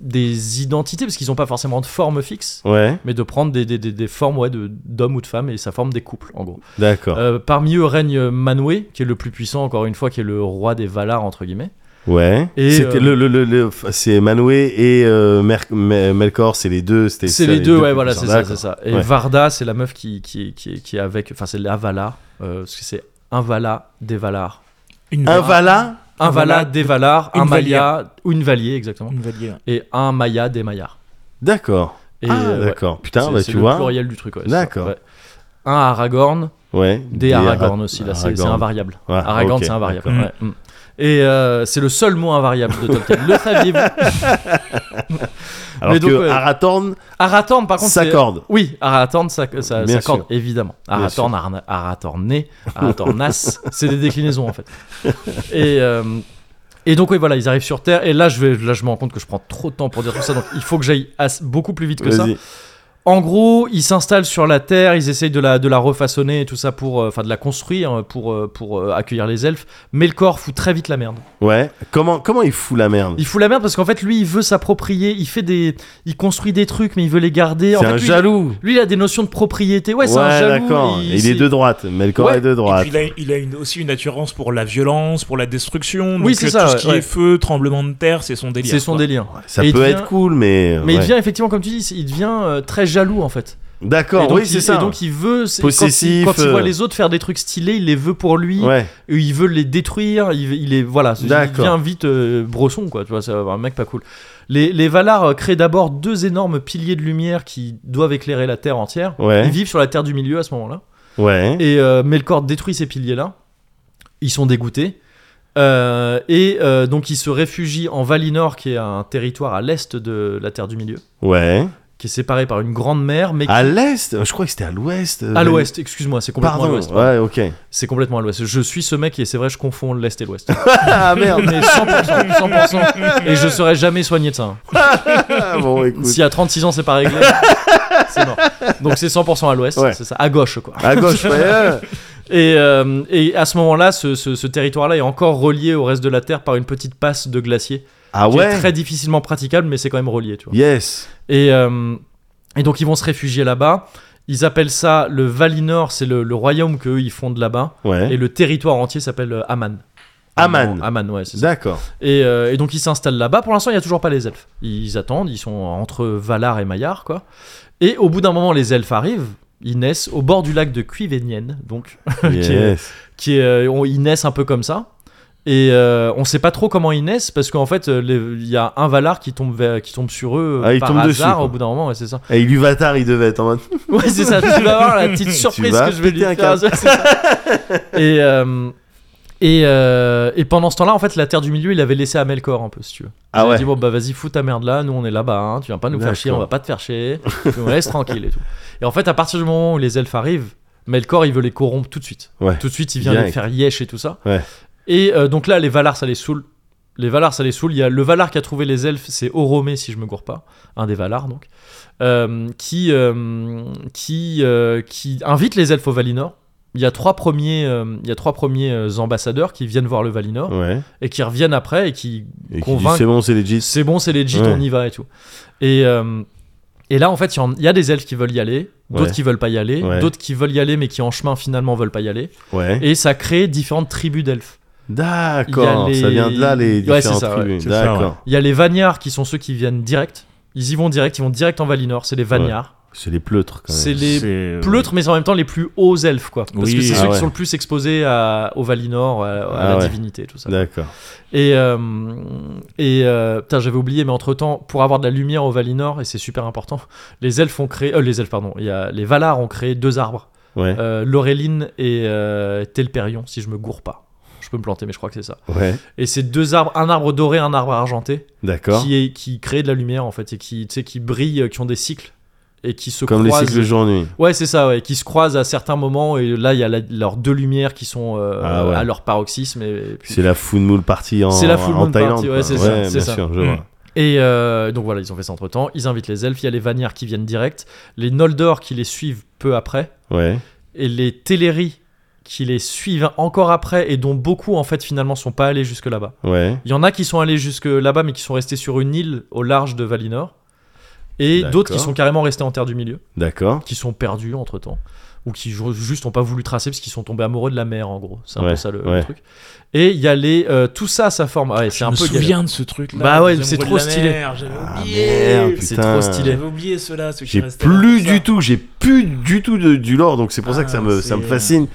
Speaker 1: des identités, parce qu'ils n'ont pas forcément de forme fixe,
Speaker 2: Ouais,
Speaker 1: mais de prendre des, des- des- des formes ouais, de- d'hommes ou de femmes, et ça forme des couples, en gros.
Speaker 2: d'accord.
Speaker 1: Euh, parmi eux règne Manwë, qui est le plus puissant, encore une fois, qui est le roi des Valar, entre guillemets.
Speaker 2: ouais.
Speaker 1: et,
Speaker 2: C'était
Speaker 1: euh,
Speaker 2: le, le, le, le- c'est Manwë et euh, Mer- Me- Melkor, c'est les deux. c'était
Speaker 1: C'est
Speaker 2: ça,
Speaker 1: les deux, ouais,
Speaker 2: plus
Speaker 1: voilà, c'est
Speaker 2: puissants.
Speaker 1: ça, c'est ça.
Speaker 2: D'accord.
Speaker 1: Et
Speaker 2: Ouais.
Speaker 1: Varda, c'est la meuf qui, qui, qui, qui est avec, enfin, c'est la Valar, euh, parce que c'est un Vala des Valar.
Speaker 5: Une
Speaker 2: Un Vala
Speaker 1: Un
Speaker 5: Un Vala,
Speaker 1: Vala des Valar,
Speaker 5: une
Speaker 1: un Maya, ou une Valier, exactement,
Speaker 5: Une valier, ouais.
Speaker 1: et un Maya des Mayars.
Speaker 2: D'accord.
Speaker 1: Et,
Speaker 2: ah,
Speaker 1: euh, ouais.
Speaker 2: d'accord. Putain,
Speaker 1: C'est-
Speaker 2: bah,
Speaker 1: c'est
Speaker 2: tu
Speaker 1: le
Speaker 2: vois.
Speaker 1: pluriel du truc, ouais, c'est ça,
Speaker 2: D'accord.
Speaker 1: ouais. Un Aragorn,
Speaker 2: Ouais.
Speaker 1: des Aragorn aussi, là, c'est
Speaker 2: Aragorn.
Speaker 1: c'est invariable.
Speaker 2: Ouais,
Speaker 1: Aragorn,
Speaker 2: ok,
Speaker 1: c'est invariable.
Speaker 5: d'accord.
Speaker 1: ouais, mm. Et euh, c'est le seul mot invariable de Tolkien. le saviez-vous
Speaker 2: Alors
Speaker 1: Mais donc,
Speaker 2: que
Speaker 1: ouais.
Speaker 2: Arathorn
Speaker 1: Arathorn, par contre, c'est-
Speaker 2: s'accorde.
Speaker 1: Oui, Arathorn, ça, ça,
Speaker 2: Bien
Speaker 1: ça corde,
Speaker 2: sûr.
Speaker 1: évidemment.
Speaker 2: Bien
Speaker 1: Arathorn, Arna- Arathorné, Arathornas, c'est des déclinaisons en fait. Et, euh, et donc, oui, voilà, ils arrivent sur Terre. Et là, je, vais, là, je me rends compte que je prends trop de temps pour dire tout ça, donc il faut que j'aille as- beaucoup plus vite que ça.
Speaker 2: Vas-y.
Speaker 1: En gros, ils s'installent sur la Terre, ils essayent de la, de la refaçonner et tout ça pour. euh, Enfin, de la construire hein, pour, euh, pour euh, accueillir les elfes. Mais le corps fout très vite la merde.
Speaker 2: Ouais. Comment, comment il fout la merde
Speaker 1: Il fout la merde parce qu'en fait, lui, il veut s'approprier, il fait des. Il construit des trucs, mais il veut les garder. En
Speaker 2: C'est
Speaker 1: fait,
Speaker 2: un
Speaker 1: lui, il-
Speaker 2: jaloux.
Speaker 1: lui, il a des notions de propriété. Ouais, c'est un jaloux.
Speaker 2: d'accord. Il,
Speaker 1: c'est-
Speaker 2: est de droite. Melkor
Speaker 1: Ouais,
Speaker 2: est de
Speaker 5: Et
Speaker 2: droite.
Speaker 5: puis il a, il a une- aussi une attirance pour la violence, pour la destruction. Donc
Speaker 1: Oui, c'est
Speaker 5: euh,
Speaker 1: ça,
Speaker 5: Tout ce qui
Speaker 1: ouais.
Speaker 5: est feu, tremblement de terre, c'est son délire.
Speaker 1: C'est son
Speaker 5: quoi.
Speaker 1: délire.
Speaker 2: Ça
Speaker 1: Et il
Speaker 2: peut
Speaker 1: devient-
Speaker 2: être cool, mais.
Speaker 1: Mais il
Speaker 2: ouais.
Speaker 1: devient effectivement, comme tu dis, il devient euh, très jaloux en fait. Et
Speaker 2: D'accord,
Speaker 1: donc,
Speaker 2: oui,
Speaker 1: il-
Speaker 2: c'est ça.
Speaker 1: Et donc il veut. c'est-
Speaker 2: Possessif,
Speaker 1: Quand, il, quand il voit
Speaker 2: euh.
Speaker 1: les autres faire des trucs stylés, il les veut pour lui.
Speaker 2: Ouais,
Speaker 1: et Il veut les détruire. Il, il est voilà. Il
Speaker 2: D'accord.
Speaker 1: devient vite euh, brosson quoi. Tu vois, c'est un mec pas cool. Les, les Valar euh, créent d'abord deux énormes piliers de lumière qui doivent éclairer la terre entière.
Speaker 2: ouais,
Speaker 1: Ils vivent sur la terre du milieu à ce moment-là.
Speaker 2: ouais.
Speaker 1: Et euh, Melkor détruit ces piliers-là. Ils sont dégoûtés. Euh, et euh, donc ils se réfugient en Valinor, qui est un territoire à l'est de la Terre du Milieu,
Speaker 2: Ouais.
Speaker 1: qui est séparé par une grande mer, mais qui-
Speaker 2: À l'est Je crois que c'était à l'ouest. euh,
Speaker 1: à l'ouest. Excuse-moi, c'est complètement à
Speaker 2: Pardon.
Speaker 1: l'ouest.
Speaker 2: Ouais, ok.
Speaker 1: C'est complètement à l'ouest. Je suis ce mec et c'est vrai, je confonds l'est et l'ouest.
Speaker 2: Ah merde.
Speaker 1: Mais 100%, 100%. Et je serai jamais soigné de ça. hein.
Speaker 2: Ah, bon, écoute.
Speaker 1: Si à 36 ans c'est pas réglé, c'est mort. Donc c'est 100% à l'ouest,
Speaker 2: Ouais.
Speaker 1: c'est ça, à gauche quoi.
Speaker 2: À gauche, ouais, ouais.
Speaker 1: Et, euh, et à ce moment-là, ce, ce- ce territoire-là est encore relié au reste de la Terre par une petite passe de glacier.
Speaker 2: Ah
Speaker 1: qui est
Speaker 2: ouais
Speaker 1: très difficilement praticable, mais c'est quand même relié, tu vois.
Speaker 2: Yes.
Speaker 1: Et, euh, et donc ils vont se réfugier là-bas. Ils appellent ça le Valinor, c'est le, le royaume qu'eux ils fondent là-bas. Et
Speaker 2: Ouais.
Speaker 1: le territoire entier s'appelle euh, Aman.
Speaker 2: Aman.
Speaker 1: Aman, ouais, c'est ça.
Speaker 2: D'accord.
Speaker 1: Et, euh, et donc ils s'installent là-bas. Pour l'instant, il n'y a toujours pas les elfes. Ils attendent, ils sont entre Valar et Maillard, quoi. Et au bout d'un moment, les elfes arrivent. Ils naissent au bord du lac de Cuivénienne, donc
Speaker 2: Yes.
Speaker 1: qui est, euh, on- ils naissent un peu comme ça. Et euh, on sait pas trop comment ils naissent parce qu'en fait euh, les- il y a un Valar qui tombe vers- qui tombe sur eux euh,
Speaker 2: Ah, il
Speaker 1: par
Speaker 2: tombe
Speaker 1: hasard
Speaker 2: dessus, quoi.
Speaker 1: au bout d'un moment ouais, c'est ça
Speaker 2: Et Iluvatar, il devait être en mode.
Speaker 1: ouais c'est ça tu vas voir la petite surprise
Speaker 2: vas
Speaker 1: que je vais lui
Speaker 2: péter un
Speaker 1: faire
Speaker 2: câble.
Speaker 1: c'est ça. et euh, et, euh, et pendant ce temps-là, en fait, la Terre du Milieu, il avait laissé à Melkor un peu, si tu veux. Il
Speaker 2: Ah
Speaker 1: avait
Speaker 2: ouais.
Speaker 1: dit bon bah vas-y, fous ta merde là, nous on est là-bas, hein, tu viens pas nous faire
Speaker 2: D'accord.
Speaker 1: chier, on va pas te faire chier, on laisse tranquille et tout. Et en fait, à partir du moment où les elfes arrivent, Melkor, il veut les corrompre tout de suite
Speaker 2: Ouais.
Speaker 1: tout de suite il vient
Speaker 2: Direct.
Speaker 1: les faire yesh et tout ça
Speaker 2: Ouais.
Speaker 1: et euh, donc là les Valar ça les saoule les Valar ça les saoule il y a le Valar qui a trouvé les elfes c'est Oromé si je me gourre pas un des Valar donc euh, qui euh, qui euh, qui invite les elfes au Valinor il y a trois premiers euh, il y a trois premiers euh, ambassadeurs qui viennent voir le Valinor
Speaker 2: Ouais.
Speaker 1: et qui reviennent après et qui
Speaker 2: Et qui dit
Speaker 1: convainquent
Speaker 2: c'est bon, c'est legit.
Speaker 1: c'est bon, c'est legit,
Speaker 2: Ouais.
Speaker 1: on y va et tout. Et, euh, et là, en fait, il y en- il y, a des elfes qui veulent y aller, d'autres
Speaker 2: Ouais.
Speaker 1: qui veulent pas y aller,
Speaker 2: Ouais.
Speaker 1: d'autres qui veulent y aller mais qui en chemin finalement veulent pas y aller.
Speaker 2: Ouais.
Speaker 1: Et ça crée différentes tribus d'elfes.
Speaker 2: D'accord.
Speaker 1: il y a
Speaker 2: Ça
Speaker 1: les-
Speaker 2: vient de là,
Speaker 1: Ouais,
Speaker 2: les
Speaker 1: c'est
Speaker 2: différentes
Speaker 1: ça, ouais,
Speaker 2: tribus.
Speaker 5: c'est ça,
Speaker 2: D'accord.
Speaker 1: Il y a les Vanyards qui sont ceux qui viennent direct. Ils y vont direct, ils vont direct en Valinor, c'est les Vanyards.
Speaker 2: C'est les pleutres, quand
Speaker 1: C'est
Speaker 2: même.
Speaker 1: les
Speaker 5: C'est-
Speaker 1: pleutres, mais en même temps les plus hauts elfes, quoi. Parce
Speaker 5: Oui.
Speaker 1: que c'est
Speaker 2: Ah
Speaker 1: ceux
Speaker 2: ouais.
Speaker 1: qui sont le plus exposés à, au Valinor, à, à
Speaker 2: Ah
Speaker 1: la
Speaker 2: ouais.
Speaker 1: divinité, tout ça.
Speaker 2: D'accord.
Speaker 1: Et, euh, et euh, putain, j'avais oublié, mais entre temps, pour avoir de la lumière au Valinor, et c'est super important, les elfes ont créé, euh, les elfes, pardon, il y a, les Valar ont créé deux arbres,
Speaker 2: Ouais.
Speaker 1: euh, l'Auréline et euh, Telperion, si je me gourre pas. Je peux me planter, mais je crois que c'est ça.
Speaker 2: Ouais.
Speaker 1: Et ces deux arbres, un arbre doré, un arbre argenté,
Speaker 2: D'accord.
Speaker 1: qui, est, qui crée de la lumière en fait, et qui, tu sais, qui brille, euh, qui ont des cycles, et qui se
Speaker 2: Comme les
Speaker 1: croisent.
Speaker 2: cycles jour-nuit.
Speaker 1: Ouais, c'est ça, ouais, qui se croisent à certains moments, et là, il y a la- leurs deux lumières qui sont euh,
Speaker 2: Ah ouais.
Speaker 1: à leur paroxysme. Et, et puis-
Speaker 2: C'est la full moon party en,
Speaker 1: C'est la full
Speaker 2: en
Speaker 1: moon
Speaker 2: Thaïlande.
Speaker 1: party, ouais,
Speaker 2: quoi.
Speaker 1: c'est ça, c'est
Speaker 2: bien
Speaker 1: ça.
Speaker 2: sûr, je
Speaker 5: Mm.
Speaker 2: vois.
Speaker 1: Et euh, donc voilà, ils ont fait ça entre temps. Ils invitent les elfes, il y a les Vanir qui viennent direct, les Noldor qui les suivent peu après,
Speaker 2: Ouais.
Speaker 1: et les Teleri qui les suivent encore après et dont beaucoup en fait finalement sont pas allés jusque là-bas.
Speaker 2: Ouais.
Speaker 1: Il y en a qui sont allés jusque là-bas mais qui sont restés sur une île au large de Valinor et
Speaker 2: D'accord.
Speaker 1: d'autres qui sont carrément restés en terre du milieu,
Speaker 2: D'accord.
Speaker 1: qui sont perdus entre-temps ou qui ju- juste ont pas voulu tracer parce qu'ils sont tombés amoureux de la mer en gros. C'est un
Speaker 2: Ouais,
Speaker 1: peu ça le, le
Speaker 2: ouais.
Speaker 1: truc. Et il y a les euh, tout ça ça forme ouais, c'est
Speaker 5: Je
Speaker 1: un
Speaker 5: me
Speaker 1: peu
Speaker 5: souviens
Speaker 1: galère.
Speaker 5: de ce truc là.
Speaker 1: Bah ouais, c'est trop stylé.
Speaker 5: J'avais
Speaker 2: Ah
Speaker 5: oublié.
Speaker 2: merde,
Speaker 1: C'est
Speaker 2: putain.
Speaker 1: trop stylé.
Speaker 5: J'avais oublié ceux-là, ceux qui
Speaker 2: J'ai
Speaker 5: restaient là,
Speaker 2: plus
Speaker 5: ça.
Speaker 2: du tout, j'ai plus du tout de, du lore, donc c'est pour ça que ça
Speaker 5: Ah,
Speaker 2: me, ça
Speaker 1: euh,
Speaker 2: me
Speaker 5: c'est-
Speaker 2: fascine.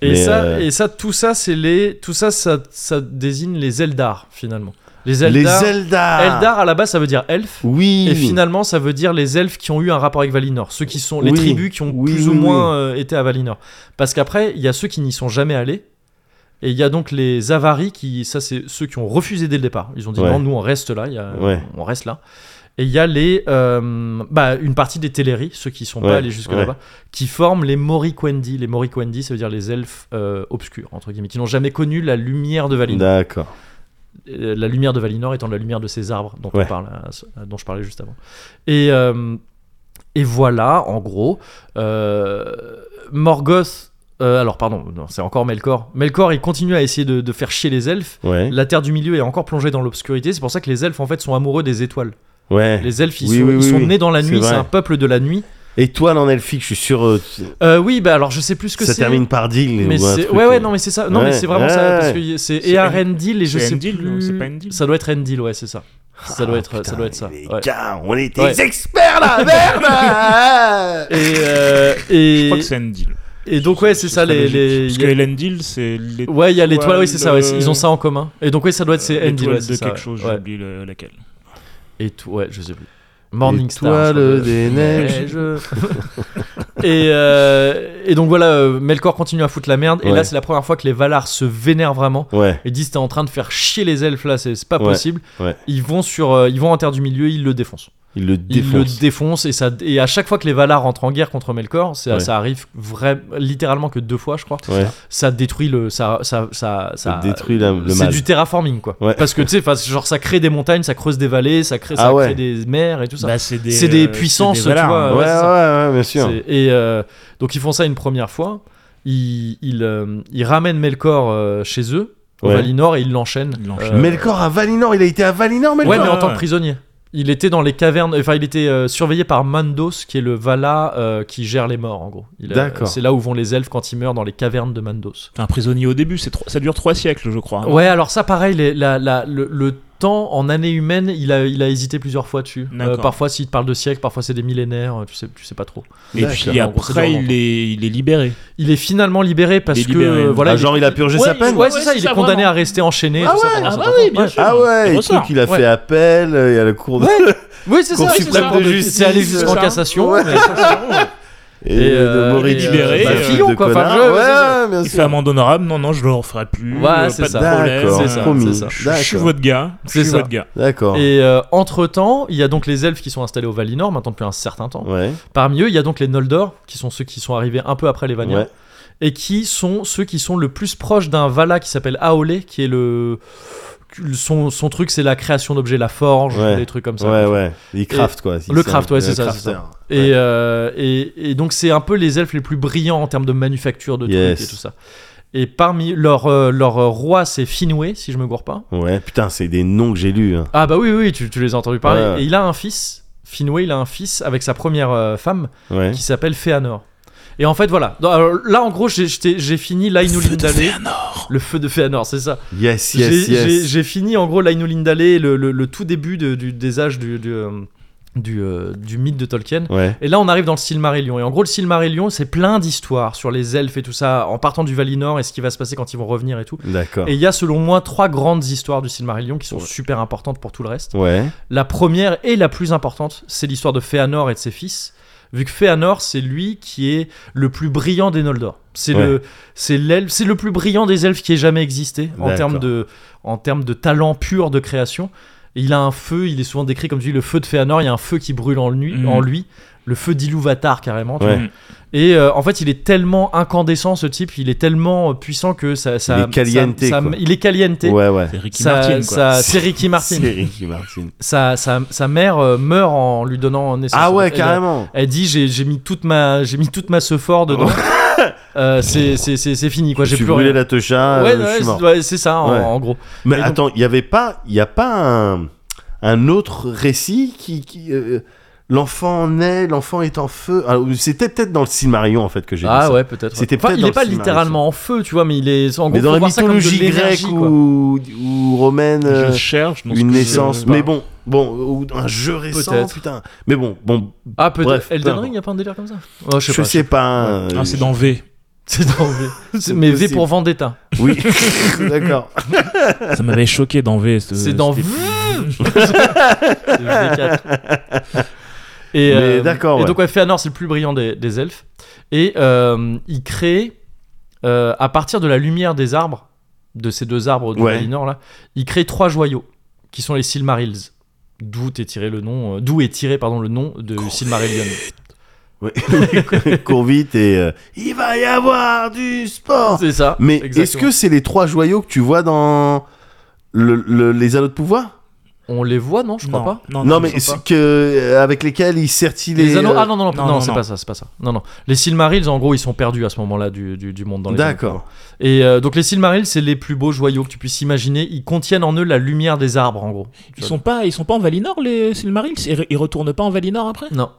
Speaker 1: Et
Speaker 2: Mais,
Speaker 1: ça,
Speaker 2: euh,
Speaker 1: et ça, tout ça, c'est les, tout ça, ça, ça désigne les Eldar finalement. Les
Speaker 2: Les
Speaker 1: Eldar.
Speaker 2: Zelda
Speaker 1: Eldar à la base, ça veut dire elfe.
Speaker 2: Oui
Speaker 1: Et finalement, ça veut dire les elfes qui ont eu un rapport avec Valinor, ceux qui sont les
Speaker 2: Oui,
Speaker 1: tribus qui ont
Speaker 2: oui,
Speaker 1: plus
Speaker 2: oui,
Speaker 1: ou
Speaker 2: oui.
Speaker 1: moins euh, été à Valinor. Parce qu'après, il y a ceux qui n'y sont jamais allés, et il y a donc les avaris qui, ça c'est ceux qui ont refusé dès le départ. Ils ont dit
Speaker 2: Ouais.
Speaker 1: non, nous on reste là, il y a-
Speaker 2: Ouais.
Speaker 1: on reste là. Et il y a les, euh, bah, une partie des Teleri, ceux qui sont
Speaker 2: Ouais,
Speaker 1: pas allés jusque
Speaker 2: ouais.
Speaker 1: là-bas, qui forment les Morikwendi. Les Morikwendi, ça veut dire les elfes euh, obscurs entre guillemets, qui n'ont jamais connu la lumière de Valinor.
Speaker 2: D'accord.
Speaker 1: Euh, la lumière de Valinor étant la lumière de ces arbres dont, on
Speaker 2: Ouais.
Speaker 1: parle, euh, dont je parlais juste avant. Et, euh, et voilà, en gros, euh, Morgoth. euh, alors, pardon, non, c'est encore Melkor. Melkor, il continue à essayer de, de faire chier les elfes.
Speaker 2: Ouais.
Speaker 1: La terre du milieu est encore plongée dans l'obscurité. C'est pour ça que les elfes, en fait, sont amoureux des étoiles.
Speaker 2: Ouais.
Speaker 1: Les elfes, ils
Speaker 2: Oui,
Speaker 1: sont,
Speaker 2: oui,
Speaker 1: ils
Speaker 2: oui,
Speaker 1: sont
Speaker 2: oui.
Speaker 1: nés dans la
Speaker 2: C'est
Speaker 1: nuit. C'est
Speaker 2: vrai.
Speaker 1: un peuple de la nuit.
Speaker 2: Étoile en elfique, je suis sûr. euh,
Speaker 1: Euh, oui, bah alors, je sais plus ce que
Speaker 2: ça
Speaker 1: c'est.
Speaker 2: termine par deal.
Speaker 1: Mais c'est- ouais,
Speaker 2: euh,
Speaker 1: ouais, non, mais c'est ça. Non,
Speaker 2: Ouais,
Speaker 1: mais c'est vraiment
Speaker 2: ouais,
Speaker 1: ça. Parce
Speaker 2: ouais.
Speaker 1: que y- c'est
Speaker 5: C'est
Speaker 1: Earendil et je
Speaker 5: C'est
Speaker 1: sais
Speaker 5: Endil, non,
Speaker 1: plus.
Speaker 5: c'est pas Endil.
Speaker 1: Ça doit être Endil, ouais, c'est ça.
Speaker 5: Ah,
Speaker 1: Ça doit être, ça doit être ça.
Speaker 2: Ah, Les
Speaker 1: ouais.
Speaker 2: gars, on est
Speaker 1: Ouais.
Speaker 2: des experts là, merde
Speaker 1: Et, euh,
Speaker 5: Je
Speaker 1: et,
Speaker 5: crois que c'est Endil.
Speaker 1: et donc ouais, c'est
Speaker 5: Ce
Speaker 1: ça
Speaker 5: serait
Speaker 1: les,
Speaker 5: logique.
Speaker 1: les-
Speaker 5: Parce
Speaker 1: y a-
Speaker 5: que Elendil, c'est les
Speaker 1: ouais, il y a l'étoile, oui, c'est ça. ouais,
Speaker 5: le-
Speaker 1: ils ont ça en commun. Et donc ouais, ça doit être c'est Endil, ouais,
Speaker 5: l'étoile
Speaker 1: c'est
Speaker 5: de
Speaker 1: ça,
Speaker 5: quelque
Speaker 1: ouais.
Speaker 5: chose,
Speaker 1: Ouais.
Speaker 5: j'ai oublié le- laquelle.
Speaker 1: Et tout, ouais, je sais plus. Morning
Speaker 2: Étoile
Speaker 1: Star. je crois que-
Speaker 2: euh, des neiges.
Speaker 1: Neige. et, euh, et donc voilà, euh, Melkor continue à foutre la merde. Et
Speaker 2: Ouais.
Speaker 1: là, c'est la première fois que les Valar se vénèrent vraiment.
Speaker 2: Ouais,
Speaker 1: Ils disent t'es en train de faire chier les elfes là, c'est c'est pas
Speaker 2: Ouais,
Speaker 1: possible.
Speaker 2: ouais.
Speaker 1: Ils vont sur, euh, ils vont en terre du milieu, ils le défoncent.
Speaker 2: il le
Speaker 1: Ils le
Speaker 2: défonce.
Speaker 1: défoncent et ça et à chaque fois que les Valar rentrent en guerre contre Melkor, c'est-
Speaker 2: Ouais.
Speaker 1: ça arrive vrai, littéralement que deux fois je crois.
Speaker 2: Ouais.
Speaker 1: Ça détruit le, ça ça ça, ça
Speaker 2: Ça détruit la- le
Speaker 1: c'est
Speaker 2: mal.
Speaker 1: du terraforming quoi.
Speaker 2: Ouais.
Speaker 1: Parce que tu sais, 'fin, genre ça crée des montagnes, ça creuse des vallées, ça crée, ça
Speaker 2: Ah ouais.
Speaker 1: crée des mers et tout ça.
Speaker 5: Bah, c'est des,
Speaker 1: C'est des
Speaker 5: euh,
Speaker 1: puissances,
Speaker 5: Valar,
Speaker 1: tu vois,
Speaker 5: hein.
Speaker 2: Ouais,
Speaker 1: ouais,
Speaker 2: ouais,
Speaker 1: c'est ça.
Speaker 2: ouais, bien sûr.
Speaker 1: C'est- Et euh, donc ils font ça une première fois. Ils, ils, euh, ils ramènent Melkor euh, chez eux, au
Speaker 2: Ouais.
Speaker 1: Valinor, et ils l'enchaînent.
Speaker 5: Ils l'enchaînent.
Speaker 1: Euh,
Speaker 2: Melkor à Valinor, il a été à Valinor, Melkor.
Speaker 1: Ouais, mais en
Speaker 5: ouais,
Speaker 1: tant
Speaker 5: ouais.
Speaker 1: que prisonnier. Il était dans les cavernes, enfin il était euh, surveillé par Mandos, qui est le Vala euh, qui gère les morts en gros. Il a-
Speaker 2: D'accord.
Speaker 1: C'est là où vont les elfes quand ils meurent dans les cavernes de Mandos.
Speaker 5: T'es un prisonnier au début, c'est trois- ça dure 3 siècles, je crois.
Speaker 1: Ouais, alors ça pareil, les- la- la- le, le temps en année humaine, il a, il a hésité plusieurs fois dessus. Euh,
Speaker 5: D'accord.
Speaker 1: parfois s'il te parle de siècles, parfois c'est des millénaires, euh, tu sais, tu sais pas trop.
Speaker 5: Et puis
Speaker 1: D'accord. C'est
Speaker 5: après,
Speaker 1: vraiment
Speaker 5: il est, il est libéré.
Speaker 1: Il est finalement libéré parce
Speaker 5: Il est libéré.
Speaker 1: que euh, voilà,
Speaker 2: Ah,
Speaker 1: il est-
Speaker 2: genre, il a purgé
Speaker 1: Ouais,
Speaker 2: sa peine.
Speaker 1: Ouais, c'est ça, il est condamné à rester enchaîné.
Speaker 2: Ah
Speaker 1: tout ça,
Speaker 2: ouais,
Speaker 1: pendant
Speaker 5: ah
Speaker 1: un
Speaker 5: bah
Speaker 1: certain
Speaker 5: oui,
Speaker 1: temps.
Speaker 5: bien
Speaker 1: Ouais.
Speaker 5: sûr.
Speaker 2: Ah ouais,
Speaker 5: Il
Speaker 2: il
Speaker 5: ressort.
Speaker 2: truc, il a
Speaker 1: Ouais.
Speaker 2: fait appel, euh, il y a le cours de.
Speaker 1: Oui, c'est
Speaker 2: Cour
Speaker 1: ça.
Speaker 2: suprême
Speaker 1: c'est
Speaker 2: de
Speaker 1: ça.
Speaker 2: justice,
Speaker 1: C'est allé jusqu'en
Speaker 2: euh,
Speaker 1: cassation.
Speaker 2: ouais.
Speaker 1: mais-
Speaker 2: Et,
Speaker 1: Et,
Speaker 2: de
Speaker 1: euh,
Speaker 2: Maury
Speaker 1: et, euh,
Speaker 5: libéré,
Speaker 2: de-
Speaker 5: bah,
Speaker 2: de
Speaker 1: Fillon, quoi, enfin,
Speaker 2: connard.
Speaker 1: je-
Speaker 2: ouais,
Speaker 1: c'est
Speaker 2: bien
Speaker 5: Il
Speaker 2: sûr.
Speaker 5: fait amende honorable, non, non, je le referai plus.
Speaker 1: Ouais,
Speaker 5: euh,
Speaker 1: c'est
Speaker 5: pas de
Speaker 1: ça.
Speaker 5: problème,
Speaker 2: D'accord,
Speaker 5: euh,
Speaker 1: c'est ça,
Speaker 2: promis.
Speaker 1: c'est ça.
Speaker 5: Je suis
Speaker 2: D'accord.
Speaker 5: votre gars. Je
Speaker 1: C'est
Speaker 5: suis
Speaker 1: ça.
Speaker 5: votre gars.
Speaker 2: D'accord.
Speaker 1: Et euh, entre-temps, il y a donc les elfes qui sont installés au Valinor maintenant depuis un certain temps.
Speaker 2: Ouais,
Speaker 1: Parmi eux, il y a donc les Noldor, qui sont ceux qui sont arrivés un peu après les Vanir,
Speaker 2: ouais.
Speaker 1: et qui sont ceux qui sont le plus proches d'un Vala qui s'appelle Aolé, qui est le... Son, son truc, c'est la création d'objets, la forge,
Speaker 2: Ouais.
Speaker 1: des trucs comme ça.
Speaker 2: Ouais, ouais. Il craft, quoi. si
Speaker 1: Le
Speaker 2: c'est
Speaker 1: craft,
Speaker 2: un-
Speaker 1: ouais, c'est
Speaker 2: un
Speaker 1: ça, c'est ça.
Speaker 2: crafter.
Speaker 1: Et, euh, et, et donc c'est un peu les elfes les plus brillants en termes de manufacture de
Speaker 2: Yes.
Speaker 1: trucs et tout ça. Et parmi leur, euh, leur euh, roi c'est Finwë si je me gourre pas.
Speaker 2: Ouais, putain, c'est des noms que j'ai lus. hein.
Speaker 1: Ah bah oui oui tu, tu les as entendus parler.
Speaker 2: Ouais.
Speaker 1: Et il a un fils. Finwë il a un fils avec sa première euh, femme
Speaker 2: Ouais.
Speaker 1: qui s'appelle Féanor. Et en fait voilà. Dans- alors, là en gros j'ai- j'étais- j'ai fini Lainulin Dale. Le feu de Féanor c'est ça.
Speaker 2: Yes, yes,
Speaker 1: J'ai- j'ai
Speaker 2: yes.
Speaker 1: j'ai fini en gros Lainulin Dale le, le, le tout début de- du, des âges du, du, euh, du, euh, du mythe de Tolkien.
Speaker 2: Ouais,
Speaker 1: Et là, on arrive dans le Silmarillion. Et en gros, le Silmarillion, c'est plein d'histoires sur les elfes et tout ça, en partant du Valinor et ce qui va se passer quand ils vont revenir et tout.
Speaker 2: d'accord.
Speaker 1: Et il y a, selon moi, trois grandes histoires du Silmarillion qui sont
Speaker 2: Ouais.
Speaker 1: super importantes pour tout le reste.
Speaker 2: Ouais,
Speaker 1: La première et la plus importante, c'est l'histoire de Féanor et de ses fils. Vu que Féanor, c'est lui qui est le plus brillant des Noldor. C'est
Speaker 2: Ouais.
Speaker 1: le, c'est l'elfe, c'est le plus brillant des elfes qui ait jamais existé en
Speaker 2: D'accord.
Speaker 1: termes de, en termes de talent pur de création. Il a un feu, il est souvent décrit comme tu dis, le feu de Féanor, il y a un feu qui brûle en lui,
Speaker 3: Mhm.
Speaker 1: en lui le feu d'Iluvatar carrément. tu
Speaker 2: Ouais.
Speaker 1: vois. Et euh, en fait, il est tellement incandescent ce type, il est tellement euh, puissant que ça. ça
Speaker 2: Il est caliente,
Speaker 1: ça- ça-
Speaker 2: quoi.
Speaker 1: il est caliente.
Speaker 2: Ouais, ouais.
Speaker 3: C'est Ricky
Speaker 1: Ça-
Speaker 3: Martin, quoi.
Speaker 1: ça- c'est Ricky Martin.
Speaker 2: C'est Ricky Martin.
Speaker 1: Sa, sa, sa mère euh, meurt en lui donnant naissance.
Speaker 2: Ah ouais,
Speaker 1: Elle-
Speaker 2: carrément.
Speaker 1: Elle dit j'ai j'ai mis toute ma j'ai mis toute ma sephore dedans. Euh, c'est c'est c'est c'est fini quoi.
Speaker 2: Je
Speaker 1: J'ai
Speaker 2: suis
Speaker 1: plus
Speaker 2: brûlé
Speaker 1: rien.
Speaker 2: la techa,
Speaker 1: ouais,
Speaker 2: euh, je
Speaker 1: ouais,
Speaker 2: suis mort.
Speaker 1: c'est- ouais, c'est ça en,
Speaker 2: Ouais.
Speaker 1: en gros.
Speaker 2: Mais
Speaker 1: Et donc-
Speaker 2: attends, il n'y avait pas, il y a pas un, un autre récit qui, qui, euh, l'enfant naît, l'enfant est en feu. Ah, C'était peut-être dans le Silmarillion en fait que j'ai dit
Speaker 1: Ah
Speaker 2: ça.
Speaker 1: ouais peut-être.
Speaker 2: C'était
Speaker 1: Enfin,
Speaker 2: peut-être
Speaker 1: il
Speaker 2: dans
Speaker 1: est pas
Speaker 2: le cinéma,
Speaker 1: littéralement en feu tu vois mais il est en gros
Speaker 2: Mais dans
Speaker 1: faut
Speaker 2: la
Speaker 1: voir ça comme de
Speaker 2: mythologie
Speaker 1: l'énergie,
Speaker 2: grecque
Speaker 1: quoi.
Speaker 2: ou, ou romaine, euh,
Speaker 3: Je cherche. dans ce
Speaker 2: une
Speaker 3: que je-
Speaker 2: naissance. Mais bon, bon, ou un jeu récent,
Speaker 1: Peut-être.
Speaker 2: putain. Mais bon, bon,
Speaker 1: Ah peut-être.
Speaker 2: Bref, peu
Speaker 1: Elden
Speaker 2: importe.
Speaker 1: Ring y a pas un délire comme ça. Oh, je sais
Speaker 2: je
Speaker 1: pas.
Speaker 2: sais pas. euh,
Speaker 3: Ah, c'est dans V.
Speaker 1: C'est dans V.
Speaker 2: C'est
Speaker 1: Mais V
Speaker 2: possible.
Speaker 1: pour Vendetta.
Speaker 2: Oui, d'accord.
Speaker 3: Ça m'avait choqué dans V. ce-
Speaker 1: C'est dans V.
Speaker 3: c'était-
Speaker 1: C'est V4. Et,
Speaker 2: Mais
Speaker 1: euh,
Speaker 2: d'accord,
Speaker 1: Et
Speaker 2: ouais.
Speaker 1: donc, ouais, Fëanor, c'est le plus brillant des, des elfes. Et euh, il crée, euh, à partir de la lumière des arbres, de ces deux arbres du
Speaker 2: Ouais.
Speaker 1: Valinor, là, il crée trois joyaux, qui sont les Silmarils. D'où est tiré le nom, euh, d'où est tiré pardon le nom de Silmarillion.
Speaker 2: Ouais. Cours vite et euh, il va y avoir du sport.
Speaker 1: C'est ça.
Speaker 2: Oh. Mais est-ce
Speaker 1: exactement.
Speaker 2: que c'est les trois joyaux que tu vois dans le- le- les anneaux de pouvoir
Speaker 1: on les voit non Je crois
Speaker 3: non,
Speaker 1: pas.
Speaker 3: Non,
Speaker 2: Non,
Speaker 3: non,
Speaker 2: mais
Speaker 1: ils sont
Speaker 2: c'est que euh, avec lesquels il sertit les,
Speaker 1: Les, anneaux
Speaker 2: euh,
Speaker 1: Ah non non non,
Speaker 3: non,
Speaker 1: non,
Speaker 3: non,
Speaker 1: c'est
Speaker 3: non.
Speaker 1: pas ça c'est pas ça. Non non. Les Silmarils en gros ils sont perdus à ce moment-là du, du, du monde dans les anneaux.
Speaker 2: D'accord.
Speaker 1: Et euh, donc les Silmarils, c'est les plus beaux joyaux que tu puisses imaginer. Ils contiennent en eux la lumière des arbres, en gros.
Speaker 3: Ils sont pas, ils sont pas en Valinor les Silmarils. Ils ils retournent pas en Valinor après
Speaker 1: Non.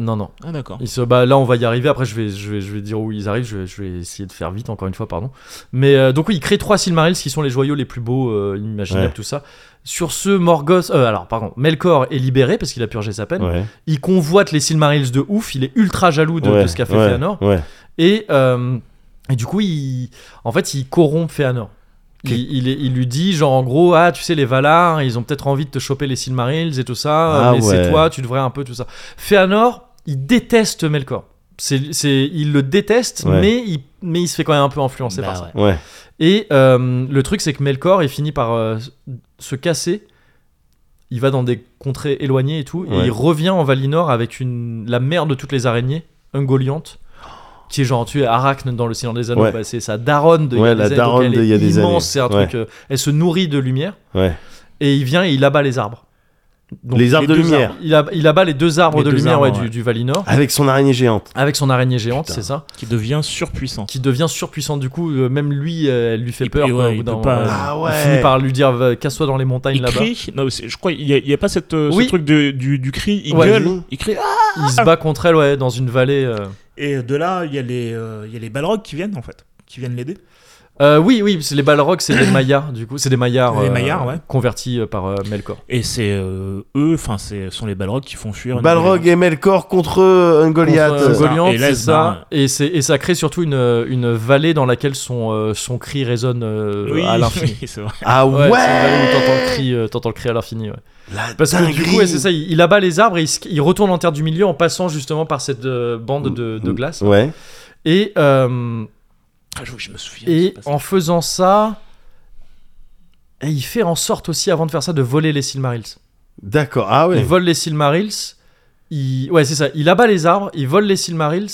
Speaker 1: Non, non.
Speaker 3: Ah d'accord.
Speaker 1: Ils se, bah, là, on va y arriver. Après, je vais, je vais, je vais dire où ils arrivent. Je vais, je vais essayer de faire vite, encore une fois, pardon. Mais euh, donc, oui, il crée trois Silmarils qui sont les joyaux les plus beaux, euh, imaginables,
Speaker 2: Ouais.
Speaker 1: tout ça. Sur ce, Morgoth. euh, alors, pardon. Melkor est libéré parce qu'il a purgé sa peine.
Speaker 2: Ouais.
Speaker 1: Il convoite les Silmarils de ouf. Il est ultra jaloux de, de
Speaker 2: Ouais,
Speaker 1: ce qu'a fait
Speaker 2: ouais,
Speaker 1: Fëanor.
Speaker 2: ouais.
Speaker 1: Et, euh, et du coup, il, en fait, il corrompt Fëanor. Il, il, est- il lui dit, genre, en gros, ah, tu sais, les Valar, ils ont peut-être envie de te choper les Silmarils et tout ça, euh,
Speaker 2: Ah
Speaker 1: mais
Speaker 2: ouais.
Speaker 1: c'est toi, tu devrais un peu tout ça. Fëanor, il déteste Melkor. C'est, c'est, il le déteste,
Speaker 2: Ouais.
Speaker 1: mais, il, mais il se fait quand même un peu influencer
Speaker 3: Bah
Speaker 1: par ça.
Speaker 3: ouais.
Speaker 2: Ouais.
Speaker 1: Et euh, le truc, c'est que Melkor, il finit par euh, se casser. Il va dans des contrées éloignées et tout.
Speaker 2: Ouais.
Speaker 1: Et il revient en Valinor avec une, la mère de toutes les araignées, Ungoliant, qui est genre, tu es Arachne dans le Silence des Anneaux.
Speaker 2: Ouais.
Speaker 1: bah, c'est sa daronne de
Speaker 2: Ouais,
Speaker 1: il y a
Speaker 2: la
Speaker 1: des années, donc
Speaker 2: daronne
Speaker 1: elle
Speaker 2: de
Speaker 1: est
Speaker 2: il y a des
Speaker 1: immense, c'est
Speaker 2: années.
Speaker 1: un truc. euh, elle se nourrit de lumière.
Speaker 2: Ouais.
Speaker 1: Et il vient et il abat les arbres. Donc,
Speaker 2: les arbres
Speaker 3: les
Speaker 2: de
Speaker 3: deux
Speaker 2: lumière.
Speaker 1: Il, ab- il abat les deux arbres
Speaker 3: Les
Speaker 1: de
Speaker 3: deux
Speaker 1: lumière
Speaker 3: arbres,
Speaker 1: ouais, du-
Speaker 3: ouais.
Speaker 1: Du, Valinor
Speaker 2: Avec son araignée géante.
Speaker 1: avec son araignée géante,
Speaker 2: Putain.
Speaker 1: c'est ça,
Speaker 3: Qui devient surpuissant.
Speaker 1: qui devient surpuissant du coup. euh, même lui, euh, elle lui fait
Speaker 3: Il-
Speaker 1: peur.
Speaker 3: ouais,
Speaker 1: quoi, au
Speaker 3: il
Speaker 1: bout
Speaker 3: peut
Speaker 1: d'un
Speaker 3: pas-
Speaker 1: moment.
Speaker 2: Ah
Speaker 1: On
Speaker 2: ouais.
Speaker 1: finit par lui dire va- casse-toi dans les montagnes
Speaker 3: Il
Speaker 1: là-bas.
Speaker 3: crie. Non, c'est- je crois il y, a- il y a pas cette, euh,
Speaker 1: Oui.
Speaker 3: ce truc de- du, du cri. Il
Speaker 1: Ouais.
Speaker 3: gueule. Il crie. Ah
Speaker 1: Il se bat contre elle ouais, dans une vallée. euh.
Speaker 3: Et de là, il y a les, euh, il y a les Balrogs qui viennent en fait, qui viennent l'aider.
Speaker 1: Euh, oui, oui, c'est les Balrogs, c'est des Maillards du coup, c'est des Maillards,
Speaker 3: Des
Speaker 1: euh,
Speaker 3: Maillards, ouais.
Speaker 1: convertis euh, par euh, Melkor.
Speaker 3: Et c'est euh, eux, enfin, ce sont les Balrogs qui font fuir.
Speaker 2: Balrog et Melkor contre un Goliath.
Speaker 1: Contre, euh,
Speaker 3: ça.
Speaker 1: Goliath,
Speaker 3: Et
Speaker 1: c'est
Speaker 3: Lesbar,
Speaker 1: ça. Et, c'est- et ça crée surtout une, euh, une vallée dans laquelle son, euh, son cri résonne euh,
Speaker 3: Oui,
Speaker 1: à l'infini.
Speaker 3: oui, c'est vrai.
Speaker 2: Ah
Speaker 1: Ouais, c'est
Speaker 2: ouais.
Speaker 1: une vallée où t'entends le cri, euh, t'entends le cri à l'infini. ouais.
Speaker 2: La
Speaker 1: Parce que du
Speaker 2: dinguerie.
Speaker 1: coup, ouais, c'est ça, il, il abat les arbres et il, se- il retourne en terre du milieu en passant justement par cette euh, bande de, de glace.
Speaker 2: Ouais.
Speaker 1: Et euh,
Speaker 3: Ah, je, je me souviens. de ce
Speaker 1: Et
Speaker 3: passage.
Speaker 1: en faisant ça, et il fait en sorte aussi, avant de faire ça, de voler les Silmarils.
Speaker 2: D'accord. Ah
Speaker 1: Il
Speaker 2: ouais.
Speaker 1: vole les Silmarils. Il... Ouais, c'est ça. Il abat les arbres, il vole les Silmarils.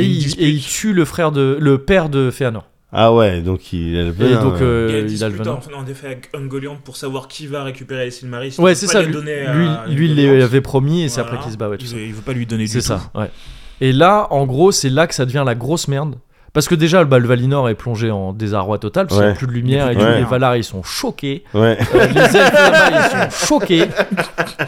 Speaker 3: Il y a une
Speaker 1: il,
Speaker 3: dispute.
Speaker 1: et il tue le frère de le père de Fëanor.
Speaker 2: Ah ouais. Donc il a le
Speaker 1: Et
Speaker 2: venin,
Speaker 1: donc
Speaker 2: ouais.
Speaker 1: euh,
Speaker 5: Il y a une
Speaker 1: il, a le
Speaker 5: dispute
Speaker 1: venin.
Speaker 5: en, en effet avec Ungoliant pour savoir qui va récupérer les Silmarils.
Speaker 1: Ouais,
Speaker 5: Il
Speaker 1: c'est
Speaker 5: hein. faut
Speaker 1: ça.
Speaker 5: les
Speaker 1: Lui,
Speaker 5: donner à-
Speaker 1: lui,
Speaker 5: à
Speaker 1: lui, il
Speaker 5: Ungoliant.
Speaker 1: les avait promis et c'est
Speaker 5: Voilà.
Speaker 1: après qu'il se bat. ouais, tout
Speaker 3: il,
Speaker 1: ça.
Speaker 3: veut, il veut pas lui donner du
Speaker 1: C'est
Speaker 3: tout.
Speaker 1: ça, ouais. Et là, en gros, c'est là que ça devient la grosse merde. Parce que déjà, bah, le Valinor est plongé en désarroi total, parce qu'il n'y
Speaker 2: Ouais.
Speaker 1: a plus de lumière, et
Speaker 2: plus de
Speaker 1: tout. les
Speaker 2: lumière.
Speaker 1: Valar, ils sont choqués.
Speaker 2: Ouais.
Speaker 1: Euh, les elfes là-bas, ils sont choqués.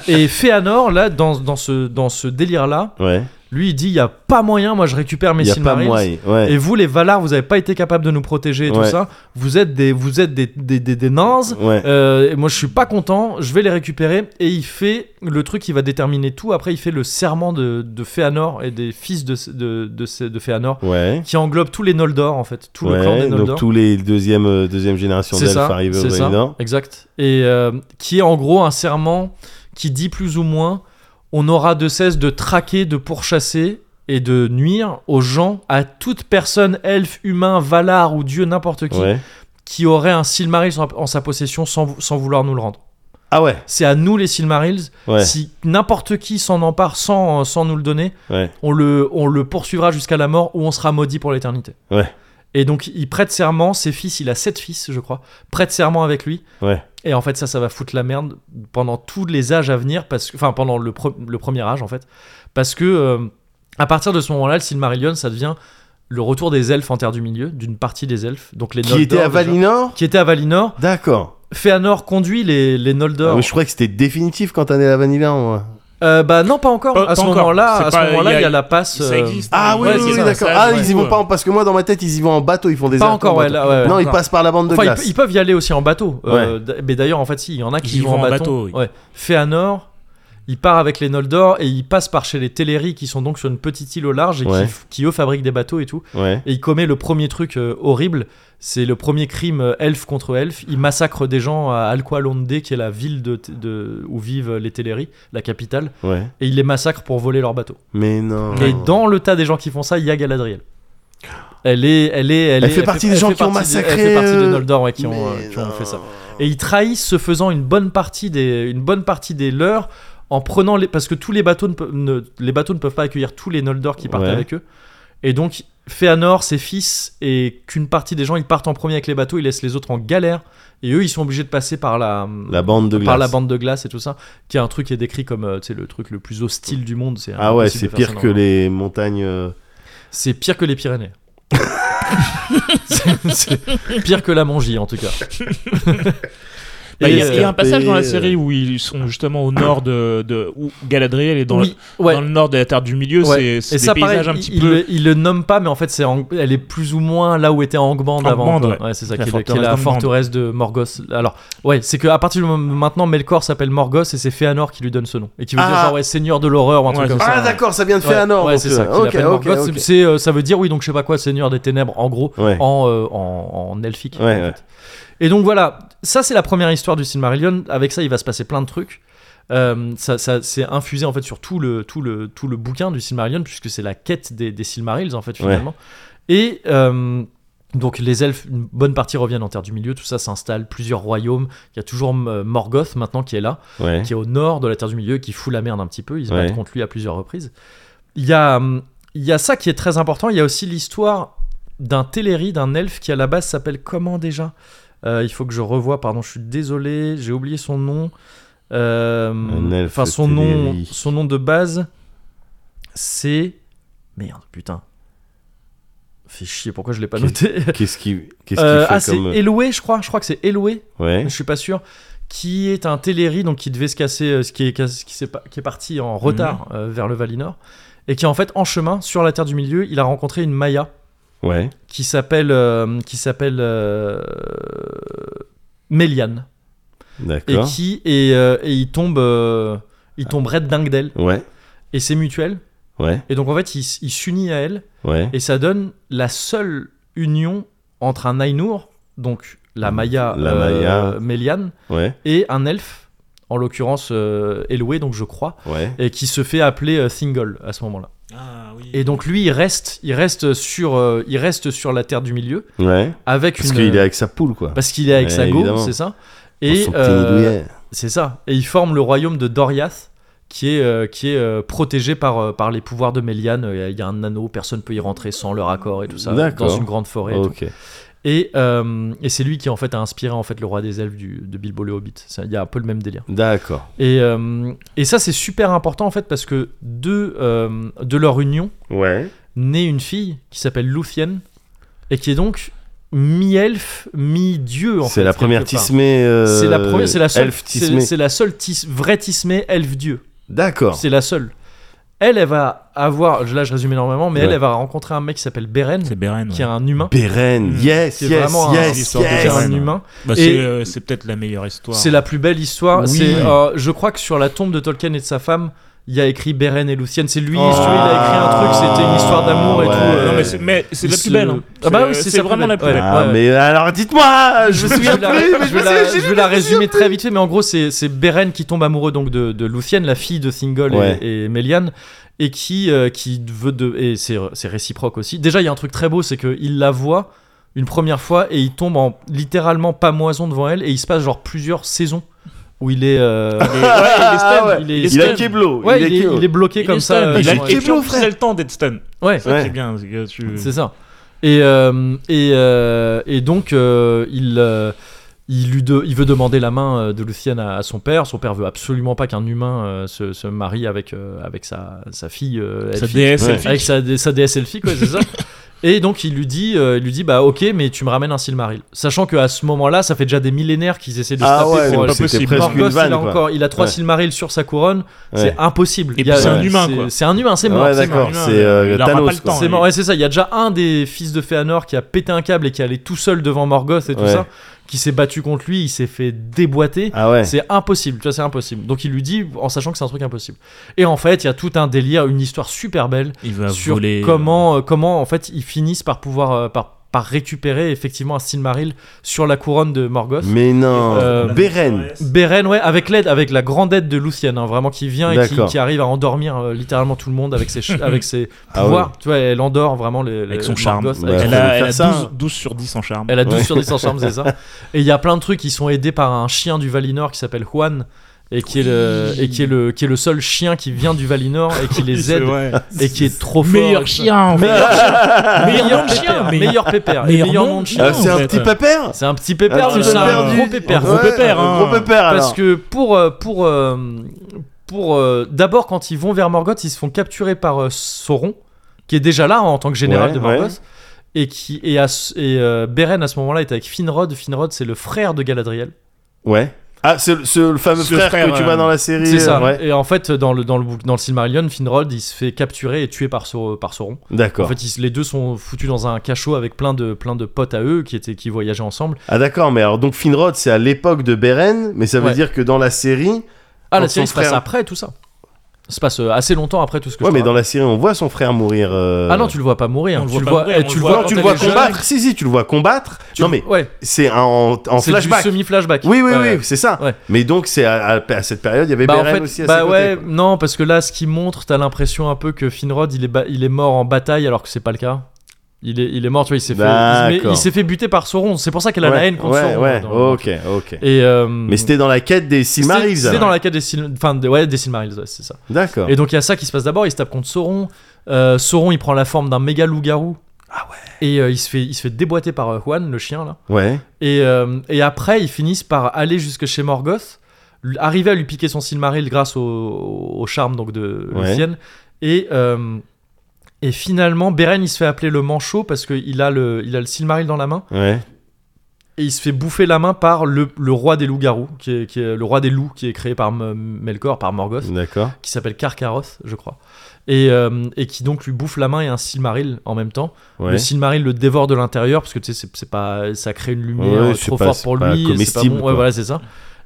Speaker 1: Et Féanor, là, dans, dans ce, dans ce délire-là,
Speaker 2: Ouais.
Speaker 1: lui, il dit il n'y a pas moyen, moi je récupère mes
Speaker 2: Il y a pas
Speaker 1: Silmarils.
Speaker 2: moyen. Ouais.
Speaker 1: Et vous, les Valar, vous n'avez pas été capables de nous protéger et tout
Speaker 2: Ouais.
Speaker 1: ça. Vous êtes des, vous êtes des, des, des, des nains.
Speaker 2: Ouais.
Speaker 1: Euh, et moi, je suis pas content. Je vais les récupérer. Et il fait le truc qui va déterminer tout. Après, il fait le serment de, de Féanor et des fils de, de, de, de, Féanor,
Speaker 2: Ouais.
Speaker 1: qui englobe tous les Noldor, en fait, tout euh, le
Speaker 2: Ouais,
Speaker 1: clan des Noldor.
Speaker 2: donc tous les deuxième euh, deuxième génération
Speaker 1: C'est
Speaker 2: d'elfes
Speaker 1: ça,
Speaker 2: arrivés au
Speaker 1: c'est ça,
Speaker 2: Valinor.
Speaker 1: Exact. Et euh, qui est en gros un serment qui dit plus ou moins on aura de cesse de traquer, de pourchasser et de nuire aux gens, à toute personne, elfe, humain, valar ou dieu, n'importe qui,
Speaker 2: Ouais.
Speaker 1: qui aurait un Silmaril en, en sa possession sans, vou- sans vouloir nous le rendre.
Speaker 2: Ah ouais,
Speaker 1: C'est à nous les Silmarils.
Speaker 2: ouais,
Speaker 1: Si n'importe qui s'en empare sans, sans nous le donner,
Speaker 2: ouais.
Speaker 1: on le, on le poursuivra jusqu'à la mort ou on sera maudit pour l'éternité.
Speaker 2: Ouais.
Speaker 1: Et donc il prête serment, ses fils, il a sept fils, je crois, prête serment avec lui.
Speaker 2: Ouais.
Speaker 1: Et en fait, ça, ça va foutre la merde pendant tous les âges à venir, parce que, enfin pendant le, pre- le premier âge en fait, parce que euh, à partir de ce moment-là, le Silmarillion, ça devient le retour des elfes en Terre du Milieu, d'une partie des elfes, donc les
Speaker 2: Qui
Speaker 1: Noldor,
Speaker 2: était
Speaker 1: déjà.
Speaker 2: à Valinor
Speaker 1: qui était à Valinor.
Speaker 2: D'accord.
Speaker 1: Fëanor conduit les, les Noldor.
Speaker 2: Ah, mais je croyais que c'était définitif quand t'en es à Valinor, moi.
Speaker 1: Euh, bah non, pas encore.
Speaker 5: Pas-
Speaker 1: à ce
Speaker 5: pas encore. C'est
Speaker 1: moment-là, à ce
Speaker 5: pas-
Speaker 1: moment-là,
Speaker 5: il y
Speaker 1: il
Speaker 5: a-
Speaker 1: y a la passe.
Speaker 5: Ça
Speaker 1: euh,
Speaker 5: existe.
Speaker 2: Ah oui,
Speaker 1: Ouais,
Speaker 2: oui,
Speaker 1: c'est
Speaker 2: oui,
Speaker 1: ça,
Speaker 2: d'accord.
Speaker 5: ça,
Speaker 2: Ah,
Speaker 5: ouais,
Speaker 2: ils y vont
Speaker 5: ouais.
Speaker 2: pas en... parce que moi dans ma tête ils y vont en bateau, ils font des
Speaker 1: Pas
Speaker 2: allers-retours
Speaker 1: encore,
Speaker 2: en
Speaker 1: ouais,
Speaker 2: bateau.
Speaker 1: là, ouais, ouais.
Speaker 2: Non, ils
Speaker 5: Encore.
Speaker 2: passent par la bande de
Speaker 1: Enfin, ils,
Speaker 2: glace.
Speaker 1: pe- ils peuvent y aller aussi en bateau. Euh, d- Mais d'ailleurs, en fait, si, il y en a qui
Speaker 5: Ils
Speaker 1: y vont en bateau.
Speaker 5: oui.
Speaker 1: Ouais. Féanor, il part avec les Noldor et il passe par chez les Teleri qui sont donc sur une petite île au large et qui-
Speaker 2: Ouais.
Speaker 1: qui, eux fabriquent des bateaux et tout.
Speaker 2: Ouais.
Speaker 1: Et il commet le premier truc euh, horrible, c'est le premier crime euh, elfe contre elfe. Il massacre des gens à Alqualondé, qui est la ville de, de- où vivent les Teleri, la capitale,
Speaker 2: Ouais.
Speaker 1: et il les massacre pour voler leurs bateaux.
Speaker 2: Mais non.
Speaker 1: Et dans le tas des gens qui font ça, il y a Galadriel. Elle est, elle est, elle,
Speaker 2: Elle
Speaker 1: est-
Speaker 2: fait partie des gens qui ont
Speaker 1: partie des-
Speaker 2: massacré,
Speaker 1: Elle fait partie
Speaker 2: euh,
Speaker 1: des Noldor ouais, qui, ont,
Speaker 2: Mais
Speaker 1: euh, qui ont fait ça.
Speaker 2: non.
Speaker 1: Et ils trahissent, se faisant une bonne partie des, une bonne partie des leurs, en prenant les, parce que tous les bateaux ne, pe- ne- les bateaux ne peuvent pas accueillir tous les Noldor qui partent
Speaker 2: Ouais.
Speaker 1: avec eux. Et donc Féanor, ses fils et qu'une partie des gens, ils partent en premier avec les bateaux, ils laissent les autres en galère. Et eux, ils sont obligés de passer par la,
Speaker 2: La bande de glace.
Speaker 1: par la bande de glace et tout ça, qui est un truc qui est décrit comme euh, tu sais, le truc le plus hostile du monde. C'est
Speaker 2: Ah ouais,
Speaker 1: impossible
Speaker 2: c'est
Speaker 1: de faire ça
Speaker 2: pire que
Speaker 1: normalement.
Speaker 2: les montagnes. euh,
Speaker 1: C'est pire que les Pyrénées. c'est c'est pire que la Mongie en tout cas.
Speaker 5: Bah, Il y, a- il y a un
Speaker 2: escarpé,
Speaker 5: passage dans
Speaker 2: euh.
Speaker 5: la série où ils sont justement au nord de, de- où Galadriel est dans,
Speaker 1: Oui,
Speaker 5: le,
Speaker 1: ouais.
Speaker 5: dans le nord de la Terre du Milieu.
Speaker 1: ouais.
Speaker 5: C'est
Speaker 1: Et
Speaker 5: c'est
Speaker 1: ça,
Speaker 5: des
Speaker 1: pareil,
Speaker 5: paysages un
Speaker 1: il-
Speaker 5: petit
Speaker 1: il,
Speaker 5: peu.
Speaker 1: le, il le nomme pas, mais en fait, c'est Ang- elle est plus ou moins là où était Angband avant.
Speaker 5: Angband,
Speaker 1: quoi.
Speaker 5: ouais.
Speaker 1: c'est ça,
Speaker 5: La
Speaker 1: qui est, qui est la
Speaker 5: forteresse d'Angband.
Speaker 1: forteresse de Morgoth. Alors, ouais, c'est qu'à partir du moment maintenant, Melkor s'appelle Morgoth et c'est Féanor qui lui donne ce nom. Et qui veut dire
Speaker 2: Ah.
Speaker 1: genre, ouais, seigneur de l'horreur ou un
Speaker 5: Ouais,
Speaker 1: truc comme
Speaker 5: c'est
Speaker 1: ça.
Speaker 2: Ah d'accord, ça vient de
Speaker 1: Ouais,
Speaker 2: Féanor.
Speaker 1: ouais,
Speaker 2: donc,
Speaker 1: c'est ça,
Speaker 2: euh,
Speaker 1: qu'il
Speaker 2: Ok,
Speaker 1: appelle
Speaker 2: ok,
Speaker 1: Morgoth.
Speaker 2: ok.
Speaker 1: C'est, euh, ça veut dire, oui, donc je sais pas quoi, seigneur des ténèbres, en gros,
Speaker 2: Ouais.
Speaker 1: en, euh, en, en elfique.
Speaker 2: Ouais,
Speaker 1: en
Speaker 2: ouais.
Speaker 1: fait. Et donc voilà, ça c'est la première histoire du Silmarillion. Avec ça, il va se passer plein de trucs. Euh, ça, ça c'est infusé en fait sur tout le, tout le, tout le bouquin du Silmarillion, puisque c'est la quête des, des Silmarils en fait
Speaker 2: Ouais.
Speaker 1: finalement. Et euh, donc les elfes, une bonne partie reviennent en Terre du Milieu, tout ça s'installe, plusieurs royaumes. Il y a toujours euh, Morgoth maintenant qui est là
Speaker 2: Ouais.
Speaker 1: qui est au nord de la Terre du Milieu, qui fout la merde un petit peu. Ils se
Speaker 2: Ouais.
Speaker 1: battent contre lui à plusieurs reprises. Il y a, hum, il y a ça qui est très important. Il y a aussi l'histoire d'un Teleri, d'un elfe qui à la base s'appelle comment déjà Euh, Il faut que je revoie, pardon, je suis désolé, j'ai oublié son nom. Euh,
Speaker 2: Un elfe
Speaker 1: Enfin, son
Speaker 2: Teleri.
Speaker 1: nom, son nom de base, c'est. Merde, putain. Fait chier, pourquoi je l'ai pas
Speaker 2: Qu'est-
Speaker 1: noté
Speaker 2: Qu'est-ce qui, qu'est-ce qu'il
Speaker 1: Euh,
Speaker 2: fait
Speaker 1: Ah, c'est
Speaker 2: comme.
Speaker 1: Eloé, je crois. Je crois que c'est Eloé
Speaker 2: Ouais.
Speaker 1: je suis pas sûr, qui est un Teleri, donc qui devait se casser, euh, ce qui est, casse- qui, s'est pas- qui est parti en retard
Speaker 2: Mhm.
Speaker 1: euh, vers le Valinor, et qui en fait, en chemin, sur la Terre du Milieu, il a rencontré une Maya,
Speaker 2: Ouais.
Speaker 1: qui s'appelle euh, qui s'appelle euh, Méliane, et
Speaker 2: D'accord.
Speaker 1: qui, et, euh, et il tombe, euh, il tombe red dingue d'elle,
Speaker 2: Ouais.
Speaker 1: et c'est mutuel,
Speaker 2: Ouais.
Speaker 1: et donc en fait, il, s- il s'unit à elle,
Speaker 2: Ouais.
Speaker 1: et ça donne la seule union entre un Ainur, donc la Maya,
Speaker 2: La
Speaker 1: euh,
Speaker 2: Maya.
Speaker 1: Méliane,
Speaker 2: Ouais.
Speaker 1: et un elfe, en l'occurrence euh, Eloé, donc je crois,
Speaker 2: Ouais.
Speaker 1: et qui se fait appeler euh, Thingol à ce moment-là.
Speaker 5: Ah, oui.
Speaker 1: Et donc lui, il reste, il reste sur, euh, il reste sur la terre du milieu
Speaker 2: Ouais.
Speaker 1: avec
Speaker 2: Parce
Speaker 1: une. euh,
Speaker 2: qu'il est avec sa poule quoi.
Speaker 1: parce qu'il est avec
Speaker 2: Ouais,
Speaker 1: sa go,
Speaker 2: évidemment.
Speaker 1: c'est ça.
Speaker 2: Dans
Speaker 1: Et
Speaker 2: son petit
Speaker 1: euh,
Speaker 2: nidouillet.
Speaker 1: c'est ça. Et il forme le royaume de Doriath, qui est euh, qui est euh, protégé par euh, par les pouvoirs de Méliane. Euh, Il y a un anneau, personne peut y rentrer sans leur accord et tout ça.
Speaker 2: D'accord.
Speaker 1: Dans une grande forêt. et tout.
Speaker 2: Ok.
Speaker 1: Et, euh, et c'est lui qui en fait a inspiré en fait le roi des elfes du, de Bilbo le Hobbit. Ça, Il y a un peu le même délire.
Speaker 2: D'accord.
Speaker 1: Et, euh, et ça, c'est super important en fait parce que de, euh, de leur union
Speaker 2: Ouais.
Speaker 1: naît une fille qui s'appelle Luthien et qui est donc mi-elfe, mi-dieu. en
Speaker 2: C'est
Speaker 1: fait,
Speaker 2: la première
Speaker 1: quelque part.
Speaker 2: tismée. euh,
Speaker 1: C'est la première, c'est la seule,
Speaker 2: Elfe
Speaker 1: c'est
Speaker 2: tismée.
Speaker 1: c'est la seule tis- vraie tismée elfe-dieu.
Speaker 2: D'accord.
Speaker 1: C'est la seule. Elle, elle va avoir, là je résume énormément, mais elle,
Speaker 2: Ouais.
Speaker 1: elle va rencontrer un mec qui s'appelle Beren,
Speaker 5: C'est Beren.
Speaker 1: qui est
Speaker 5: ouais.
Speaker 1: un humain,
Speaker 2: Beren.
Speaker 5: Mm.
Speaker 2: Yes.
Speaker 1: Hmm. C'est
Speaker 2: Yes.
Speaker 1: vraiment un-
Speaker 2: Yes.
Speaker 5: l'histoire de
Speaker 1: qui est
Speaker 2: Yes.
Speaker 1: un
Speaker 5: Beren.
Speaker 1: humain.
Speaker 5: Bah,
Speaker 1: et-
Speaker 5: c'est euh, c'est peut-être la meilleure histoire.
Speaker 1: C'est la plus belle histoire.
Speaker 2: Oui.
Speaker 1: C'est, euh, je crois que sur la tombe de Tolkien et de sa femme, il y a écrit Beren et Lucienne. C'est lui,
Speaker 2: Oh. Ah
Speaker 1: celui, il a écrit un truc, c'était une histoire d'amour et
Speaker 2: Ouais.
Speaker 1: tout.
Speaker 5: Ah,
Speaker 1: euh,
Speaker 5: Non, mais c'est- mais c'est
Speaker 1: il
Speaker 5: la
Speaker 1: se-
Speaker 5: plus belle. hein.
Speaker 1: Ah bah oui, c'est sa plus
Speaker 5: vraiment
Speaker 1: belle.
Speaker 5: la plus
Speaker 1: Ouais.
Speaker 5: belle.
Speaker 2: Ah, mais alors dites-moi, je me
Speaker 1: vais
Speaker 2: souviens
Speaker 1: la-
Speaker 2: plus, mais
Speaker 1: je
Speaker 2: je me
Speaker 1: vais
Speaker 2: souviens-
Speaker 1: la,
Speaker 2: j'ai
Speaker 1: je vais
Speaker 2: vu
Speaker 1: la
Speaker 2: la vision.
Speaker 1: résumer très vite fait, mais en gros, c'est, c'est Beren qui tombe amoureux donc de, de Lucienne, la fille de Thingol et-
Speaker 2: Ouais.
Speaker 1: et, Melian, et qui, euh, qui veut de. Et c'est, c'est réciproque aussi. Déjà, il y a un truc très beau, c'est qu'il la voit une première fois et il tombe en littéralement pamoison devant elle, et il se passe genre plusieurs saisons où il est. euh,
Speaker 3: il est stun,
Speaker 2: Ah ouais.
Speaker 3: il est
Speaker 2: Il a
Speaker 3: stun.
Speaker 2: Keblo.
Speaker 1: ouais, il, est,
Speaker 2: Keblo.
Speaker 1: il est bloqué
Speaker 3: Il
Speaker 1: comme
Speaker 3: est
Speaker 1: ça.
Speaker 3: stun,
Speaker 1: euh,
Speaker 3: il
Speaker 2: a
Speaker 1: sur-
Speaker 2: le
Speaker 3: a
Speaker 2: Keblo,
Speaker 3: Keblo, c'est le temps d'être stun.
Speaker 1: Ouais,
Speaker 3: Ça,
Speaker 2: Ouais.
Speaker 3: c'est bien. c'est que tu-
Speaker 1: c'est ça. Et, euh, et, euh, et donc, euh, il, euh, il, lui de- il veut demander la main euh, de Lucienne à, à son père. Son père veut absolument pas qu'un humain euh, se, se marie avec, euh, avec sa, sa fille. euh,
Speaker 3: Sa
Speaker 1: elfique.
Speaker 3: DS,
Speaker 2: Ouais.
Speaker 3: elle fait-
Speaker 1: Avec sa, dé- sa DS elfie, quoi, c'est ça Et donc il lui dit, euh, il lui dit bah ok, mais tu me ramènes un Silmaril. Sachant qu'à ce moment-là, ça fait déjà des millénaires qu'ils essaient de se
Speaker 2: Ah
Speaker 1: taper
Speaker 2: ouais,
Speaker 1: pour euh,
Speaker 2: donc
Speaker 3: pas
Speaker 2: c'était
Speaker 3: possible.
Speaker 2: presque
Speaker 1: Morgoth,
Speaker 2: une vanne.
Speaker 1: il a
Speaker 2: quoi.
Speaker 1: encore, il a trois
Speaker 2: Ouais.
Speaker 1: Silmarils sur sa couronne,
Speaker 2: Ouais.
Speaker 1: c'est impossible.
Speaker 3: Et
Speaker 1: Il y a-
Speaker 3: puis c'est un
Speaker 1: ouais,
Speaker 3: humain,
Speaker 1: c'est-
Speaker 3: quoi.
Speaker 1: C'est un humain, c'est mort.
Speaker 2: Ouais,
Speaker 1: c'est mort.
Speaker 2: d'accord,
Speaker 3: mort,
Speaker 2: c'est
Speaker 3: il
Speaker 2: euh,
Speaker 3: aura pas le
Speaker 2: Thanos. quoi.
Speaker 3: temps.
Speaker 1: C'est mort, ouais, c'est ça. Il y a déjà un des fils de Féanor qui a pété un câble et qui allait tout seul devant Morgoth et tout
Speaker 2: Ouais.
Speaker 1: ça, qui s'est battu contre lui, il s'est fait déboîter.
Speaker 2: Ah ouais.
Speaker 1: C'est impossible, tu vois, c'est impossible. Donc il lui dit en sachant que c'est un truc impossible. Et en fait, il y a tout un délire, une histoire super belle
Speaker 3: Il va
Speaker 1: sur
Speaker 3: voler.
Speaker 1: comment, euh, comment en fait ils finissent par pouvoir euh, par, par récupérer effectivement un Silmaril sur la couronne de Morgoth.
Speaker 2: Mais non.
Speaker 1: Euh,
Speaker 2: Beren.
Speaker 1: Beren, ouais, avec l'aide, avec la grande aide de Lucienne, hein, vraiment qui vient et qui,
Speaker 2: D'accord.
Speaker 1: qui arrive à endormir euh, littéralement tout le monde avec ses, ch- avec ses
Speaker 2: Ah
Speaker 1: pouvoirs. Tu vois, elle endort vraiment les, les-
Speaker 3: Avec son
Speaker 1: Morgoth,
Speaker 3: charme.
Speaker 1: avec
Speaker 2: Ouais.
Speaker 1: son-
Speaker 3: Elle
Speaker 2: Faut
Speaker 3: a, elle
Speaker 2: faire
Speaker 3: a
Speaker 2: ça.
Speaker 3: 12, 12 sur 10 en charme.
Speaker 1: Elle a 12
Speaker 2: Ouais.
Speaker 1: sur 10 en charme, c'est ça. Et il y a plein de trucs qui sont aidés par un chien du Valinor qui s'appelle Juan. Et qui, est le, et qui est le qui est le seul chien qui vient du Valinor et qui les aide et qui est trop fort
Speaker 3: Meilleur chien. Meilleur chien. Meilleur nom de chien. meilleur-
Speaker 1: pépère, meilleur pépère, et
Speaker 3: meilleur
Speaker 1: meilleur
Speaker 3: nom
Speaker 1: nom de
Speaker 3: de
Speaker 1: chien.
Speaker 2: Ah,
Speaker 3: Non,
Speaker 2: C'est
Speaker 3: en
Speaker 2: un
Speaker 3: fait.
Speaker 2: petit pépère
Speaker 1: C'est un petit pépère,
Speaker 3: Ah,
Speaker 1: mais
Speaker 3: le
Speaker 1: c'est
Speaker 3: pépère
Speaker 1: un
Speaker 3: du-
Speaker 1: gros pépère.
Speaker 3: gros
Speaker 2: Ouais,
Speaker 3: pépère,
Speaker 2: un
Speaker 3: hein.
Speaker 2: Gros pépère
Speaker 1: Parce
Speaker 2: alors.
Speaker 1: que pour euh, pour euh, pour euh, d'abord quand ils vont vers Morgoth, ils se font capturer par euh, Sauron qui est déjà là hein, en tant que général
Speaker 2: Ouais,
Speaker 1: de Morgoth. Et, qui, et, à ce- et, euh, Beren à ce moment-là est avec Finrod. Finrod, c'est le frère de Galadriel.
Speaker 2: Ouais. Ah, c'est le- c'est le fameux
Speaker 3: Ce
Speaker 2: frère
Speaker 3: frère,
Speaker 2: que tu
Speaker 3: ouais.
Speaker 2: vois dans la série.
Speaker 1: C'est ça.
Speaker 2: euh, ouais.
Speaker 1: Et en fait, dans le, dans, le, bouc- dans le Silmarillion, Finrod, il se fait capturer et tuer par, Sau- par Sauron. En
Speaker 2: D'accord.
Speaker 1: fait, ils se- les deux sont foutus dans un cachot avec plein de, plein de potes à eux qui, étaient, qui voyageaient ensemble.
Speaker 2: Ah d'accord, mais alors donc Finrod, c'est à l'époque de Beren, mais ça veut
Speaker 1: Ouais.
Speaker 2: dire que dans la série,
Speaker 1: Ah, la
Speaker 2: Quand
Speaker 1: série
Speaker 2: son
Speaker 1: se passe
Speaker 2: frère-
Speaker 1: après tout ça. Se passe euh, assez longtemps après tout ce que
Speaker 2: ouais,
Speaker 1: je
Speaker 2: mais
Speaker 1: te
Speaker 2: dans la série, on voit son frère mourir. euh,
Speaker 1: raconte. Ah non, tu le vois pas mourir.
Speaker 3: On le
Speaker 1: tu
Speaker 3: voit
Speaker 1: le
Speaker 3: pas
Speaker 1: vois,
Speaker 3: mourir,
Speaker 1: eh,
Speaker 3: on le
Speaker 1: tu le
Speaker 3: voit
Speaker 1: vois,
Speaker 2: Non,
Speaker 1: quand
Speaker 2: tu le
Speaker 1: elle
Speaker 2: vois
Speaker 1: est jeune.
Speaker 2: combattre. Si si, tu le vois combattre.
Speaker 1: Tu-
Speaker 2: non mais
Speaker 1: ouais,
Speaker 2: c'est un- en, en
Speaker 1: c'est du
Speaker 2: flashback.
Speaker 1: semi-flashback.
Speaker 2: Oui oui
Speaker 1: Ouais.
Speaker 2: oui, c'est ça.
Speaker 1: Ouais.
Speaker 2: Mais donc c'est à, à- à cette période, il y avait
Speaker 1: Bah en
Speaker 2: Beren
Speaker 1: fait,
Speaker 2: aussi à
Speaker 1: bah
Speaker 2: ses
Speaker 1: ouais,
Speaker 2: côtés.
Speaker 1: non parce que là, ce qui montre, t'as l'impression un peu que Finrod, il est, ba- il est mort en bataille alors que c'est pas le cas. Il est, il est mort, tu vois, il s'est fait, il- mais
Speaker 2: D'accord.
Speaker 1: il s'est fait buter par Sauron. C'est pour ça qu'elle
Speaker 2: quoi.
Speaker 1: a
Speaker 2: ouais,
Speaker 1: la haine contre
Speaker 2: ouais,
Speaker 1: Sauron.
Speaker 2: ouais,
Speaker 1: dans-
Speaker 2: ok, ok.
Speaker 1: Et euh,
Speaker 2: Mais c'était dans la quête des
Speaker 1: c'était-
Speaker 2: Silmarils.
Speaker 1: C'était
Speaker 2: alors.
Speaker 1: dans la quête des Sil- enfin, de- ouais, des Silmarils, ouais, c'est ça.
Speaker 2: D'accord.
Speaker 1: Et donc il y a ça qui se passe d'abord, il se tape contre Sauron. Euh, Sauron il prend la forme d'un méga loup-garou.
Speaker 2: Ah
Speaker 1: Et euh, il, se fait, il se fait déboîter par euh, Juan, le chien là.
Speaker 2: Ouais.
Speaker 1: Et, euh, et après ils finissent par aller jusque chez Morgoth, l- arriver à lui piquer son Silmaril grâce au, au charme donc de
Speaker 2: Ouais.
Speaker 1: Luthien. Et, euh, et finalement Beren il se fait appeler le manchot parce qu'il a le, il a le Silmaril dans la main.
Speaker 2: Ouais.
Speaker 1: Et il se fait bouffer la main par le, le roi des loups-garous, qui est, qui est le roi des loups qui est créé par M- Melkor, par Morgoth
Speaker 2: D'accord.
Speaker 1: qui s'appelle Carcaroth, je crois, et, euh, et qui donc lui bouffe la main et un Silmaril en même temps.
Speaker 2: Ouais.
Speaker 1: Le Silmaril le dévore de l'intérieur parce que tu sais, c'est- c'est pas, ça crée une
Speaker 2: Ouais,
Speaker 1: lumière euh,
Speaker 2: c'est
Speaker 1: trop
Speaker 2: pas-
Speaker 1: forte
Speaker 2: c'est
Speaker 1: pour
Speaker 2: pas
Speaker 1: lui, et c'est pas
Speaker 2: comestible,
Speaker 1: bon.
Speaker 2: quoi.
Speaker 1: Ouais, voilà, c'est ça.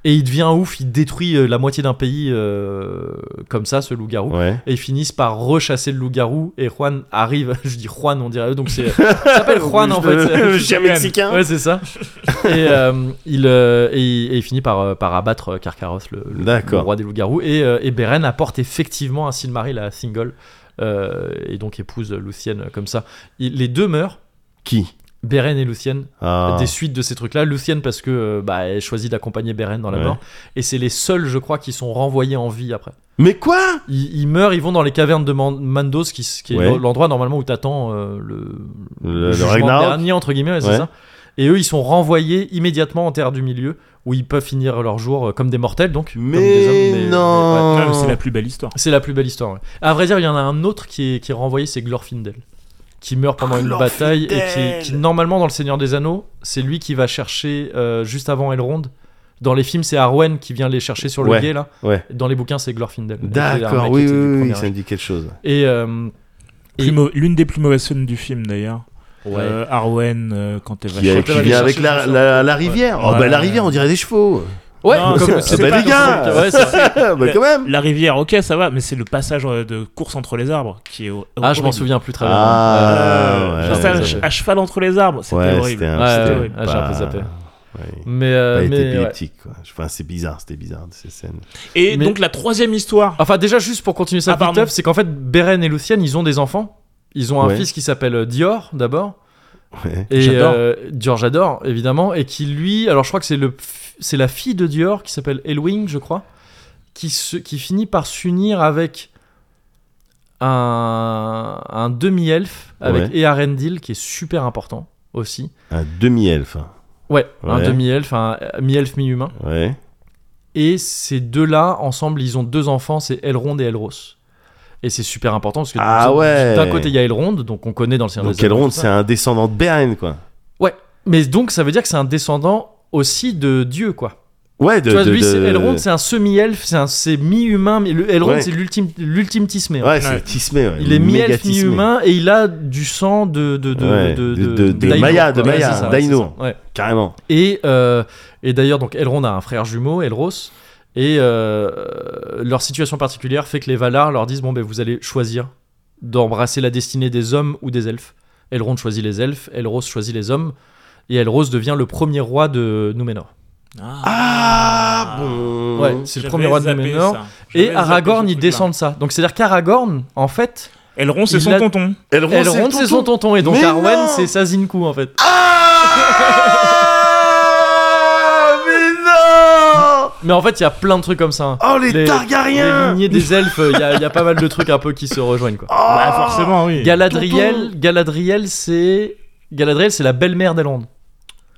Speaker 1: Et il devient un ouf, il détruit euh, la moitié d'un pays euh, comme ça, ce loup-garou.
Speaker 2: Ouais.
Speaker 1: Et ils finissent par rechasser le loup-garou. Et Juan arrive. Je dis Juan, on dirait. Donc c'est. Ça
Speaker 2: Ah,
Speaker 1: s'appelle Juan en fait.
Speaker 2: Le chien mexicain.
Speaker 1: Ouais, c'est ça. et, euh, il, euh, et, il- et il finit par, euh, par abattre euh, Carcaross, le, le-
Speaker 2: D'accord.
Speaker 1: le roi des loups-garous. Et, euh, et Beren apporte effectivement un Silmaril à Thingol. euh, et donc épouse Lucienne comme ça. Il- les deux meurent.
Speaker 2: Qui
Speaker 1: Beren et Lucienne,
Speaker 2: Ah.
Speaker 1: des suites de ces trucs-là. Lucienne parce que euh, bah, elle choisit d'accompagner Beren dans la
Speaker 2: Ouais.
Speaker 1: mort. Et c'est les seuls, je crois, qui sont renvoyés en vie après.
Speaker 2: Mais quoi
Speaker 1: Ils, ils meurent, ils vont dans les cavernes de Man- Mandos, qui, s- qui est
Speaker 2: Ouais.
Speaker 1: l'endroit normalement où t'attends euh, le,
Speaker 2: Le, le
Speaker 1: jugement
Speaker 2: Ragnarok.
Speaker 1: dernier entre guillemets, ouais, c'est
Speaker 2: Ouais.
Speaker 1: ça. Et eux, ils sont renvoyés immédiatement en terre du milieu, où ils peuvent finir leur jour euh, comme des mortels, donc comme des
Speaker 2: Mais
Speaker 1: hommes. mais- mais ouais.
Speaker 3: Ah, mais
Speaker 2: non.
Speaker 3: C'est la plus belle histoire.
Speaker 1: C'est la plus belle histoire. ouais. À vrai dire, il y en a un autre qui est, qui est renvoyé, c'est Glorfindel, qui meurt pendant une bataille et qui, qui, normalement dans le Seigneur des Anneaux, c'est lui qui va chercher euh, juste avant Elrond. Dans les films, c'est Arwen qui vient les chercher sur le
Speaker 2: Ouais,
Speaker 1: guet là.
Speaker 2: ouais.
Speaker 1: Dans les bouquins, c'est Glorfindel. C'est un
Speaker 2: D'accord,
Speaker 1: mec
Speaker 2: oui,
Speaker 1: qui était du
Speaker 2: oui,
Speaker 1: premier
Speaker 2: oui,
Speaker 1: âge.
Speaker 2: ça me dit quelque chose.
Speaker 1: Et euh, Et-
Speaker 3: Plus mau- L'une des plus mauvaises scènes du film d'ailleurs.
Speaker 1: ouais.
Speaker 3: Euh, Arwen, euh, quand elle va
Speaker 2: Qui,
Speaker 3: chercher-
Speaker 2: qui vient avec la, la, la rivière. Oh,
Speaker 3: Ouais.
Speaker 2: bah la rivière, on dirait des chevaux.
Speaker 1: Ouais,
Speaker 3: Non,
Speaker 1: comme-
Speaker 3: c'est-
Speaker 1: c'est
Speaker 2: bah,
Speaker 1: pas-
Speaker 2: les gars
Speaker 1: Ouais, c'est-
Speaker 2: bah, quand même
Speaker 3: La rivière, ok, ça va, mais c'est le passage euh, de course entre les arbres qui est.
Speaker 1: Ah, je m'en souviens plus très bien. Euh,
Speaker 2: Ah,
Speaker 1: Ouais,
Speaker 2: ouais,
Speaker 1: j'ai un peu
Speaker 3: ça,
Speaker 2: ouais,
Speaker 1: zappé.
Speaker 3: à cheval entre les arbres, c'était
Speaker 2: Ouais,
Speaker 3: horrible.
Speaker 2: c'était un-
Speaker 1: Ouais,
Speaker 3: c'était
Speaker 1: ouais,
Speaker 3: horrible.
Speaker 1: ouais, j'ai un peu
Speaker 2: Bah,
Speaker 1: zappé.
Speaker 2: ouais.
Speaker 1: Mais,
Speaker 2: Pas
Speaker 1: euh,
Speaker 2: été
Speaker 1: mais ouais.
Speaker 2: épileptique, quoi. Enfin, c'est bizarre, c'était bizarre, ces scènes.
Speaker 3: Et
Speaker 1: Mais-
Speaker 3: donc la troisième histoire.
Speaker 1: enfin déjà juste pour continuer
Speaker 3: Ah,
Speaker 1: ça,
Speaker 3: pardon.
Speaker 1: vite, c'est qu'en fait Beren et Lucienne ils ont des enfants. Ils ont un
Speaker 2: Ouais.
Speaker 1: fils qui s'appelle euh, Dior d'abord
Speaker 2: Ouais.
Speaker 1: Et
Speaker 3: J'adore.
Speaker 1: euh, Dior, j'adore, évidemment. Et qui, lui, alors je crois que c'est le f- c'est la fille de Dior qui s'appelle Elwing, je crois, qui, se, qui finit par s'unir avec un, un demi-elfe, avec Earendil, qui est super important aussi.
Speaker 2: Un demi-elfe. hein.
Speaker 1: Ouais, un
Speaker 2: Ouais.
Speaker 1: demi-elfe, un euh, mi-elfe, mi-humain.
Speaker 2: Ouais.
Speaker 1: Et ces deux-là, ensemble, ils ont deux enfants, c'est Elrond et Elros. Et c'est super important parce que
Speaker 2: Ah
Speaker 1: d'un-
Speaker 2: ouais.
Speaker 1: d'un côté il y a Elrond, donc on connaît dans le Seigneur
Speaker 2: Donc
Speaker 1: des Anneaux,
Speaker 2: Elrond,
Speaker 1: tout ça.
Speaker 2: c'est un descendant de Beren, quoi.
Speaker 1: Ouais, mais donc ça veut dire que c'est un descendant aussi de Dieu, quoi.
Speaker 2: Ouais, de.
Speaker 1: tu vois,
Speaker 2: de-
Speaker 1: lui, c'est
Speaker 2: de-
Speaker 1: Elrond, c'est un semi-elfe, c'est un- c'est mi-humain, mais le Elrond,
Speaker 2: Ouais.
Speaker 1: c'est l'ultime l'ultime tismé. hein.
Speaker 2: Ouais, c'est
Speaker 3: Ouais.
Speaker 2: Tismé. ouais.
Speaker 1: Il est
Speaker 2: Méga
Speaker 1: mi-elfe,
Speaker 2: tismé.
Speaker 1: mi-humain, et il a du sang de... De, de,
Speaker 2: Ouais,
Speaker 1: de,
Speaker 2: de- de- de
Speaker 1: d'Ainur,
Speaker 2: Maya, de
Speaker 1: quoi.
Speaker 2: Maya,
Speaker 1: c'est ça,
Speaker 2: d'Ainur.
Speaker 1: c'est ça, ouais.
Speaker 2: Carrément.
Speaker 1: Et, euh, et d'ailleurs, donc Elrond a un frère jumeau, Elros, et euh, leur situation particulière fait que les Valar leur disent bon ben vous allez choisir d'embrasser la destinée des hommes ou des elfes. Elrond choisit les elfes, Elros choisit les hommes, et Elros devient le premier roi de Númenor.
Speaker 2: Ah bon.
Speaker 1: Ouais, c'est le premier roi de Númenor. Et Aragorn, il descend de ça. Donc c'est-à-dire qu'Aragorn, en fait,
Speaker 3: Elrond, c'est
Speaker 1: Il Oh
Speaker 3: son
Speaker 1: l'a-
Speaker 3: tonton.
Speaker 2: Elrond,
Speaker 1: Elrond c'est son tonton, et donc
Speaker 2: Mais non
Speaker 1: Arwen c'est sa Zinku en fait.
Speaker 2: Ah Mais non
Speaker 1: Mais en fait, il y a plein de trucs comme ça. hein.
Speaker 2: Oh les,
Speaker 1: Les- Les
Speaker 2: Targaryens
Speaker 1: lignées des elfes, euh, il y, a- il y a pas mal de trucs un peu qui se rejoignent quoi.
Speaker 3: Bah, forcément, oui.
Speaker 1: Galadriel, Galadriel, c'est Galadriel, c'est la belle-mère d'Elrond.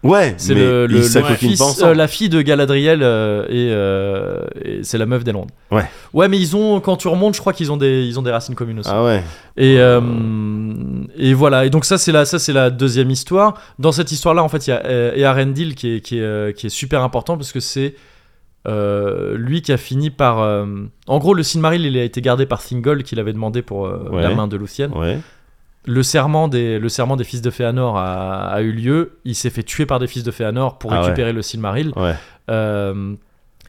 Speaker 2: Ouais,
Speaker 1: C'est
Speaker 2: mais
Speaker 1: le, le-
Speaker 2: ils
Speaker 1: le
Speaker 2: s'acoquinent
Speaker 1: fils,
Speaker 2: pas
Speaker 1: euh,
Speaker 2: ensemble.
Speaker 1: la fille de Galadriel euh, et, euh, et c'est la meuf d'Elrond.
Speaker 2: Ouais.
Speaker 1: Ouais, mais ils ont quand tu remontes, je crois qu'ils ont des ils ont des racines communes aussi.
Speaker 2: Ah ouais.
Speaker 1: Et euh, et voilà. Et donc ça c'est la ça c'est la deuxième histoire. Dans cette histoire là, en fait, il y a euh, Earendil qui est qui est euh, qui est super important parce que c'est euh, lui qui a fini par euh, en gros le Silmaril il a été gardé par Thingol qu'il avait demandé pour euh,
Speaker 2: Ouais.
Speaker 1: la main de Luthien
Speaker 2: Ouais.
Speaker 1: le serment des, le serment des fils de Féanor a, a eu lieu. Il s'est fait tuer par des fils de Féanor pour
Speaker 2: Ah ouais.
Speaker 1: récupérer le Silmaril.
Speaker 2: Ouais.
Speaker 1: Euh,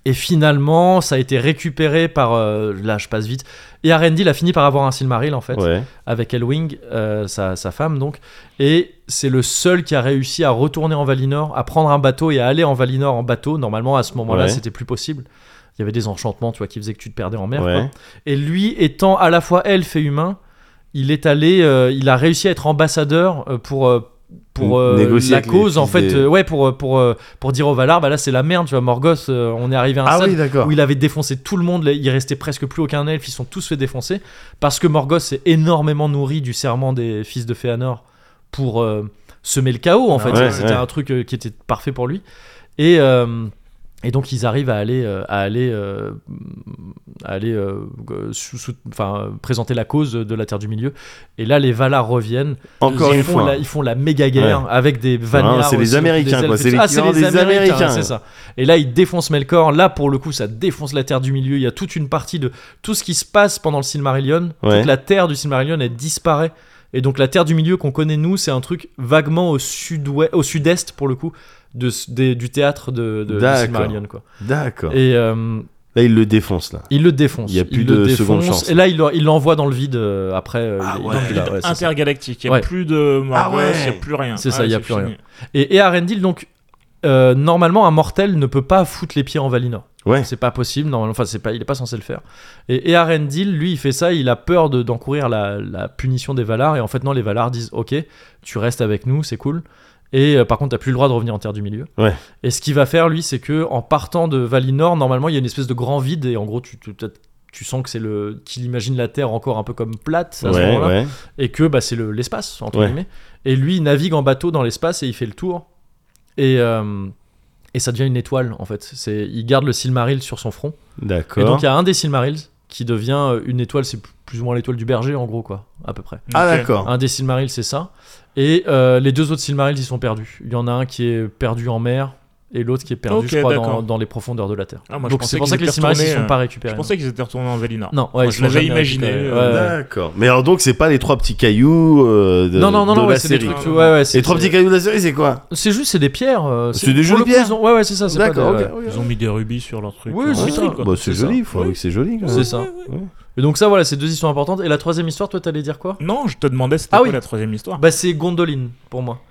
Speaker 1: et finalement, ça a été récupéré par. euh, là, je passe vite. Et Arendil a fini par avoir un Silmaril, en fait,
Speaker 2: Ouais.
Speaker 1: avec Elwing, euh, sa, sa femme, donc. Et c'est le seul qui a réussi à retourner en Valinor, à prendre un bateau et à aller en Valinor en bateau. Normalement, à ce moment-là,
Speaker 2: Ouais.
Speaker 1: c'était plus possible. Il y avait des enchantements, tu vois, qui faisaient que tu te perdais en mer. quoi.
Speaker 2: Ouais.
Speaker 1: Et lui, étant à la fois elfe et humain, il est allé, euh, il a réussi à être ambassadeur euh, pour euh, pour euh,
Speaker 2: Négocier
Speaker 1: la
Speaker 2: avec les
Speaker 1: cause en
Speaker 2: fils
Speaker 1: fait,
Speaker 2: des-
Speaker 1: euh, ouais, pour euh, pour euh, pour dire au Valar, bah là c'est la merde, tu vois, Morgoth, euh, on est arrivé à un
Speaker 2: Ah
Speaker 1: stade
Speaker 2: oui, d'accord.
Speaker 1: où il avait défoncé tout le monde, là, il restait presque plus aucun elfe, ils sont tous fait défoncer parce que Morgoth s'est énormément nourri du serment des fils de Féanor pour euh, semer le chaos en fait,
Speaker 2: Ah ouais,
Speaker 1: c'était
Speaker 2: ouais.
Speaker 1: un truc euh, qui était parfait pour lui et euh, et donc ils arrivent à aller, euh, à aller, euh, à aller euh, euh, sous- sous- enfin, euh, présenter la cause de la Terre du Milieu. Et là, les Valar reviennent.
Speaker 2: Encore
Speaker 1: ils
Speaker 2: une
Speaker 1: font
Speaker 2: fois.
Speaker 1: La, ils font la méga guerre avec des Vanir.
Speaker 2: c'est les Américains, quoi. C'est
Speaker 1: ah, c'est
Speaker 2: l'équivalent
Speaker 1: les
Speaker 2: des
Speaker 1: Américains.
Speaker 2: Américains.
Speaker 1: C'est ça. Et là, ils défoncent Melkor. Là, pour le coup, ça défonce la Terre du Milieu. Il y a toute une partie de tout ce qui se passe pendant le Silmarillion.
Speaker 2: Ouais.
Speaker 1: Toute la Terre du Silmarillion, elle disparaît. Et donc la Terre du Milieu qu'on connaît nous, c'est un truc vaguement au sud-ouest, au sud-est pour le coup, de, des- du théâtre de, de, de
Speaker 2: D'accord.
Speaker 1: Silmarillion, quoi.
Speaker 2: D'accord.
Speaker 1: Et euh,
Speaker 2: Là, il le défonce, là.
Speaker 1: il le défonce.
Speaker 2: Il y a plus
Speaker 1: le
Speaker 2: de
Speaker 1: défonce,
Speaker 2: seconde chance.
Speaker 1: Et là, il le- il l'envoie dans le vide euh, après. euh,
Speaker 2: Ah
Speaker 1: il-
Speaker 2: ouais.
Speaker 1: donc il a- ouais, c'est ça.
Speaker 3: Intergalactique. Il n'y a
Speaker 1: Ouais.
Speaker 3: plus de Morgoth,
Speaker 2: Ah ouais.
Speaker 3: il n'y a plus rien.
Speaker 1: C'est ça,
Speaker 3: Ah,
Speaker 1: il y a plus
Speaker 3: fini.
Speaker 1: rien. Et, et Arendil, donc, euh, normalement, un mortel ne peut pas foutre les pieds en Valinor.
Speaker 2: Ouais.
Speaker 1: C'est pas possible, normalement. Enfin, c'est pas, il est pas censé le faire. Et, et Arendil, lui, il fait ça, il a peur de- d'encourir la, la punition des Valar. Et en fait, non, les Valar disent Ok, tu restes avec nous, c'est cool. Et euh, par contre, t'as plus le droit de revenir en Terre du Milieu.
Speaker 2: Ouais.
Speaker 1: Et ce qu'il va faire, lui, c'est que en partant de Valinor, normalement, il y a une espèce de grand vide. Et en gros, tu, tu- tu sens que c'est le qu'il imagine la Terre encore un peu comme plate à ce
Speaker 2: ouais,
Speaker 1: moment-là
Speaker 2: ouais.
Speaker 1: et que bah, c'est le- l'espace, entre
Speaker 2: Ouais.
Speaker 1: guillemets. Et lui, il navigue en bateau dans l'espace et il fait le tour. Et, euh, et ça devient une étoile, en fait. C'est- Il garde le Silmaril sur son front. Et donc,
Speaker 2: D'accord.
Speaker 1: il y a un des Silmarils qui devient euh, une étoile, c'est plus ou moins l'étoile du berger, en gros, quoi, à peu près.
Speaker 2: Ah,
Speaker 3: Ok.
Speaker 2: d'accord.
Speaker 1: Un des Silmarils, c'est ça. Et euh, les deux autres Silmarils, ils sont perdus. Il y en a un qui est perdu en mer et l'autre qui est
Speaker 3: Ok,
Speaker 1: perdu, je crois, dans,
Speaker 3: d'accord.
Speaker 1: dans les profondeurs de la Terre.
Speaker 3: Ah, moi, je
Speaker 1: donc,
Speaker 3: pensais
Speaker 1: c'est pour ça que
Speaker 3: qu'ils
Speaker 1: les
Speaker 3: étaient
Speaker 1: Silmarils, ils
Speaker 3: retournés,
Speaker 1: sont
Speaker 3: euh,
Speaker 1: pas
Speaker 3: Je
Speaker 1: récupérés.
Speaker 3: pensés qu'ils étaient retournés en Valinor.
Speaker 1: Non, ouais,
Speaker 3: Moi,
Speaker 1: ils
Speaker 3: je
Speaker 1: sont
Speaker 3: l'avais
Speaker 1: jamais
Speaker 3: imaginé.
Speaker 1: récupérés.
Speaker 3: euh,
Speaker 1: Ouais.
Speaker 2: D'accord. Mais alors, donc, c'est pas les trois petits cailloux euh, de,
Speaker 1: non, non, non,
Speaker 2: de
Speaker 1: non,
Speaker 2: la
Speaker 1: ouais, c'est des
Speaker 2: série.
Speaker 1: trucs. ouais, ouais, c'est-
Speaker 2: Les trois
Speaker 1: c'est-
Speaker 2: petits cailloux de la série, c'est quoi
Speaker 1: C'est juste, c'est des pierres. euh,
Speaker 2: C'est des
Speaker 1: pour
Speaker 2: jolies
Speaker 1: le coup,
Speaker 2: pierres.
Speaker 1: ils ont- Ouais, ouais, c'est ça. c'est pas
Speaker 2: D'accord.
Speaker 1: des-
Speaker 2: ok, ok.
Speaker 3: Ils ont mis des rubis sur leur truc.
Speaker 1: Oui,
Speaker 3: euh,
Speaker 1: c'est
Speaker 3: en
Speaker 1: ça.
Speaker 3: vitrine, quoi.
Speaker 2: Bah, c'est
Speaker 1: C'est ça.
Speaker 2: joli, il faut avouer que c'est joli. quand
Speaker 1: C'est
Speaker 2: même.
Speaker 1: ça.
Speaker 2: ouais.
Speaker 1: Et donc ça, voilà, c'est deux histoires importantes. Et la troisième histoire, toi, t'allais dire quoi
Speaker 3: Non, je te demandais c'était
Speaker 1: Ah
Speaker 3: quoi
Speaker 1: oui.
Speaker 3: la troisième histoire.
Speaker 1: Bah, c'est Gondoline pour moi.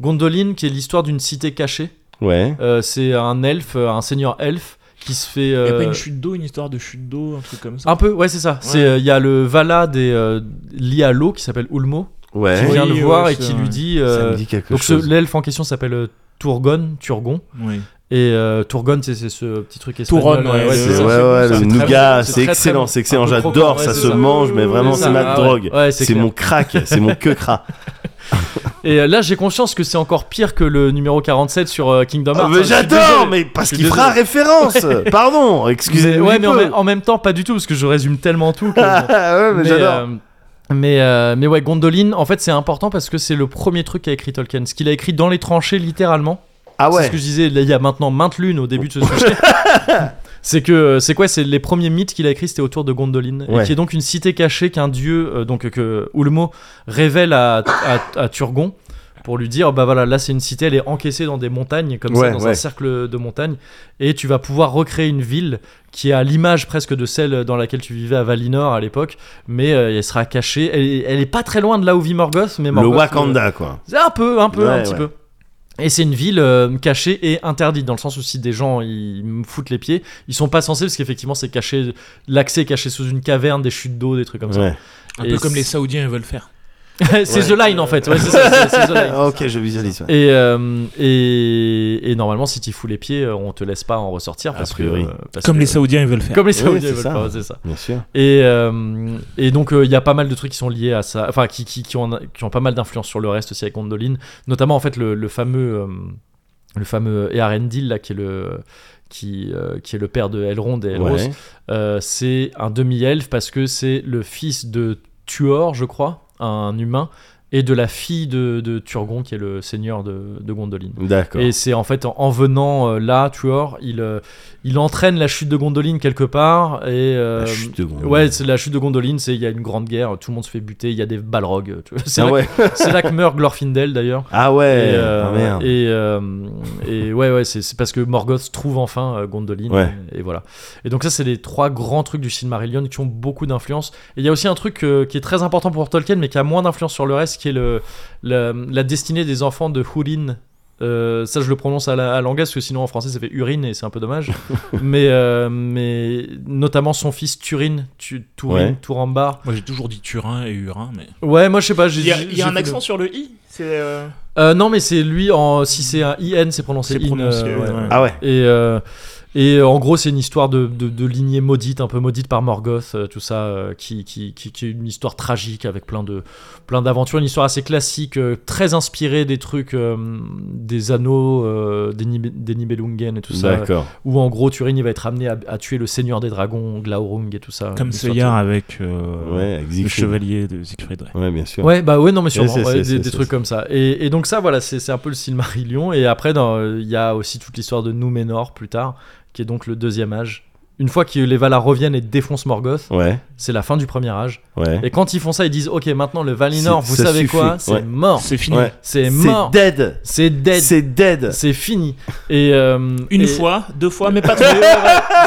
Speaker 1: Gondoline, qui est l'histoire d'une cité cachée.
Speaker 2: Ouais.
Speaker 1: Euh, c'est un elfe, euh, un seigneur elfe, qui se fait.
Speaker 3: Il y a
Speaker 1: euh,
Speaker 3: pas une chute hein. d'eau, une histoire de chute d'eau, un truc comme ça.
Speaker 1: un peu, ouais, c'est ça. C'est, euh, Il y a le Vala des, euh, lié à l'eau qui s'appelle Ulmo, qui
Speaker 2: Ouais.
Speaker 1: vient
Speaker 3: Oui,
Speaker 1: le
Speaker 3: ouais,
Speaker 1: voir et
Speaker 3: c'est
Speaker 1: qui
Speaker 3: vrai.
Speaker 1: lui dit.
Speaker 2: Ça
Speaker 1: euh,
Speaker 2: me dit quelque
Speaker 1: donc ce-
Speaker 2: chose.
Speaker 1: l'elfe en question s'appelle euh, Turgon, Turgon.
Speaker 3: Oui.
Speaker 1: Et euh, Tourgon, c'est c'est ce petit truc espagnol.
Speaker 3: Touron, ouais,
Speaker 2: C'est-
Speaker 3: c'est-
Speaker 2: ouais,
Speaker 1: ça,
Speaker 2: ouais,
Speaker 1: c'est
Speaker 2: le
Speaker 1: très-
Speaker 2: nougat,
Speaker 1: c'est
Speaker 2: c'est
Speaker 1: très, très
Speaker 2: excellent,
Speaker 1: bon.
Speaker 2: c'est excellent.
Speaker 1: Un peu croquant,
Speaker 2: J'adore,
Speaker 1: ouais,
Speaker 2: ça
Speaker 1: c'est
Speaker 2: se mange, mais vraiment,
Speaker 1: C'est
Speaker 2: c'est
Speaker 1: ça,
Speaker 2: ma
Speaker 1: ah ouais.
Speaker 2: drogue.
Speaker 1: Ouais, c'est
Speaker 2: C'est
Speaker 1: clair.
Speaker 2: mon crack, c'est mon que crack.
Speaker 1: Et euh, là, j'ai conscience que c'est encore pire que le numéro 47 sur euh, Kingdom Hearts.
Speaker 2: Ah,
Speaker 1: hein, je
Speaker 2: mais
Speaker 1: suis
Speaker 2: j'adore,
Speaker 1: désolé.
Speaker 2: mais parce
Speaker 1: Je suis
Speaker 2: qu'il fera
Speaker 1: désolé.
Speaker 2: référence. Pardon,
Speaker 1: Mais-
Speaker 2: excusez-moi.
Speaker 1: ouais,
Speaker 2: du
Speaker 1: mais en,
Speaker 2: peu.
Speaker 1: même- en même temps, pas du tout, parce que je résume tellement tout. Que,
Speaker 2: Ah, ouais, mais
Speaker 1: mais,
Speaker 2: j'adore.
Speaker 1: euh, mais, euh, mais ouais, Gondolin, en fait, c'est important parce que c'est le premier truc qu'a écrit Tolkien. Ce qu'il a écrit dans les tranchées, littéralement.
Speaker 2: Ah
Speaker 1: C'est ce
Speaker 2: ouais.
Speaker 1: que je disais là, il y a maintenant maintes lunes au début de ce sujet. c'est que c'est quoi C'est les premiers mythes qu'il a écrits, c'était autour de Gondolin, et
Speaker 2: Ouais.
Speaker 1: qui est donc une cité cachée qu'un dieu, euh, donc que Ulmo révèle à, à, à Turgon pour lui dire bah voilà là c'est une cité elle est encaissée dans des montagnes comme
Speaker 2: Ouais,
Speaker 1: ça dans un
Speaker 2: ouais.
Speaker 1: cercle de montagnes et tu vas pouvoir recréer une ville qui est à l'image presque de celle dans laquelle tu vivais à Valinor à l'époque mais euh, elle sera cachée elle, elle est pas très loin de là où vit Morgoth mais
Speaker 2: Le
Speaker 1: Morgoth euh,
Speaker 2: Wakanda, quoi.
Speaker 1: c'est Un peu, un peu,
Speaker 2: Ouais,
Speaker 1: un petit
Speaker 2: ouais.
Speaker 1: peu. Et c'est une ville euh, cachée et interdite, dans le sens où si des gens ils me foutent les pieds, ils sont pas censés, parce qu'effectivement c'est caché, l'accès est caché sous une caverne, des chutes d'eau, des trucs comme
Speaker 2: Ouais.
Speaker 3: Un
Speaker 1: Et
Speaker 3: peu comme
Speaker 1: c'est-
Speaker 3: les Saoudiens ils veulent faire.
Speaker 1: ça. c'est The Line en fait, ouais, c'est ça, c'est- c'est The Line.
Speaker 2: Ah, Ok, je visualise. ouais.
Speaker 1: Et, euh, et, et normalement, si t'y fous les pieds, euh, on te laisse pas en ressortir parce que,
Speaker 2: priori.
Speaker 1: euh, parce
Speaker 3: Comme
Speaker 1: que-
Speaker 3: les Saoudiens ils veulent faire.
Speaker 1: comme les
Speaker 2: Ouais,
Speaker 1: Saoudiens,
Speaker 2: c'est
Speaker 1: ils veulent
Speaker 2: ça.
Speaker 1: pas, c'est ça.
Speaker 2: Bien sûr.
Speaker 1: Et, euh, et donc, euh, il y a pas mal de trucs qui sont liés à ça, enfin, qui, qui, qui ont, qui ont pas mal d'influence sur le reste aussi avec Gondolin. Notamment, en fait, le, le fameux, euh, le fameux Earendil, là, qui est le, qui, euh, qui est le père de Elrond et Elros,
Speaker 2: Ouais.
Speaker 1: euh, c'est un demi-elfe parce que c'est le fils de Tuor, je crois, un humain, et de la fille de, de Turgon, qui est le seigneur de, de Gondolin.
Speaker 2: D'accord.
Speaker 1: Et c'est en fait en, en venant euh, là, Tuor, il, euh, il entraîne la chute de Gondolin quelque part et euh,
Speaker 2: La Ah, chute de Gondor.
Speaker 1: Ouais, c'est la chute de Gondolin, c'est il y a une grande guerre, tout le monde se fait buter, il y a des balrogs. tu vois. C'est
Speaker 2: Ah
Speaker 1: là,
Speaker 2: ouais.
Speaker 1: que- c'est là que meurt Glorfindel d'ailleurs.
Speaker 2: Ah
Speaker 1: Et,
Speaker 2: ouais.
Speaker 1: euh,
Speaker 2: ah merde.
Speaker 1: et, euh, et ouais, ouais, c'est c'est parce que Morgoth trouve enfin euh, Gondolin.
Speaker 2: Ouais.
Speaker 1: Et, voilà. Et donc, ça, c'est les trois grands trucs du Silmarillion qui ont beaucoup d'influence. Et il y a aussi un truc euh, qui est très important pour Tolkien, mais qui a moins d'influence sur le reste, qui est le, la, la destinée des enfants de Hurin. Euh, ça, je le prononce à la- à l'anglaise, parce que sinon en français, ça fait urine et c'est un peu dommage. mais, euh, mais notamment son fils Turin, tu, Turin,
Speaker 2: Ouais.
Speaker 1: Turambar.
Speaker 3: Moi j'ai toujours dit Turin et Urin, mais.
Speaker 1: Ouais, moi, je sais pas. j'ai-
Speaker 5: Il y a,
Speaker 1: j'ai-
Speaker 5: il y a
Speaker 1: j'ai
Speaker 5: un
Speaker 1: fait le-
Speaker 5: accent sur le i. C'est euh,
Speaker 1: Euh, non, mais c'est lui, en, si c'est un IN, c'est prononcé
Speaker 5: c'est
Speaker 1: in,
Speaker 5: prononcé.
Speaker 1: euh, ouais.
Speaker 5: ouais.
Speaker 2: Ah ouais.
Speaker 1: Et, euh, et euh, en gros, c'est une histoire de, de, de lignée maudite, un peu maudite par Morgoth, euh, tout ça, euh, qui, qui, qui, qui est une histoire tragique avec plein de plein d'aventures, une histoire assez classique, euh, très inspirée des trucs, euh, des anneaux, euh, des, Nib- des Nibelungen et tout ça,
Speaker 2: D'accord.
Speaker 1: où en gros Turin il va être amené à, à tuer le seigneur des dragons, Glaurung et tout ça.
Speaker 3: Comme
Speaker 1: Une
Speaker 3: ce
Speaker 1: histoire
Speaker 3: Seyar avec euh,
Speaker 2: Ouais, avec
Speaker 3: le
Speaker 2: Siegfried.
Speaker 3: chevalier de Siegfried. ouais.
Speaker 2: Ouais, bien sûr.
Speaker 1: Ouais, bah ouais, non, mais sûrement,
Speaker 2: c'est-
Speaker 1: ouais,
Speaker 2: c'est-
Speaker 1: des,
Speaker 2: c'est-
Speaker 1: des
Speaker 2: c'est-
Speaker 1: trucs comme ça. Et, et donc, ça, voilà, c'est c'est un peu le Silmarillion. Et après, dans, euh, il y a aussi toute l'histoire de Númenor plus tard, qui est donc le deuxième âge. Une fois que les Valar reviennent et défoncent Morgoth,
Speaker 2: Ouais.
Speaker 1: c'est la fin du premier âge.
Speaker 2: Ouais.
Speaker 1: Et quand ils font ça, ils disent Ok, maintenant le Valinor,
Speaker 2: C'est-
Speaker 1: vous
Speaker 2: ça
Speaker 1: savez
Speaker 2: suffit,
Speaker 1: quoi C'est
Speaker 2: ouais.
Speaker 1: mort.
Speaker 3: C'est fini.
Speaker 2: Ouais.
Speaker 1: C'est
Speaker 2: C'est
Speaker 1: mort.
Speaker 2: dead.
Speaker 1: C'est dead.
Speaker 2: C'est dead.
Speaker 1: C'est fini. Et, euh,
Speaker 5: Une
Speaker 1: et-
Speaker 5: fois, deux fois, mais pas trop.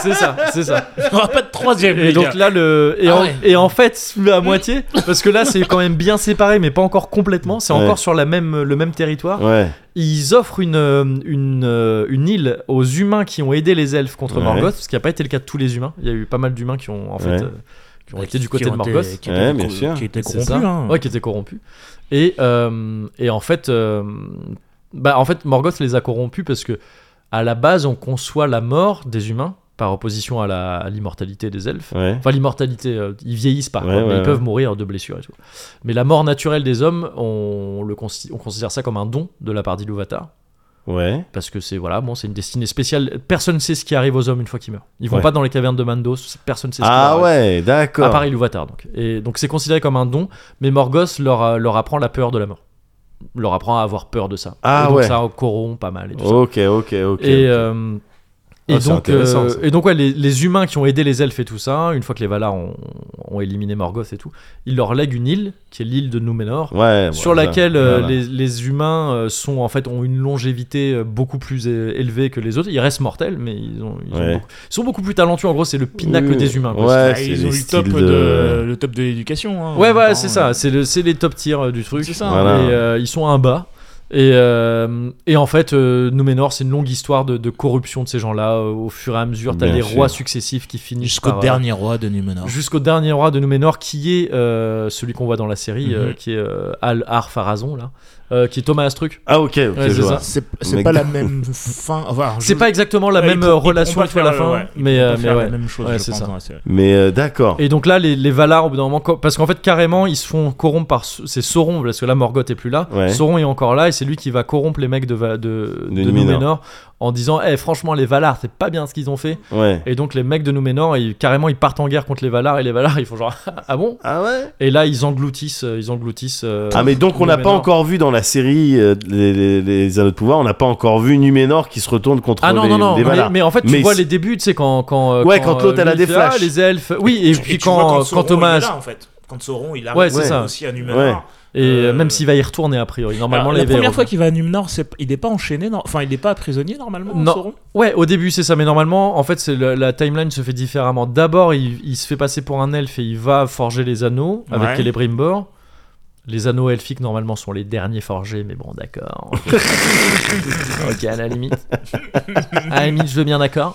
Speaker 1: C'est ça, c'est ça.
Speaker 5: Il n'y aura pas de troisième.
Speaker 1: Et
Speaker 5: les
Speaker 1: donc
Speaker 5: gars.
Speaker 1: là, le et,
Speaker 5: Ah
Speaker 1: en,
Speaker 5: ouais.
Speaker 1: et en fait à moitié, parce que là c'est quand même bien séparé, mais pas encore complètement. C'est
Speaker 2: Ouais.
Speaker 1: encore sur la même le même territoire.
Speaker 2: Ouais.
Speaker 1: Ils offrent une euh, une euh, une île aux humains qui ont aidé les elfes contre
Speaker 2: Ouais.
Speaker 1: Morgoth, ce qui n'a pas été le cas de tous les humains. Il y a eu pas mal d'humains qui ont en fait
Speaker 2: Ouais.
Speaker 1: euh, qui ont été du côté de
Speaker 3: ont été-
Speaker 1: Morgoth.
Speaker 3: qui
Speaker 2: Ouais,
Speaker 3: étaient
Speaker 2: bien
Speaker 3: cor-
Speaker 2: sûr.
Speaker 3: Qui étaient
Speaker 1: C'est
Speaker 3: corrompus.
Speaker 1: ça.
Speaker 3: hein.
Speaker 1: Ouais, qui étaient corrompus. Et, euh, et en fait, euh, bah, en fait, Morgoth les a corrompus parce que à la base, on conçoit la mort des humains par opposition à la- à l'immortalité des elfes.
Speaker 2: Ouais.
Speaker 1: Enfin, l'immortalité, euh, ils vieillissent pas, quoi,
Speaker 2: Ouais,
Speaker 1: mais
Speaker 2: ouais,
Speaker 1: ils
Speaker 2: ouais.
Speaker 1: peuvent mourir de blessures et tout. Mais la mort naturelle des hommes, on, le consi- on considère ça comme un don de la part d'Iluvatar.
Speaker 2: Ouais.
Speaker 1: Parce que c'est voilà, bon, c'est une destinée spéciale. Personne ne sait ce qui arrive aux hommes une fois qu'ils meurent. Ils vont
Speaker 2: Ouais.
Speaker 1: pas dans les cavernes de Mandos, personne ne sait ce qui
Speaker 2: Ah
Speaker 1: leur arrive.
Speaker 2: ouais, d'accord.
Speaker 1: À part Iluvatar, donc. Et donc c'est considéré comme un don, mais Morgoth leur, euh, leur apprend la peur de la mort. Leur apprend à avoir peur de ça.
Speaker 2: Ah
Speaker 1: et donc
Speaker 2: ouais.
Speaker 1: ça corrompt pas mal et tout ça.
Speaker 2: Ok, ok, ok.
Speaker 1: Et, euh, et
Speaker 2: Ah, c'est
Speaker 1: donc,
Speaker 2: intéressant,
Speaker 1: euh,
Speaker 2: ça.
Speaker 1: et donc ouais, les, les humains qui ont aidé les elfes et tout ça, une fois que les Valar ont, ont éliminé Morgoth et tout, ils leur lèguent une île, qui est l'île de Númenor,
Speaker 2: Ouais,
Speaker 1: sur
Speaker 2: voilà,
Speaker 1: laquelle euh,
Speaker 2: voilà.
Speaker 1: les, les humains euh, sont en fait ont une longévité euh, beaucoup plus é- élevée que les autres. Ils restent mortels, mais ils, ont, ils, ont
Speaker 2: Ouais.
Speaker 1: beaucoup- ils sont beaucoup plus talentueux. En gros, c'est le pinacle
Speaker 2: Oui,
Speaker 1: des humains. quoi.
Speaker 2: Ouais,
Speaker 5: Ah,
Speaker 2: c'est
Speaker 5: ils
Speaker 2: les
Speaker 5: ont eu le top
Speaker 2: styles
Speaker 5: de,
Speaker 2: de-
Speaker 5: le top de l'éducation. hein,
Speaker 1: Ouais,
Speaker 5: en
Speaker 1: voilà,
Speaker 5: même
Speaker 1: c'est
Speaker 5: temps,
Speaker 1: ça.
Speaker 5: euh.
Speaker 1: C'est le, c'est les top tiers euh, du truc.
Speaker 5: C'est ça.
Speaker 2: Voilà.
Speaker 1: Et euh, ils sont à un bas. Et, euh, et en fait, euh, Nouménor, c'est une longue histoire de, de corruption de ces gens-là. Euh, Au fur et à mesure, t'as
Speaker 2: Bien
Speaker 1: des
Speaker 2: sûr.
Speaker 1: rois successifs qui finissent
Speaker 5: Jusqu'au
Speaker 1: par, euh,
Speaker 5: dernier hein. roi de Numenor.
Speaker 1: jusqu'au dernier roi de Númenor qui est euh, celui qu'on voit dans la série
Speaker 5: Mhm.
Speaker 1: euh, qui est euh, Al Arpharazon là euh, qui est Thomas Astruc
Speaker 2: Ah, ok, ok,
Speaker 1: Ouais,
Speaker 2: je
Speaker 1: c'est
Speaker 2: vois.
Speaker 1: ça.
Speaker 5: C'est
Speaker 2: Mec
Speaker 5: c'est pas
Speaker 2: de-
Speaker 5: la même fin. Enfin, je-
Speaker 1: c'est pas exactement la
Speaker 5: Ouais,
Speaker 1: même
Speaker 5: ils
Speaker 1: euh,
Speaker 5: pourront- ils
Speaker 1: relation
Speaker 5: pourront
Speaker 1: une fois à la
Speaker 5: pas faire
Speaker 1: fin
Speaker 5: le- ouais, ils
Speaker 1: mais,
Speaker 5: pourront
Speaker 1: euh,
Speaker 5: pas
Speaker 1: mais
Speaker 5: faire
Speaker 1: ouais.
Speaker 5: la même chose,
Speaker 1: Ouais,
Speaker 5: je
Speaker 1: c'est
Speaker 5: pense,
Speaker 1: ça.
Speaker 5: dans la série.
Speaker 2: Mais euh, d'accord.
Speaker 1: et donc là les, les Valar au bout d'un moment co- parce qu'en fait carrément ils se font corrompre par ce- c'est Sauron parce que là Morgoth est plus là
Speaker 2: Ouais.
Speaker 1: Sauron est encore là et c'est lui qui va corrompre les mecs de, Va- de,
Speaker 2: De
Speaker 1: de
Speaker 2: Númenor.
Speaker 1: Númenor en disant Eh, franchement les Valar c'est pas bien ce qu'ils ont fait
Speaker 2: Ouais.
Speaker 1: et donc les mecs de Númenor ils, carrément ils partent en guerre contre les Valar et les Valar ils font genre ah bon
Speaker 2: Ah ouais
Speaker 1: et là ils engloutissent euh, ils engloutissent euh,
Speaker 2: Ah mais donc on n'a pas
Speaker 1: Númenor.
Speaker 2: encore vu dans la série euh, les, les, les Anneaux de Pouvoir, on n'a pas encore vu Numénor qui se retourne contre
Speaker 1: Ah non,
Speaker 2: les,
Speaker 1: non, non,
Speaker 2: les
Speaker 1: mais,
Speaker 2: Valar.
Speaker 1: mais en fait, tu
Speaker 2: Mais
Speaker 1: vois
Speaker 2: c'est-
Speaker 1: les débuts, tu sais, quand. quand euh,
Speaker 2: Ouais, quand l'autre, elle a
Speaker 1: lui
Speaker 2: des
Speaker 1: fait, Ah,
Speaker 2: flashs.
Speaker 1: les elfes. Oui, et,
Speaker 5: Et
Speaker 1: puis
Speaker 5: tu vois
Speaker 1: quand, quand,
Speaker 5: Sauron, il est
Speaker 1: Thomas.
Speaker 5: là, en fait. Quand Sauron, il arrive
Speaker 1: Ouais, c'est ça.
Speaker 5: aussi à Numenor.
Speaker 2: Ouais.
Speaker 1: Et euh,
Speaker 5: Euh,
Speaker 1: même s'il va y retourner, a priori. Normalement,
Speaker 5: Alors,
Speaker 1: les
Speaker 5: la
Speaker 1: va y
Speaker 5: première fois
Speaker 1: revenir.
Speaker 5: qu'il va à Numenor, c'est- il n'est pas enchaîné, non- enfin il n'est pas prisonnier normalement,
Speaker 1: Non.
Speaker 5: Sauron
Speaker 1: Ouais, au début, c'est ça, mais normalement, en fait, c'est le- la timeline se fait différemment. D'abord, il, il se fait passer pour un elfe et il va forger les anneaux avec
Speaker 5: Ouais.
Speaker 1: Celebrimbor. Les anneaux elfiques, normalement, sont les derniers forgés, mais bon, d'accord. ok. ok, à la limite. À la limite, je veux bien d'accord.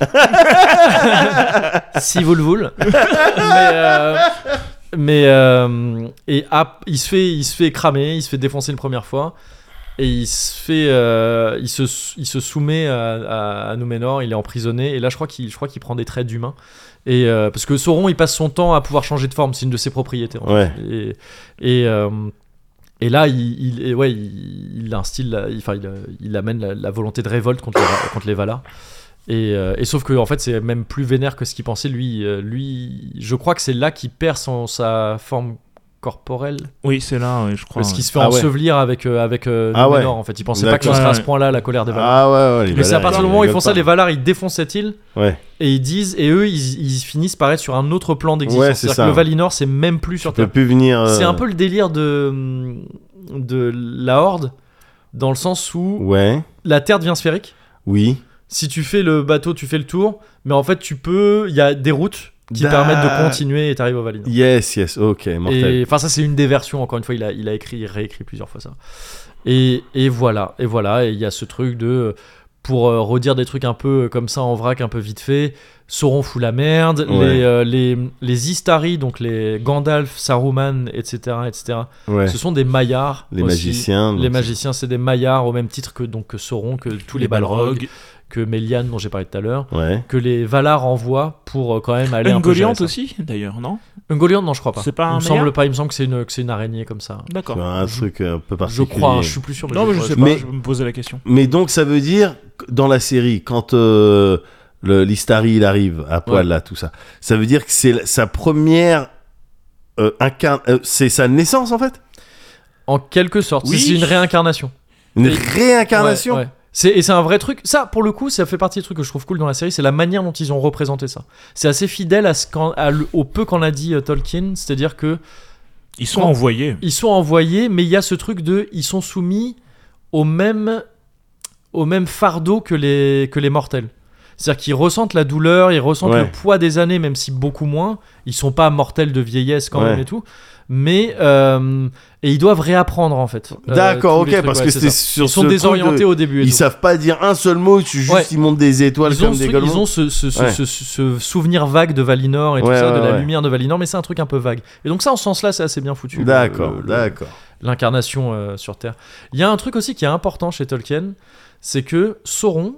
Speaker 1: si vous le voulez. mais. euh, mais, euh, et ap- il se fait il se fait cramer, il se fait défoncer une première fois et il se fait euh, il se il se soumet à, à, à Númenor, il est emprisonné et là je crois qu'il je crois qu'il prend des traits d'humain et euh, parce que Sauron il passe son temps à pouvoir changer de forme, c'est une de ses propriétés. en fait.
Speaker 2: Ouais.
Speaker 1: Et et, euh, et là, il, il- et ouais, il, il instille, la- il, enfin, il, euh, il amène la, la volonté de révolte contre les, contre les Valar. Et, euh, et sauf que en fait, c'est même plus vénère que ce qu'il pensait. Lui, Euh, lui, je crois que c'est là qu'il perd son, sa forme corporelle,
Speaker 5: Oui, c'est là, ouais, je crois.
Speaker 1: parce
Speaker 5: ouais.
Speaker 1: qu'il se fait
Speaker 2: Ah ouais.
Speaker 1: ensevelir avec euh, avec euh,
Speaker 2: Ah ouais.
Speaker 1: Númenor, En fait, il pensait pas que ce
Speaker 5: D'accord.
Speaker 1: serait à
Speaker 5: Ouais,
Speaker 1: ce point-là la colère des Valar.
Speaker 2: Ah ouais, ouais les
Speaker 1: Mais c'est à
Speaker 2: Valar,
Speaker 1: partir
Speaker 2: ils
Speaker 1: du moment où ils
Speaker 2: rigolent
Speaker 1: font ça,
Speaker 2: pas.
Speaker 1: les Valar, ils défoncent cette île.
Speaker 2: Ouais.
Speaker 1: Et ils disent, et eux, ils, ils finissent par être sur un autre plan d'existence.
Speaker 2: Ouais, c'est
Speaker 1: C'est-à-dire
Speaker 2: ça.
Speaker 1: que le Valinor, c'est même plus sur
Speaker 2: Tu peux
Speaker 1: Terre.
Speaker 2: plus venir. euh,
Speaker 1: C'est un peu le délire de, de la Horde, dans le sens où
Speaker 2: Ouais.
Speaker 1: la Terre devient sphérique.
Speaker 2: Oui.
Speaker 1: Si tu fais le bateau, tu fais le tour, mais en fait, tu peux. Il y a des routes qui
Speaker 2: Da-
Speaker 1: permettent de continuer et t'arrives au Valinor.
Speaker 2: Yes, yes. Ok, mortel.
Speaker 1: Et enfin, ça, c'est une des versions, encore une fois, il a, il a écrit, réécrit plusieurs fois ça. Et, et voilà, et voilà, et il y a ce truc de. Pour euh, redire des trucs un peu comme ça en vrac, un peu vite fait, Sauron fout la merde,
Speaker 2: Ouais.
Speaker 1: les, euh, les, les Istari, donc les Gandalf, Saruman, etc., etc.,
Speaker 2: Ouais.
Speaker 1: ce sont des maillards.
Speaker 2: Les
Speaker 1: aussi.
Speaker 2: magiciens. donc-
Speaker 1: Les magiciens, c'est des maillards au même titre que, donc, que Sauron, que tous les Balrogs, que Méliane, dont j'ai parlé tout à l'heure,
Speaker 2: Ouais.
Speaker 1: que les Valar envoient pour euh, quand même aller un peu gérer
Speaker 5: Ungoliant
Speaker 1: ça.
Speaker 5: aussi, d'ailleurs, non
Speaker 1: Ungoliant, non, je crois pas.
Speaker 5: C'est pas
Speaker 1: il
Speaker 5: un
Speaker 1: me semble
Speaker 5: maillard
Speaker 1: pas, il me semble que c'est une, que c'est une araignée comme ça.
Speaker 5: D'accord.
Speaker 2: Tu vois, Un
Speaker 5: Je-
Speaker 2: truc euh, un peu
Speaker 1: Je
Speaker 2: particulier.
Speaker 1: crois, hein, je suis plus sûr.
Speaker 5: Non, mais je sais pas,
Speaker 2: Mais-
Speaker 5: je me posais la question.
Speaker 2: Mais donc ça veut dire que dans la série quand euh, le l'Istari il arrive à poil
Speaker 1: Ouais.
Speaker 2: là tout ça, ça veut dire que c'est la- sa première euh, incarn- euh, c'est sa naissance en fait,
Speaker 1: En quelque sorte,
Speaker 5: Oui.
Speaker 1: c'est une réincarnation.
Speaker 2: une
Speaker 1: Et-
Speaker 2: réincarnation.
Speaker 1: Ouais, ouais. C'est- Et c'est un vrai truc. Ça, pour le coup, ça fait partie des trucs que je trouve cool dans la série, c'est la manière dont ils ont représenté ça. C'est assez fidèle à ce qu'en- à le- au peu qu'en a dit euh, Tolkien, c'est-à-dire que
Speaker 5: Ils sont
Speaker 1: Quand-
Speaker 5: envoyés.
Speaker 1: ils sont envoyés, mais il y a ce truc de, ils sont soumis au même, au même fardeau que les, que les mortels. C'est-à-dire qu'ils ressentent la douleur, ils ressentent
Speaker 2: Ouais.
Speaker 1: le poids des années, même si beaucoup moins. Ils sont pas mortels de vieillesse quand
Speaker 2: Ouais.
Speaker 1: même et tout. Mais euh, et ils doivent réapprendre en fait. Euh,
Speaker 2: D'accord,
Speaker 1: tous
Speaker 2: ok,
Speaker 1: les trucs,
Speaker 2: parce
Speaker 1: ouais,
Speaker 2: que
Speaker 1: c'est
Speaker 2: c'était
Speaker 1: ça.
Speaker 2: sur
Speaker 1: Ils sont
Speaker 2: ce truc
Speaker 1: désorientés
Speaker 2: de-
Speaker 1: au début. et
Speaker 2: Ils
Speaker 1: tout.
Speaker 2: savent pas dire un seul mot, tu juste
Speaker 1: Ouais.
Speaker 2: ils montent des étoiles
Speaker 1: Ils ont,
Speaker 2: comme
Speaker 1: ce,
Speaker 2: des
Speaker 1: truc- ils
Speaker 2: golemons.
Speaker 1: ont ce, ce- ce-
Speaker 2: Ouais.
Speaker 1: ce- ce souvenir vague de Valinor et tout
Speaker 2: Ouais,
Speaker 1: ça, de
Speaker 2: ouais,
Speaker 1: la
Speaker 2: ouais.
Speaker 1: lumière de Valinor, mais c'est un truc un peu vague. Et donc ça, en ce sens-là, c'est assez bien foutu. le-
Speaker 2: D'accord,
Speaker 1: le- le-
Speaker 2: d'accord.
Speaker 1: l'incarnation euh, sur Terre. Il y a un truc aussi qui est important chez Tolkien, c'est que Sauron,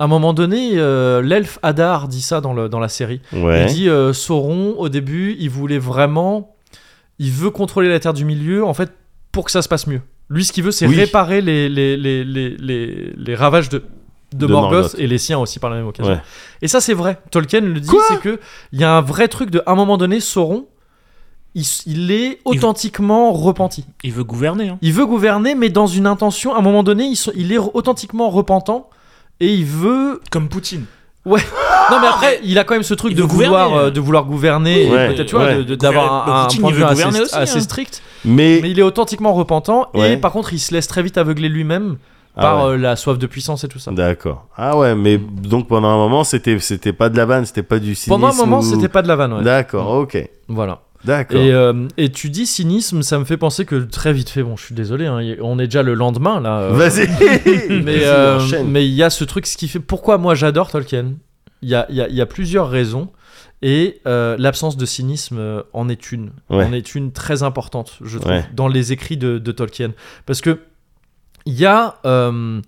Speaker 1: à un moment donné, euh, l'elfe Hadar dit ça dans, le, dans la série.
Speaker 2: Ouais.
Speaker 1: Il dit euh, Sauron, au début, il voulait vraiment. Il veut contrôler la Terre du Milieu, en fait, pour que ça se passe mieux. Lui, ce qu'il veut, c'est
Speaker 2: Oui.
Speaker 1: réparer les, les, les, les, les, les ravages de, de,
Speaker 2: De
Speaker 1: Morgoth,
Speaker 2: Morgoth.
Speaker 1: et les siens aussi par la même occasion.
Speaker 2: Ouais.
Speaker 1: Et ça, c'est vrai. Tolkien le dit, c'est que il y a un vrai truc de, à un moment donné, Sauron, il, s- il est authentiquement repenti.
Speaker 5: Il veut gouverner. Hein.
Speaker 1: Il veut gouverner, mais dans une intention. À un moment donné, il, se- il est authentiquement repentant et il veut.
Speaker 5: Comme Poutine.
Speaker 1: Non, mais après, il a quand même ce truc
Speaker 5: Ah, Il
Speaker 1: de
Speaker 5: veut gouverner.
Speaker 1: vouloir, euh, de vouloir gouverner, et
Speaker 2: Ouais,
Speaker 1: peut-être tu vois,
Speaker 2: ouais.
Speaker 1: de- de- d'avoir
Speaker 5: Gouverner-
Speaker 1: un, un
Speaker 5: Poutine,
Speaker 1: point de
Speaker 5: il
Speaker 1: vue
Speaker 5: veut
Speaker 1: assez,
Speaker 5: gouverner aussi,
Speaker 1: assez
Speaker 5: hein.
Speaker 1: strict.
Speaker 2: Mais,
Speaker 1: Mais il est authentiquement repentant et
Speaker 2: Ouais.
Speaker 1: par contre, il se laisse très vite aveugler lui-même
Speaker 2: Ah
Speaker 1: par
Speaker 2: ouais.
Speaker 1: euh, la soif de puissance et tout ça.
Speaker 2: D'accord. Ah ouais, mais donc pendant un moment, c'était c'était pas de la vanne, c'était pas du cynisme.
Speaker 1: Pendant un moment,
Speaker 2: ou-
Speaker 1: c'était pas de la vanne. ouais.
Speaker 2: D'accord, ok.
Speaker 1: Voilà.
Speaker 2: D'accord.
Speaker 1: Et, euh, et tu dis cynisme, ça me fait penser que très vite fait, bon, je suis désolé, hein, y- on est déjà le lendemain là. euh,
Speaker 2: Vas-y.
Speaker 1: mais
Speaker 2: Vas-y,
Speaker 1: euh,
Speaker 2: enchaîne.
Speaker 1: mais il y a ce truc, ce qui fait pourquoi moi j'adore Tolkien. Il y a, il y a- il y a plusieurs raisons et euh, l'absence de cynisme euh, en est une.
Speaker 2: Ouais.
Speaker 1: En est une très importante, je trouve,
Speaker 2: Ouais.
Speaker 1: dans les écrits de, de Tolkien. Parce que il y a euh,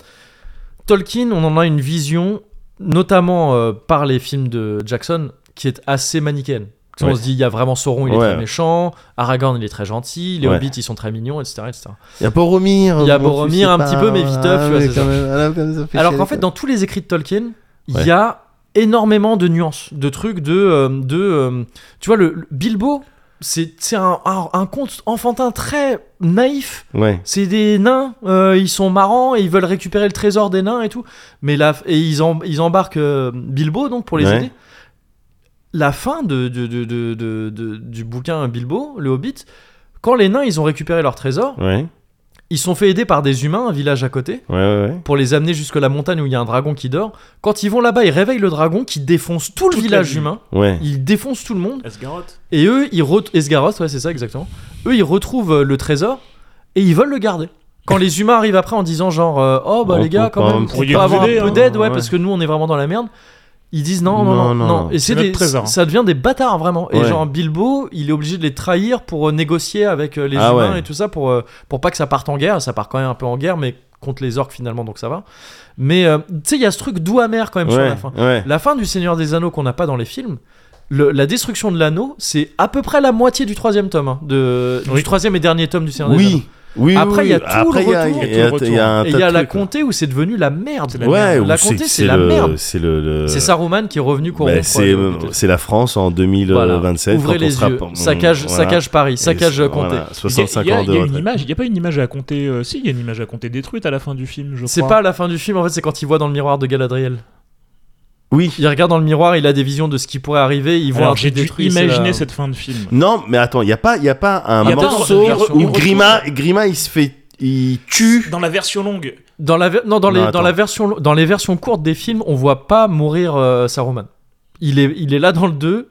Speaker 1: Tolkien, on en a une vision, notamment euh, par les films de Jackson, qui est assez manichéenne. On
Speaker 2: Ouais.
Speaker 1: se dit, il y a vraiment Sauron, il est
Speaker 2: Ouais.
Speaker 1: très méchant, Aragorn, il est très gentil, les
Speaker 2: Ouais.
Speaker 1: Hobbits, ils sont très mignons, etc. etc.
Speaker 2: Il y a Boromir.
Speaker 1: Il y a
Speaker 2: bon, tu
Speaker 1: Boromir
Speaker 2: sais
Speaker 1: un
Speaker 2: pas,
Speaker 1: petit peu, mais viteuf,
Speaker 2: ah,
Speaker 1: tu vois,
Speaker 2: mais
Speaker 1: c'est
Speaker 2: quand
Speaker 1: ça.
Speaker 2: même, ah, comme ça fait
Speaker 1: Alors
Speaker 2: chier,
Speaker 1: qu'en fait,
Speaker 2: quoi.
Speaker 1: dans tous les écrits de Tolkien, il
Speaker 2: Ouais.
Speaker 1: y a énormément de nuances, de trucs, de. euh, de euh, tu vois, le, le Bilbo, c'est c'est un, un, un conte enfantin très naïf.
Speaker 2: Ouais.
Speaker 1: C'est des nains, euh, ils sont marrants et ils veulent récupérer le trésor des nains et tout. Mais là, et ils, en- ils embarquent euh, Bilbo donc pour les
Speaker 2: Ouais.
Speaker 1: aider. La fin de, de- de- de- de- de- du bouquin Bilbo, le Hobbit, quand les nains ils ont récupéré leur trésor,
Speaker 2: Ouais.
Speaker 1: ils sont fait aider par des humains, un village à côté
Speaker 2: Ouais, ouais, ouais.
Speaker 1: pour les amener jusque la montagne où il y a un dragon qui dort. Quand ils vont là-bas, ils réveillent le dragon qui défonce tout le
Speaker 5: Toute la
Speaker 1: village
Speaker 5: ville.
Speaker 1: humain.
Speaker 2: Ouais.
Speaker 1: Il défonce tout le monde.
Speaker 5: Asgaroth.
Speaker 1: Et eux, ils retrouvent. Esgaroth, ouais, c'est ça, exactement. Eux, ils retrouvent euh, le trésor et ils veulent le garder. Quand les humains arrivent après en disant, genre, euh, oh bah
Speaker 2: On
Speaker 1: les gars,
Speaker 2: peut
Speaker 1: quand
Speaker 2: pas-
Speaker 1: même,
Speaker 2: on
Speaker 1: on
Speaker 5: pourrait
Speaker 1: peut
Speaker 5: vous
Speaker 1: avoir
Speaker 5: aider,
Speaker 1: un peu
Speaker 5: hein,
Speaker 1: d'aide, ouais,
Speaker 5: ouais.
Speaker 1: parce que nous, on est vraiment dans la merde. Ils disent non, non, non, non.
Speaker 2: Non, non, non.
Speaker 1: Et c'est
Speaker 5: C'est notre
Speaker 1: des-
Speaker 5: trésor.
Speaker 1: ça devient des bâtards vraiment. Et
Speaker 2: Ouais.
Speaker 1: genre Bilbo, il est obligé de les trahir pour euh, négocier avec euh, les
Speaker 2: Ah
Speaker 1: humains
Speaker 2: ouais.
Speaker 1: et tout ça pour euh, pour pas que ça parte en guerre. Ça part quand même un peu en guerre, mais contre les orques finalement, donc ça va. Mais euh, tu sais, il y a ce truc doux amer quand même sur
Speaker 2: Ouais.
Speaker 1: la fin.
Speaker 2: Ouais.
Speaker 1: La fin du Seigneur des Anneaux qu'on n'a pas dans les films, le- la destruction de l'anneau, c'est à peu près la moitié du troisième tome, hein, de, du
Speaker 5: Oui.
Speaker 1: troisième et dernier tome du Seigneur des Anneaux.
Speaker 2: Oui. Oui,
Speaker 1: Après,
Speaker 2: oui,
Speaker 1: il y a
Speaker 2: oui.
Speaker 1: tout le
Speaker 2: Après, il y a-
Speaker 1: retour.
Speaker 2: il y a- il y a un
Speaker 1: Et
Speaker 2: tas
Speaker 1: il y a
Speaker 2: de
Speaker 1: la
Speaker 2: trucs,
Speaker 1: comté où c'est devenu la merde.
Speaker 5: C'est
Speaker 1: La,
Speaker 5: la
Speaker 2: Ouais,
Speaker 1: la
Speaker 2: ou c'est-
Speaker 1: comté,
Speaker 2: c'est
Speaker 1: c'est la
Speaker 2: le-
Speaker 1: merde.
Speaker 2: C'est le. le-
Speaker 1: C'est Saruman qui est revenu
Speaker 2: Ben,
Speaker 1: corrompre.
Speaker 2: c'est
Speaker 1: le comté.
Speaker 2: c'est la France en 2027.
Speaker 1: Ouvrez
Speaker 2: quand on
Speaker 1: les
Speaker 2: sera
Speaker 1: yeux.
Speaker 2: pas- Mm,
Speaker 1: Saccage,
Speaker 2: Voilà.
Speaker 1: saccage Paris, saccage
Speaker 2: Et-
Speaker 1: comté.
Speaker 2: voilà,
Speaker 5: Il y a,
Speaker 2: 65
Speaker 5: il y a-
Speaker 2: ans
Speaker 5: il
Speaker 2: de
Speaker 5: y a une
Speaker 2: retraite.
Speaker 5: image, il n'y a pas une image à compter. euh, si, il y a une image à compter détruite à la fin du film, je
Speaker 1: C'est
Speaker 5: crois.
Speaker 1: pas à la fin du film, en fait, c'est quand il voit dans le miroir de Galadriel.
Speaker 2: Oui.
Speaker 1: Il regarde dans le miroir, il a des visions de ce qui pourrait arriver, il voit
Speaker 5: Alors
Speaker 1: un
Speaker 5: j'ai
Speaker 1: truc
Speaker 5: dû
Speaker 1: détruit. c'est
Speaker 5: imaginer
Speaker 1: la-
Speaker 5: cette fin de film.
Speaker 2: Non, mais attends, il n'y a, pas- il y a pas un
Speaker 5: Il y a pas
Speaker 2: morceau
Speaker 5: une version-
Speaker 2: où
Speaker 5: une
Speaker 2: Grima, Grima, il se fait. Il tue.
Speaker 5: Dans la version longue,
Speaker 1: Dans la, ver- non, dans,
Speaker 2: Non,
Speaker 1: les, dans,
Speaker 2: attends.
Speaker 1: la version, dans les versions courtes des films, on voit pas mourir euh, Saruman. Il est, il est là dans le 2.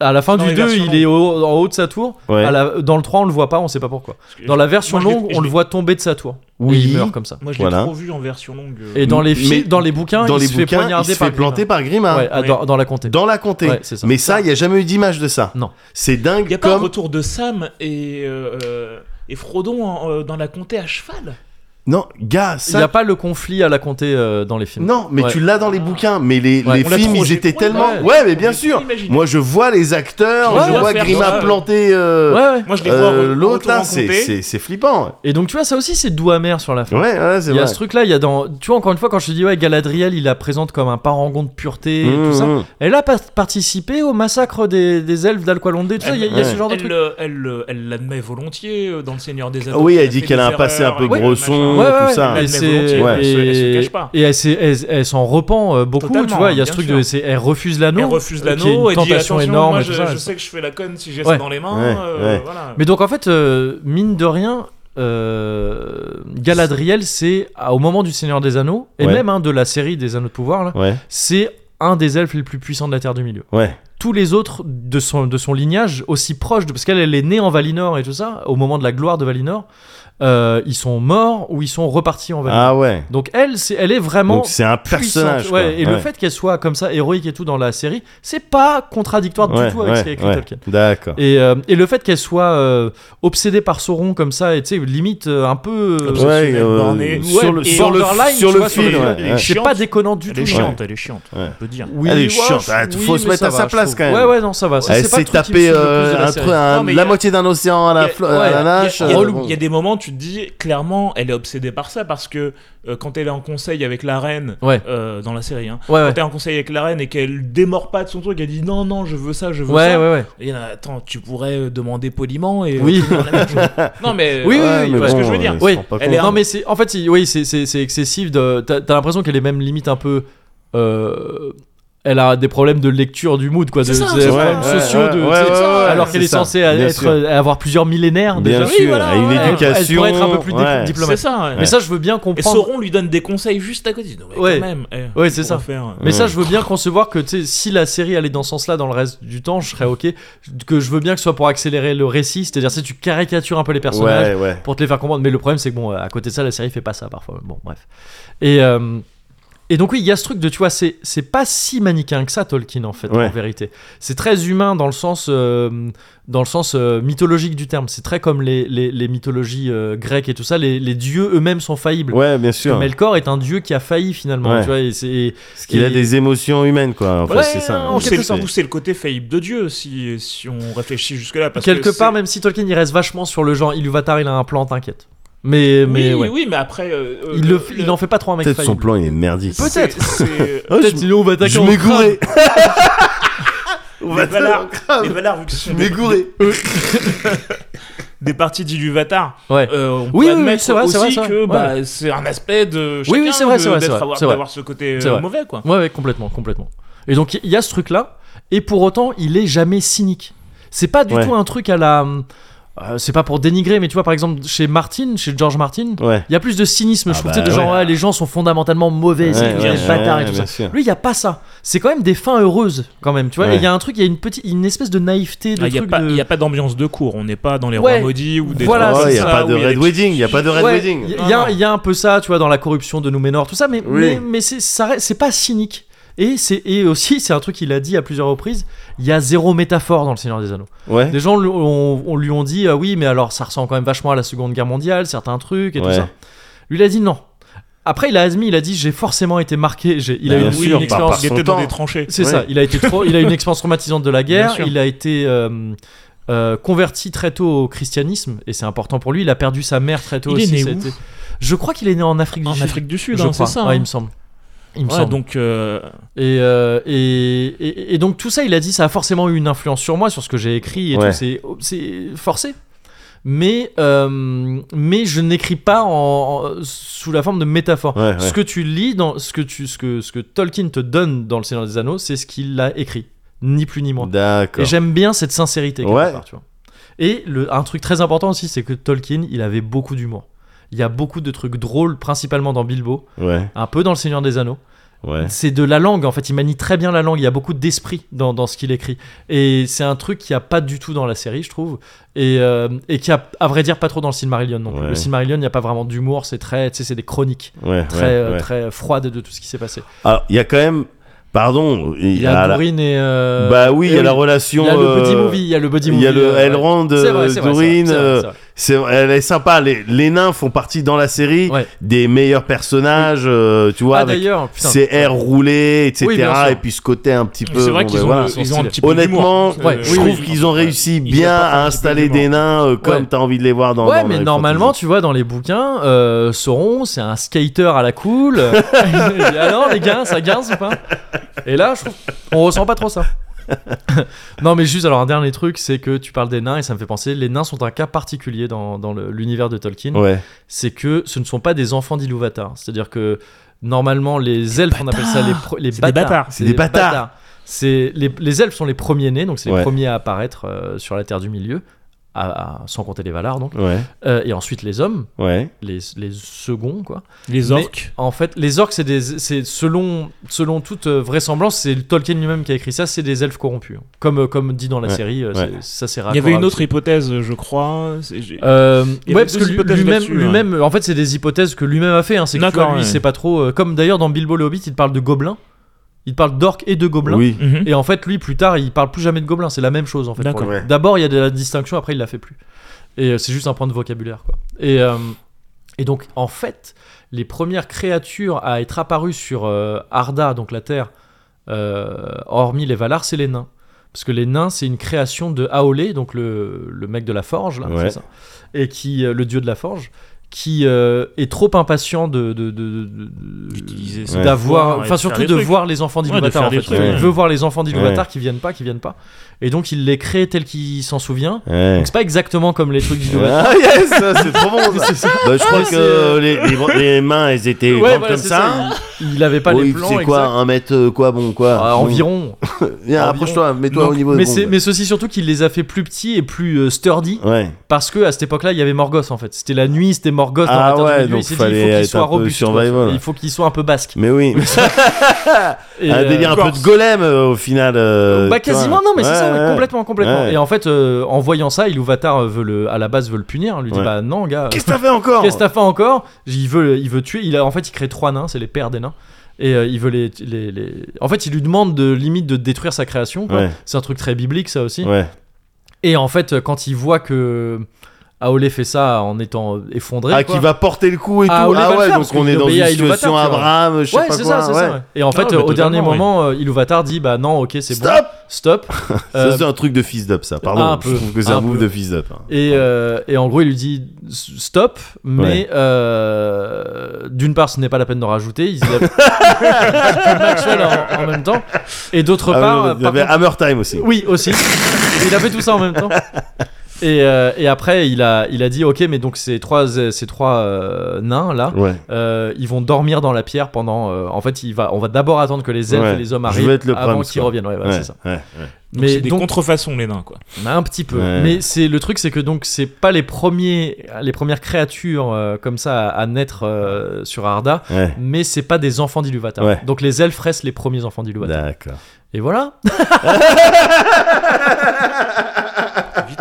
Speaker 1: À la fin
Speaker 5: Dans
Speaker 1: du
Speaker 5: les
Speaker 1: 2,
Speaker 5: versions
Speaker 1: il est au- en haut de sa tour.
Speaker 2: Ouais.
Speaker 1: À la- dans le 3, on le voit pas, on sait pas pourquoi. Dans la version
Speaker 5: Moi, je l'ai-
Speaker 1: longue,
Speaker 5: je
Speaker 1: on le
Speaker 5: l'ai-
Speaker 1: voit tomber de sa tour.
Speaker 2: Oui.
Speaker 1: Et il meurt comme ça.
Speaker 5: moi je
Speaker 2: Voilà.
Speaker 5: l'ai trop vu en version longue. euh,
Speaker 1: Et dans les, films-
Speaker 2: Mais-
Speaker 1: dans les bouquins,
Speaker 2: dans
Speaker 1: il
Speaker 2: les
Speaker 1: se fait
Speaker 2: bouquins,
Speaker 1: poignarder
Speaker 2: il se
Speaker 1: par
Speaker 2: fait planter
Speaker 1: Grima.
Speaker 2: par Grima.
Speaker 1: Ouais, à-
Speaker 5: Ouais.
Speaker 1: Dans, dans la comté.
Speaker 2: Dans la comté.
Speaker 1: Ouais, c'est ça.
Speaker 2: Mais ça, il n'y a jamais eu d'image de ça.
Speaker 1: Non.
Speaker 2: C'est dingue
Speaker 5: Il n'y a pas un
Speaker 2: comme.
Speaker 5: retour de Sam et, euh, euh, et Frodon en- euh, dans la comté à cheval
Speaker 2: Non, gars,
Speaker 1: Il n'y a
Speaker 2: ça.
Speaker 1: pas le conflit à la comté euh, dans les films.
Speaker 2: Non, mais
Speaker 1: Ouais.
Speaker 2: tu l'as dans les bouquins. Mais les,
Speaker 1: Ouais.
Speaker 2: les
Speaker 5: On l'a
Speaker 2: films,
Speaker 5: trop-
Speaker 2: ils
Speaker 5: j'ai
Speaker 2: étaient
Speaker 5: trop
Speaker 2: tellement.
Speaker 1: imaginé.
Speaker 2: Ouais, mais bien
Speaker 5: J'ai
Speaker 2: sûr.
Speaker 5: trop imaginé.
Speaker 2: Moi, je vois les acteurs,
Speaker 1: Ouais.
Speaker 2: je vois
Speaker 5: Faire
Speaker 2: Grima
Speaker 5: ça.
Speaker 2: planter. euh,
Speaker 1: Ouais, ouais.
Speaker 5: Moi je les vois en-
Speaker 2: euh,
Speaker 5: en
Speaker 2: L'autre,
Speaker 5: retour en
Speaker 2: là, c'est-
Speaker 5: comté.
Speaker 2: c'est c'est flippant.
Speaker 1: Et donc, tu vois, ça aussi, c'est doux amer sur la fin.
Speaker 2: Ouais, ouais, c'est
Speaker 1: Il y a
Speaker 2: vrai.
Speaker 1: ce truc-là, il y a dans. Tu vois, encore une fois, quand je te dis, ouais, Galadriel, il la présente comme un parangon de pureté et tout ça.
Speaker 2: Mmh, mmh.
Speaker 1: Elle a pas- participé au massacre des, des elfes d'Alqualondé, tout ça. Il y a, il y a
Speaker 2: Ouais.
Speaker 1: ce genre de
Speaker 5: Elle
Speaker 1: truc.
Speaker 5: euh, elle, euh, elle l'admet volontiers euh, dans le Seigneur des Anneaux.
Speaker 2: Oui, elle
Speaker 5: a
Speaker 2: dit
Speaker 5: fait
Speaker 2: qu'elle a
Speaker 5: des
Speaker 2: un passé un
Speaker 5: erreurs,
Speaker 2: peu
Speaker 5: ouais,
Speaker 2: grosson,
Speaker 5: machin.
Speaker 1: ouais, ouais,
Speaker 2: tout ça.
Speaker 1: ouais. Et
Speaker 5: Elle
Speaker 1: c'est-
Speaker 5: l'admet volontiers, elle se- elle se
Speaker 1: et-
Speaker 5: cache pas.
Speaker 1: Et elle, s'est- elle- elle s'en repent euh, beaucoup,
Speaker 5: Totalement,
Speaker 1: tu vois. Il y a
Speaker 5: hein,
Speaker 1: ce
Speaker 5: bien
Speaker 1: truc
Speaker 5: sûr.
Speaker 1: de. c'est- Elle refuse l'anneau. euh,
Speaker 5: Elle refuse
Speaker 1: qui est
Speaker 5: l'anneau
Speaker 1: une
Speaker 5: et dit
Speaker 1: tentation
Speaker 5: attention,
Speaker 1: énorme.
Speaker 5: moi
Speaker 1: et tout
Speaker 5: je,
Speaker 1: ça.
Speaker 5: je sais que je fais la conne si j'ai
Speaker 1: Ouais.
Speaker 5: ça dans les mains.
Speaker 2: Ouais,
Speaker 5: euh,
Speaker 2: ouais.
Speaker 5: voilà.
Speaker 1: Mais donc, en fait, euh, mine de rien. euh, Galadriel, c'est ah, au moment du Seigneur des Anneaux et
Speaker 2: Ouais.
Speaker 1: même hein, de la série des Anneaux de Pouvoir, là,
Speaker 2: Ouais,
Speaker 1: c'est un des elfes les plus puissants de la Terre du Milieu.
Speaker 2: ouais.
Speaker 1: tous les autres de son, de son lignage aussi proche de parce qu'elle elle est née en Valinor et tout ça au moment de la gloire de Valinor euh, ils sont morts ou ils sont repartis en Valinor
Speaker 2: Ah ouais.
Speaker 1: donc elle c'est elle est vraiment
Speaker 2: Donc c'est un
Speaker 1: puissante.
Speaker 2: personnage.
Speaker 1: Ouais,
Speaker 2: quoi.
Speaker 1: et le fait qu'elle soit comme ça héroïque et tout dans la série c'est pas contradictoire
Speaker 2: Ouais,
Speaker 1: du tout avec
Speaker 2: ouais,
Speaker 1: ce qu'a écrit
Speaker 2: ouais.
Speaker 1: Tolkien
Speaker 2: D'accord.
Speaker 1: et, euh, et le fait qu'elle soit euh, obsédée par Sauron comme ça et tu sais limite euh, un peu euh,
Speaker 5: Obsessionnelle,
Speaker 2: Ouais, euh,
Speaker 5: bornée.
Speaker 2: sur le
Speaker 1: Ouais,
Speaker 2: sur le
Speaker 1: borderline,
Speaker 2: sur
Speaker 1: tu
Speaker 2: le
Speaker 1: vois, sur
Speaker 2: fil.
Speaker 1: les-
Speaker 2: ouais, ouais.
Speaker 1: c'est
Speaker 5: chiante.
Speaker 1: pas déconnant du
Speaker 5: Elle
Speaker 1: tout
Speaker 5: est
Speaker 1: quoi.
Speaker 5: chiante, elle est chiante,
Speaker 2: Ouais.
Speaker 5: on peut dire.
Speaker 1: Oui,
Speaker 2: Elle est
Speaker 1: ouais,
Speaker 2: chiante.
Speaker 1: je-
Speaker 2: Ah, faut
Speaker 1: oui,
Speaker 2: se
Speaker 1: mais
Speaker 2: mettre
Speaker 1: ça
Speaker 2: à
Speaker 1: va,
Speaker 2: sa
Speaker 1: je
Speaker 2: place,
Speaker 1: trouve.
Speaker 2: quand même.
Speaker 1: ouais ouais non ça va Ça,
Speaker 2: Elle
Speaker 1: c'est pas
Speaker 2: s'est
Speaker 1: le truc qui me
Speaker 2: tapée
Speaker 1: saoule le plus de
Speaker 2: euh,
Speaker 1: la
Speaker 2: un
Speaker 1: série.
Speaker 2: truc- un-
Speaker 5: Non,
Speaker 2: la
Speaker 5: mais il y a-
Speaker 2: moitié d'un océan à la,
Speaker 5: Il y a-
Speaker 2: flo-
Speaker 1: ouais,
Speaker 2: à la
Speaker 1: il y a-
Speaker 2: nage.
Speaker 1: il y a-
Speaker 2: euh,
Speaker 1: relou.
Speaker 2: bon.
Speaker 5: Il y a des moments, tu te dis, clairement, elle est obsédée par ça parce que euh, quand elle est en conseil avec la reine,
Speaker 1: Ouais.
Speaker 5: euh, dans la série, hein,
Speaker 1: ouais
Speaker 5: quand
Speaker 1: ouais
Speaker 5: elle est en conseil avec la reine et qu'elle démord pas de son truc, elle dit non, non, je veux ça, je veux
Speaker 1: ouais
Speaker 5: ça.
Speaker 1: ouais ouais
Speaker 5: Et là, attends, tu pourrais euh, demander poliment et.
Speaker 1: oui
Speaker 5: Non, mais.
Speaker 1: Oui, oui,
Speaker 2: Ouais,
Speaker 1: oui,
Speaker 2: mais
Speaker 1: parce
Speaker 2: bon,
Speaker 5: que je veux dire.
Speaker 2: euh,
Speaker 1: Oui,
Speaker 2: ils se rendent pas
Speaker 5: elle
Speaker 2: compte.
Speaker 5: est un-
Speaker 1: non mais c'est en fait c'est- oui c'est c'est- c'est excessif de t'as t'as l'impression qu'elle est même limite un peu euh, elle a des problèmes de lecture du mood, quoi. de-
Speaker 5: C'est ça,
Speaker 1: c'est des
Speaker 5: c'est
Speaker 1: problèmes
Speaker 2: vrai, ouais,
Speaker 1: sociaux.
Speaker 2: ouais,
Speaker 1: de-
Speaker 2: ouais,
Speaker 1: tu sais,
Speaker 2: ouais, ouais,
Speaker 1: alors
Speaker 2: c'est
Speaker 1: qu'elle est
Speaker 2: ça,
Speaker 1: censée
Speaker 2: bien
Speaker 1: être, euh,
Speaker 2: sûr.
Speaker 1: avoir plusieurs millénaires
Speaker 2: Bien
Speaker 1: déjà.
Speaker 2: sûr, à une
Speaker 1: Elle-
Speaker 2: éducation.
Speaker 1: Elle pourrait être un peu plus dé-
Speaker 2: ouais.
Speaker 1: diplomate.
Speaker 5: C'est ça. ouais.
Speaker 1: Mais ça, je veux bien
Speaker 5: Et
Speaker 1: comprendre.
Speaker 5: Sauron lui donne des conseils juste à côté. Non, mais
Speaker 1: Ouais.
Speaker 5: quand même. eh,
Speaker 1: Ouais,
Speaker 5: tu
Speaker 1: c'est ça.
Speaker 5: pourras faire.
Speaker 1: Mais ça, je veux bien concevoir que tu sais, si la série allait dans ce sens-là dans le reste du temps, je serais ok. Que je veux bien que ce soit pour accélérer le récit, c'est-à-dire si tu caricatures un peu les personnages
Speaker 2: Ouais, ouais.
Speaker 1: pour te les faire comprendre. Mais le problème, c'est que bon, euh, à côté de ça, la série fait pas ça parfois. Bon, bref. Et, euh, et donc, oui, il y a ce truc de, tu vois, c'est, c'est pas si manichéen que ça, Tolkien, en fait,
Speaker 2: Ouais.
Speaker 1: en vérité. C'est très humain dans le sens, euh, dans le sens euh, mythologique du terme. C'est très comme les, les, les mythologies euh, grecques et tout ça. Les, les dieux eux-mêmes sont faillibles.
Speaker 2: Ouais, bien
Speaker 1: Que
Speaker 2: sûr.
Speaker 1: Melkor est un dieu qui a failli finalement,
Speaker 2: Ouais.
Speaker 1: tu vois, et c'est, et-
Speaker 2: Parce qu'il a
Speaker 1: et-
Speaker 2: des émotions humaines, quoi. Enfin,
Speaker 1: Ouais,
Speaker 2: c'est ça.
Speaker 1: en
Speaker 5: Ou c'est
Speaker 1: quelque
Speaker 5: le-
Speaker 1: sorte.
Speaker 5: ou c'est le côté faillible de Dieu, si, si on réfléchit jusque-là. parce
Speaker 1: quelque
Speaker 5: que
Speaker 1: part,
Speaker 5: c'est-
Speaker 1: même si Tolkien il reste vachement sur le genre, Iluvatar il a un plan, t'inquiète. Mais, mais
Speaker 5: oui,
Speaker 1: ouais.
Speaker 5: oui, mais après. euh, euh,
Speaker 1: il, le, fait- il en fait pas trop un mec
Speaker 2: Peut-être son
Speaker 1: faillible.
Speaker 2: plan, il est merdique.
Speaker 5: c'est-
Speaker 1: peut-être.
Speaker 5: c'est- euh,
Speaker 2: Ah,
Speaker 1: Peut-être
Speaker 2: je-
Speaker 1: sinon on va attaquer
Speaker 2: Je
Speaker 1: en
Speaker 2: m'ai
Speaker 1: crâne.
Speaker 2: gouré.
Speaker 5: Les Valar,
Speaker 1: Ah,
Speaker 5: les Valar, vu que ce
Speaker 2: Je
Speaker 5: sont
Speaker 2: m'ai
Speaker 5: des,
Speaker 2: gouré.
Speaker 5: des parties d'Iluvatar,
Speaker 1: Ouais.
Speaker 5: euh, on
Speaker 1: Oui, oui,
Speaker 5: peut admettre
Speaker 1: oui, c'est vrai,
Speaker 5: aussi
Speaker 1: c'est vrai, c'est vrai.
Speaker 5: que
Speaker 1: Ouais.
Speaker 5: bah, c'est un aspect de
Speaker 1: Oui, oui,
Speaker 5: chacun
Speaker 1: c'est vrai,
Speaker 5: de-
Speaker 1: c'est vrai, c'est
Speaker 5: d'être
Speaker 1: vrai,
Speaker 5: avoir-
Speaker 1: c'est vrai.
Speaker 5: d'avoir ce côté euh,
Speaker 1: C'est vrai.
Speaker 5: mauvais, quoi.
Speaker 1: Ouais, ouais, complètement, complètement. Et donc il y a ce truc là, et pour autant il est jamais cynique. C'est pas du
Speaker 2: Ouais.
Speaker 1: tout un truc à la. euh, c'est pas pour dénigrer, mais tu vois par exemple chez Martin, chez George Martin,
Speaker 2: Ouais.
Speaker 1: il y a plus de cynisme.
Speaker 2: Ah
Speaker 1: je trouve
Speaker 2: bah
Speaker 1: tu sais, de
Speaker 2: ouais.
Speaker 1: genre ouais, les gens sont fondamentalement mauvais,
Speaker 2: Ouais,
Speaker 1: c'est des
Speaker 2: ouais,
Speaker 1: bâtards
Speaker 2: ouais,
Speaker 1: et tout
Speaker 2: bien
Speaker 1: ça.
Speaker 2: sûr.
Speaker 1: Lui il y a pas ça. C'est quand même des fins heureuses quand même, tu vois.
Speaker 2: Ouais.
Speaker 1: Et il y a un truc, il y a une petite, une espèce de naïveté de
Speaker 5: Ah, Il n'y a,
Speaker 1: truc
Speaker 5: pas-
Speaker 1: de-
Speaker 5: y a pas d'ambiance de cours, on n'est pas dans les
Speaker 1: Ouais.
Speaker 5: rois maudits ou des
Speaker 1: Voilà,
Speaker 5: trucs
Speaker 2: Oh,
Speaker 5: comme
Speaker 2: il n'y a
Speaker 5: ça,
Speaker 2: pas de
Speaker 5: où il y a
Speaker 2: Red
Speaker 5: des-
Speaker 2: Wedding. Il n'y a pas de Red
Speaker 1: Ouais,
Speaker 2: Wedding.
Speaker 1: Il y, a- il y a un peu ça, tu vois, dans la corruption de Nouménor, tout ça, mais,
Speaker 2: Oui.
Speaker 1: mais, mais c'est, ça reste- c'est pas cynique. Et, c'est, et aussi, c'est un truc qu'il a dit à plusieurs reprises, il y a zéro métaphore dans Le Seigneur des Anneaux.
Speaker 2: Ouais.
Speaker 1: Des gens lui ont, on lui ont dit, ah oui, mais alors ça ressemble quand même vachement à la Seconde Guerre mondiale, certains trucs et
Speaker 2: Ouais.
Speaker 1: tout ça. Lui, il a dit non. Après, il a admis, il a dit, j'ai forcément été marqué, j'ai- il a
Speaker 2: Bah,
Speaker 1: eu
Speaker 2: bien
Speaker 1: une,
Speaker 2: sûr,
Speaker 1: une
Speaker 2: par-
Speaker 1: expérience
Speaker 2: par
Speaker 5: Il
Speaker 2: son
Speaker 5: était dans
Speaker 2: temps.
Speaker 5: des tranchées.
Speaker 1: c'est
Speaker 2: Ouais.
Speaker 1: ça, il a été trop, il a eu une expérience traumatisante de la guerre,
Speaker 5: Bien sûr.
Speaker 1: il a été euh, euh, converti très tôt au christianisme et c'est important pour lui, il a perdu sa mère très tôt
Speaker 5: Il est
Speaker 1: aussi.
Speaker 5: né
Speaker 1: ça a
Speaker 5: où
Speaker 1: été- Je crois qu'il est né en Afrique du
Speaker 5: En
Speaker 1: Sud.
Speaker 5: Afrique du Sud,
Speaker 1: je
Speaker 5: hein,
Speaker 1: crois,
Speaker 5: c'est ça.
Speaker 1: Ouais, il
Speaker 5: hein.
Speaker 1: me semble. Il me
Speaker 5: Ouais,
Speaker 1: semble.
Speaker 5: donc euh,
Speaker 1: Et, euh, et, et- et donc tout ça, il a dit, ça a forcément eu une influence sur moi, sur ce que j'ai écrit et
Speaker 2: Ouais.
Speaker 1: tout. C'est, c'est forcé. Mais, euh, mais je n'écris pas en, en- sous la forme de métaphore.
Speaker 2: Ouais, ouais.
Speaker 1: Ce que tu lis, dans, ce, que tu, ce, que, ce que Tolkien te donne dans Le Seigneur des Anneaux, c'est ce qu'il a écrit. Ni plus ni moins. Et
Speaker 2: D'accord.
Speaker 1: j'aime bien cette sincérité. quelque
Speaker 2: Ouais.
Speaker 1: part, tu vois. Et le, un truc très important aussi, c'est que Tolkien, il avait beaucoup d'humour. Il y a beaucoup de trucs drôles, principalement dans Bilbo,
Speaker 2: Ouais.
Speaker 1: un peu dans Le Seigneur des Anneaux.
Speaker 2: Ouais.
Speaker 1: C'est de la langue, en fait, il manie très bien la langue, il y a beaucoup d'esprit dans, dans ce qu'il écrit. Et c'est un truc qu'il n'y a pas du tout dans la série, je trouve, et, euh, et qui a, à vrai dire, pas trop dans le Silmarillion non plus.
Speaker 2: Ouais.
Speaker 1: Le Silmarillion, il n'y a pas vraiment d'humour, c'est très, tu sais, c'est des chroniques
Speaker 2: Ouais.
Speaker 1: très,
Speaker 2: ouais,
Speaker 1: euh,
Speaker 2: ouais.
Speaker 1: très froides de tout ce qui s'est passé.
Speaker 2: Alors, il y a quand même. Pardon.
Speaker 1: Il y a
Speaker 2: la-
Speaker 1: Dorine et... euh,
Speaker 2: Bah oui, il y
Speaker 1: et
Speaker 2: a la
Speaker 1: Il
Speaker 2: relation.
Speaker 1: y a le petit
Speaker 2: euh,
Speaker 1: movie, il y a le buddy
Speaker 2: Il y a
Speaker 1: movie,
Speaker 2: le
Speaker 1: euh, ouais.
Speaker 2: Elrond,
Speaker 1: C'est vrai,
Speaker 2: euh,
Speaker 1: c'est vrai, c'est vrai,
Speaker 2: Dorine.
Speaker 1: c'est vrai,
Speaker 2: euh,
Speaker 1: c'est vrai.
Speaker 2: C'est, elle est sympa. Les, les nains font partie dans la série
Speaker 1: Ouais.
Speaker 2: des meilleurs personnages, euh, tu vois,
Speaker 1: Ah
Speaker 2: avec
Speaker 1: d'ailleurs, putain.
Speaker 2: ces airs roulés, etc.
Speaker 1: Oui, bien sûr.
Speaker 2: et puis ce côté un petit peu.
Speaker 5: c'est vrai
Speaker 2: bon,
Speaker 5: qu'ils
Speaker 2: ben
Speaker 5: ont,
Speaker 2: voilà.
Speaker 1: ils
Speaker 5: ils ont un
Speaker 1: stylés.
Speaker 5: petit peu
Speaker 2: Honnêtement,
Speaker 5: d'humour.
Speaker 1: Ouais,
Speaker 5: Euh,
Speaker 2: je
Speaker 1: oui,
Speaker 2: trouve
Speaker 1: oui.
Speaker 2: qu'ils ont réussi
Speaker 5: Ils
Speaker 2: bien à
Speaker 5: apportent un petit peu
Speaker 2: installer
Speaker 5: d'humour.
Speaker 2: des nains euh, comme
Speaker 1: Ouais.
Speaker 2: t'as envie de les voir dans.
Speaker 1: ouais,
Speaker 2: dans
Speaker 1: mais
Speaker 2: les
Speaker 1: normalement,
Speaker 2: fantasy.
Speaker 1: tu vois, dans les bouquins, euh, Sauron, c'est un skater à la cool. Il dit, Alors, les gars, ça gaz ou pas Et là, je trouve, on ressent pas trop ça. non, mais juste, alors, un dernier truc, c'est que tu parles des nains et ça me fait penser, les nains sont un cas particulier dans, dans le- l'univers de Tolkien.
Speaker 2: Ouais.
Speaker 1: C'est que ce ne sont pas des enfants d'Iluvatar. C'est-à-dire que normalement, les elfes, on appelle ça les, pro- les
Speaker 5: C'est des bâtards.
Speaker 2: C'est des bâtards.
Speaker 1: C'est les, les elfes sont les premiers nés, donc c'est les
Speaker 2: Ouais.
Speaker 1: premiers à apparaître euh, sur la terre du milieu, à- à- sans compter les Valar, donc.
Speaker 2: Ouais.
Speaker 1: Euh, et ensuite les hommes,
Speaker 2: Ouais.
Speaker 1: les, les seconds, quoi.
Speaker 5: Les
Speaker 1: Mais-
Speaker 5: orques.
Speaker 1: En fait, les orques, c'est des, c'est selon, selon toute euh, vraisemblance, c'est le Tolkien lui-même qui a écrit ça, c'est des elfes corrompus. hein. Comme, euh, comme dit dans la
Speaker 2: Ouais,
Speaker 1: série, euh,
Speaker 2: ouais.
Speaker 1: c'est- ça c'est
Speaker 5: Il y avait une
Speaker 1: raccord
Speaker 5: autre hypothèse, je crois. c'est- j'ai-
Speaker 1: euh,
Speaker 5: Il y
Speaker 1: ouais,
Speaker 5: avait
Speaker 1: parce
Speaker 5: deux
Speaker 1: que lui-
Speaker 5: hypothèses
Speaker 1: lui-même,
Speaker 5: là-dessus,
Speaker 1: lui-même, en fait, c'est des hypothèses que lui-même a fait. Hein, c'est que tu vois,
Speaker 5: D'accord,
Speaker 1: lui,
Speaker 5: ouais.
Speaker 1: c'est pas trop. euh, comme d'ailleurs dans Bilbo le Hobbit, il parle de gobelins, il parle d'orques et de gobelins.
Speaker 2: Oui.
Speaker 5: Mhm.
Speaker 1: Et en fait, lui, plus tard, il parle plus jamais de gobelins. C'est la même chose, en fait.
Speaker 5: D'accord.
Speaker 1: pour lui.
Speaker 2: Ouais.
Speaker 1: D'abord, il y a de la distinction, après, il la fait plus. Et euh, c'est juste un point de vocabulaire, quoi. Et, euh, et donc, en fait, les premières créatures à être apparues sur euh, Arda, donc la Terre, euh, hormis les Valar, c'est les nains. Parce que les nains, c'est une création de Aolé, donc le, le mec de la forge, là,
Speaker 2: Ouais.
Speaker 1: c'est ça, et qui, euh, le dieu de la forge, qui euh, est trop impatient de, de- de- de- de-
Speaker 5: D'utiliser
Speaker 2: son
Speaker 1: d'avoir,
Speaker 5: pouvoir et
Speaker 1: enfin
Speaker 5: de
Speaker 1: surtout
Speaker 5: faire des
Speaker 1: de
Speaker 5: trucs.
Speaker 1: voir les enfants
Speaker 5: Ouais, de
Speaker 1: d'Ilouvatar.
Speaker 5: faire
Speaker 1: en
Speaker 5: des
Speaker 1: fait.
Speaker 5: trucs,
Speaker 1: Il
Speaker 2: ouais.
Speaker 1: veut voir les enfants d'Ilouvatar
Speaker 2: Ouais.
Speaker 1: qui viennent pas, qui viennent pas, et donc il les crée tels qu'ils s'en souvient.
Speaker 2: Ouais.
Speaker 1: Donc c'est pas exactement comme les trucs d'Ilouvatar.
Speaker 2: Ah yes, c'est trop bon. ça. Bah, je crois
Speaker 1: c'est,
Speaker 2: que
Speaker 1: euh,
Speaker 2: les, les- les mains, elles étaient
Speaker 1: Ouais,
Speaker 2: grandes
Speaker 1: voilà,
Speaker 2: comme
Speaker 1: c'est
Speaker 2: ça.
Speaker 1: Il, il avait pas
Speaker 2: Oui,
Speaker 1: les plans.
Speaker 2: c'est Oh, quoi
Speaker 1: exacts.
Speaker 2: un mètre euh, quoi bon quoi
Speaker 1: Ah,
Speaker 2: Bon.
Speaker 1: environ.
Speaker 2: Viens,
Speaker 1: environ.
Speaker 2: approche-toi, mets-toi au
Speaker 1: Donc,
Speaker 2: niveau.
Speaker 1: mais,
Speaker 2: de-
Speaker 1: c'est, mais ceci surtout qu'il les a fait plus petits et plus euh, sturdy
Speaker 2: Ouais.
Speaker 1: parce que à cette époque-là il y avait Morgoth en fait. C'était la nuit, c'était Morgoth dans
Speaker 2: Ah
Speaker 1: la Terre du
Speaker 2: ouais,
Speaker 1: Milieu,
Speaker 2: donc
Speaker 1: il s'est dit,
Speaker 2: fallait
Speaker 1: il faut qu'il
Speaker 2: être
Speaker 1: soit
Speaker 2: un peu
Speaker 1: robuste. quoi.
Speaker 2: survival.
Speaker 1: Il faut qu'il soit un peu basque.
Speaker 2: Mais oui,
Speaker 1: Et,
Speaker 2: un
Speaker 1: euh,
Speaker 2: délire un peu de golem euh, au final. euh,
Speaker 1: bah
Speaker 2: tu
Speaker 1: quasiment
Speaker 2: vois.
Speaker 1: non mais c'est
Speaker 2: Ouais,
Speaker 1: ça ouais,
Speaker 2: ouais.
Speaker 1: complètement complètement
Speaker 2: Ouais.
Speaker 1: et en fait euh, en voyant ça Ilouvatar euh, veut le à la base veut le punir Il lui dit
Speaker 2: Ouais.
Speaker 1: bah non gars
Speaker 2: Qu'est-ce que t'as fait encore
Speaker 1: Qu'est-ce que t'as fait encore Il veut, il veut tuer. Il a, en fait, il crée trois nains, c'est les pères des nains. Et euh, il veut les, les, les- En fait, il lui demande de limite de détruire sa création. quoi.
Speaker 2: Ouais.
Speaker 1: C'est un truc très biblique, ça aussi.
Speaker 2: Ouais.
Speaker 1: Et en fait, quand il voit que euh, Aolé fait ça en étant euh, effondré.
Speaker 2: Ah,
Speaker 1: quoi.
Speaker 2: qui va porter le coup et
Speaker 1: Ah,
Speaker 2: tout.
Speaker 1: Olé va
Speaker 2: Ah
Speaker 1: le
Speaker 2: ouais,
Speaker 1: faire,
Speaker 2: donc
Speaker 1: parce
Speaker 2: on
Speaker 1: qu'il
Speaker 2: est dans
Speaker 1: obéit
Speaker 2: une
Speaker 1: à Iluvatar,
Speaker 2: situation
Speaker 1: tu vois.
Speaker 2: Abraham, je sais
Speaker 1: Ouais,
Speaker 2: pas
Speaker 1: c'est ça,
Speaker 2: quoi.
Speaker 1: c'est
Speaker 2: ouais.
Speaker 1: ça. ouais. Et en fait,
Speaker 5: mais
Speaker 1: euh, au dernier
Speaker 5: totalement, oui.
Speaker 1: moment, euh, Iluvatar dit Bah non, ok, c'est bon.
Speaker 2: Stop
Speaker 1: Stop
Speaker 2: Ça,
Speaker 1: Euh,
Speaker 2: c'est un truc de fils d'up, ça. Pardon,
Speaker 1: un
Speaker 2: je
Speaker 1: peu,
Speaker 2: trouve que c'est un,
Speaker 1: un
Speaker 2: move
Speaker 1: peu.
Speaker 2: de fils d'up. hein.
Speaker 1: Et, euh, et en gros, il lui dit s- stop, mais
Speaker 2: Ouais.
Speaker 1: euh, d'une part, ce n'est pas la peine d'en rajouter. Il se lève Maxwell en, en même temps. Et d'autre
Speaker 2: Ah,
Speaker 1: part,
Speaker 2: mais
Speaker 1: euh,
Speaker 2: il y
Speaker 1: par
Speaker 2: avait
Speaker 1: contre-
Speaker 2: Hammer Time aussi.
Speaker 1: oui, aussi. il a fait tout ça en même temps. Et, euh, et après, il a, il a dit ok, mais donc ces trois, ces trois euh, nains là,
Speaker 2: Ouais.
Speaker 1: euh, ils vont dormir dans la pierre pendant. euh, en fait, il va, on va d'abord attendre que les elfes
Speaker 2: Ouais.
Speaker 1: et les hommes
Speaker 2: Je
Speaker 1: arrivent
Speaker 2: veux être le
Speaker 1: avant
Speaker 2: prince,
Speaker 1: qu'ils
Speaker 2: quoi.
Speaker 1: reviennent. Ouais, voilà,
Speaker 2: Ouais,
Speaker 1: bah, c'est ça.
Speaker 2: ouais.
Speaker 5: Donc, c'est des contrefaçons, les nains, quoi.
Speaker 1: Bah, un petit peu.
Speaker 2: Ouais.
Speaker 1: Mais c'est le truc, c'est que donc c'est pas les premiers, les premières créatures euh, comme ça à, à naître euh, sur Arda,
Speaker 2: Ouais.
Speaker 1: mais c'est pas des enfants d'Iluvatar.
Speaker 2: Ouais.
Speaker 1: Donc les elfes restent les premiers enfants d'Iluvatar.
Speaker 2: D'accord.
Speaker 1: Et voilà.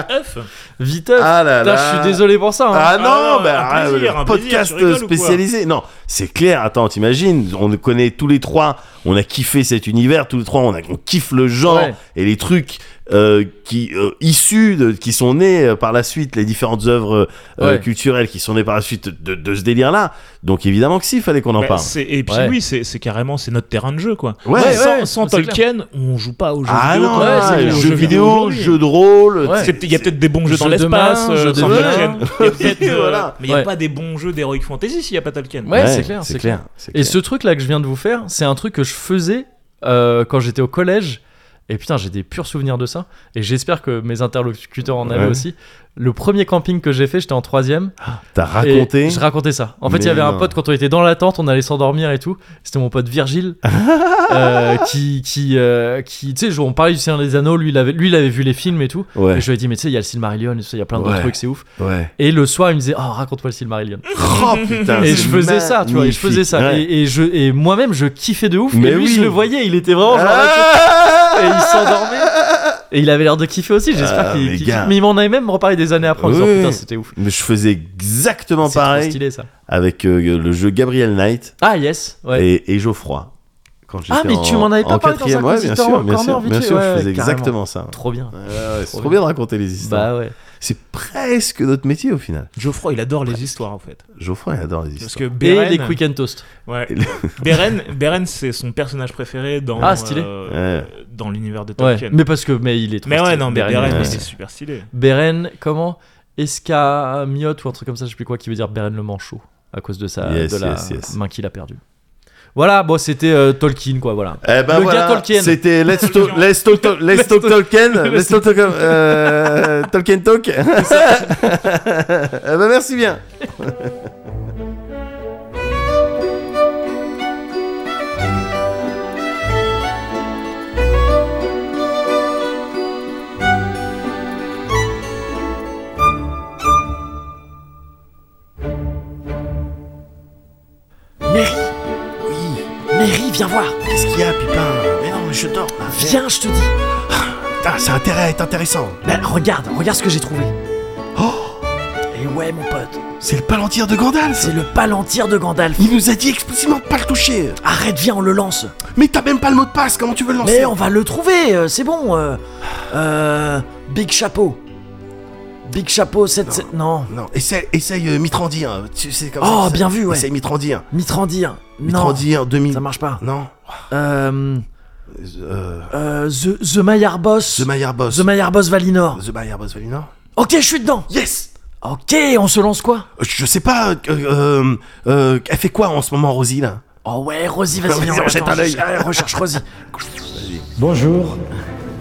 Speaker 5: Œuf.
Speaker 1: Vite. euh,
Speaker 2: Ah là
Speaker 1: putain,
Speaker 2: là.
Speaker 1: je suis désolé pour ça. hein.
Speaker 2: Ah
Speaker 5: Ah,
Speaker 2: non, bah,
Speaker 5: un plaisir,
Speaker 2: ah,
Speaker 5: un plaisir,
Speaker 2: podcast
Speaker 5: tu rigoles ou quoi
Speaker 2: spécialisé. Non, c'est clair. Attends, t'imagines, on connaît tous les trois, on a kiffé cet univers, tous les trois, on, a, on kiffe le genre
Speaker 1: Ouais.
Speaker 2: et les trucs euh, qui euh, issus, de, qui sont nés euh, par la suite, les différentes œuvres euh,
Speaker 1: Ouais.
Speaker 2: culturelles qui sont nées par la suite de, de ce délire-là. Donc évidemment que si, il fallait qu'on en
Speaker 5: Bah,
Speaker 2: parle.
Speaker 5: c'est- Et puis
Speaker 1: Ouais.
Speaker 5: oui, c'est c'est carrément c'est notre terrain de jeu quoi.
Speaker 2: Ouais.
Speaker 1: Ouais,
Speaker 5: sans
Speaker 1: ouais,
Speaker 5: sans
Speaker 1: c'est
Speaker 5: Tolkien, on joue pas aux jeux
Speaker 2: Ah
Speaker 5: vidéo.
Speaker 2: non,
Speaker 5: comme
Speaker 1: ouais,
Speaker 5: on joue
Speaker 1: c'est
Speaker 5: aux
Speaker 2: jeux,
Speaker 1: jeux
Speaker 2: vidéo,
Speaker 5: aujourd'hui.
Speaker 2: jeux de rôle.
Speaker 1: Ouais.
Speaker 2: c'est-
Speaker 5: C'est- Il y a peut-être des bons jeux
Speaker 1: Jeux
Speaker 5: dans
Speaker 1: de
Speaker 5: l'espace
Speaker 1: main,
Speaker 5: euh,
Speaker 1: jeux de
Speaker 5: sans
Speaker 1: main.
Speaker 5: Tolkien. Il y a peut-être, euh,
Speaker 2: Voilà.
Speaker 5: Mais il n'y a
Speaker 1: Ouais.
Speaker 5: pas des bons jeux d'Heroic Fantasy s'il n'y a pas Tolkien.
Speaker 1: Ouais, c'est clair, c'est clair.
Speaker 2: c'est
Speaker 1: Et
Speaker 2: clair.
Speaker 1: ce truc là que je viens de vous faire, c'est un truc que je faisais euh, quand j'étais au collège. Et putain, j'ai des purs souvenirs de ça. Et j'espère que mes interlocuteurs en avaient
Speaker 2: Ouais.
Speaker 1: aussi. Le premier camping que j'ai fait, j'étais en troisième.
Speaker 2: T'as
Speaker 1: Et
Speaker 2: raconté.
Speaker 1: Je racontais ça. En fait, il y
Speaker 2: Mais
Speaker 1: avait un
Speaker 2: non.
Speaker 1: pote quand on était dans la tente, on allait s'endormir et tout. C'était mon pote Virgile euh, qui qui euh, qui tu sais, on parlait du Seigneur des Anneaux, lui il avait lui il avait vu les films et tout.
Speaker 2: Ouais,
Speaker 1: Et je lui ai dit mais tu sais, il y a le Silmarillion et tout ça, il y a plein d'autres
Speaker 2: Ouais.
Speaker 1: trucs, c'est ouf.
Speaker 2: ouais.
Speaker 1: Et le soir, il me disait "Ah, raconte-moi le Silmarillion."
Speaker 2: Oh putain.
Speaker 1: Et
Speaker 2: c'est
Speaker 1: je faisais ça, tu vois, et je faisais ça
Speaker 2: magnifique. Ouais.
Speaker 1: et, et je et moi-même je kiffais de ouf
Speaker 2: Mais
Speaker 1: et lui
Speaker 2: oui.
Speaker 1: Oh, je le voyais, il était vraiment genre là-dessus.
Speaker 2: Ah
Speaker 1: et il s'endormait. Et il avait l'air de kiffer aussi, j'espère
Speaker 2: Ah,
Speaker 1: qu'il
Speaker 2: mais
Speaker 1: qu'il-
Speaker 2: gars.
Speaker 1: mais il m'en avait même reparlé des années après en disant
Speaker 2: Oui.
Speaker 1: putain, c'était ouf.
Speaker 2: Mais je faisais exactement
Speaker 1: C'est trop
Speaker 2: pareil
Speaker 1: stylé ça.
Speaker 2: avec euh, le jeu Gabriel Knight
Speaker 1: Ah yes, ouais.
Speaker 2: et, et Geoffroy. Quand j'étais
Speaker 1: Ah, mais
Speaker 2: en-
Speaker 1: tu m'en avais pas
Speaker 2: en
Speaker 1: parlé dans un
Speaker 2: quatrième. ouais, bien
Speaker 1: Inquisiteur
Speaker 2: sûr, bien
Speaker 1: Corner
Speaker 2: sûr,
Speaker 1: vite
Speaker 2: bien
Speaker 1: fait,
Speaker 2: sûr, je
Speaker 1: ouais,
Speaker 2: faisais
Speaker 1: carrément. Ah
Speaker 2: exactement ça.
Speaker 1: Trop bien.
Speaker 2: Ouais, ouais, c'est trop
Speaker 1: bien.
Speaker 2: bien de raconter les histoires.
Speaker 1: Bah ouais.
Speaker 2: C'est presque notre métier au final.
Speaker 5: Geoffroy, il adore les histoires en fait.
Speaker 2: Geoffroy il adore les
Speaker 5: Parce
Speaker 2: histoires.
Speaker 5: que
Speaker 1: Et
Speaker 5: Beren,
Speaker 1: les Quick and Toast.
Speaker 5: ouais. Beren, Beren, c'est son personnage préféré dans
Speaker 1: Ah, stylé.
Speaker 5: euh,
Speaker 2: Ouais.
Speaker 5: dans l'univers de
Speaker 1: Ouais.
Speaker 5: Tolkien.
Speaker 1: Mais parce que mais il est trop
Speaker 5: Mais ouais,
Speaker 1: stylé,
Speaker 5: non, mais
Speaker 1: Beren,
Speaker 5: Beren,
Speaker 1: ouais.
Speaker 5: c'est super stylé.
Speaker 1: Beren, comment Escamiote ou un truc comme ça, je sais plus quoi, qui veut dire Beren le manchot à cause de sa
Speaker 2: Yes,
Speaker 1: de la
Speaker 2: yes, yes.
Speaker 1: main qu'il a perdue. Voilà, bon, c'était euh, Tolkien quoi, voilà.
Speaker 2: Eh ben
Speaker 1: Le
Speaker 2: voilà,
Speaker 1: gars Tolkien.
Speaker 2: c'était Let's Talk Let's Talk Talk- Let's Talk Tolkien, Let's Talk Talk- euh, Tolkien Talk. Eh ben merci bien.
Speaker 6: Mary,
Speaker 2: Oui,
Speaker 6: Mary, viens voir.
Speaker 2: qu'est-ce qu'il y a Pipin Mais non, mais je dors. là.
Speaker 6: Viens, je te dis.
Speaker 2: Putain, ça a intérêt à être intéressant.
Speaker 6: Là, regarde, regarde ce que j'ai trouvé. Oh. Et ouais, mon pote,
Speaker 2: C'est le palantir de Gandalf.
Speaker 6: c'est le palantir de Gandalf.
Speaker 2: Il nous a dit explicitement de pas le toucher.
Speaker 6: Arrête, viens, on le lance.
Speaker 2: Mais t'as même pas le mot de passe, comment tu veux le lancer
Speaker 6: Mais on va le trouver, euh, c'est bon. euh, euh, Big Chapeau. Big Chapeau 77. Non.
Speaker 2: Non, essaye, essaye euh, Mitrandir. Tu sais comme
Speaker 6: Oh,
Speaker 2: ça,
Speaker 6: bien vu, ouais.
Speaker 2: Essaye hein. Mitrandir.
Speaker 6: Mitrandir. hein. Non.
Speaker 2: Mitrandir, 2000.
Speaker 6: Ça marche pas.
Speaker 2: hein, Non.
Speaker 6: Euh,
Speaker 2: Euh,
Speaker 6: euh, the, the Maillard Boss.
Speaker 2: The Maillard Boss.
Speaker 6: The Maillard Boss Valinor.
Speaker 2: The Maillard Boss Valinor.
Speaker 6: Ok, je suis dedans.
Speaker 2: Yes
Speaker 6: Ok, on se lance quoi
Speaker 2: Je sais pas, euh, euh, euh, elle fait quoi en ce moment, Rosie, là
Speaker 6: Oh ouais, Rosie, vas-y,
Speaker 2: Vas-y,
Speaker 6: viens,
Speaker 2: on jette
Speaker 6: attends,
Speaker 2: un œil.
Speaker 6: je- allez, recherche Rosie.
Speaker 9: Bonjour,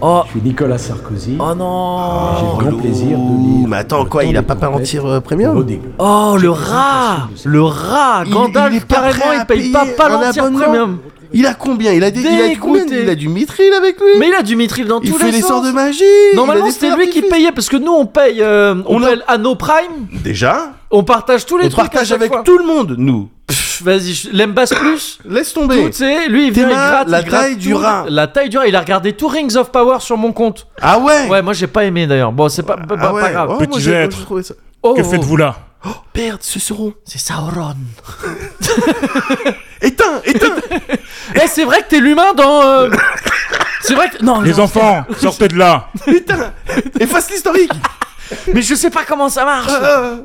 Speaker 6: Oh,
Speaker 9: je suis Nicolas Sarkozy.
Speaker 6: oh non
Speaker 9: J'ai le grand
Speaker 2: Relou.
Speaker 9: plaisir de lire.
Speaker 2: Mais attends,
Speaker 9: le
Speaker 2: quoi,
Speaker 9: temps
Speaker 2: il a
Speaker 9: des
Speaker 2: pas
Speaker 9: trompettes
Speaker 2: Palantir euh,
Speaker 9: au
Speaker 2: Premium
Speaker 9: début.
Speaker 6: Oh, le rat Le rat
Speaker 2: Il-
Speaker 6: Gandalf,
Speaker 2: il est pas
Speaker 6: carrément,
Speaker 2: prêt à
Speaker 6: il paye pas
Speaker 2: payer
Speaker 6: Palantir
Speaker 2: un abonnement.
Speaker 6: Premium
Speaker 2: Il a combien Il a des, il a combien
Speaker 6: Dégoûté.
Speaker 2: Il a du mithril avec lui
Speaker 6: Mais il a du mithril dans
Speaker 2: Il
Speaker 6: tous
Speaker 2: fait
Speaker 6: les
Speaker 2: les sorts
Speaker 6: sens
Speaker 2: de magie il a
Speaker 6: Normalement,
Speaker 2: des
Speaker 6: c'était
Speaker 2: feux
Speaker 6: lui qui
Speaker 2: d'artifice.
Speaker 6: payait, parce que nous, on paye, euh, on,
Speaker 2: On a-
Speaker 6: paye à nos prime,
Speaker 2: Déjà,
Speaker 6: on partage tous les
Speaker 2: on
Speaker 6: trucs à
Speaker 2: partage
Speaker 6: chaque
Speaker 2: avec
Speaker 6: fois.
Speaker 2: tout le monde, nous.
Speaker 6: Pff, Vas-y, je- l'Embas plus
Speaker 2: Laisse
Speaker 6: tout,
Speaker 2: tomber.
Speaker 6: tu sais, lui il vient, il
Speaker 2: Théma,
Speaker 6: gratte,
Speaker 2: la
Speaker 6: il gratte
Speaker 2: taille du
Speaker 6: tout.
Speaker 2: rat.
Speaker 6: La taille du rat, il a regardé tout Rings of Power sur mon compte.
Speaker 2: Ah ouais
Speaker 6: Ouais, moi j'ai pas aimé d'ailleurs. Bon, c'est pas, pas-
Speaker 2: Ah
Speaker 6: pas
Speaker 2: ouais.
Speaker 6: grave.
Speaker 2: Oh,
Speaker 3: Petit
Speaker 2: moi, j'ai-
Speaker 3: être.
Speaker 2: j'ai trouvé ça.
Speaker 6: Oh,
Speaker 3: Que
Speaker 6: oh,
Speaker 3: faites-vous là
Speaker 2: Perde, ce seront.
Speaker 6: C'est Sauron.
Speaker 2: Éteins, éteins
Speaker 6: Eh, c'est vrai que t'es l'humain dans. euh, C'est vrai
Speaker 1: Oh,
Speaker 6: que. Non,
Speaker 3: Les
Speaker 6: non,
Speaker 3: enfants, sortez de là
Speaker 2: Efface l'historique
Speaker 6: Mais je sais pas comment ça marche.
Speaker 2: Euh,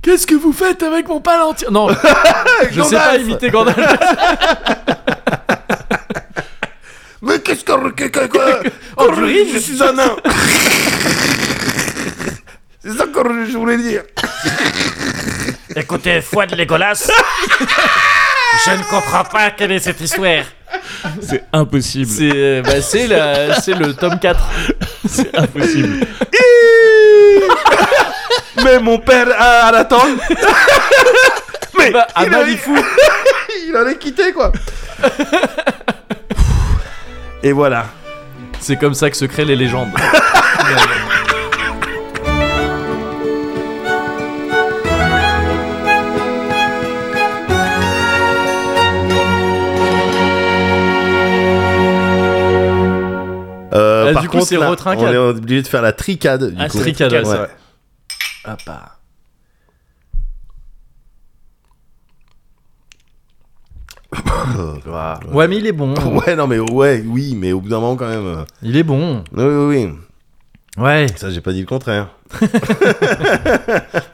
Speaker 6: Qu'est-ce que vous faites avec mon palantir Non, je sais pas
Speaker 2: Gandalf.
Speaker 6: imiter Gandalf.
Speaker 2: Mais qu'est-ce que... que- que- que-
Speaker 6: Oh,
Speaker 2: je,
Speaker 6: Green.
Speaker 2: je suis un nain C'est ça que je voulais dire
Speaker 5: Écoutez, foi de Légolas, je ne comprends pas quelle est cette histoire.
Speaker 3: C'est impossible.
Speaker 1: C'est bah, c'est la- c'est le tome 4.
Speaker 3: C'est impossible.
Speaker 2: Mais mon père a à l'attendre Mais
Speaker 1: Bah, à
Speaker 2: il, allait,
Speaker 1: Malifou.
Speaker 2: il allait quitter, quoi Et voilà
Speaker 1: C'est comme ça que se créent les légendes.
Speaker 2: Euh,
Speaker 1: Ah,
Speaker 2: par
Speaker 1: du coup,
Speaker 2: contre,
Speaker 1: c'est
Speaker 2: là,
Speaker 1: retrincade.
Speaker 2: On est obligé de faire la tricade. Du
Speaker 1: Ah,
Speaker 2: coup.
Speaker 1: c'est tricade, ouais,
Speaker 2: Ouais.
Speaker 1: c'est vrai.
Speaker 2: Hop, ah. Ouah.
Speaker 1: Ouais, mais il est bon.
Speaker 2: Ouais, non, mais ouais, oui, mais au bout d'un moment quand même. euh,
Speaker 1: Il est bon.
Speaker 2: Oui, oui, oui.
Speaker 1: Ouais.
Speaker 2: Ça, j'ai pas dit le contraire.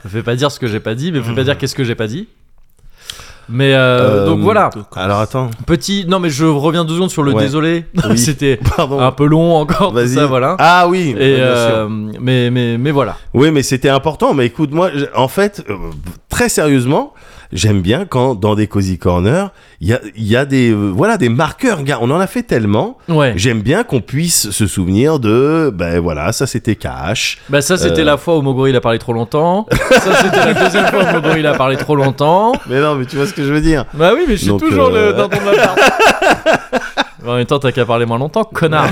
Speaker 1: Fais pas dire ce que j'ai pas dit, mais fais pas dire qu'est-ce que j'ai pas dit. Mais Mmh. euh,
Speaker 2: Euh,
Speaker 1: donc voilà.
Speaker 2: Alors attends.
Speaker 1: Petit. Non, mais je reviens deux secondes sur le
Speaker 2: Ouais.
Speaker 1: désolé.
Speaker 2: Oui.
Speaker 1: C'était
Speaker 2: Pardon.
Speaker 1: un peu long encore. tout
Speaker 2: Vas-y.
Speaker 1: ça, voilà.
Speaker 2: Ah oui. ouais,
Speaker 1: Et
Speaker 2: bien sûr.
Speaker 1: euh, mais, mais, mais voilà.
Speaker 2: Oui, mais c'était important. Mais écoute, moi, j'- en fait, euh, très sérieusement, j'aime bien quand dans des cozy corners, il y a, il y a des euh, voilà des marqueurs. Regarde, on en a fait tellement.
Speaker 1: Ouais.
Speaker 2: J'aime bien qu'on puisse se souvenir de, ben voilà, ça c'était cash.
Speaker 1: Bah ça c'était
Speaker 2: Euh.
Speaker 1: la fois où Mogori il a parlé trop longtemps. ça c'était la deuxième fois où Mogori il a parlé trop longtemps.
Speaker 2: Mais non, mais tu vois ce que je veux dire.
Speaker 1: Bah oui mais je suis
Speaker 2: Donc,
Speaker 1: toujours
Speaker 2: euh,
Speaker 1: le dans ton appart. Mais en même temps t'as qu'à parler moins longtemps, connard.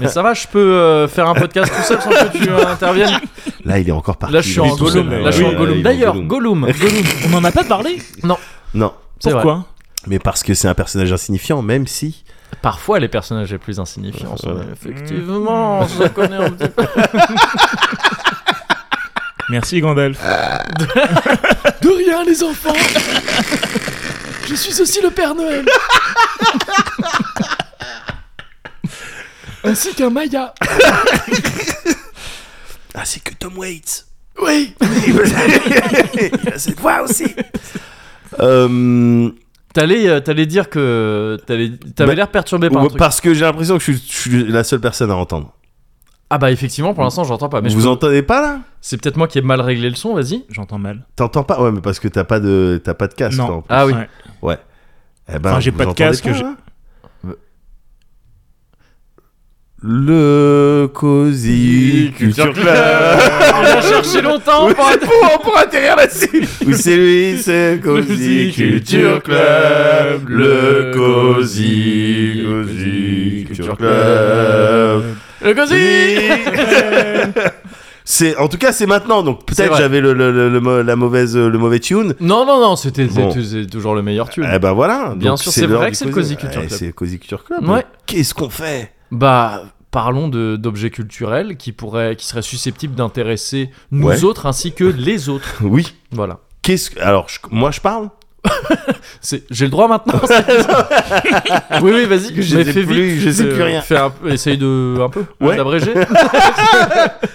Speaker 1: mais ça va, je peux euh, faire un podcast tout seul sans que tu euh, interviennes.
Speaker 2: Là, il est encore parti.
Speaker 1: Là je suis
Speaker 2: Il est
Speaker 1: en
Speaker 2: tout
Speaker 1: Gollum.
Speaker 2: seul,
Speaker 1: Là je suis
Speaker 2: ouais,
Speaker 1: en
Speaker 2: ouais,
Speaker 1: Gollum.
Speaker 2: il est en
Speaker 1: D'ailleurs
Speaker 2: Gollum.
Speaker 1: Gollum. Gollum.
Speaker 5: On en a pas parlé
Speaker 2: Non,
Speaker 1: C'est vrai.
Speaker 3: Pourquoi
Speaker 2: mais parce que c'est un personnage insignifiant, même si.
Speaker 1: Parfois les personnages les plus insignifiants sont
Speaker 2: Voilà.
Speaker 1: effectivement. on se connaît un petit peu.
Speaker 3: Merci Gandalf.
Speaker 6: De rien, les enfants. Je suis aussi le Père Noël. Ainsi qu'un Maya.
Speaker 2: Ah, c'est que Tom Waits. Oui. il a cette voix aussi. Euh,
Speaker 1: T'allais euh, t'allais dire que t'allais- t'avais
Speaker 2: Bah,
Speaker 1: l'air perturbé par un
Speaker 2: ou-
Speaker 1: truc.
Speaker 2: parce que j'ai l'impression que je suis, je suis la seule personne à entendre.
Speaker 1: Ah bah effectivement pour l'instant j'entends pas. Mais je
Speaker 2: Vous entendez pas là
Speaker 1: C'est peut-être moi qui ai mal réglé le son, vas-y.
Speaker 3: J'entends mal.
Speaker 2: T'entends pas Ouais, mais parce que t'as pas de, t'as pas de casque.
Speaker 3: Non.
Speaker 2: toi, en plus.
Speaker 1: Ah oui.
Speaker 3: Ouais.
Speaker 2: Eh ben,
Speaker 3: Enfin, j'ai
Speaker 2: vous
Speaker 3: pas de
Speaker 2: entendez
Speaker 3: casque,
Speaker 2: pas,
Speaker 3: j'ai-
Speaker 2: hein Le Cozy Culture Club
Speaker 1: On a cherché longtemps pour être-
Speaker 2: on pourra atterrir là-dessus Oui, c'est lui, c'est le Cozy Culture Club Le Cozy, Cozy Culture Club
Speaker 1: le cosy
Speaker 2: C'est, en tout cas, c'est maintenant, donc peut-être
Speaker 1: vrai.
Speaker 2: j'avais le, le- le- le mo- la mauvaise, le mauvais tune.
Speaker 1: Non, non, non, c'était
Speaker 2: Bon.
Speaker 1: c'est- c'est toujours le meilleur tube.
Speaker 2: Eh ben voilà.
Speaker 1: Bien
Speaker 2: donc
Speaker 1: sûr, c'est
Speaker 2: l'heure
Speaker 1: vrai
Speaker 2: du
Speaker 1: que c'est le Cozy Culture
Speaker 2: Eh,
Speaker 1: Club.
Speaker 2: C'est le Cozy Culture Club.
Speaker 1: Ouais.
Speaker 2: Qu'est-ce qu'on fait
Speaker 1: Bah, parlons de- d'objets culturels qui, pourraient, qui seraient susceptibles d'intéresser nous
Speaker 2: Ouais.
Speaker 1: autres ainsi que les autres.
Speaker 2: Oui.
Speaker 1: Voilà.
Speaker 2: Qu'est-ce que... Alors, je- moi, je parle
Speaker 1: C'est- J'ai le droit maintenant c'est- Oui, oui, vas-y,
Speaker 2: Que je
Speaker 1: mais
Speaker 2: sais
Speaker 1: fais
Speaker 2: plus,
Speaker 1: vite.
Speaker 2: je sais
Speaker 1: Euh,
Speaker 2: plus rien.
Speaker 1: fais un peu- essaye de un peu
Speaker 2: Ouais.
Speaker 1: d'abréger.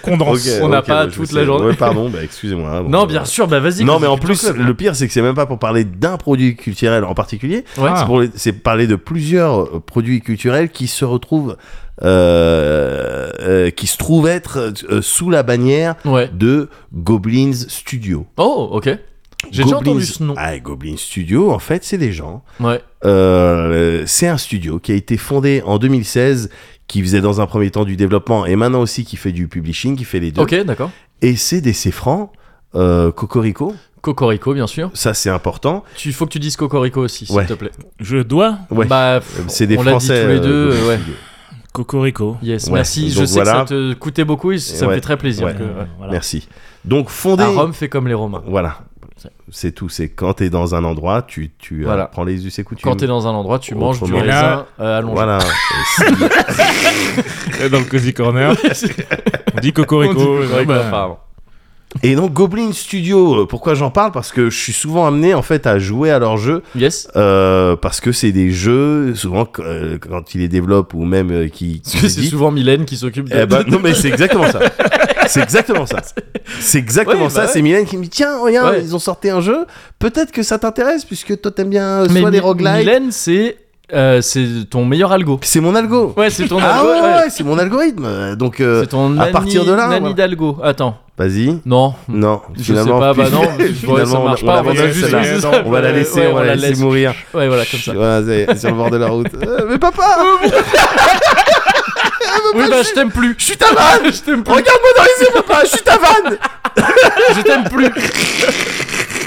Speaker 3: Condense.
Speaker 2: Ok,
Speaker 1: on n'a
Speaker 2: ok,
Speaker 1: pas
Speaker 2: bah, je
Speaker 1: toute
Speaker 2: vais
Speaker 1: la journée.
Speaker 2: Ouais, pardon, bah, excusez-moi. hein, bon,
Speaker 1: non,
Speaker 2: euh,
Speaker 1: bien sûr, bah vas-y.
Speaker 2: Non,
Speaker 1: Cozy
Speaker 2: mais en
Speaker 1: Culture
Speaker 2: plus,
Speaker 1: Club.
Speaker 2: le pire, c'est que c'est même pas pour parler d'un produit culturel en particulier.
Speaker 1: Ouais.
Speaker 2: C'est pour les- C'est parler de plusieurs euh, produits culturels qui se retrouvent euh, euh, qui se trouve être euh, sous la bannière
Speaker 1: Ouais.
Speaker 2: de Goblins Studio.
Speaker 1: Oh, ok. J'ai déjà
Speaker 2: Goblins-
Speaker 1: entendu ce nom.
Speaker 2: Ah, Goblin Studio, en fait, c'est des gens.
Speaker 1: Ouais.
Speaker 2: Euh, c'est un studio qui a été fondé en 2016, qui faisait dans un premier temps du développement et maintenant aussi qui fait du publishing, qui fait les deux.
Speaker 1: Ok, d'accord.
Speaker 2: Et c'est des Céfrans, euh, Cocorico,
Speaker 1: Cocorico, bien sûr.
Speaker 2: ça c'est important.
Speaker 1: Tu faut que tu dises Cocorico aussi, s'il
Speaker 2: Ouais.
Speaker 1: te plaît.
Speaker 5: Je dois
Speaker 2: Ouais. Euh,
Speaker 1: Bah, pff,
Speaker 2: c'est des
Speaker 1: on
Speaker 2: Français.
Speaker 1: l'a dit tous les deux.
Speaker 2: euh,
Speaker 1: euh, ouais.
Speaker 5: Cocorico.
Speaker 1: Yes,
Speaker 2: Ouais,
Speaker 1: merci. Je
Speaker 2: donc
Speaker 1: sais que
Speaker 2: voilà.
Speaker 1: ça te coûtait beaucoup et ça me
Speaker 2: Ouais,
Speaker 1: fait très plaisir.
Speaker 2: ouais.
Speaker 1: que- ouais.
Speaker 5: euh, Voilà.
Speaker 2: Merci. Donc fondé.
Speaker 1: À Rome, fait comme les Romains.
Speaker 2: Voilà. C'est tout. C'est quand t'es dans un endroit, tu, tu euh,
Speaker 1: Voilà.
Speaker 2: prends les us et coutumes.
Speaker 1: Quand t'es dans un endroit, tu manges du
Speaker 2: Autrement.
Speaker 1: raisin euh, allongé.
Speaker 2: Voilà.
Speaker 5: Dans le Cozy Corner. On dit Cocorico.
Speaker 1: Cocorico,
Speaker 5: bah,
Speaker 1: pardon.
Speaker 2: et donc Goblin Studio, euh, pourquoi j'en parle Parce que je suis souvent amené en fait à jouer à leurs jeux
Speaker 1: Yes.
Speaker 2: euh, parce que c'est des jeux souvent qu- euh, quand ils les développent ou même euh, qui. qui
Speaker 1: Parce que
Speaker 2: les
Speaker 1: c'est
Speaker 2: éditent.
Speaker 1: souvent Mylène qui s'occupe de.
Speaker 2: Eh ben, non mais c'est exactement ça. C'est exactement ça. C'est exactement
Speaker 1: Ouais,
Speaker 2: ça.
Speaker 1: bah
Speaker 2: C'est Mylène qui me dit tiens regarde
Speaker 1: Ouais.
Speaker 2: ils ont sorti un jeu. Peut-être que ça t'intéresse puisque toi t'aimes bien euh,
Speaker 1: Mais
Speaker 2: soit les
Speaker 1: Mi-
Speaker 2: roguelites.
Speaker 1: Mylène, c'est euh, c'est ton meilleur algo.
Speaker 2: C'est mon algo.
Speaker 1: Ouais, c'est ton
Speaker 2: Ah
Speaker 1: algo.
Speaker 2: ouais,
Speaker 1: ouais.
Speaker 2: ouais, c'est mon algorithme. Euh, Donc, euh,
Speaker 1: C'est ton
Speaker 2: à
Speaker 1: nani-
Speaker 2: partir de là,
Speaker 1: Nani
Speaker 2: voilà.
Speaker 1: d'algo. Attends.
Speaker 2: vas-y.
Speaker 1: Non.
Speaker 2: Non,
Speaker 1: Hmm. Je
Speaker 2: Mm. finalement,
Speaker 1: sais pas, bah
Speaker 2: puis-
Speaker 1: non, ouais, ça
Speaker 2: finalement,
Speaker 1: marche
Speaker 2: on,
Speaker 1: pas,
Speaker 2: on
Speaker 1: on
Speaker 2: abandonne
Speaker 1: va juste
Speaker 2: celle-là.
Speaker 1: laisser ça.
Speaker 2: On va la laisser,
Speaker 1: Ouais,
Speaker 2: on, va la laisser
Speaker 1: laisse.
Speaker 2: mourir.
Speaker 1: Ouais, voilà, comme ça. Oh,
Speaker 2: Voilà, c'est sur le bord de la route. Euh, mais papa,
Speaker 1: Oui, bah, je t'aime plus.
Speaker 2: je suis ta vanne
Speaker 1: Je t'aime plus.
Speaker 2: Regarde-moi dans les yeux,
Speaker 1: ah,
Speaker 2: papa, je suis ta vanne
Speaker 1: Je t'aime plus.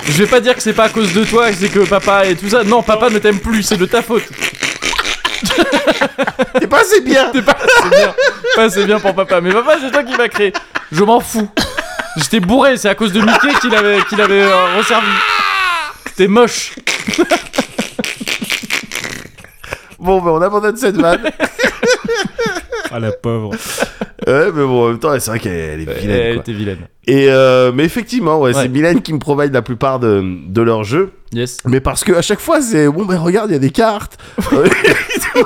Speaker 1: Je vais pas dire que c'est pas à cause de toi, que c'est que papa et tout ça. Non, papa ne t'aime plus, c'est de ta faute.
Speaker 2: T'es pas assez bien
Speaker 1: T'es pas assez bien. Pas assez bien pour papa. Mais papa, c'est toi qui m'as créé. Je m'en fous. J'étais bourré, c'est à cause de Mickey qu'il avait, qu'il avait euh, resservi. T'es moche.
Speaker 2: Bon, ben on abandonne cette vanne.
Speaker 5: Ah la pauvre.
Speaker 2: ouais, mais bon, en même temps, c'est vrai qu'elle est vilaine.
Speaker 1: Eh,
Speaker 2: quoi.
Speaker 1: T'es vilaine.
Speaker 2: Et euh, mais effectivement, ouais,
Speaker 1: Ouais.
Speaker 2: c'est Mylène qui me provide la plupart de, de leurs jeux.
Speaker 1: Yes.
Speaker 2: Mais parce que à chaque fois, c'est bon, ben regarde, il y a des cartes. Euh,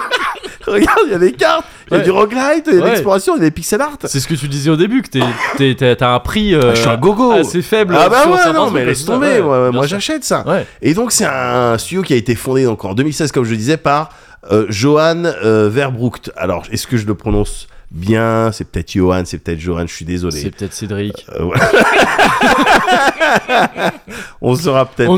Speaker 2: regarde, il y a des cartes. Il y a
Speaker 1: Ouais.
Speaker 2: du roguelite, il y a de
Speaker 1: Ouais.
Speaker 2: l'exploration, il y a des pixel art.
Speaker 1: C'est ce que tu disais au début, que t'es- t'es- t'as t'as un prix euh,
Speaker 2: Ah, je suis un gogo.
Speaker 1: assez faible.
Speaker 2: Ah bah
Speaker 1: hein, sur certains
Speaker 2: ouais, non,
Speaker 1: trucs,
Speaker 2: mais
Speaker 1: comme
Speaker 2: laisse
Speaker 1: ça.
Speaker 2: tomber.
Speaker 1: Ouais,
Speaker 2: moi,
Speaker 1: bien
Speaker 2: moi,
Speaker 1: sûr.
Speaker 2: j'achète ça.
Speaker 1: Ouais.
Speaker 2: Et donc, c'est un studio qui a été fondé donc, en 2016, comme je le disais, par euh, Johan euh, Verbrucht. Alors, est-ce que je le prononce bien C'est peut-être Johan, c'est peut-être Johan, je suis
Speaker 1: C'est
Speaker 2: désolé.
Speaker 1: peut-être Cédric.
Speaker 2: Euh, ouais. On saura peut-être
Speaker 1: ne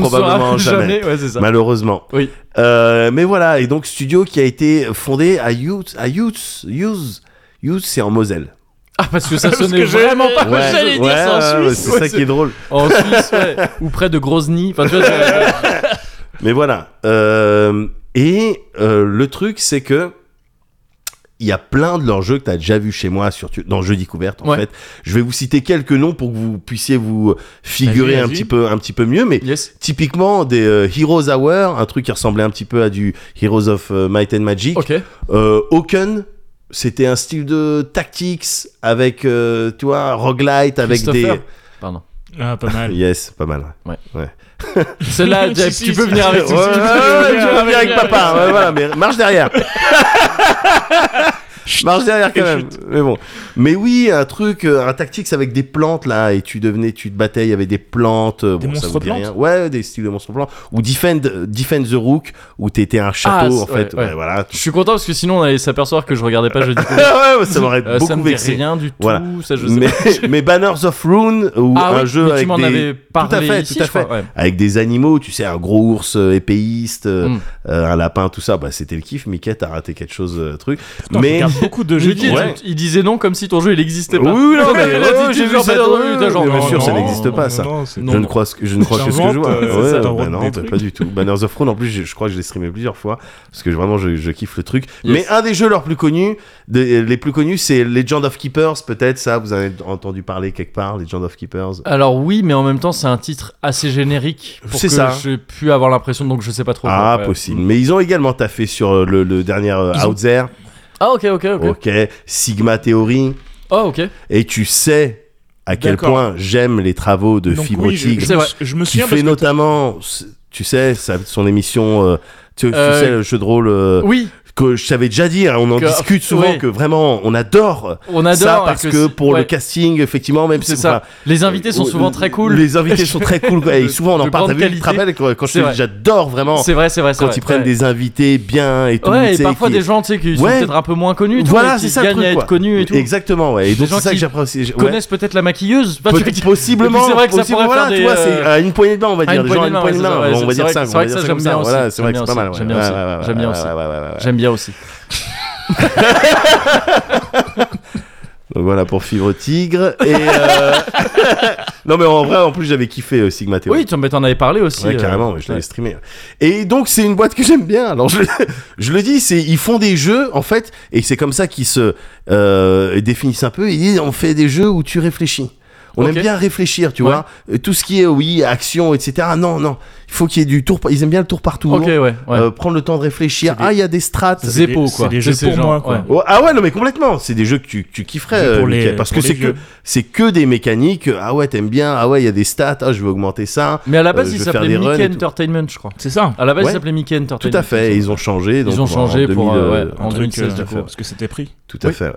Speaker 2: probablement
Speaker 1: saura
Speaker 2: jamais. Bah,
Speaker 1: Ouais, c'est ça.
Speaker 2: Malheureusement.
Speaker 1: Oui.
Speaker 2: Euh, mais voilà, et donc studio qui a été fondé à Youth. À Youth. Youth. Youth, c'est en Moselle.
Speaker 1: Ah, parce que ça sonnait vraiment pas.
Speaker 2: Ouais,
Speaker 1: J'allais dire
Speaker 2: ouais,
Speaker 1: ça en
Speaker 2: ouais,
Speaker 1: Suisse.
Speaker 2: c'est
Speaker 1: Ouais,
Speaker 2: ça qui est drôle.
Speaker 1: En Suisse, ouais. Ou près de Grozny. Enfin, tu vois, c'est-
Speaker 2: Mais voilà. Euh, et euh, le truc, c'est que il y a plein de leurs jeux que tu as déjà vu chez moi sur, dans Jeux Découverte en
Speaker 1: Ouais.
Speaker 2: fait. Je vais vous citer quelques noms pour que vous puissiez vous figurer
Speaker 5: Vas-y,
Speaker 2: un
Speaker 5: vas-y.
Speaker 2: petit peu un petit peu mieux mais
Speaker 1: Yes.
Speaker 2: typiquement des euh, Heroes Hour, un truc qui ressemblait un petit peu à du Heroes of euh, Might and Magic.
Speaker 1: Ok.
Speaker 2: Euh, Hawken, c'était un style de tactics avec euh, tu vois roguelite avec des
Speaker 1: Christopher. Pardon.
Speaker 5: Ah, pas mal.
Speaker 2: Yes, pas mal.
Speaker 1: Celle-là,
Speaker 5: Si,
Speaker 1: tu
Speaker 5: si,
Speaker 1: tu peux
Speaker 5: si.
Speaker 1: venir avec
Speaker 2: Ouais,
Speaker 1: nous.
Speaker 2: ouais,
Speaker 1: si tu veux.
Speaker 2: ouais, tu vas venir avec papa, ouais, voilà, mais marche derrière. marche derrière quand même. Mais bon. Mais oui, un truc, euh, un tactics avec des plantes là, et tu devenais, tu te battais, il y avait des plantes. euh,
Speaker 5: Des
Speaker 2: bon, ça
Speaker 5: monstres
Speaker 2: vous dit
Speaker 5: plantes
Speaker 2: rien. Ouais, des styles de monstres plantes. Ou Defend, euh, Defend the Rook, où t'étais un château
Speaker 1: Ah,
Speaker 2: en
Speaker 1: c'est- ouais,
Speaker 2: fait.
Speaker 1: ouais.
Speaker 2: Ouais, voilà.
Speaker 1: Je suis content parce que sinon on allait s'apercevoir que je regardais pas jeudi.
Speaker 2: Ah ouais, ça m'aurait
Speaker 1: Euh,
Speaker 2: beaucoup
Speaker 1: ça me dit
Speaker 2: vexé.
Speaker 1: rien du tout.
Speaker 2: Voilà.
Speaker 1: Ça, je sais
Speaker 2: Mais,
Speaker 1: pas.
Speaker 2: mais Banners of Rune, ou
Speaker 1: Ah
Speaker 2: un
Speaker 1: oui,
Speaker 2: jeu
Speaker 1: mais tu
Speaker 2: avec
Speaker 1: m'en
Speaker 2: des,
Speaker 1: avais parlé
Speaker 2: fait,
Speaker 1: ici,
Speaker 2: tout à
Speaker 1: je crois,
Speaker 2: fait.
Speaker 1: ouais.
Speaker 2: avec des animaux, tu sais, un gros ours euh, épéiste, euh,
Speaker 1: Mm.
Speaker 2: euh, un lapin, tout ça, bah, c'était le kiff. Mickey, t'as raté quelque chose, euh, truc.
Speaker 5: Putain, je
Speaker 2: mais
Speaker 5: regarde beaucoup de jeux.
Speaker 1: Jeudi,
Speaker 5: qui-
Speaker 2: Ouais.
Speaker 1: il disait non comme si ton jeu il existait
Speaker 2: Oui,
Speaker 1: pas.
Speaker 2: oui, non, mais
Speaker 1: Il a
Speaker 2: ouais,
Speaker 1: dit
Speaker 2: j'ai
Speaker 1: tout
Speaker 2: vu
Speaker 1: genre,
Speaker 2: ça,
Speaker 1: bah, non,
Speaker 2: oui,
Speaker 1: non,
Speaker 2: mais bien
Speaker 1: non,
Speaker 2: sûr, ça
Speaker 1: non,
Speaker 2: n'existe
Speaker 1: non,
Speaker 2: pas,
Speaker 1: non.
Speaker 2: ça.
Speaker 5: Non, c'est-
Speaker 2: je ne crois que je ne crois que ce que je
Speaker 5: J'invente,
Speaker 2: vois.
Speaker 5: euh,
Speaker 2: Ouais,
Speaker 5: c'est ça,
Speaker 2: bah
Speaker 5: t'inventes
Speaker 2: non,
Speaker 5: des
Speaker 2: bah,
Speaker 5: trucs.
Speaker 2: pas du tout. Banners of Rune, en plus, je, je crois que je l'ai streamé plusieurs fois parce que vraiment, je, je kiffe le truc.
Speaker 1: Yes.
Speaker 2: Mais un des jeux leurs plus connus, des- les plus connus, c'est Legend of Keepers. Peut-être ça, vous en avez entendu parler quelque part, Legend of Keepers.
Speaker 1: Alors oui, mais en même temps, c'est un titre assez générique pour
Speaker 2: C'est
Speaker 1: que
Speaker 2: ça.
Speaker 1: j'ai pu avoir l'impression, donc je sais pas trop.
Speaker 2: Ah,
Speaker 1: quoi, ouais.
Speaker 2: possible. Mais ils ont également taffé sur euh, le, le dernier euh, Out There.
Speaker 1: Ah ok, ok, ok.
Speaker 2: Ok. Euh, Sigma Theory.
Speaker 1: Oh ok.
Speaker 2: Et tu sais à quel
Speaker 5: D'accord.
Speaker 2: point j'aime les travaux de
Speaker 5: Donc,
Speaker 2: Fibre
Speaker 5: oui, je-
Speaker 2: Tigre.
Speaker 1: C'est vrai.
Speaker 5: Je me
Speaker 2: Qui
Speaker 5: souviens parce
Speaker 2: fait
Speaker 5: que
Speaker 2: notamment, c- tu sais, sa- son émission. euh, tu, tu
Speaker 1: Euh,
Speaker 2: sais, le jeu de rôle. euh,
Speaker 1: Oui.
Speaker 2: que je savais déjà dire, on en
Speaker 1: Que-
Speaker 2: discute souvent,
Speaker 1: oui.
Speaker 2: que vraiment on adore,
Speaker 1: On adore
Speaker 2: ça
Speaker 1: et
Speaker 2: parce que,
Speaker 1: c'est-
Speaker 2: pour le
Speaker 1: ouais,
Speaker 2: casting, effectivement, même
Speaker 1: c'est
Speaker 2: si-
Speaker 1: ça.
Speaker 2: enfin,
Speaker 1: Les invités sont
Speaker 2: euh,
Speaker 1: souvent
Speaker 2: euh,
Speaker 1: très cool.
Speaker 2: Les invités sont très cool, quoi. et
Speaker 1: De-
Speaker 2: souvent on en
Speaker 1: de
Speaker 2: parle. T'as
Speaker 1: grande
Speaker 2: vu, tu te
Speaker 1: qualité.
Speaker 2: rappelles quand, quand je
Speaker 1: C'est
Speaker 2: te dis,
Speaker 1: vrai.
Speaker 2: j'adore vraiment
Speaker 1: C'est vrai, c'est vrai. c'est
Speaker 2: quand
Speaker 1: vrai,
Speaker 2: ils prennent
Speaker 1: ouais.
Speaker 2: des invités bien et tout. tu
Speaker 1: Ouais, et
Speaker 2: sais,
Speaker 1: parfois
Speaker 2: qui-
Speaker 1: des gens, tu sais, qui sont
Speaker 2: Ouais.
Speaker 1: peut-être un peu moins connus, tu vois,
Speaker 2: Voilà,
Speaker 1: qui
Speaker 2: c'est ça le
Speaker 1: gagnent
Speaker 2: truc.
Speaker 1: à être
Speaker 2: quoi.
Speaker 1: connus et tout.
Speaker 2: Exactement, ouais. Et
Speaker 1: Des
Speaker 2: donc
Speaker 1: gens
Speaker 2: c'est ça
Speaker 1: qui
Speaker 2: que j'apprécie. ouais.
Speaker 1: Connaissent peut-être la maquilleuse. Bah, tu
Speaker 2: Peut-être
Speaker 1: vois, qui- Et
Speaker 2: possiblement.
Speaker 1: puis c'est vrai que ça
Speaker 2: possiblement,
Speaker 1: pourrait
Speaker 2: voilà,
Speaker 1: faire
Speaker 2: tu
Speaker 1: des,
Speaker 2: vois, c'est
Speaker 1: euh,
Speaker 2: à une poignée de main, on va
Speaker 1: à
Speaker 2: dire.
Speaker 1: une
Speaker 2: Les gens à
Speaker 1: poignée de
Speaker 2: une
Speaker 1: main,
Speaker 2: poignée de
Speaker 1: ouais,
Speaker 2: main,
Speaker 1: c'est-
Speaker 2: on va
Speaker 1: c'est
Speaker 2: dire
Speaker 1: vrai
Speaker 2: ça.
Speaker 1: que-
Speaker 2: on
Speaker 1: c'est
Speaker 2: va
Speaker 1: vrai que ça,
Speaker 2: dire ça
Speaker 1: j'aime
Speaker 2: comme
Speaker 1: bien aussi,
Speaker 2: Voilà,
Speaker 1: j'aime
Speaker 2: c'est vrai que
Speaker 1: bien
Speaker 2: c'est pas mal.
Speaker 1: aussi,
Speaker 2: ouais,
Speaker 1: j'aime bien
Speaker 2: ouais,
Speaker 1: aussi,
Speaker 2: ouais, ouais,
Speaker 1: j'aime bien
Speaker 2: ouais,
Speaker 1: aussi.
Speaker 2: ouais, ouais, ouais, ouais.
Speaker 1: J'aime bien aussi.
Speaker 2: Donc voilà pour Fibre Tigre. Et euh, non, mais en vrai, en plus, j'avais kiffé euh, Sigma Theory.
Speaker 1: Oui, tu mais t'en avais parlé aussi.
Speaker 2: Ouais,
Speaker 1: euh,
Speaker 2: carrément, mais je l'avais
Speaker 1: ouais.
Speaker 2: streamé. Et donc, c'est une boîte que j'aime bien. Alors, je, le- je le dis, c'est ils font des jeux, en fait, et c'est comme ça qu'ils se euh, définissent un peu. Ils disent, on fait des jeux où tu réfléchis. On
Speaker 1: Ok.
Speaker 2: aime bien réfléchir, tu
Speaker 1: Ouais.
Speaker 2: vois. Euh, Tout ce qui est, oui, action, etc. Non, non. Il faut qu'il y ait du tour. par- Ils aiment bien le tour partout. Euh,
Speaker 1: Ok, ouais, ouais.
Speaker 2: prendre le temps de réfléchir.
Speaker 3: C'est des-
Speaker 2: Ah, il y a des strates.
Speaker 3: c'est des-
Speaker 1: Zeppo,
Speaker 3: c'est
Speaker 1: quoi.
Speaker 3: des jeux
Speaker 1: C'est
Speaker 3: pour
Speaker 1: genre-
Speaker 3: moi, quoi.
Speaker 1: ouais.
Speaker 2: Oh, ah ouais, non, mais complètement. C'est des jeux que tu, tu kifferais.
Speaker 3: Jeux pour
Speaker 2: euh,
Speaker 3: les-
Speaker 2: Mickaël, parce
Speaker 3: pour
Speaker 2: que
Speaker 3: les
Speaker 2: c'est que,
Speaker 3: vieux.
Speaker 2: c'est que des mécaniques. Ah ouais, t'aimes bien. Ah ouais, il y a des stats. Ah, je veux augmenter ça.
Speaker 1: Mais à la base,
Speaker 2: Euh, je
Speaker 1: il
Speaker 2: vais faire
Speaker 1: s'appelait
Speaker 2: des runs et
Speaker 1: Mickey
Speaker 2: tout.
Speaker 1: Entertainment, je crois.
Speaker 3: C'est ça.
Speaker 1: À la base,
Speaker 2: Ouais.
Speaker 1: il s'appelait Mickey
Speaker 2: Tout
Speaker 1: Entertainment.
Speaker 2: à fait. Ils ont changé. donc,
Speaker 1: Ils ont
Speaker 2: en
Speaker 1: changé pour
Speaker 2: 2000,
Speaker 1: euh,
Speaker 2: euh,
Speaker 1: ouais,
Speaker 3: Un
Speaker 1: en
Speaker 3: truc, euh,
Speaker 1: 2016, du coup.
Speaker 3: parce que c'était pris.
Speaker 2: Tout à fait. ouais.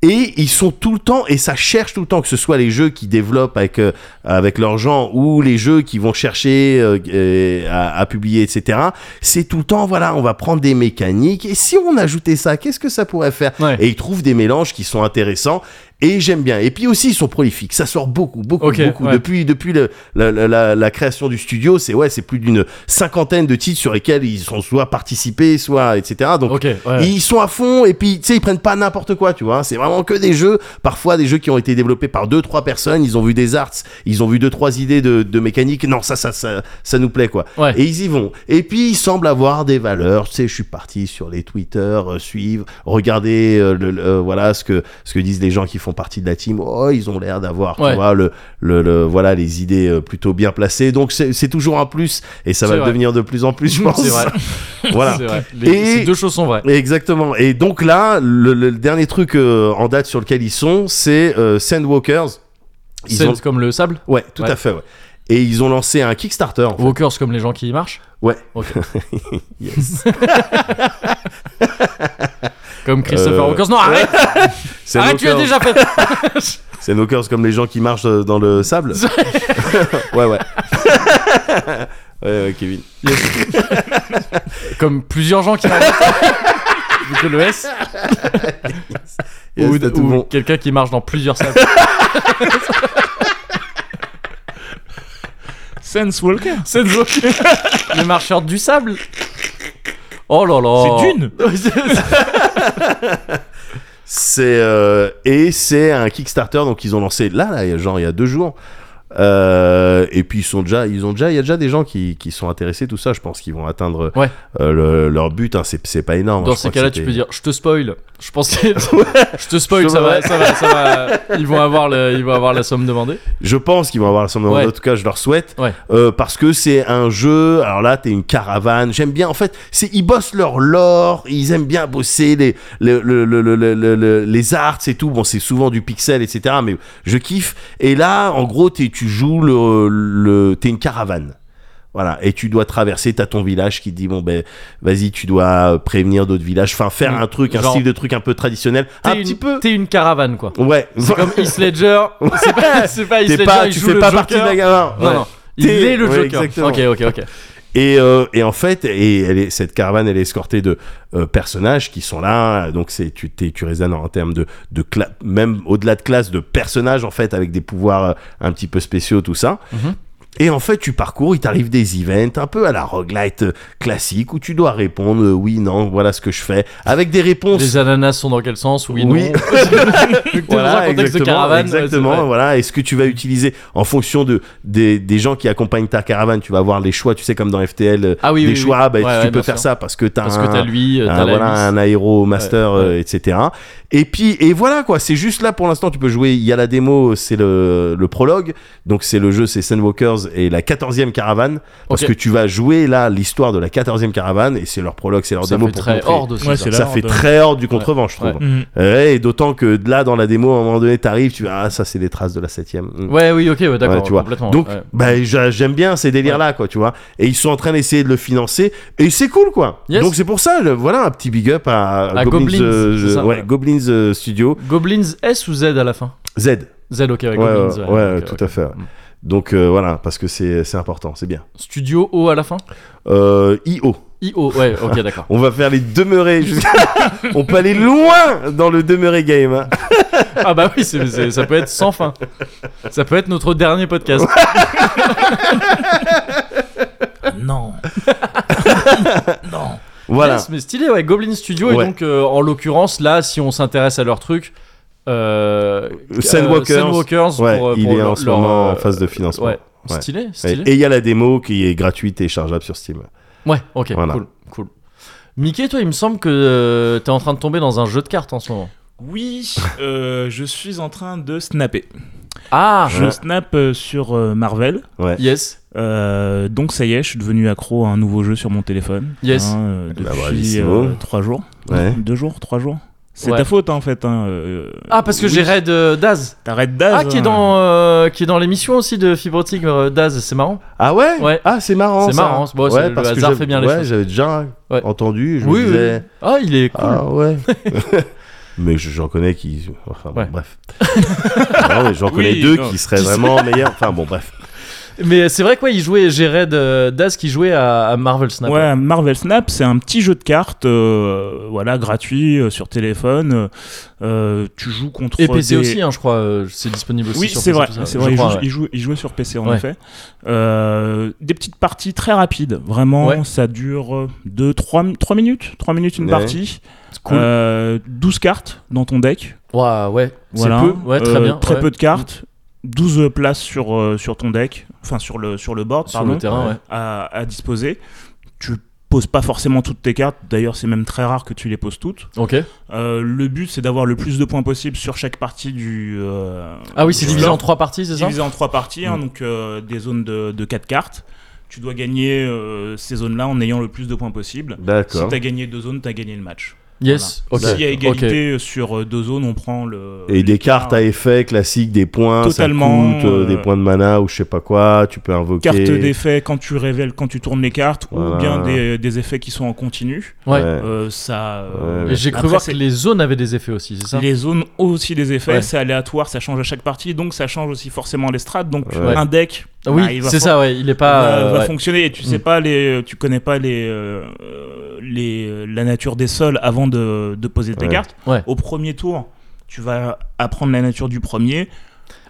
Speaker 2: Et ils sont tout le temps, et ça cherche tout le temps, que ce soit les jeux qui développent avec, euh, avec leurs gens ou les jeux qui vont chercher euh, euh, à, à publier, etc. C'est tout le temps, voilà, on va prendre des mécaniques, et si on ajoutait ça, qu'est-ce que ça pourrait faire
Speaker 1: Ouais.
Speaker 2: Et ils trouvent des mélanges qui sont intéressants, et j'aime bien. Et puis aussi, ils sont prolifiques, ça sort beaucoup, beaucoup,
Speaker 1: Ok,
Speaker 2: beaucoup.
Speaker 1: ouais.
Speaker 2: Depuis, depuis le- la, la- la- la création du studio, c'est ouais, c'est plus d'une cinquantaine de titres sur lesquels ils ont soit participé, soit, etc. Donc,
Speaker 1: Ok, ouais.
Speaker 2: ils sont à fond et puis tu sais ils prennent pas n'importe quoi tu vois c'est vraiment que des jeux parfois des jeux qui ont été développés par deux trois personnes ils ont vu des arts ils ont vu deux trois idées de, de mécanique non ça ça ça ça nous plaît quoi
Speaker 1: Ouais.
Speaker 2: et ils y vont et puis ils semblent avoir des valeurs tu sais je suis parti sur les Twitter euh, suivre regarder euh, le, le- euh, voilà ce que ce que disent les gens qui font partie de la team oh ils ont l'air d'avoir
Speaker 1: Ouais.
Speaker 2: tu vois le, le le- voilà les idées euh, plutôt bien placées donc c'est c'est toujours un plus et ça
Speaker 1: C'est
Speaker 2: va
Speaker 1: vrai.
Speaker 2: devenir de plus en plus je pense
Speaker 1: C'est vrai.
Speaker 2: voilà
Speaker 1: C'est vrai. Les-
Speaker 2: Et-
Speaker 1: Ces deux choses sont vraies.
Speaker 2: Exactement. Et donc là, le, le dernier truc euh, en date sur lequel ils sont, c'est euh, Sandwalkers. Ils
Speaker 1: Sense
Speaker 2: ont...
Speaker 1: comme le sable,
Speaker 2: Ouais, tout
Speaker 1: Ouais.
Speaker 2: à fait. ouais. Et ils ont lancé un Kickstarter. en fait.
Speaker 1: Walkers comme les gens qui y marchent,
Speaker 2: Ouais.
Speaker 1: Yes. comme Christopher
Speaker 2: Euh,
Speaker 1: Walkers. Non, arrête, arrête, tu as
Speaker 2: Sandwalkers.
Speaker 1: déjà fait.
Speaker 2: Sandwalkers comme les gens qui marchent euh, dans le sable. ouais, ouais. ouais, ouais, Kevin.
Speaker 1: comme plusieurs gens qui marchent. Vu que le S.
Speaker 2: Yes,
Speaker 1: ou
Speaker 2: t'as tout
Speaker 1: ou
Speaker 2: bon.
Speaker 1: quelqu'un qui marche dans plusieurs sables.
Speaker 3: Sense Walker.
Speaker 1: C'est de joke. Le marcheur du sable. Oh là là.
Speaker 3: C'est Dune.
Speaker 2: C'est euh, et c'est un Kickstarter donc ils ont lancé là, là, il y a genre il y a deux jours. Euh, et puis ils sont déjà, ils ont déjà, il y a déjà des gens qui, qui sont intéressés tout ça. Je pense qu'ils vont atteindre
Speaker 1: Ouais.
Speaker 2: euh, le- leur but. hein, c'est c'est pas énorme.
Speaker 1: Dans
Speaker 2: Je
Speaker 1: ces
Speaker 2: crois que
Speaker 1: cas-là, tu
Speaker 2: c'était-
Speaker 1: peux dire, je te spoil. Je pense que je te spoil, ça va, ça va, ça va. Ils vont avoir le, ils vont avoir la somme demandée.
Speaker 2: Je pense qu'ils vont avoir la somme.
Speaker 1: Ouais.
Speaker 2: En tout cas, je leur souhaite.
Speaker 1: Ouais.
Speaker 2: Euh, parce que c'est un jeu. Alors là, t'es une caravane. J'aime bien. En fait, c'est ils bossent leur lore. Ils aiment bien bosser les le- le- le- le- le- le- le- les arts et tout. Bon, c'est souvent du pixel, etc. Mais je kiffe. Et là, en gros, t'es- tu joues le, le t'es une caravane. Voilà, et tu dois traverser, t'as ton village qui te dit, bon ben, vas-y, tu dois prévenir d'autres villages, enfin faire
Speaker 1: Mm.
Speaker 2: un truc, un
Speaker 1: Genre-
Speaker 2: style de truc un peu traditionnel,
Speaker 1: T'es
Speaker 2: un
Speaker 1: une-
Speaker 2: petit peu...
Speaker 1: T'es une caravane, quoi.
Speaker 2: Ouais,
Speaker 1: C'est comme Heath Ledger. C'est pas, c'est pas Heath
Speaker 2: t'es
Speaker 1: Ledger.
Speaker 2: pas,
Speaker 1: il
Speaker 2: tu
Speaker 1: joue
Speaker 2: fais
Speaker 1: le
Speaker 2: pas
Speaker 1: Joker.
Speaker 2: partie de la gamin.
Speaker 1: Non, non. Il
Speaker 2: T'es-
Speaker 1: est le
Speaker 2: ouais,
Speaker 1: Joker.
Speaker 2: exactement.
Speaker 1: Ok, ok, ok.
Speaker 2: Et, euh, et en fait, et elle est, cette caravane, elle est escortée de euh, personnages qui sont là. Donc c'est tu t'es tu raisonnes en termes de de cla- même au-delà de classe de personnages en fait avec des pouvoirs euh, un petit peu spéciaux tout ça.
Speaker 1: Mhm.
Speaker 2: Et en fait, tu parcours, il t'arrive des events un peu à la roguelite euh, classique où tu dois répondre euh, oui, non, voilà ce que je fais avec des réponses
Speaker 1: Les ananas sont dans quel sens Oui,
Speaker 2: Oui.
Speaker 1: non. Donc, t'es dans un contexte de
Speaker 2: exactement,
Speaker 1: caravane. ouais, c'est
Speaker 2: exactement,
Speaker 1: vrai.
Speaker 2: voilà. Est-ce que tu vas utiliser en fonction de, des, des gens qui accompagnent ta caravane Tu vas avoir les choix, tu sais, comme dans FTL, euh,
Speaker 1: Ah oui,
Speaker 2: des
Speaker 1: oui,
Speaker 2: choix.
Speaker 1: oui.
Speaker 2: bah,
Speaker 1: Ouais, ouais,
Speaker 2: tu peux
Speaker 1: bien
Speaker 2: faire
Speaker 1: sûr.
Speaker 2: ça parce que t'as
Speaker 1: Parce
Speaker 2: un,
Speaker 1: que t'as lui, euh,
Speaker 2: un,
Speaker 1: t'as la
Speaker 2: voilà,
Speaker 1: miss.
Speaker 2: un aéro master,
Speaker 1: Ouais, ouais.
Speaker 2: euh, etc. Et puis, et voilà quoi. C'est juste là pour l'instant, tu peux jouer. Il y a la démo, c'est le, le prologue. Donc, c'est le jeu, c'est Sandwalkers 14 et la 14e caravane. Parce
Speaker 1: Ok.
Speaker 2: que tu vas jouer là l'histoire de la 14e caravane et c'est leur prologue, c'est leur
Speaker 1: Ça
Speaker 2: démo
Speaker 1: fait
Speaker 2: pour
Speaker 1: très
Speaker 2: montrer.
Speaker 1: horde.
Speaker 5: Ouais,
Speaker 1: c'est ça.
Speaker 5: c'est
Speaker 2: Ça
Speaker 5: la
Speaker 2: fait
Speaker 5: horde.
Speaker 2: très hors du contrevent, je trouve.
Speaker 1: Ouais.
Speaker 5: Mhm.
Speaker 2: Ouais, et d'autant que de là, dans la démo, à un moment donné, t'arrives, tu vas, ah, ça c'est des traces de la 7e. Mm.
Speaker 1: Ouais, oui, ok, ouais, d'accord,
Speaker 2: Ouais, tu vois.
Speaker 1: complètement.
Speaker 2: Donc,
Speaker 1: ouais.
Speaker 2: bah, j'a- j'aime bien ces délires-là, quoi, tu vois. Et ils sont en train d'essayer de le financer, et c'est cool, quoi.
Speaker 1: Yes.
Speaker 2: Donc, c'est pour ça, le- voilà, un petit big up à,
Speaker 1: À Goblins,
Speaker 2: euh,
Speaker 1: c'est ça,
Speaker 2: ouais,
Speaker 1: ouais.
Speaker 2: Goblins euh, Studio
Speaker 1: Goblins S ou Z à la fin
Speaker 2: Z.
Speaker 1: Z, ok, ouais,
Speaker 2: Ouais,
Speaker 1: Goblins.
Speaker 2: ouais, ouais,
Speaker 1: ok,
Speaker 2: tout
Speaker 1: ok.
Speaker 2: à fait. ouais.
Speaker 1: Mm.
Speaker 2: Donc, euh, voilà, parce que c'est c'est important, c'est bien.
Speaker 1: Studio O à la fin
Speaker 2: Euh, IO.
Speaker 1: IO, ouais, ok, d'accord.
Speaker 2: On va faire les demeurés jusqu'à. On peut aller loin dans le demeuré game. hein.
Speaker 1: Ah bah oui, c'est- c'est- ça peut être sans fin. Ça peut être notre dernier podcast.
Speaker 5: Non. non.
Speaker 2: Voilà.
Speaker 1: Yes, mais stylé, ouais, Goblin Studio.
Speaker 2: Ouais.
Speaker 1: Et donc, euh, en l'occurrence, là, si on s'intéresse à leur truc, euh, euh,
Speaker 2: Sandwalkers.
Speaker 1: Sandwalkers
Speaker 2: Ouais,
Speaker 1: pour, euh,
Speaker 2: il
Speaker 1: pour
Speaker 2: est
Speaker 1: leur-
Speaker 2: en ce
Speaker 1: leur,
Speaker 2: moment
Speaker 1: euh,
Speaker 2: en phase de financement.
Speaker 1: Ouais.
Speaker 2: Ouais.
Speaker 1: Stylé,
Speaker 2: Et
Speaker 1: stylé.
Speaker 2: et il y a la démo qui est gratuite et chargeable sur Steam.
Speaker 1: Ouais, ok,
Speaker 2: Voilà.
Speaker 1: cool, cool. Mickey, toi, il me semble que euh, t'es en train de tomber dans un jeu de cartes en ce moment.
Speaker 5: Oui, euh, je suis en train de snapper.
Speaker 1: Ah,
Speaker 5: Je snap euh, sur euh, Marvel.
Speaker 2: Ouais.
Speaker 1: yes,
Speaker 5: Euh, donc ça y est, je suis devenu accro à un nouveau jeu sur mon téléphone.
Speaker 1: Yes.
Speaker 5: Hein, euh,
Speaker 2: Bah,
Speaker 5: depuis
Speaker 2: bravissimo.
Speaker 5: euh, trois jours.
Speaker 2: Ouais.
Speaker 5: Deux jours, trois jours. C'est
Speaker 1: Ouais.
Speaker 5: ta faute hein, en fait. hein, euh,
Speaker 1: ah parce que
Speaker 5: oui,
Speaker 1: j'ai raid euh, Daz,
Speaker 5: T'arrêtes d'az.
Speaker 1: ah qui est
Speaker 5: hein.
Speaker 1: dans euh, qui est dans l'émission aussi de Fibre Tigre euh, Daz, c'est marrant.
Speaker 2: Ah ouais,
Speaker 1: Ouais.
Speaker 2: Ah, c'est marrant.
Speaker 1: C'est
Speaker 2: ça.
Speaker 1: marrant, c'est- bon, c'est-
Speaker 2: ouais,
Speaker 1: le
Speaker 2: parce que
Speaker 1: hasard
Speaker 2: j'avais-
Speaker 1: fait bien les
Speaker 2: ouais,
Speaker 1: choses.
Speaker 2: J'avais déjà
Speaker 1: Ouais.
Speaker 2: entendu. Je
Speaker 1: Oui,
Speaker 2: me
Speaker 1: oui,
Speaker 2: disais.
Speaker 1: oui. Ah, il est cool.
Speaker 2: Ah ouais. mais je- j'en connais qui. Enfin, bon,
Speaker 1: Ouais.
Speaker 2: bref. Non, mais j'en connais
Speaker 5: Oui,
Speaker 2: deux
Speaker 5: non.
Speaker 2: qui seraient vraiment meilleurs. Enfin, bon, bref.
Speaker 1: Mais c'est vrai quoi, il jouait, j'ai raid euh, Daz qui jouait à, à Marvel Snap.
Speaker 5: Ouais, Marvel Snap, c'est un petit jeu de cartes, euh, voilà, gratuit euh, sur téléphone. euh, euh, tu joues contre
Speaker 1: Et PC
Speaker 5: des-
Speaker 1: aussi, hein, je crois, euh, c'est disponible aussi
Speaker 5: Oui,
Speaker 1: sur
Speaker 5: c'est
Speaker 1: PC,
Speaker 5: vrai,
Speaker 1: tout ça,
Speaker 5: c'est
Speaker 1: je
Speaker 5: vrai. Il,
Speaker 1: crois,
Speaker 5: joue-
Speaker 1: ouais.
Speaker 5: il joue- il jouait sur PC en
Speaker 1: Ouais.
Speaker 5: effet. Euh, des petites parties très rapides, vraiment.
Speaker 1: Ouais.
Speaker 5: Ça dure euh, 2 3 minutes, 3 minutes une
Speaker 2: Ouais.
Speaker 5: partie.
Speaker 1: C'est Cool.
Speaker 5: Euh, 12 cartes dans ton deck.
Speaker 1: Ouah, ouais,
Speaker 5: Voilà.
Speaker 1: c'est peu, ouais, très
Speaker 5: Euh,
Speaker 1: bien.
Speaker 5: Très
Speaker 1: ouais.
Speaker 5: peu de cartes. 12 places sur, euh, sur ton deck, enfin sur le, sur le board,
Speaker 1: sur
Speaker 5: pardon,
Speaker 1: le terrain, ouais.
Speaker 5: à, à disposer. Tu poses pas forcément toutes tes cartes, d'ailleurs c'est même très rare que tu les poses toutes.
Speaker 1: Ok.
Speaker 5: Euh, le but c'est d'avoir le plus de points possible sur chaque partie du... euh,
Speaker 1: Ah oui, c'est
Speaker 5: du
Speaker 1: divisé
Speaker 5: floor
Speaker 1: en trois parties, c'est ça Mm.
Speaker 5: divisé en trois parties, hein, donc euh, des zones de, de quatre cartes. Tu dois gagner euh, ces zones-là en ayant le plus de points possible. Si
Speaker 2: D'accord.
Speaker 5: tu as gagné deux zones, tu as gagné le match.
Speaker 1: Yes.
Speaker 5: Voilà.
Speaker 1: Ok.
Speaker 5: S'il y a
Speaker 1: ok.
Speaker 5: égalité sur euh, deux zones, on prend le.
Speaker 2: Et des cartes à
Speaker 5: cartes
Speaker 2: effet classiques, des points,
Speaker 5: Totalement,
Speaker 2: ça coûte, euh,
Speaker 5: euh,
Speaker 2: des points de mana ou je sais pas quoi, tu peux invoquer.
Speaker 5: Carte d'effet quand tu révèles, quand tu tournes les cartes,
Speaker 2: Voilà.
Speaker 5: ou bien des, des effets qui sont en continu.
Speaker 1: Ouais.
Speaker 2: Ouais.
Speaker 5: Euh, ça. euh,
Speaker 2: Ouais,
Speaker 1: Et j'ai cru
Speaker 5: Après,
Speaker 1: voir que
Speaker 5: c'est-
Speaker 1: les zones avaient des effets aussi, c'est ça
Speaker 5: Les zones ont aussi des effets,
Speaker 1: Ouais.
Speaker 5: c'est aléatoire, ça change à chaque partie, donc ça change aussi forcément les strats. Donc
Speaker 2: Ouais.
Speaker 5: un deck,
Speaker 1: Ah Oui,
Speaker 5: bah, il va
Speaker 1: c'est ça, ouais. Il est pas.
Speaker 5: va,
Speaker 1: euh,
Speaker 5: va
Speaker 1: ouais.
Speaker 5: fonctionner et tu sais
Speaker 1: Mm.
Speaker 5: pas les tu connais pas les euh, les la nature des sols avant de, de poser tes
Speaker 2: Ouais.
Speaker 5: cartes
Speaker 1: Ouais.
Speaker 5: au premier tour tu vas apprendre la nature du premier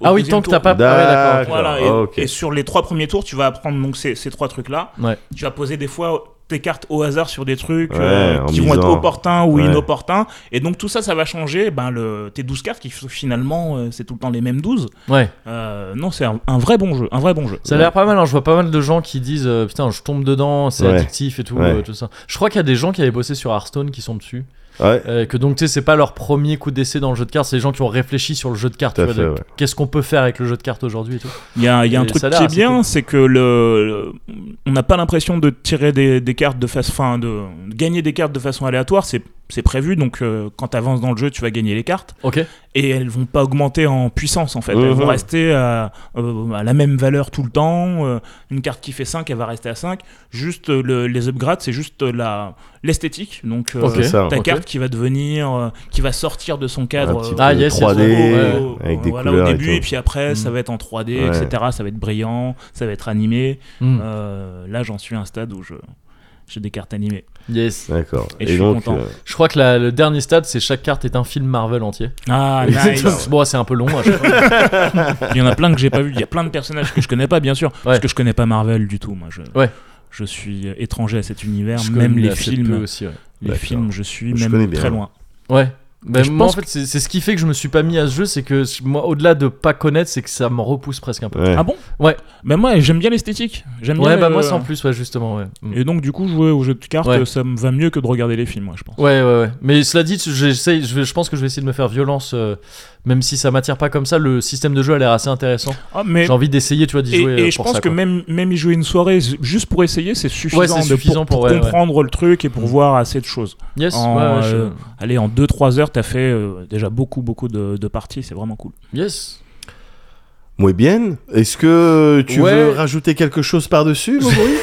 Speaker 5: Au
Speaker 1: Ah oui,
Speaker 5: deuxième
Speaker 1: tant que
Speaker 5: tour-
Speaker 1: t'as pas. Ah ouais, d'accord. ok.
Speaker 5: voilà, et,
Speaker 2: Ah, ok.
Speaker 5: et sur les trois premiers tours, tu vas apprendre donc ces, ces trois trucs-là.
Speaker 1: Ouais.
Speaker 5: Tu vas poser des fois tes cartes au hasard sur des trucs
Speaker 2: Ouais,
Speaker 5: euh,
Speaker 2: en
Speaker 5: qui vont être
Speaker 2: misant.
Speaker 5: opportuns ou
Speaker 2: Ouais.
Speaker 5: inopportuns. Et donc tout ça, ça va changer ben, le, tes 12 cartes qui finalement, euh, c'est tout le temps les mêmes 12.
Speaker 1: Ouais.
Speaker 5: Euh, non, c'est un, un vrai bon jeu. Un vrai bon jeu.
Speaker 1: Ça a l'air pas mal, hein. je vois pas mal de gens qui disent euh, putain je tombe dedans, c'est
Speaker 2: Ouais.
Speaker 1: addictif et tout,
Speaker 2: Ouais.
Speaker 1: euh, tout ça. Je crois qu'il y a des gens qui avaient bossé sur Hearthstone qui sont dessus.
Speaker 2: Ouais.
Speaker 1: Euh, que donc tu sais c'est pas leur premier coup d'essai dans le jeu de cartes, c'est les gens qui ont réfléchi sur le jeu de cartes.
Speaker 2: Tout à
Speaker 1: tu vois,
Speaker 2: fait,
Speaker 1: de-
Speaker 2: ouais.
Speaker 1: Qu'est-ce qu'on peut faire avec le jeu de cartes aujourd'hui et tout.
Speaker 5: Il y a, il y a un
Speaker 1: Et
Speaker 5: truc
Speaker 1: ça a
Speaker 5: qui
Speaker 1: l'air
Speaker 5: est
Speaker 1: assez
Speaker 5: bien,
Speaker 1: cool.
Speaker 5: c'est que le, le- on n'a pas l'impression de tirer des, des cartes de façon, enfin, de de gagner des cartes de façon aléatoire. C'est c'est prévu, donc euh, quand tu avances dans le jeu, tu vas gagner les cartes
Speaker 1: Ok.
Speaker 5: et elles vont pas augmenter en puissance en fait. Elles
Speaker 2: Mhm.
Speaker 5: vont rester à, euh, à la même valeur tout le temps. Euh, Une carte qui fait 5, elle va rester à 5. Juste euh, le- les upgrades, c'est juste euh, la l'esthétique. Donc euh,
Speaker 1: Ok.
Speaker 2: C'est ça.
Speaker 5: ta
Speaker 1: Ah, Ok.
Speaker 5: carte qui va devenir, euh, qui va sortir de son
Speaker 2: Un
Speaker 5: cadre.
Speaker 2: petit
Speaker 5: euh,
Speaker 1: Ah,
Speaker 2: peu
Speaker 1: yes, yes,
Speaker 2: 3D
Speaker 1: ouais,
Speaker 5: au-
Speaker 2: avec
Speaker 5: au-
Speaker 2: des
Speaker 5: voilà,
Speaker 2: couleurs
Speaker 5: au
Speaker 2: et
Speaker 5: début, et,
Speaker 2: tout.
Speaker 5: puis après, ça
Speaker 1: Mm.
Speaker 5: va être en 3D,
Speaker 2: Ouais.
Speaker 5: etc. Ça va être brillant, ça va être animé.
Speaker 1: Hmm.
Speaker 5: Euh, là, j'en suis à un stade où je j'ai des cartes animées.
Speaker 1: Yes.
Speaker 2: D'accord.
Speaker 5: Et je suis
Speaker 2: donc,
Speaker 5: content.
Speaker 2: euh,
Speaker 1: Je crois que la- le dernier stade c'est chaque carte est un film Marvel entier.
Speaker 5: Ah, nice.
Speaker 1: bon c'est un peu long. hein, à chaque fois.
Speaker 5: Il y en a plein que j'ai pas vu. Il y a plein de personnages que je connais pas, bien sûr, parce que je connais pas Marvel du tout. Moi, je
Speaker 1: Ouais.
Speaker 5: je suis étranger à cet univers.
Speaker 1: Je
Speaker 5: même
Speaker 1: connais
Speaker 5: les
Speaker 1: assez
Speaker 5: films,
Speaker 1: peu aussi. Ouais.
Speaker 5: les
Speaker 2: D'accord.
Speaker 5: films, je suis
Speaker 2: Je connais
Speaker 5: même
Speaker 2: bien.
Speaker 5: très loin.
Speaker 1: Ouais. Ben,
Speaker 5: je
Speaker 1: moi,
Speaker 5: pense
Speaker 1: en fait, c'est c'est ce qui fait que je me suis pas mis à ce jeu, c'est que je- moi, au-delà de pas connaître, c'est que ça me repousse presque un peu.
Speaker 2: ouais.
Speaker 5: Ah bon
Speaker 1: Ouais.
Speaker 5: Mais moi, j'aime bien l'esthétique. J'aime
Speaker 1: Ouais,
Speaker 5: bien.
Speaker 1: bah
Speaker 5: le-
Speaker 1: moi, c'est en plus, ouais, justement, ouais. Mm.
Speaker 5: Et donc, du coup, jouer aux jeux de cartes,
Speaker 1: Ouais.
Speaker 5: ça me va mieux que de regarder les films, moi, je pense.
Speaker 1: Ouais, ouais, ouais. Mais cela dit, j'essaye, je, vais- je pense que je vais essayer de me faire violence, euh, Même si ça m'attire pas comme ça, le système de jeu a l'air assez intéressant.
Speaker 5: Ah, mais
Speaker 1: J'ai envie d'essayer, tu vois, d'y
Speaker 5: et,
Speaker 1: jouer.
Speaker 5: et
Speaker 1: euh,
Speaker 5: je
Speaker 1: pour
Speaker 5: pense
Speaker 1: ça,
Speaker 5: que
Speaker 1: quoi.
Speaker 5: même, même y jouer une soirée ju- juste pour essayer, c'est suffisant,
Speaker 1: Ouais, c'est
Speaker 5: de-
Speaker 1: suffisant
Speaker 5: pour,
Speaker 1: pour- ouais, Mm. ouais.
Speaker 5: comprendre le truc et pour voir assez de choses.
Speaker 1: Yes,
Speaker 5: en,
Speaker 1: ouais, ouais, je-
Speaker 5: euh, Allez, en 2-3 heures, t'as fait euh, déjà beaucoup, beaucoup de, de parties, c'est vraiment cool.
Speaker 1: yes.
Speaker 2: Moi bien, est-ce que tu
Speaker 1: Ouais.
Speaker 2: veux rajouter quelque chose par-dessus Grégory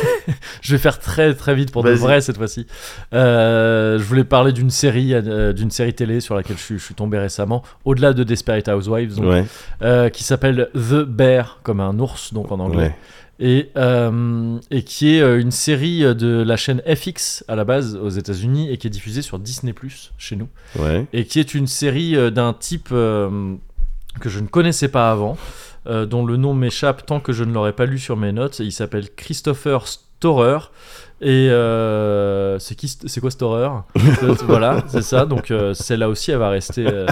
Speaker 1: Je vais faire très très vite pour de
Speaker 2: Vas-y.
Speaker 1: vrai cette fois-ci. Euh, je voulais parler d'une série, euh, d'une série télé sur laquelle je, suis- je suis tombé récemment, au-delà de Desperate Housewives, donc,
Speaker 2: Ouais,
Speaker 1: euh, qui s'appelle The Bear, comme un ours donc en anglais.
Speaker 2: ouais.
Speaker 1: et, euh, et qui est euh, une série de la chaîne FX à la base aux États-Unis et qui est diffusée sur Disney Plus chez nous
Speaker 2: ouais.
Speaker 1: et qui est une série euh, d'un type euh, que je ne connaissais pas avant, euh, dont le nom m'échappe tant que je ne l'aurais pas lu sur mes notes. Il s'appelle Christopher Storer. Et euh, c'est qui C'est quoi Storer Voilà, c'est ça. Donc euh, celle-là aussi, elle va rester. euh,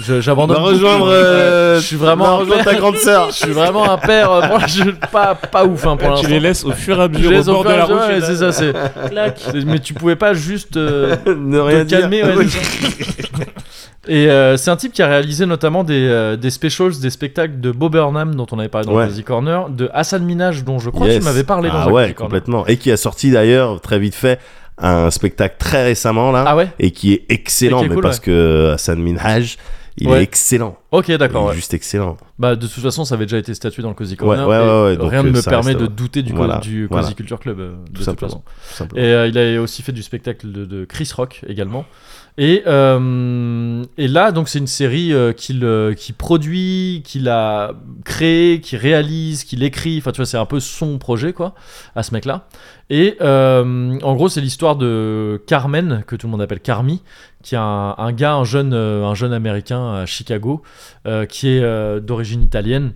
Speaker 1: je-
Speaker 2: On
Speaker 1: J'abandonne.
Speaker 2: va rejoindre,
Speaker 1: beaucoup.
Speaker 2: euh,
Speaker 1: je suis vraiment.
Speaker 2: va
Speaker 1: un
Speaker 2: rejoindre
Speaker 1: père-
Speaker 2: ta grande sœur.
Speaker 1: Ah, Je suis vraiment un père. euh, moi, je pas pas ouf hein, pour
Speaker 5: tu
Speaker 1: l'instant.
Speaker 5: les laisses au fur et à
Speaker 1: Je
Speaker 5: mesure
Speaker 1: les
Speaker 5: au bord de
Speaker 1: offre,
Speaker 5: la
Speaker 1: ouais,
Speaker 5: route.
Speaker 1: ouais,
Speaker 5: et
Speaker 1: c'est ça,
Speaker 5: là-
Speaker 1: c'est clac. Mais tu pouvais pas juste euh,
Speaker 2: ne
Speaker 1: de
Speaker 2: rien dire.
Speaker 1: calmer, ouais, de- Et euh, c'est un type qui a réalisé notamment des, euh, des specials, des spectacles de Bob Burnham dont on avait parlé dans
Speaker 2: Ouais.
Speaker 1: Cozy Corner, de Hassan Minaj dont je crois que
Speaker 2: Yes.
Speaker 1: tu m'avais parlé dans hein.
Speaker 2: Ah
Speaker 1: Cozy
Speaker 2: ouais,
Speaker 1: Corner.
Speaker 2: complètement. Et qui a sorti d'ailleurs très vite fait un spectacle très récemment là,
Speaker 1: Ah ouais
Speaker 2: et qui est excellent,
Speaker 1: Et qui est
Speaker 2: mais
Speaker 1: cool,
Speaker 2: parce
Speaker 1: ouais.
Speaker 2: que Hassan Minhaj, il
Speaker 1: Ouais.
Speaker 2: est excellent,
Speaker 1: Ok,
Speaker 2: il est
Speaker 1: d'accord. ouais.
Speaker 2: juste excellent.
Speaker 1: Bah, de toute façon, ça avait déjà été statué dans le Cozy Corner.
Speaker 2: ouais,
Speaker 1: et
Speaker 2: ouais, ouais, donc,
Speaker 1: rien ne
Speaker 2: euh,
Speaker 1: me
Speaker 2: ça
Speaker 1: permet
Speaker 2: reste,
Speaker 1: de
Speaker 2: euh,
Speaker 1: douter du, co-
Speaker 2: voilà,
Speaker 1: du
Speaker 2: voilà.
Speaker 1: Cozy Culture Club, euh, de toute
Speaker 2: simplement.
Speaker 1: façon.
Speaker 2: tout simplement.
Speaker 1: Et euh, il a aussi fait du spectacle de, de Chris Rock également. Et, euh, et là, donc, c'est une série euh, qu'il euh, qu'il produit, qu'il a créé, qu'il réalise, qu'il écrit. Enfin, tu vois, c'est un peu son projet, quoi, à ce mec-là. Et euh, en gros, c'est l'histoire de Carmen, que tout le monde appelle Carmi, qui est un, un gars, un jeune, euh, un jeune américain à Chicago, euh, qui est euh, d'origine italienne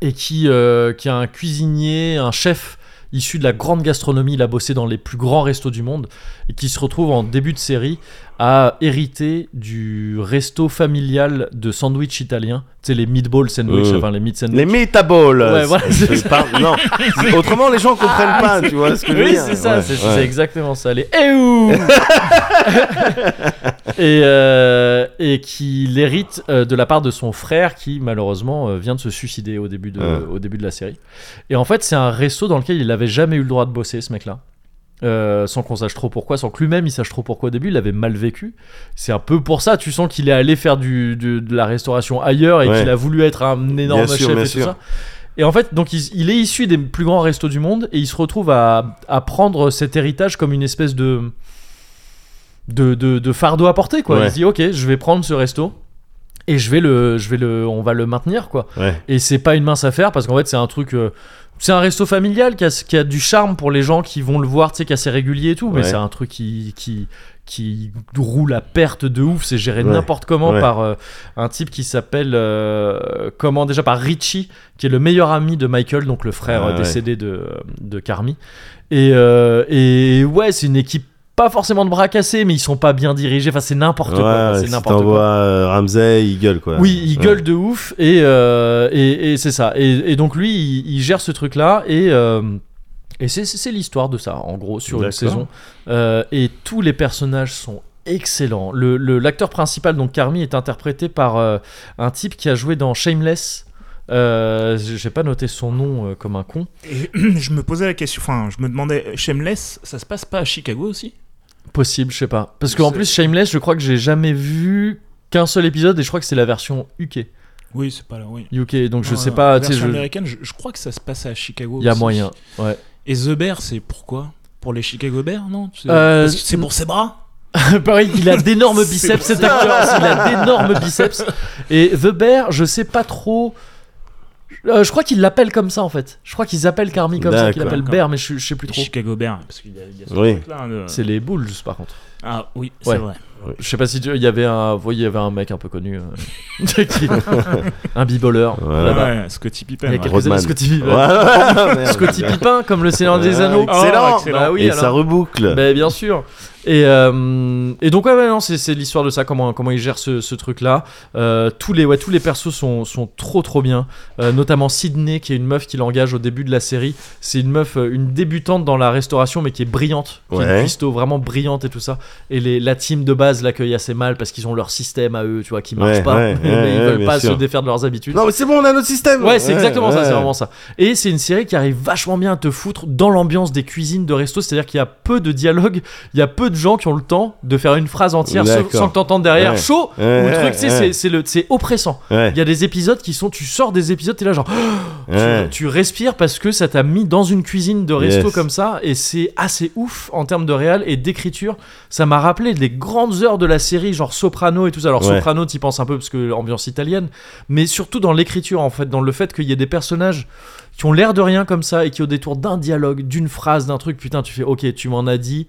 Speaker 1: et qui, euh, qui est un cuisinier, un chef issu de la grande gastronomie, il a bossé dans les plus grands restos du monde, et qui se retrouve en début de série à hériter du resto familial de sandwich italien, tu sais les meatball sandwich,
Speaker 2: Euh.
Speaker 1: enfin les meat sandwich.
Speaker 2: Les métaboles.
Speaker 1: Ouais, voilà, c'est ça. Ah,
Speaker 2: Non, autrement les gens comprennent pas, tu vois ce que je veux
Speaker 1: Oui,
Speaker 2: dire.
Speaker 1: c'est ça,
Speaker 2: Ouais,
Speaker 1: c'est
Speaker 2: ouais.
Speaker 1: c'est exactement ça. Les Eh ouh et, euh, et qui l'hérite euh, de la part de son frère qui, malheureusement, euh, vient de se suicider au début de,
Speaker 2: Ouais.
Speaker 1: au début de la série. Et en fait, c'est un resto dans lequel il n'avait jamais eu le droit de bosser, ce mec-là. Euh, sans qu'on sache trop pourquoi, sans que lui-même il sache trop pourquoi au début, il avait mal vécu. C'est un peu pour ça, tu sens qu'il est allé faire du, du- de la restauration ailleurs et
Speaker 2: Ouais.
Speaker 1: qu'il a voulu être un énorme
Speaker 2: Bien sûr,
Speaker 1: chef
Speaker 2: bien
Speaker 1: et
Speaker 2: sûr.
Speaker 1: tout ça. Et en fait, donc il, il est issu des plus grands restos du monde et il se retrouve à, à prendre cet héritage comme une espèce de de, de- de fardeau à porter quoi.
Speaker 2: Ouais.
Speaker 1: Il se dit ok, je vais prendre ce resto et je vais le, je vais le, on va le maintenir quoi.
Speaker 2: Ouais.
Speaker 1: Et c'est pas une mince affaire parce qu'en fait c'est un truc. euh, c'est un resto familial qui a, qui a du charme pour les gens qui vont le voir, tu sais, qui est assez régulier et tout, mais
Speaker 2: Ouais.
Speaker 1: c'est un truc qui, qui, qui roule à perte de ouf. C'est géré
Speaker 2: Ouais.
Speaker 1: n'importe comment
Speaker 2: Ouais.
Speaker 1: par euh, un type qui s'appelle, euh, comment déjà, par Richie, qui est le meilleur ami de Michael, donc le frère
Speaker 2: Ah,
Speaker 1: euh,
Speaker 2: ouais.
Speaker 1: décédé de, de Carmi. Et, euh, et ouais, c'est une équipe pas forcément de bras cassés, mais ils sont pas bien dirigés. Enfin, c'est n'importe quoi.
Speaker 2: Ouais,
Speaker 1: C'est
Speaker 2: si
Speaker 1: n'importe quoi.
Speaker 2: t'envoies, euh, Ramsey, il gueule quoi.
Speaker 1: Oui, il
Speaker 2: Ouais.
Speaker 1: gueule de ouf et, euh, et, et c'est ça. Et, et donc lui, il, il gère ce truc-là et, euh, et c'est, c'est- c'est l'histoire de ça, en gros, sur une
Speaker 2: D'accord.
Speaker 1: saison. Euh, et tous les personnages sont excellents. Le, le- l'acteur principal, donc Carmi, est interprété par euh, un type qui a joué dans Shameless. Euh, j'ai pas noté son nom euh, comme un con.
Speaker 5: Et je me posais la question, enfin, je me demandais, Shameless, ça se passe pas à Chicago aussi
Speaker 1: Possible, je sais pas. Parce qu'en
Speaker 5: C'est-
Speaker 1: plus, Shameless, je crois que j'ai jamais vu qu'un seul épisode et je crois que c'est la version UK.
Speaker 5: Oui, c'est pas là, oui.
Speaker 1: UK donc je
Speaker 5: Non,
Speaker 1: sais
Speaker 5: la
Speaker 1: pas. tu sais,
Speaker 5: version
Speaker 1: je-
Speaker 5: américaine, je, je crois que ça se passe à Chicago.
Speaker 1: Il y a
Speaker 5: aussi.
Speaker 1: moyen. Ouais.
Speaker 5: Et The Bear, c'est pourquoi Pour les Chicago Bears, non C'est
Speaker 1: Euh,
Speaker 5: parce que c'est pour ses bras
Speaker 1: Pareil, il a d'énormes biceps,
Speaker 5: C'est
Speaker 1: cet acteur. Il a d'énormes biceps. Et The Bear, je sais pas trop. Euh, je crois qu'il l'appelle comme ça en fait. Je crois qu'ils appellent Carmi comme ça, qu'ils
Speaker 2: D'accord.
Speaker 1: l'appellent Bear, mais je, je sais plus
Speaker 5: Les
Speaker 1: trop.
Speaker 5: Chicago Bears, parce qu'il y a, il y a ce
Speaker 2: Oui.
Speaker 5: truc-là. hein, de-
Speaker 1: C'est les Bulls par contre.
Speaker 5: Ah oui,
Speaker 1: Ouais.
Speaker 5: c'est vrai.
Speaker 1: Je sais pas si tu- il y avait un, vous voyez, il y avait un mec un peu connu, euh, qui- un biboleur.
Speaker 2: Voilà.
Speaker 1: là-bas.
Speaker 5: Ouais, Scottie Pippen.
Speaker 1: Il y a
Speaker 5: ouais.
Speaker 1: quelques
Speaker 2: Rodman.
Speaker 1: années, Scotty,
Speaker 2: Ouais, ouais, merde.
Speaker 1: Scotty Pippin comme le Seigneur des
Speaker 2: Ouais,
Speaker 1: Anneaux.
Speaker 2: Excellent.
Speaker 5: Oh, excellent.
Speaker 1: Bah oui,
Speaker 2: Et
Speaker 1: alors.
Speaker 2: ça reboucle.
Speaker 1: Ben, bien sûr. Et, euh, et donc ouais, ouais, non, c'est c'est l'histoire de ça, comment, comment il gère ce, ce truc-là. Euh, tous, les, ouais, tous les persos sont, sont trop trop bien, Euh, notamment Sydney, qui est une meuf qu'il engage au début de la série. C'est une meuf, euh, une débutante dans la restauration, mais qui est brillante, qui est
Speaker 2: Ouais.
Speaker 1: une cuistot vraiment brillante et tout ça. et les, la team de base l'accueille assez mal parce qu'ils ont leur système à eux, tu vois, qui marche
Speaker 2: Ouais,
Speaker 1: pas.
Speaker 2: ouais,
Speaker 1: mais
Speaker 2: ouais,
Speaker 1: ils
Speaker 2: ouais,
Speaker 1: veulent
Speaker 2: bien
Speaker 1: pas
Speaker 2: sûr.
Speaker 1: se défaire de leurs habitudes.
Speaker 2: Non, mais c'est bon, on a notre système.
Speaker 1: Ouais, c'est exactement ça,
Speaker 2: ouais.
Speaker 1: c'est vraiment ça. Et c'est une série qui arrive vachement bien à te foutre dans l'ambiance des cuisines de resto, c'est-à-dire qu'il y a peu de dialogue, il y a peu de gens qui ont le temps de faire une phrase entière sans,
Speaker 2: D'accord.
Speaker 1: sans que t'entendes derrière
Speaker 2: Ouais.
Speaker 1: chaud
Speaker 2: Ouais,
Speaker 1: ou le truc,
Speaker 2: ouais,
Speaker 1: tu sais,
Speaker 2: ouais.
Speaker 1: c'est- c'est le- c'est oppressant.
Speaker 2: Ouais,
Speaker 1: Il y a des épisodes qui sont, tu sors des épisodes, t'es là genre,
Speaker 2: ouais.
Speaker 1: tu, tu respires parce que ça t'a mis dans une cuisine de resto
Speaker 2: Yes.
Speaker 1: comme ça et c'est assez ouf en termes de réal et d'écriture. Ça m'a rappelé les grandes heures de la série genre Soprano et tout ça. Alors
Speaker 2: Ouais.
Speaker 1: Soprano, t'y penses un peu parce que ambiance italienne, mais surtout dans l'écriture en fait, dans le fait qu'il y ait des personnages qui ont l'air de rien comme ça et qui au détour d'un dialogue, d'une phrase, d'un truc, putain, tu fais ok, tu m'en as dit,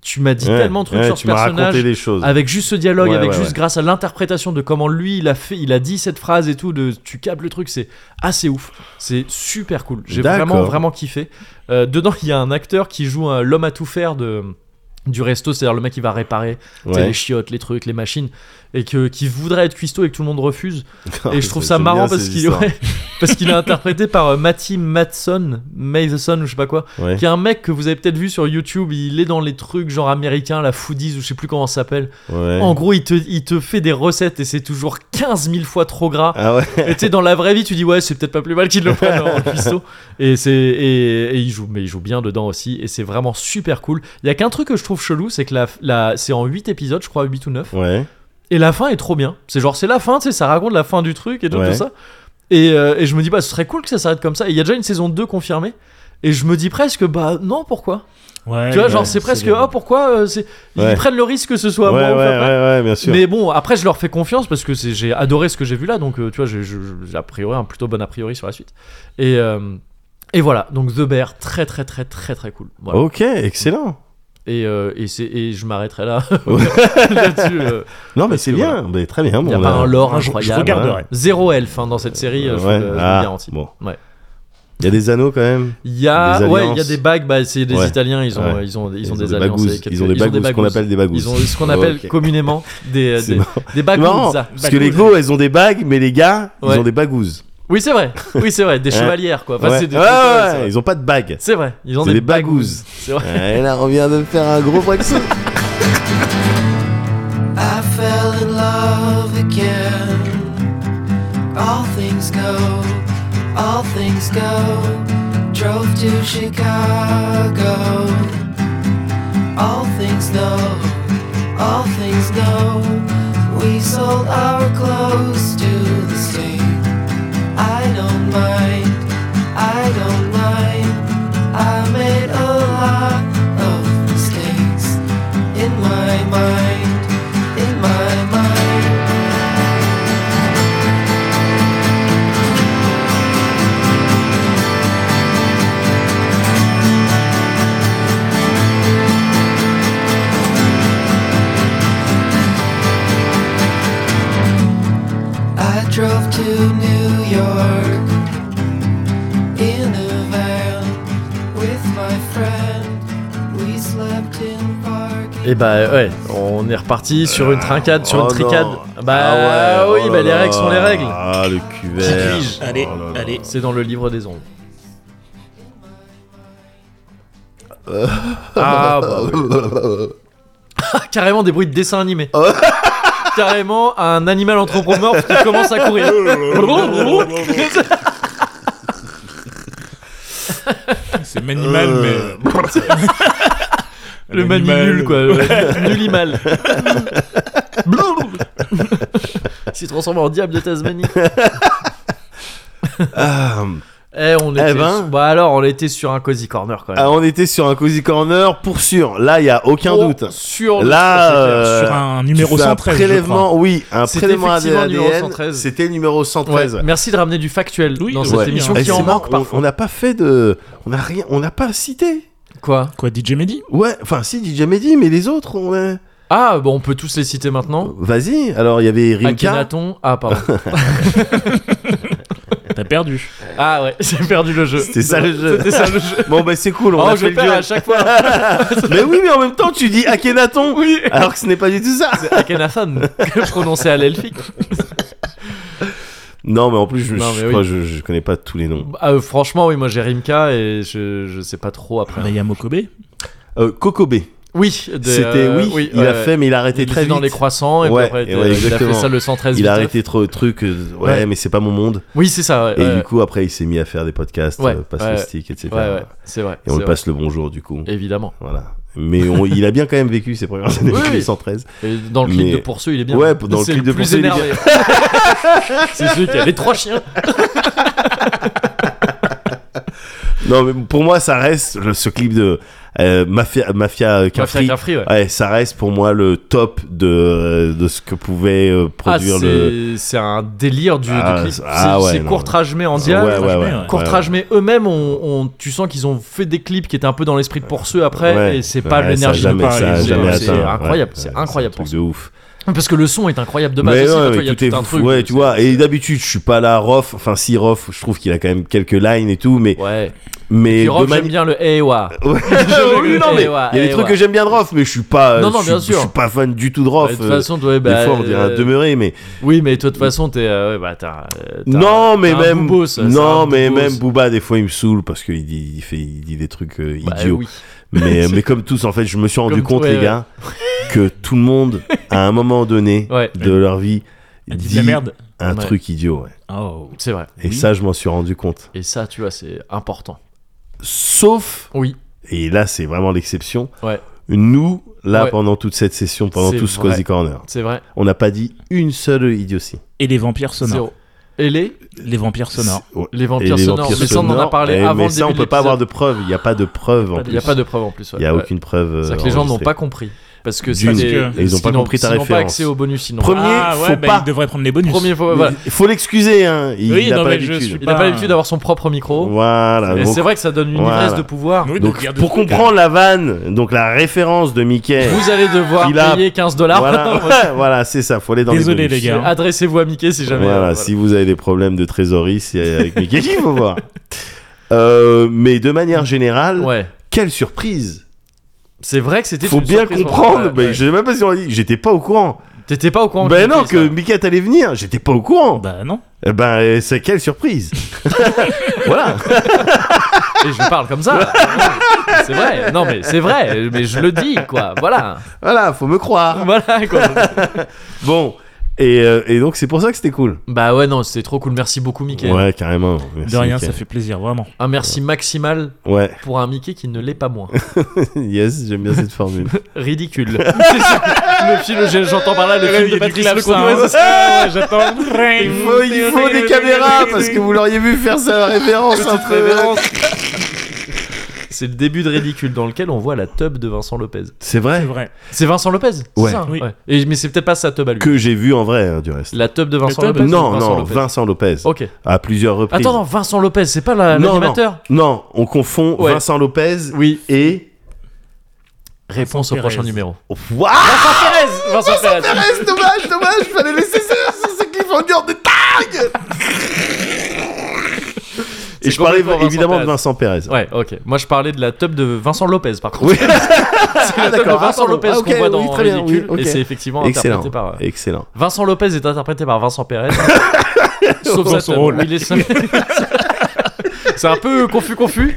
Speaker 1: tu m'as dit
Speaker 2: Ouais,
Speaker 1: tellement de trucs
Speaker 2: ouais,
Speaker 1: sur ce
Speaker 2: tu m'as
Speaker 1: personnage.
Speaker 2: raconté des choses.
Speaker 1: Avec juste ce dialogue,
Speaker 2: Ouais,
Speaker 1: avec
Speaker 2: ouais,
Speaker 1: juste
Speaker 2: ouais.
Speaker 1: grâce à l'interprétation de comment lui il a fait, il a dit cette phrase et tout, de tu capes le truc, c'est assez ouf, c'est super cool. J'ai
Speaker 2: D'accord.
Speaker 1: vraiment vraiment kiffé. Euh, dedans, il y a un acteur qui joue un- l'homme à tout faire de du resto, c'est-à-dire le mec qui va réparer tu sais,
Speaker 2: Ouais.
Speaker 1: les chiottes, les trucs, les machines, et que qui voudrait être cuistot et que tout le monde refuse. Et je trouve ça
Speaker 2: Ah, J'aime
Speaker 1: marrant
Speaker 2: bien
Speaker 1: parce
Speaker 2: ces
Speaker 1: qu'il
Speaker 2: histoires.
Speaker 1: ouais, parce qu'il est interprété par euh, Matty Madson, Matheson ou je sais pas quoi,
Speaker 2: Ouais.
Speaker 1: qui est un mec que vous avez peut-être vu sur YouTube, il est dans les trucs genre américains, la foodies ou je sais plus comment ça s'appelle.
Speaker 2: Ouais.
Speaker 1: En gros, il te, il te fait des recettes et c'est toujours 15 000 fois trop gras.
Speaker 2: Ah ouais.
Speaker 1: Et tu sais, dans la vraie vie, tu dis ouais, c'est peut-être pas plus mal qu'il le prenne en cuistot. Et, c'est, et, et il joue, mais il joue bien dedans aussi. Et c'est vraiment super cool. Il y a qu'un truc que je trouve chelou, c'est que la, la, c'est en 8 épisodes, je crois, 8 ou 9.
Speaker 2: Ouais.
Speaker 1: Et la fin est trop bien. C'est genre, c'est la fin, tu sais, ça raconte la fin du truc et tout,
Speaker 2: Ouais.
Speaker 1: tout ça. Et, euh, et je me dis, bah, ce serait cool que ça s'arrête comme ça. Et il y a déjà une saison 2 confirmée. Et je me dis presque, bah non, pourquoi
Speaker 3: Ouais,
Speaker 1: Tu vois,
Speaker 3: ouais,
Speaker 1: genre, c'est presque,
Speaker 3: bien.
Speaker 1: ah, pourquoi euh, c'est...
Speaker 2: Ouais.
Speaker 1: Ils prennent le risque que ce
Speaker 2: Ouais,
Speaker 1: soit
Speaker 2: ouais,
Speaker 1: moi
Speaker 2: ouais,
Speaker 1: ou pas.
Speaker 2: ouais, bien sûr.
Speaker 1: Mais bon, après, je leur fais confiance parce que c'est- j'ai adoré ce que j'ai vu là, donc euh, tu vois, j'ai je- je- j'ai a priori un plutôt bon a priori sur la suite. Et, euh, et voilà, donc The Bear, très très très très très cool. Voilà.
Speaker 2: Ok, excellent.
Speaker 1: Et, euh, et, c'est- et je m'arrêterai là. Là-dessus, euh,
Speaker 2: Non, mais
Speaker 1: Parce
Speaker 2: c'est
Speaker 1: que
Speaker 2: bien. Mais très bien.
Speaker 1: il n'y
Speaker 2: bon,
Speaker 1: a
Speaker 2: on
Speaker 1: pas
Speaker 2: a-
Speaker 1: un lore
Speaker 3: Moi, je- je
Speaker 1: incroyable.
Speaker 3: regarderai.
Speaker 1: Zéro elfe hein, dans cette série, euh, je,
Speaker 2: Ouais.
Speaker 1: vous le- je vous le
Speaker 2: Ah,
Speaker 1: garantis.
Speaker 2: bon.
Speaker 1: Ouais.
Speaker 2: Il y a des anneaux quand même.
Speaker 1: Il y a,
Speaker 2: Des
Speaker 1: ouais, il
Speaker 2: alliances.
Speaker 1: y a des bagues, bah, c'est des
Speaker 2: Ouais.
Speaker 1: Italiens, ils ont,
Speaker 2: Ouais.
Speaker 1: ils ont, ils ont,
Speaker 2: Ils ont
Speaker 1: des,
Speaker 2: des
Speaker 1: alliances.
Speaker 2: bagouses.
Speaker 1: et quelques-
Speaker 2: Ils ont des bagouses, ce qu'on
Speaker 1: bagouses.
Speaker 2: appelle des bagouses.
Speaker 1: Ils ont ce qu'on appelle
Speaker 2: Ok.
Speaker 1: communément des,
Speaker 2: C'est
Speaker 1: des,
Speaker 2: marrant.
Speaker 1: des
Speaker 2: C'est marrant,
Speaker 1: bagouses.
Speaker 2: parce que les go, elles ont des bagues, mais les gars, ils
Speaker 1: Ouais.
Speaker 2: ont des bagouses.
Speaker 1: Oui, c'est vrai. Oui, c'est vrai. Des
Speaker 2: Ouais.
Speaker 1: chevalières, quoi. Enfin,
Speaker 2: ouais.
Speaker 1: c'est des
Speaker 2: Ouais,
Speaker 1: trucs,
Speaker 2: ouais,
Speaker 1: ouais,
Speaker 2: ouais,
Speaker 1: c'est vrai.
Speaker 2: ils ont pas de bagues.
Speaker 1: C'est vrai. Ils ont
Speaker 2: C'est
Speaker 1: des,
Speaker 2: des
Speaker 1: bagouses.
Speaker 2: bagouses.
Speaker 1: C'est vrai.
Speaker 2: Et là, on vient de faire un gros Brexit.
Speaker 4: I fell in love again. All things go, all things go. Drove to Chicago. All things go, all things go. We sold our clothes to the state. I don't mind, I don't mind. I made a lot of mistakes in my mind, in my mind. I drove to New York in a van with my friend. We slept in park.
Speaker 1: Et bah ouais, on est reparti sur une trincade, sur
Speaker 2: Oh
Speaker 1: une tricade.
Speaker 2: non.
Speaker 1: Bah
Speaker 2: Ah ouais,
Speaker 1: oui,
Speaker 2: oh
Speaker 1: bah
Speaker 2: là
Speaker 1: les
Speaker 2: là.
Speaker 1: règles sont les règles.
Speaker 2: Ah, le cuvert.
Speaker 1: Qui pige
Speaker 3: Allez,
Speaker 2: Oh là là.
Speaker 3: allez.
Speaker 1: C'est dans le livre des ondes. Ah bah oui. Carrément des bruits de dessins animés.
Speaker 2: Ah
Speaker 1: Carrément un animal anthropomorphe qui commence à courir.
Speaker 5: C'est manimal,
Speaker 2: Euh,
Speaker 5: mais.
Speaker 1: Le
Speaker 5: L'animal.
Speaker 1: manipule quoi. Nullimal. Il s'est transformé en diable de Tasmanie.
Speaker 2: Ah,
Speaker 1: Eh, on était
Speaker 2: ben.
Speaker 1: sur- bah alors, on était sur un cozy corner quand même.
Speaker 2: ah, on était sur un cozy corner pour sûr. Là, il y a aucun
Speaker 1: Oh,
Speaker 2: doute.
Speaker 1: Sur
Speaker 2: Là, euh,
Speaker 5: sur un numéro
Speaker 2: tu fais
Speaker 5: 113.
Speaker 2: un
Speaker 5: je crois.
Speaker 2: prélèvement, oui, un
Speaker 1: C'était
Speaker 2: prélèvement
Speaker 1: effectivement le numéro
Speaker 2: ADN.
Speaker 1: 113.
Speaker 2: C'était le numéro
Speaker 1: Ouais,
Speaker 2: 113.
Speaker 1: Merci de ramener du factuel
Speaker 5: Oui,
Speaker 1: dans
Speaker 5: ouais.
Speaker 1: cette
Speaker 5: Ouais.
Speaker 1: émission
Speaker 2: euh, Et
Speaker 1: qui
Speaker 2: c'est
Speaker 1: en
Speaker 2: marrant,
Speaker 1: manque
Speaker 2: on-
Speaker 1: parfois.
Speaker 2: On n'a pas fait de, on a rien, on n'a pas cité.
Speaker 1: Quoi
Speaker 5: Quoi, DJ Mehdi
Speaker 2: Ouais, enfin si DJ Mehdi, mais les autres, on a-
Speaker 1: Ah, bon, on peut tous les citer maintenant.
Speaker 2: vas-y. Alors il y avait Rimka.
Speaker 1: Akhenaton. Ah, pardon.
Speaker 5: T'as perdu.
Speaker 1: Ah ouais, j'ai perdu le jeu.
Speaker 2: C'était ça le jeu.
Speaker 1: C'était ça le jeu.
Speaker 2: Bon bah c'est cool, on
Speaker 1: Oh,
Speaker 2: a
Speaker 1: je
Speaker 2: fait le
Speaker 1: perds
Speaker 2: duel.
Speaker 1: à chaque fois.
Speaker 2: Mais oui, mais en même temps tu dis Akhenaton, oui. alors que ce n'est pas du tout ça.
Speaker 1: Akhenaton, prononcé à l'elfique.
Speaker 2: Non, mais en plus je,
Speaker 1: Non,
Speaker 2: je
Speaker 1: mais oui.
Speaker 2: crois que je, je connais pas tous les noms.
Speaker 1: Ah, euh, franchement, oui, moi j'ai Rimka et je, je sais pas trop après.
Speaker 5: Bah, il y a Mokobe.
Speaker 2: Euh, Kokobé.
Speaker 1: Oui, de-
Speaker 2: C'était
Speaker 1: euh,
Speaker 2: oui, il
Speaker 1: ouais,
Speaker 2: a
Speaker 1: ouais.
Speaker 2: fait, mais il a arrêté
Speaker 1: Il était
Speaker 2: très vite.
Speaker 1: dans les croissants et puis
Speaker 2: Ouais,
Speaker 1: après,
Speaker 2: et
Speaker 1: t'es-
Speaker 2: ouais,
Speaker 1: il a fait
Speaker 2: exactement.
Speaker 1: ça le 113
Speaker 2: Il a
Speaker 1: vite.
Speaker 2: arrêté trop de trucs. euh, Ouais,
Speaker 1: Ouais.
Speaker 2: mais c'est pas mon monde.
Speaker 1: Oui, c'est ça. ouais,
Speaker 2: Et
Speaker 1: ouais.
Speaker 2: du coup, après, il s'est mis à faire des podcasts,
Speaker 1: Ouais,
Speaker 2: euh, passe
Speaker 1: ouais,
Speaker 2: le stick, etc.
Speaker 1: Ouais, ouais, c'est vrai.
Speaker 2: Et on
Speaker 1: c'est
Speaker 2: lui passe le bonjour, du coup.
Speaker 1: vrai. Évidemment.
Speaker 2: Voilà. Mais on- il a bien quand même vécu ses premières années
Speaker 1: Oui,
Speaker 2: de
Speaker 1: oui.
Speaker 2: 113.
Speaker 1: Et dans le clip
Speaker 2: Mais-
Speaker 1: de Pourceux, il est bien.
Speaker 2: Ouais, dans le
Speaker 1: C'est
Speaker 2: clip de
Speaker 1: plus
Speaker 2: Pourceux, il est
Speaker 1: énervé. c'est celui qui a les trois chiens.
Speaker 2: Non, mais pour moi, ça reste le- ce clip de euh, Mafia, Mafia
Speaker 1: Cafri,
Speaker 2: Cafri.
Speaker 1: Cafri, ouais.
Speaker 2: Ouais, ça reste pour moi le top de, de ce que pouvait euh,
Speaker 1: Ah,
Speaker 2: produire le.
Speaker 1: c'est c'est un délire du, du
Speaker 2: Ah,
Speaker 1: clip.
Speaker 2: c'est-
Speaker 1: C'est
Speaker 2: ah ouais,
Speaker 1: c'est
Speaker 2: non,
Speaker 1: Courtrajmé en
Speaker 2: Ouais,
Speaker 1: diable.
Speaker 2: ouais, ouais,
Speaker 3: Courtrage-Mé,
Speaker 2: ouais.
Speaker 1: Courtrage, mais eux-mêmes, on, on- tu sens qu'ils ont fait des clips qui étaient un peu dans l'esprit de pourceux après,
Speaker 2: Ouais.
Speaker 1: et c'est pas
Speaker 2: Ouais,
Speaker 1: l'énergie
Speaker 2: ça a
Speaker 1: de
Speaker 2: jamais,
Speaker 1: Paris.
Speaker 2: ça a
Speaker 1: C'est-
Speaker 2: jamais
Speaker 1: C'est
Speaker 2: atteint.
Speaker 1: incroyable,
Speaker 2: Ouais,
Speaker 1: c'est
Speaker 2: ouais,
Speaker 1: incroyable
Speaker 2: un truc
Speaker 1: pour
Speaker 2: de ouf.
Speaker 1: ça. Parce que le son est incroyable de base.
Speaker 2: Mais
Speaker 1: aussi,
Speaker 2: ouais,
Speaker 1: parce qu'il
Speaker 2: mais
Speaker 1: y a
Speaker 2: tout est
Speaker 1: tout un
Speaker 2: fou,
Speaker 1: truc. euh,
Speaker 2: ouais, tu vois. Et d'habitude, je suis pas là, Rof. Enfin, si Rof, je trouve qu'il a quand même quelques lines et tout, mais
Speaker 1: Ouais.
Speaker 2: mais
Speaker 1: Puis Rock,
Speaker 2: de mani-
Speaker 1: j'aime bien le eh, Ewa.
Speaker 2: Ouais, oui, non, mais il y a des trucs que j'aime bien de Rof, mais je suis pas,
Speaker 1: Non, non,
Speaker 2: je, suis-
Speaker 1: bien sûr.
Speaker 2: je suis pas fan du tout de Rof.
Speaker 1: De toute
Speaker 2: Euh,
Speaker 1: façon, toi,
Speaker 2: des
Speaker 1: bah,
Speaker 2: fois, on dirait
Speaker 1: euh,
Speaker 2: un demeuré, mais
Speaker 1: Oui, mais toi, de toute façon, t'es. euh, ouais, bah, t'as, euh, t'as-
Speaker 2: non, mais
Speaker 1: un
Speaker 2: même,
Speaker 1: bobo, ça, c'est
Speaker 2: non,
Speaker 1: un
Speaker 2: mais
Speaker 1: bobo,
Speaker 2: même
Speaker 1: ça.
Speaker 2: Booba, des fois, il me saoule parce qu'il dit, il fait, il dit des trucs euh,
Speaker 1: bah,
Speaker 2: idiots.
Speaker 1: oui.
Speaker 2: Mais, mais comme tous, en fait, je me suis rendu
Speaker 1: Comme
Speaker 2: compte,
Speaker 1: tout, ouais,
Speaker 2: les gars, que tout le monde, à un moment donné
Speaker 1: Ouais.
Speaker 2: de leur vie,
Speaker 3: Elle dit de la merde.
Speaker 2: un
Speaker 1: Ouais.
Speaker 2: truc idiot. ouais.
Speaker 3: Oh.
Speaker 1: C'est vrai.
Speaker 2: Et ça, je m'en suis rendu compte.
Speaker 1: Et ça, tu vois, c'est important.
Speaker 2: Sauf,
Speaker 1: Oui.
Speaker 2: et là, c'est vraiment l'exception,
Speaker 1: Ouais.
Speaker 2: nous, là,
Speaker 1: Ouais.
Speaker 2: pendant toute cette session, pendant
Speaker 1: C'est
Speaker 2: tout ce
Speaker 1: vrai.
Speaker 2: Cozy Corner,
Speaker 1: C'est vrai.
Speaker 2: on n'a pas dit une seule idiotie.
Speaker 3: Et les vampires sonores.
Speaker 1: Zéro. Et les,
Speaker 3: Les vampires sonores.
Speaker 2: C'est- ouais.
Speaker 1: les
Speaker 2: Et
Speaker 1: vampires
Speaker 2: les
Speaker 1: sonores.
Speaker 2: vampires
Speaker 1: mais ça, on en a
Speaker 2: sonores,
Speaker 1: parlé
Speaker 2: eh,
Speaker 1: avant
Speaker 2: mais
Speaker 1: le
Speaker 2: ça,
Speaker 1: début
Speaker 2: on
Speaker 1: de
Speaker 2: peut pas avoir
Speaker 1: l'épisode.
Speaker 2: de preuves. Il n'y a pas de preuves en
Speaker 1: Il
Speaker 2: plus.
Speaker 1: n'y a pas de preuve en plus. ouais.
Speaker 2: Il y a
Speaker 1: Ouais.
Speaker 2: aucune preuve. euh,
Speaker 1: C'est-à-dire que les gens n'ont
Speaker 2: enregistrée.
Speaker 1: pas compris. Parce que
Speaker 2: D'une,
Speaker 1: ça, les-
Speaker 2: et ils ont pas
Speaker 1: sinon-
Speaker 2: compris ta
Speaker 1: sinon pas
Speaker 2: référence.
Speaker 1: accès au bonus sinon.
Speaker 2: Premier,
Speaker 3: Ah ouais,
Speaker 2: faut
Speaker 3: bah,
Speaker 2: pas.
Speaker 3: ils devraient prendre les bonus.
Speaker 1: Premier fois, voilà.
Speaker 2: Il faut l'excuser. hein. Il
Speaker 3: Oui,
Speaker 2: n'a
Speaker 3: non,
Speaker 2: pas
Speaker 3: mais je
Speaker 2: l'habitude.
Speaker 3: suis
Speaker 1: Il n'a
Speaker 3: pas-
Speaker 1: pas l'habitude d'avoir son propre micro.
Speaker 2: Voilà.
Speaker 1: Et
Speaker 2: donc,
Speaker 1: c'est vrai que ça donne une
Speaker 2: Voilà.
Speaker 1: ivresse de pouvoir.
Speaker 3: Oui, de
Speaker 2: donc,
Speaker 3: dire des
Speaker 2: pour
Speaker 3: trucs,
Speaker 2: comprendre la vanne, donc la référence de Mickey.
Speaker 1: Vous allez devoir
Speaker 2: Il a-
Speaker 1: payer 15 dollars.
Speaker 2: Voilà, voilà c'est ça. Faut aller dans
Speaker 3: Désolé,
Speaker 2: les bonus.
Speaker 3: les gars.
Speaker 1: Adressez-vous à Mickey si Ah, jamais.
Speaker 2: Voilà,
Speaker 1: euh,
Speaker 2: si vous avez des problèmes de trésorerie, c'est avec Mickey qu'il faut voir. Euh, mais de manière générale,
Speaker 1: Ouais.
Speaker 2: quelle surprise
Speaker 1: C'est vrai que c'était.
Speaker 2: Faut
Speaker 1: une
Speaker 2: bien
Speaker 1: surprise,
Speaker 2: comprendre,
Speaker 1: ouais,
Speaker 2: mais
Speaker 1: ouais.
Speaker 2: je sais même pas si on l'a dit, j'étais pas au courant.
Speaker 1: T'étais pas au courant.
Speaker 2: ben
Speaker 1: que
Speaker 2: non,
Speaker 1: c'était
Speaker 2: que
Speaker 1: ça.
Speaker 2: Mickey allait venir, j'étais pas au courant.
Speaker 3: Bah non.
Speaker 2: Eh Ben, euh, c'est quelle surprise Voilà
Speaker 1: Et je parle comme ça. c'est vrai. Non, mais c'est vrai. Mais je le dis, quoi. Voilà.
Speaker 2: Voilà, faut me croire.
Speaker 1: Voilà, quoi.
Speaker 2: Bon, et, euh, et donc c'est pour ça que c'était cool.
Speaker 1: Bah ouais, non, c'était trop cool. Merci beaucoup, Mickey.
Speaker 2: Ouais, carrément. Merci,
Speaker 3: De rien,
Speaker 2: Mickey.
Speaker 3: ça fait plaisir, vraiment.
Speaker 1: Un merci maximal
Speaker 2: Ouais,
Speaker 1: pour un Mickey qui ne l'est pas moins.
Speaker 2: yes, j'aime bien cette formule.
Speaker 1: Ridicule. C'est ça. le film, j'ai- j'entends par là le film de Patrick Leconte. Ouais, c'est ça.
Speaker 3: J'attends.
Speaker 2: Il faut, il faut des caméras parce que vous l'auriez vu faire sa référence. un peu.
Speaker 1: C'est le début de Ridicule dans lequel on voit la tub de Vincent Lopez.
Speaker 2: C'est
Speaker 3: C'est
Speaker 2: vrai
Speaker 3: vrai.
Speaker 1: C'est Vincent Lopez c'est
Speaker 2: Ouais.
Speaker 1: ça
Speaker 3: Oui.
Speaker 1: Et- mais c'est peut-être pas sa tub à lui.
Speaker 2: que j'ai vu en vrai hein, du reste.
Speaker 1: La tub de Vincent
Speaker 3: tub
Speaker 1: Lopez
Speaker 2: non,
Speaker 1: ou Vincent
Speaker 2: non,
Speaker 1: Lopez
Speaker 2: Vincent Lopez
Speaker 1: Ok.
Speaker 2: à plusieurs reprises.
Speaker 1: Attends, non, Vincent Lopez, c'est pas la-
Speaker 2: Non,
Speaker 1: l'animateur
Speaker 2: non, on confond
Speaker 1: Ouais.
Speaker 2: Vincent Lopez
Speaker 1: Oui.
Speaker 2: et
Speaker 1: Réponse au
Speaker 3: Pérez.
Speaker 1: prochain numéro.
Speaker 2: Waouh
Speaker 1: Pérez Vincent Pérez
Speaker 2: Reste, Ah, dommage, dommage, fallait laisser ça sur ce cliffhanger de tag Et
Speaker 1: C'est
Speaker 2: je parlais
Speaker 1: complètement Vincent
Speaker 2: évidemment de
Speaker 1: Perez.
Speaker 2: Vincent Pérez.
Speaker 1: Ouais, ok. Moi, je parlais de la tub de Vincent Lopez, par contre.
Speaker 2: Oui.
Speaker 1: c'est la tub de
Speaker 2: d'accord. Ah,
Speaker 1: Vincent
Speaker 2: pardon.
Speaker 1: Lopez
Speaker 2: Ah, ok,
Speaker 1: qu'on voit
Speaker 2: oui,
Speaker 1: dans
Speaker 2: très bien,
Speaker 1: Ridicule,
Speaker 2: oui, ok.
Speaker 1: et c'est effectivement
Speaker 2: Excellent.
Speaker 1: interprété par... euh,
Speaker 2: Excellent.
Speaker 1: Vincent Lopez est interprété par Vincent Pérez. Sauf
Speaker 3: Dans
Speaker 1: sa
Speaker 3: son
Speaker 1: tub,
Speaker 3: rôle.
Speaker 1: où il est seul. C'est un peu confus, confus,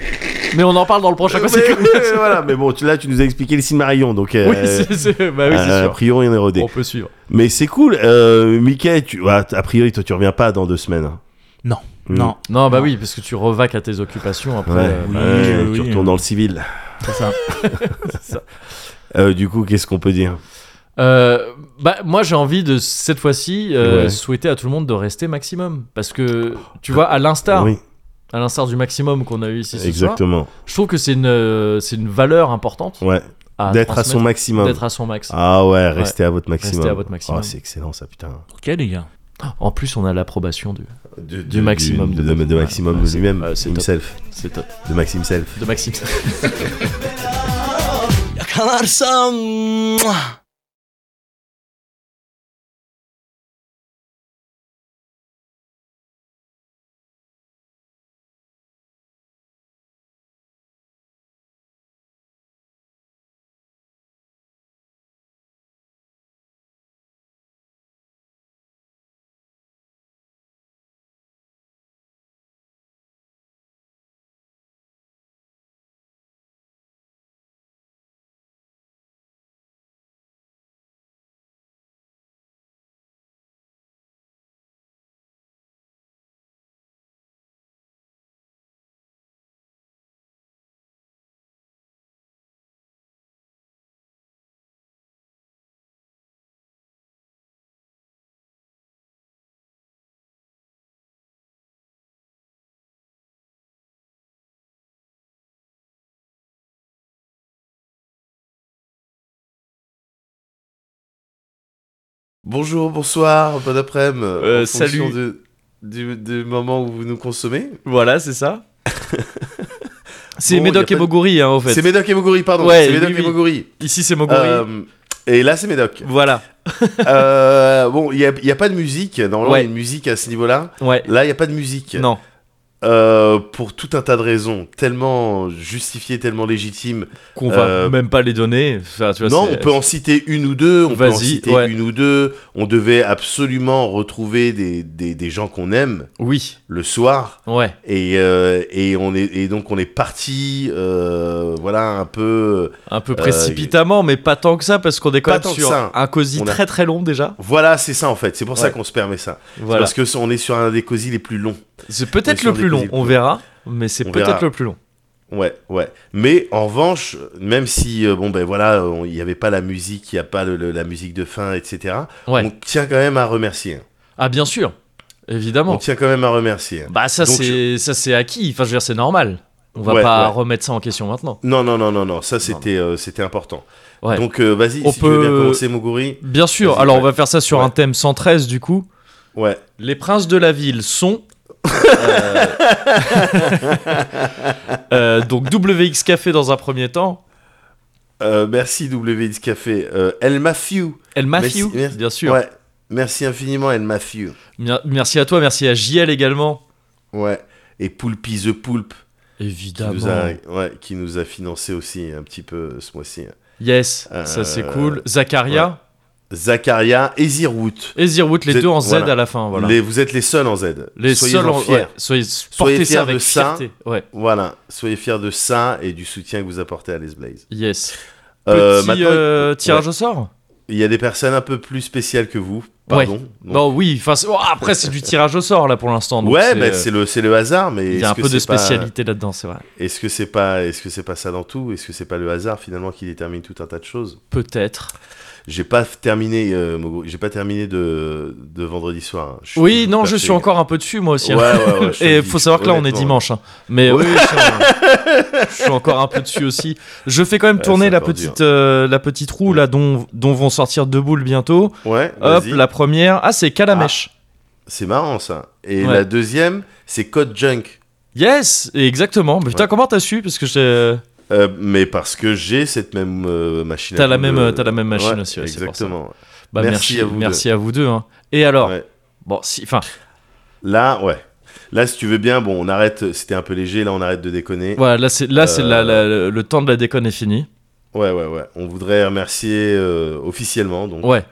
Speaker 1: mais on en parle dans le prochain. quoi, c'est
Speaker 2: Mais-
Speaker 1: que-
Speaker 2: voilà, mais bon, tu- là tu nous as expliqué le Silmarillion, donc euh,
Speaker 1: Oui, c'est c'est- bah oui, c'est
Speaker 2: euh, a
Speaker 1: sûr. Oh.
Speaker 2: priori on est rodé.
Speaker 1: On peut suivre.
Speaker 2: Mais c'est cool, euh, Mickey, tu, ouais, a priori toi tu reviens pas dans deux semaines. hein.
Speaker 3: Non.
Speaker 2: Mm.
Speaker 3: Non.
Speaker 1: Non, bah oui, parce que tu revaques à tes occupations après.
Speaker 2: Ouais,
Speaker 1: euh,
Speaker 3: oui,
Speaker 2: ouais,
Speaker 3: oui,
Speaker 2: tu
Speaker 3: oui.
Speaker 2: retournes dans le civil.
Speaker 3: C'est ça.
Speaker 2: Euh, du coup, qu'est-ce qu'on peut dire
Speaker 1: Euh, bah, moi j'ai envie de cette fois-ci euh,
Speaker 2: Ouais. Ah.
Speaker 1: souhaiter à tout le monde de rester maximum parce que tu vois à l'instar
Speaker 2: Oui,
Speaker 1: à l'instar du maximum qu'on a eu ici ce soir,
Speaker 2: exactement.
Speaker 1: je trouve que c'est une euh, c'est une valeur importante
Speaker 2: Ouais,
Speaker 1: à
Speaker 2: d'être à son
Speaker 1: transmettre,
Speaker 2: maximum.
Speaker 1: Ah, d'être à son max.
Speaker 2: Ah ouais, restez à votre maximum.
Speaker 1: Restez à votre maximum.
Speaker 2: Oh, c'est excellent ça, putain.
Speaker 3: Ok, les gars.
Speaker 1: En plus on a l'approbation du
Speaker 2: De,
Speaker 1: Du maximum.
Speaker 2: de, de- de maximum
Speaker 1: Ouais, c'est-
Speaker 2: lui-même,
Speaker 1: ouais, c'est top.
Speaker 2: himself,
Speaker 1: c'est top
Speaker 2: de Maxime self.
Speaker 1: de Maxime.
Speaker 10: Yakalarsa mouah.
Speaker 2: Bonjour, bonsoir, bon après-midi.
Speaker 1: Euh,
Speaker 2: en fonction
Speaker 1: salut.
Speaker 2: de- du, du moment où vous nous consommez.
Speaker 1: Voilà, c'est ça. c'est
Speaker 2: Bon, y a
Speaker 1: Médoc
Speaker 2: pas
Speaker 1: et
Speaker 2: de-
Speaker 1: Moguri, hein, en fait.
Speaker 2: C'est Médoc et Mogori, pardon.
Speaker 1: Ouais,
Speaker 2: c'est Médoc
Speaker 1: oui,
Speaker 2: et
Speaker 1: oui.
Speaker 2: Mogori.
Speaker 1: Ici, c'est Moguri.
Speaker 2: Euh, et là, c'est Médoc.
Speaker 1: Voilà,
Speaker 2: Euh, bon, il n'y a, il y a pas de musique. Normalement,
Speaker 1: Ouais.
Speaker 2: il y a une musique à ce niveau-là.
Speaker 1: ouais.
Speaker 2: Là, il n'y a pas de musique.
Speaker 1: Non,
Speaker 2: Euh, pour tout un tas de raisons, tellement justifiées, tellement légitimes.
Speaker 1: qu'on va
Speaker 2: Euh,
Speaker 1: même pas les donner. Enfin, tu vois,
Speaker 2: non,
Speaker 1: c'est-
Speaker 2: on peut en citer une ou deux. On peut en
Speaker 1: Vas-y,
Speaker 2: citer
Speaker 1: ouais.
Speaker 2: une ou deux. On devait absolument retrouver des, des, des gens qu'on aime
Speaker 1: Oui,
Speaker 2: le soir.
Speaker 1: ouais.
Speaker 2: Et, euh, et, on est, et donc, on est parti, euh, voilà, un peu.
Speaker 1: Un peu précipitamment, mais pas tant que ça, parce qu'on est quand
Speaker 2: Euh, Pas
Speaker 1: même
Speaker 2: tant que
Speaker 1: sur
Speaker 2: ça.
Speaker 1: un cosy
Speaker 2: On a-
Speaker 1: très très long déjà.
Speaker 2: Voilà, c'est ça en fait. C'est pour ça
Speaker 1: Ouais.
Speaker 2: qu'on se permet ça. C'est
Speaker 1: Voilà.
Speaker 2: Parce que ça- on est sur un des cosy les plus longs.
Speaker 1: C'est
Speaker 2: on est
Speaker 1: peut-être
Speaker 2: sur
Speaker 1: le
Speaker 2: des
Speaker 1: plus long,
Speaker 2: cosy-
Speaker 1: on verra, mais c'est
Speaker 2: On verra.
Speaker 1: peut-être le plus long.
Speaker 2: Ouais, ouais. Mais en revanche, même si euh, bon ben voilà, on- il n'y avait pas la musique, il n'y a pas le- le- la musique de fin, etc.
Speaker 1: Ouais.
Speaker 2: On tient quand même à remercier.
Speaker 1: Ah, bien sûr,
Speaker 2: On
Speaker 1: évidemment.
Speaker 2: tient quand même à remercier.
Speaker 1: Bah, ça
Speaker 2: Donc,
Speaker 1: c'est ça c'est acquis, enfin, je veux dire, c'est normal. On va
Speaker 2: Ouais,
Speaker 1: pas
Speaker 2: ouais.
Speaker 1: remettre ça en question maintenant.
Speaker 2: Non, non, non, non, non. Ça c'était, euh, c'était important.
Speaker 1: Ouais.
Speaker 2: Donc euh, vas-y,
Speaker 1: On
Speaker 2: si tu veux bien
Speaker 1: peut-
Speaker 2: commencer, Moguri.
Speaker 1: Bien sûr,
Speaker 2: Vas-y,
Speaker 1: alors on
Speaker 2: ouais.
Speaker 1: va faire ça sur
Speaker 2: Ouais.
Speaker 1: un thème 113 du coup.
Speaker 2: Ouais.
Speaker 1: Les princes de la ville sont. euh, euh, donc WX Café dans un premier temps.
Speaker 2: Euh, merci WX Café. Euh, El Matthew.
Speaker 1: El Matthew,
Speaker 2: Merci, merci.
Speaker 1: bien sûr.
Speaker 2: Ouais. Merci infiniment El Matthew.
Speaker 1: Mer- Merci à toi, merci à JL également.
Speaker 2: Ouais. Et Poulpi the Poulpe. qui nous, a,
Speaker 1: Évidemment.
Speaker 2: ouais, qui nous a financé aussi un petit peu ce mois-ci.
Speaker 1: Yes,
Speaker 2: Euh,
Speaker 1: ça c'est cool. Zacharia
Speaker 2: Zacharia et Zirwoot.
Speaker 1: et Zirwood, les
Speaker 2: Vous êtes-
Speaker 1: deux en Z
Speaker 2: voilà.
Speaker 1: à la fin. Voilà.
Speaker 2: Les- vous êtes les seuls en Z.
Speaker 1: Les
Speaker 2: soyez
Speaker 1: seuls en-
Speaker 2: fiers.
Speaker 1: ouais, soyez,
Speaker 2: Soyez
Speaker 1: portez
Speaker 2: fiers
Speaker 1: ça avec
Speaker 2: de ça.
Speaker 1: fierté. Ouais.
Speaker 2: Voilà, soyez fiers de ça et du soutien que vous apportez à Les Blaze.
Speaker 1: Yes.
Speaker 2: Euh,
Speaker 1: Petit
Speaker 2: maintenant,
Speaker 1: euh, tirage
Speaker 2: ouais.
Speaker 1: au sort
Speaker 2: il y a des personnes un peu plus spéciales que vous. Pardon. Donc-
Speaker 1: Bon, oui. enfin, c'est- oh, après, c'est du tirage au sort là pour l'instant. donc
Speaker 2: ouais,
Speaker 1: c'est,
Speaker 2: bah,
Speaker 1: euh,
Speaker 2: c'est le c'est le hasard, mais
Speaker 1: Il y
Speaker 2: est-ce
Speaker 1: a un
Speaker 2: que
Speaker 1: peu de
Speaker 2: c'est pas-
Speaker 1: spécialité là-dedans, c'est vrai.
Speaker 2: Est-ce que c'est pas est-ce que c'est pas ça dans tout Est-ce que c'est pas le hasard finalement qui détermine tout un tas de choses
Speaker 1: Peut-être.
Speaker 2: J'ai pas terminé, euh, Mogo- j'ai pas terminé de, de vendredi soir. hein. Je suis
Speaker 1: Oui,
Speaker 2: toujours
Speaker 1: non,
Speaker 2: pas
Speaker 1: je
Speaker 2: fait-
Speaker 1: suis encore un peu dessus moi aussi.
Speaker 2: Ouais,
Speaker 1: hein.
Speaker 2: ouais, ouais, je te
Speaker 1: Et
Speaker 2: le
Speaker 1: faut
Speaker 2: dis,
Speaker 1: savoir que là on est
Speaker 2: honnêtement.
Speaker 1: dimanche, hein. mais
Speaker 2: Oui,
Speaker 1: oui, je, suis encore un peu dessus aussi. Je fais quand même
Speaker 2: Ouais,
Speaker 1: tourner
Speaker 2: c'est hein.
Speaker 1: la
Speaker 2: encore
Speaker 1: petite, euh, la petite roue là dont, dont vont sortir deux boules bientôt.
Speaker 2: Ouais.
Speaker 1: Hop,
Speaker 2: vas-y.
Speaker 1: la première, ah c'est Calamèche.
Speaker 2: C'est marrant ça. Et
Speaker 1: Ouais.
Speaker 2: la deuxième, c'est Code Junk.
Speaker 1: Yes, exactement. Mais putain,
Speaker 2: Ouais.
Speaker 1: comment t'as su Parce que j'ai-
Speaker 2: Euh, mais parce que j'ai cette même euh, machine. à
Speaker 1: T'as la
Speaker 2: coudre.
Speaker 1: même, euh, t'as la même machine
Speaker 2: Ouais,
Speaker 1: aussi, ouais, c'est pour ça.
Speaker 2: exactement.
Speaker 1: bah,
Speaker 2: Merci
Speaker 1: merci,
Speaker 2: à vous
Speaker 1: merci à vous deux. hein. Et alors,
Speaker 2: Ouais.
Speaker 1: bon, si, enfin,
Speaker 2: Là, ouais. Là, si tu veux bien, bon, on arrête. C'était un peu léger. Là, on arrête de déconner.
Speaker 1: voilà, là c'est, là c'est
Speaker 2: Euh,
Speaker 1: la- la- le- le temps de la déconne est fini.
Speaker 2: Ouais, ouais, ouais. On voudrait remercier euh, officiellement. Donc.
Speaker 1: Ouais.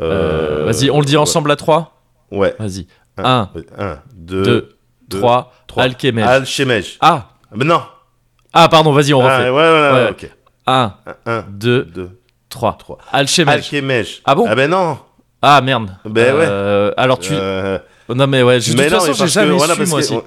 Speaker 2: euh, Hein?
Speaker 1: Euh, Vas-y, on le dit ensemble à trois.
Speaker 2: Ouais.
Speaker 1: Vas-y.
Speaker 2: Un,
Speaker 1: Un,
Speaker 2: un, deux,
Speaker 1: deux,
Speaker 2: deux,
Speaker 1: trois.
Speaker 2: trois.
Speaker 1: Alchemège.
Speaker 2: Alchemège.
Speaker 1: Ah.
Speaker 2: Mais non.
Speaker 1: Ah, pardon, vas-y, on
Speaker 2: Ah,
Speaker 1: refait.
Speaker 2: ouais, ouais, ouais,
Speaker 1: Ouais.
Speaker 2: Ok.
Speaker 1: 1,
Speaker 2: Un, un,
Speaker 1: 2,
Speaker 2: deux,
Speaker 1: 3.
Speaker 2: trois.
Speaker 1: Alchemège.
Speaker 2: Alchemège.
Speaker 1: Ah bon
Speaker 2: Ah ben non.
Speaker 1: Ah, merde.
Speaker 2: Ben
Speaker 1: Euh, alors tu.
Speaker 2: Euh,
Speaker 1: Non, mais ouais, je- de
Speaker 2: Mais
Speaker 1: toute
Speaker 2: non,
Speaker 1: façon,
Speaker 2: mais
Speaker 1: j'ai
Speaker 2: parce que,
Speaker 1: jamais
Speaker 2: voilà,
Speaker 1: su,
Speaker 2: parce
Speaker 1: moi
Speaker 2: que
Speaker 1: aussi.
Speaker 2: on-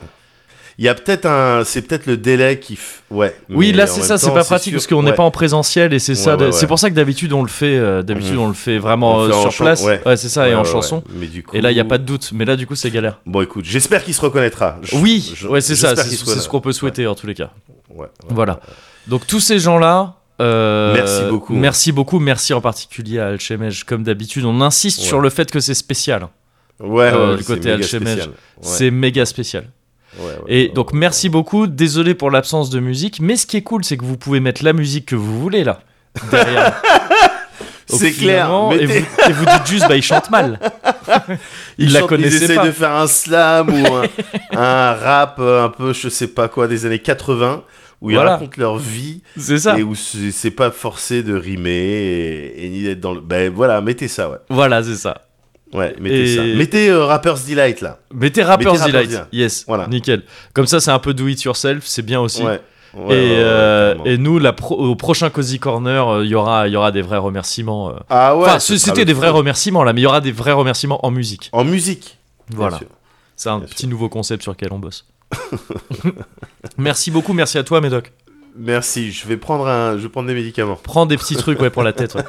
Speaker 2: Il y a peut-être un, c'est peut-être le délai qui, f- ouais.
Speaker 1: Oui,
Speaker 2: mais
Speaker 1: là
Speaker 2: en
Speaker 1: c'est
Speaker 2: même
Speaker 1: ça, c'est
Speaker 2: temps,
Speaker 1: pas pratique
Speaker 2: sûr-
Speaker 1: parce qu'on n'est
Speaker 2: ouais.
Speaker 1: pas en présentiel et c'est
Speaker 2: Ouais,
Speaker 1: ça. de-
Speaker 2: ouais, ouais. Mhm.
Speaker 1: C'est pour ça que d'habitude on le fait, euh, d'habitude on le fait vraiment
Speaker 2: On le fait
Speaker 1: euh,
Speaker 2: en
Speaker 1: sur
Speaker 2: chan-
Speaker 1: place.
Speaker 2: ouais.
Speaker 1: Ouais, c'est ça, et
Speaker 2: Ouais,
Speaker 1: en
Speaker 2: ouais,
Speaker 1: chanson.
Speaker 2: ouais. Mais du coup-
Speaker 1: Et là, il y a pas de doute. Mais là, du coup, c'est galère.
Speaker 2: Bon, écoute, j'espère qu'il se reconnaîtra. Je-
Speaker 1: oui,
Speaker 2: je-
Speaker 1: ouais, c'est ça.
Speaker 2: j'espère
Speaker 1: C'est
Speaker 2: qu'il se
Speaker 1: c'est ce qu'on peut
Speaker 2: reconnaîtra.
Speaker 1: souhaiter en tous les cas.
Speaker 2: Ouais, ouais.
Speaker 1: Voilà. Donc tous ces gens-là. euh,
Speaker 2: Merci beaucoup.
Speaker 1: Merci beaucoup. Merci en particulier à Alchemège. Comme d'habitude, on insiste
Speaker 2: Ouais.
Speaker 1: sur le fait que c'est spécial.
Speaker 2: Ouais, ouais,
Speaker 1: Euh,
Speaker 2: ouais,
Speaker 1: du
Speaker 2: c'est
Speaker 1: côté
Speaker 2: méga
Speaker 1: Alchemège,
Speaker 2: spécial. Ouais,
Speaker 1: C'est méga spécial.
Speaker 2: ouais, ouais,
Speaker 1: Et
Speaker 2: ouais,
Speaker 1: donc
Speaker 2: ouais.
Speaker 1: merci beaucoup, désolé pour l'absence de musique, mais ce qui est cool c'est que vous pouvez mettre la musique que vous voulez là. Derrière. Donc,
Speaker 2: C'est clair,
Speaker 1: finalement, Et
Speaker 2: mettez-
Speaker 1: vous, et vous dites juste bah il chante mal. il
Speaker 2: Ils
Speaker 1: la
Speaker 2: chantent- Ils
Speaker 1: connaissait
Speaker 2: essayent
Speaker 1: pas.
Speaker 2: de faire un slam ou un, un rap euh, un peu, je sais pas quoi, des années 80, où ils
Speaker 1: Voilà.
Speaker 2: racontent leur vie
Speaker 1: C'est ça.
Speaker 2: et où c'est c'est pas forcé de rimer et, et ni d'être dans le. Ben voilà, mettez ça, ouais.
Speaker 1: Voilà, c'est ça.
Speaker 2: Ouais, mettez
Speaker 1: Et-
Speaker 2: ça. Mettez euh, Rapper's Delight là.
Speaker 1: Mettez Rapper's
Speaker 2: Mettez Rapper's
Speaker 1: Delight.
Speaker 2: Delight.
Speaker 1: Yes.
Speaker 2: Voilà.
Speaker 1: Nickel. Comme ça c'est un peu do it yourself, c'est bien aussi.
Speaker 2: Ouais.
Speaker 1: et,
Speaker 2: Ouais, ouais, ouais,
Speaker 1: euh,
Speaker 2: clairement.
Speaker 1: et nous la pro- au prochain Cozy Corner, euh, il y aura il y aura des vrais remerciements. euh.
Speaker 2: Ah ouais.
Speaker 1: Enfin,
Speaker 2: ce
Speaker 1: ce-
Speaker 2: sera
Speaker 1: c'était
Speaker 2: le
Speaker 1: des vrais
Speaker 2: fond.
Speaker 1: remerciements là, mais il y aura des vrais remerciements en musique.
Speaker 2: En musique. bien
Speaker 1: Voilà.
Speaker 2: sûr.
Speaker 1: C'est un
Speaker 2: Bien
Speaker 1: petit nouveau concept sur lequel on bosse. merci beaucoup, merci à toi, Médoc.
Speaker 2: Merci. Je vais prendre un. Je vais prendre des médicaments.
Speaker 1: Prends des petits trucs ouais, pour la tête. ouais.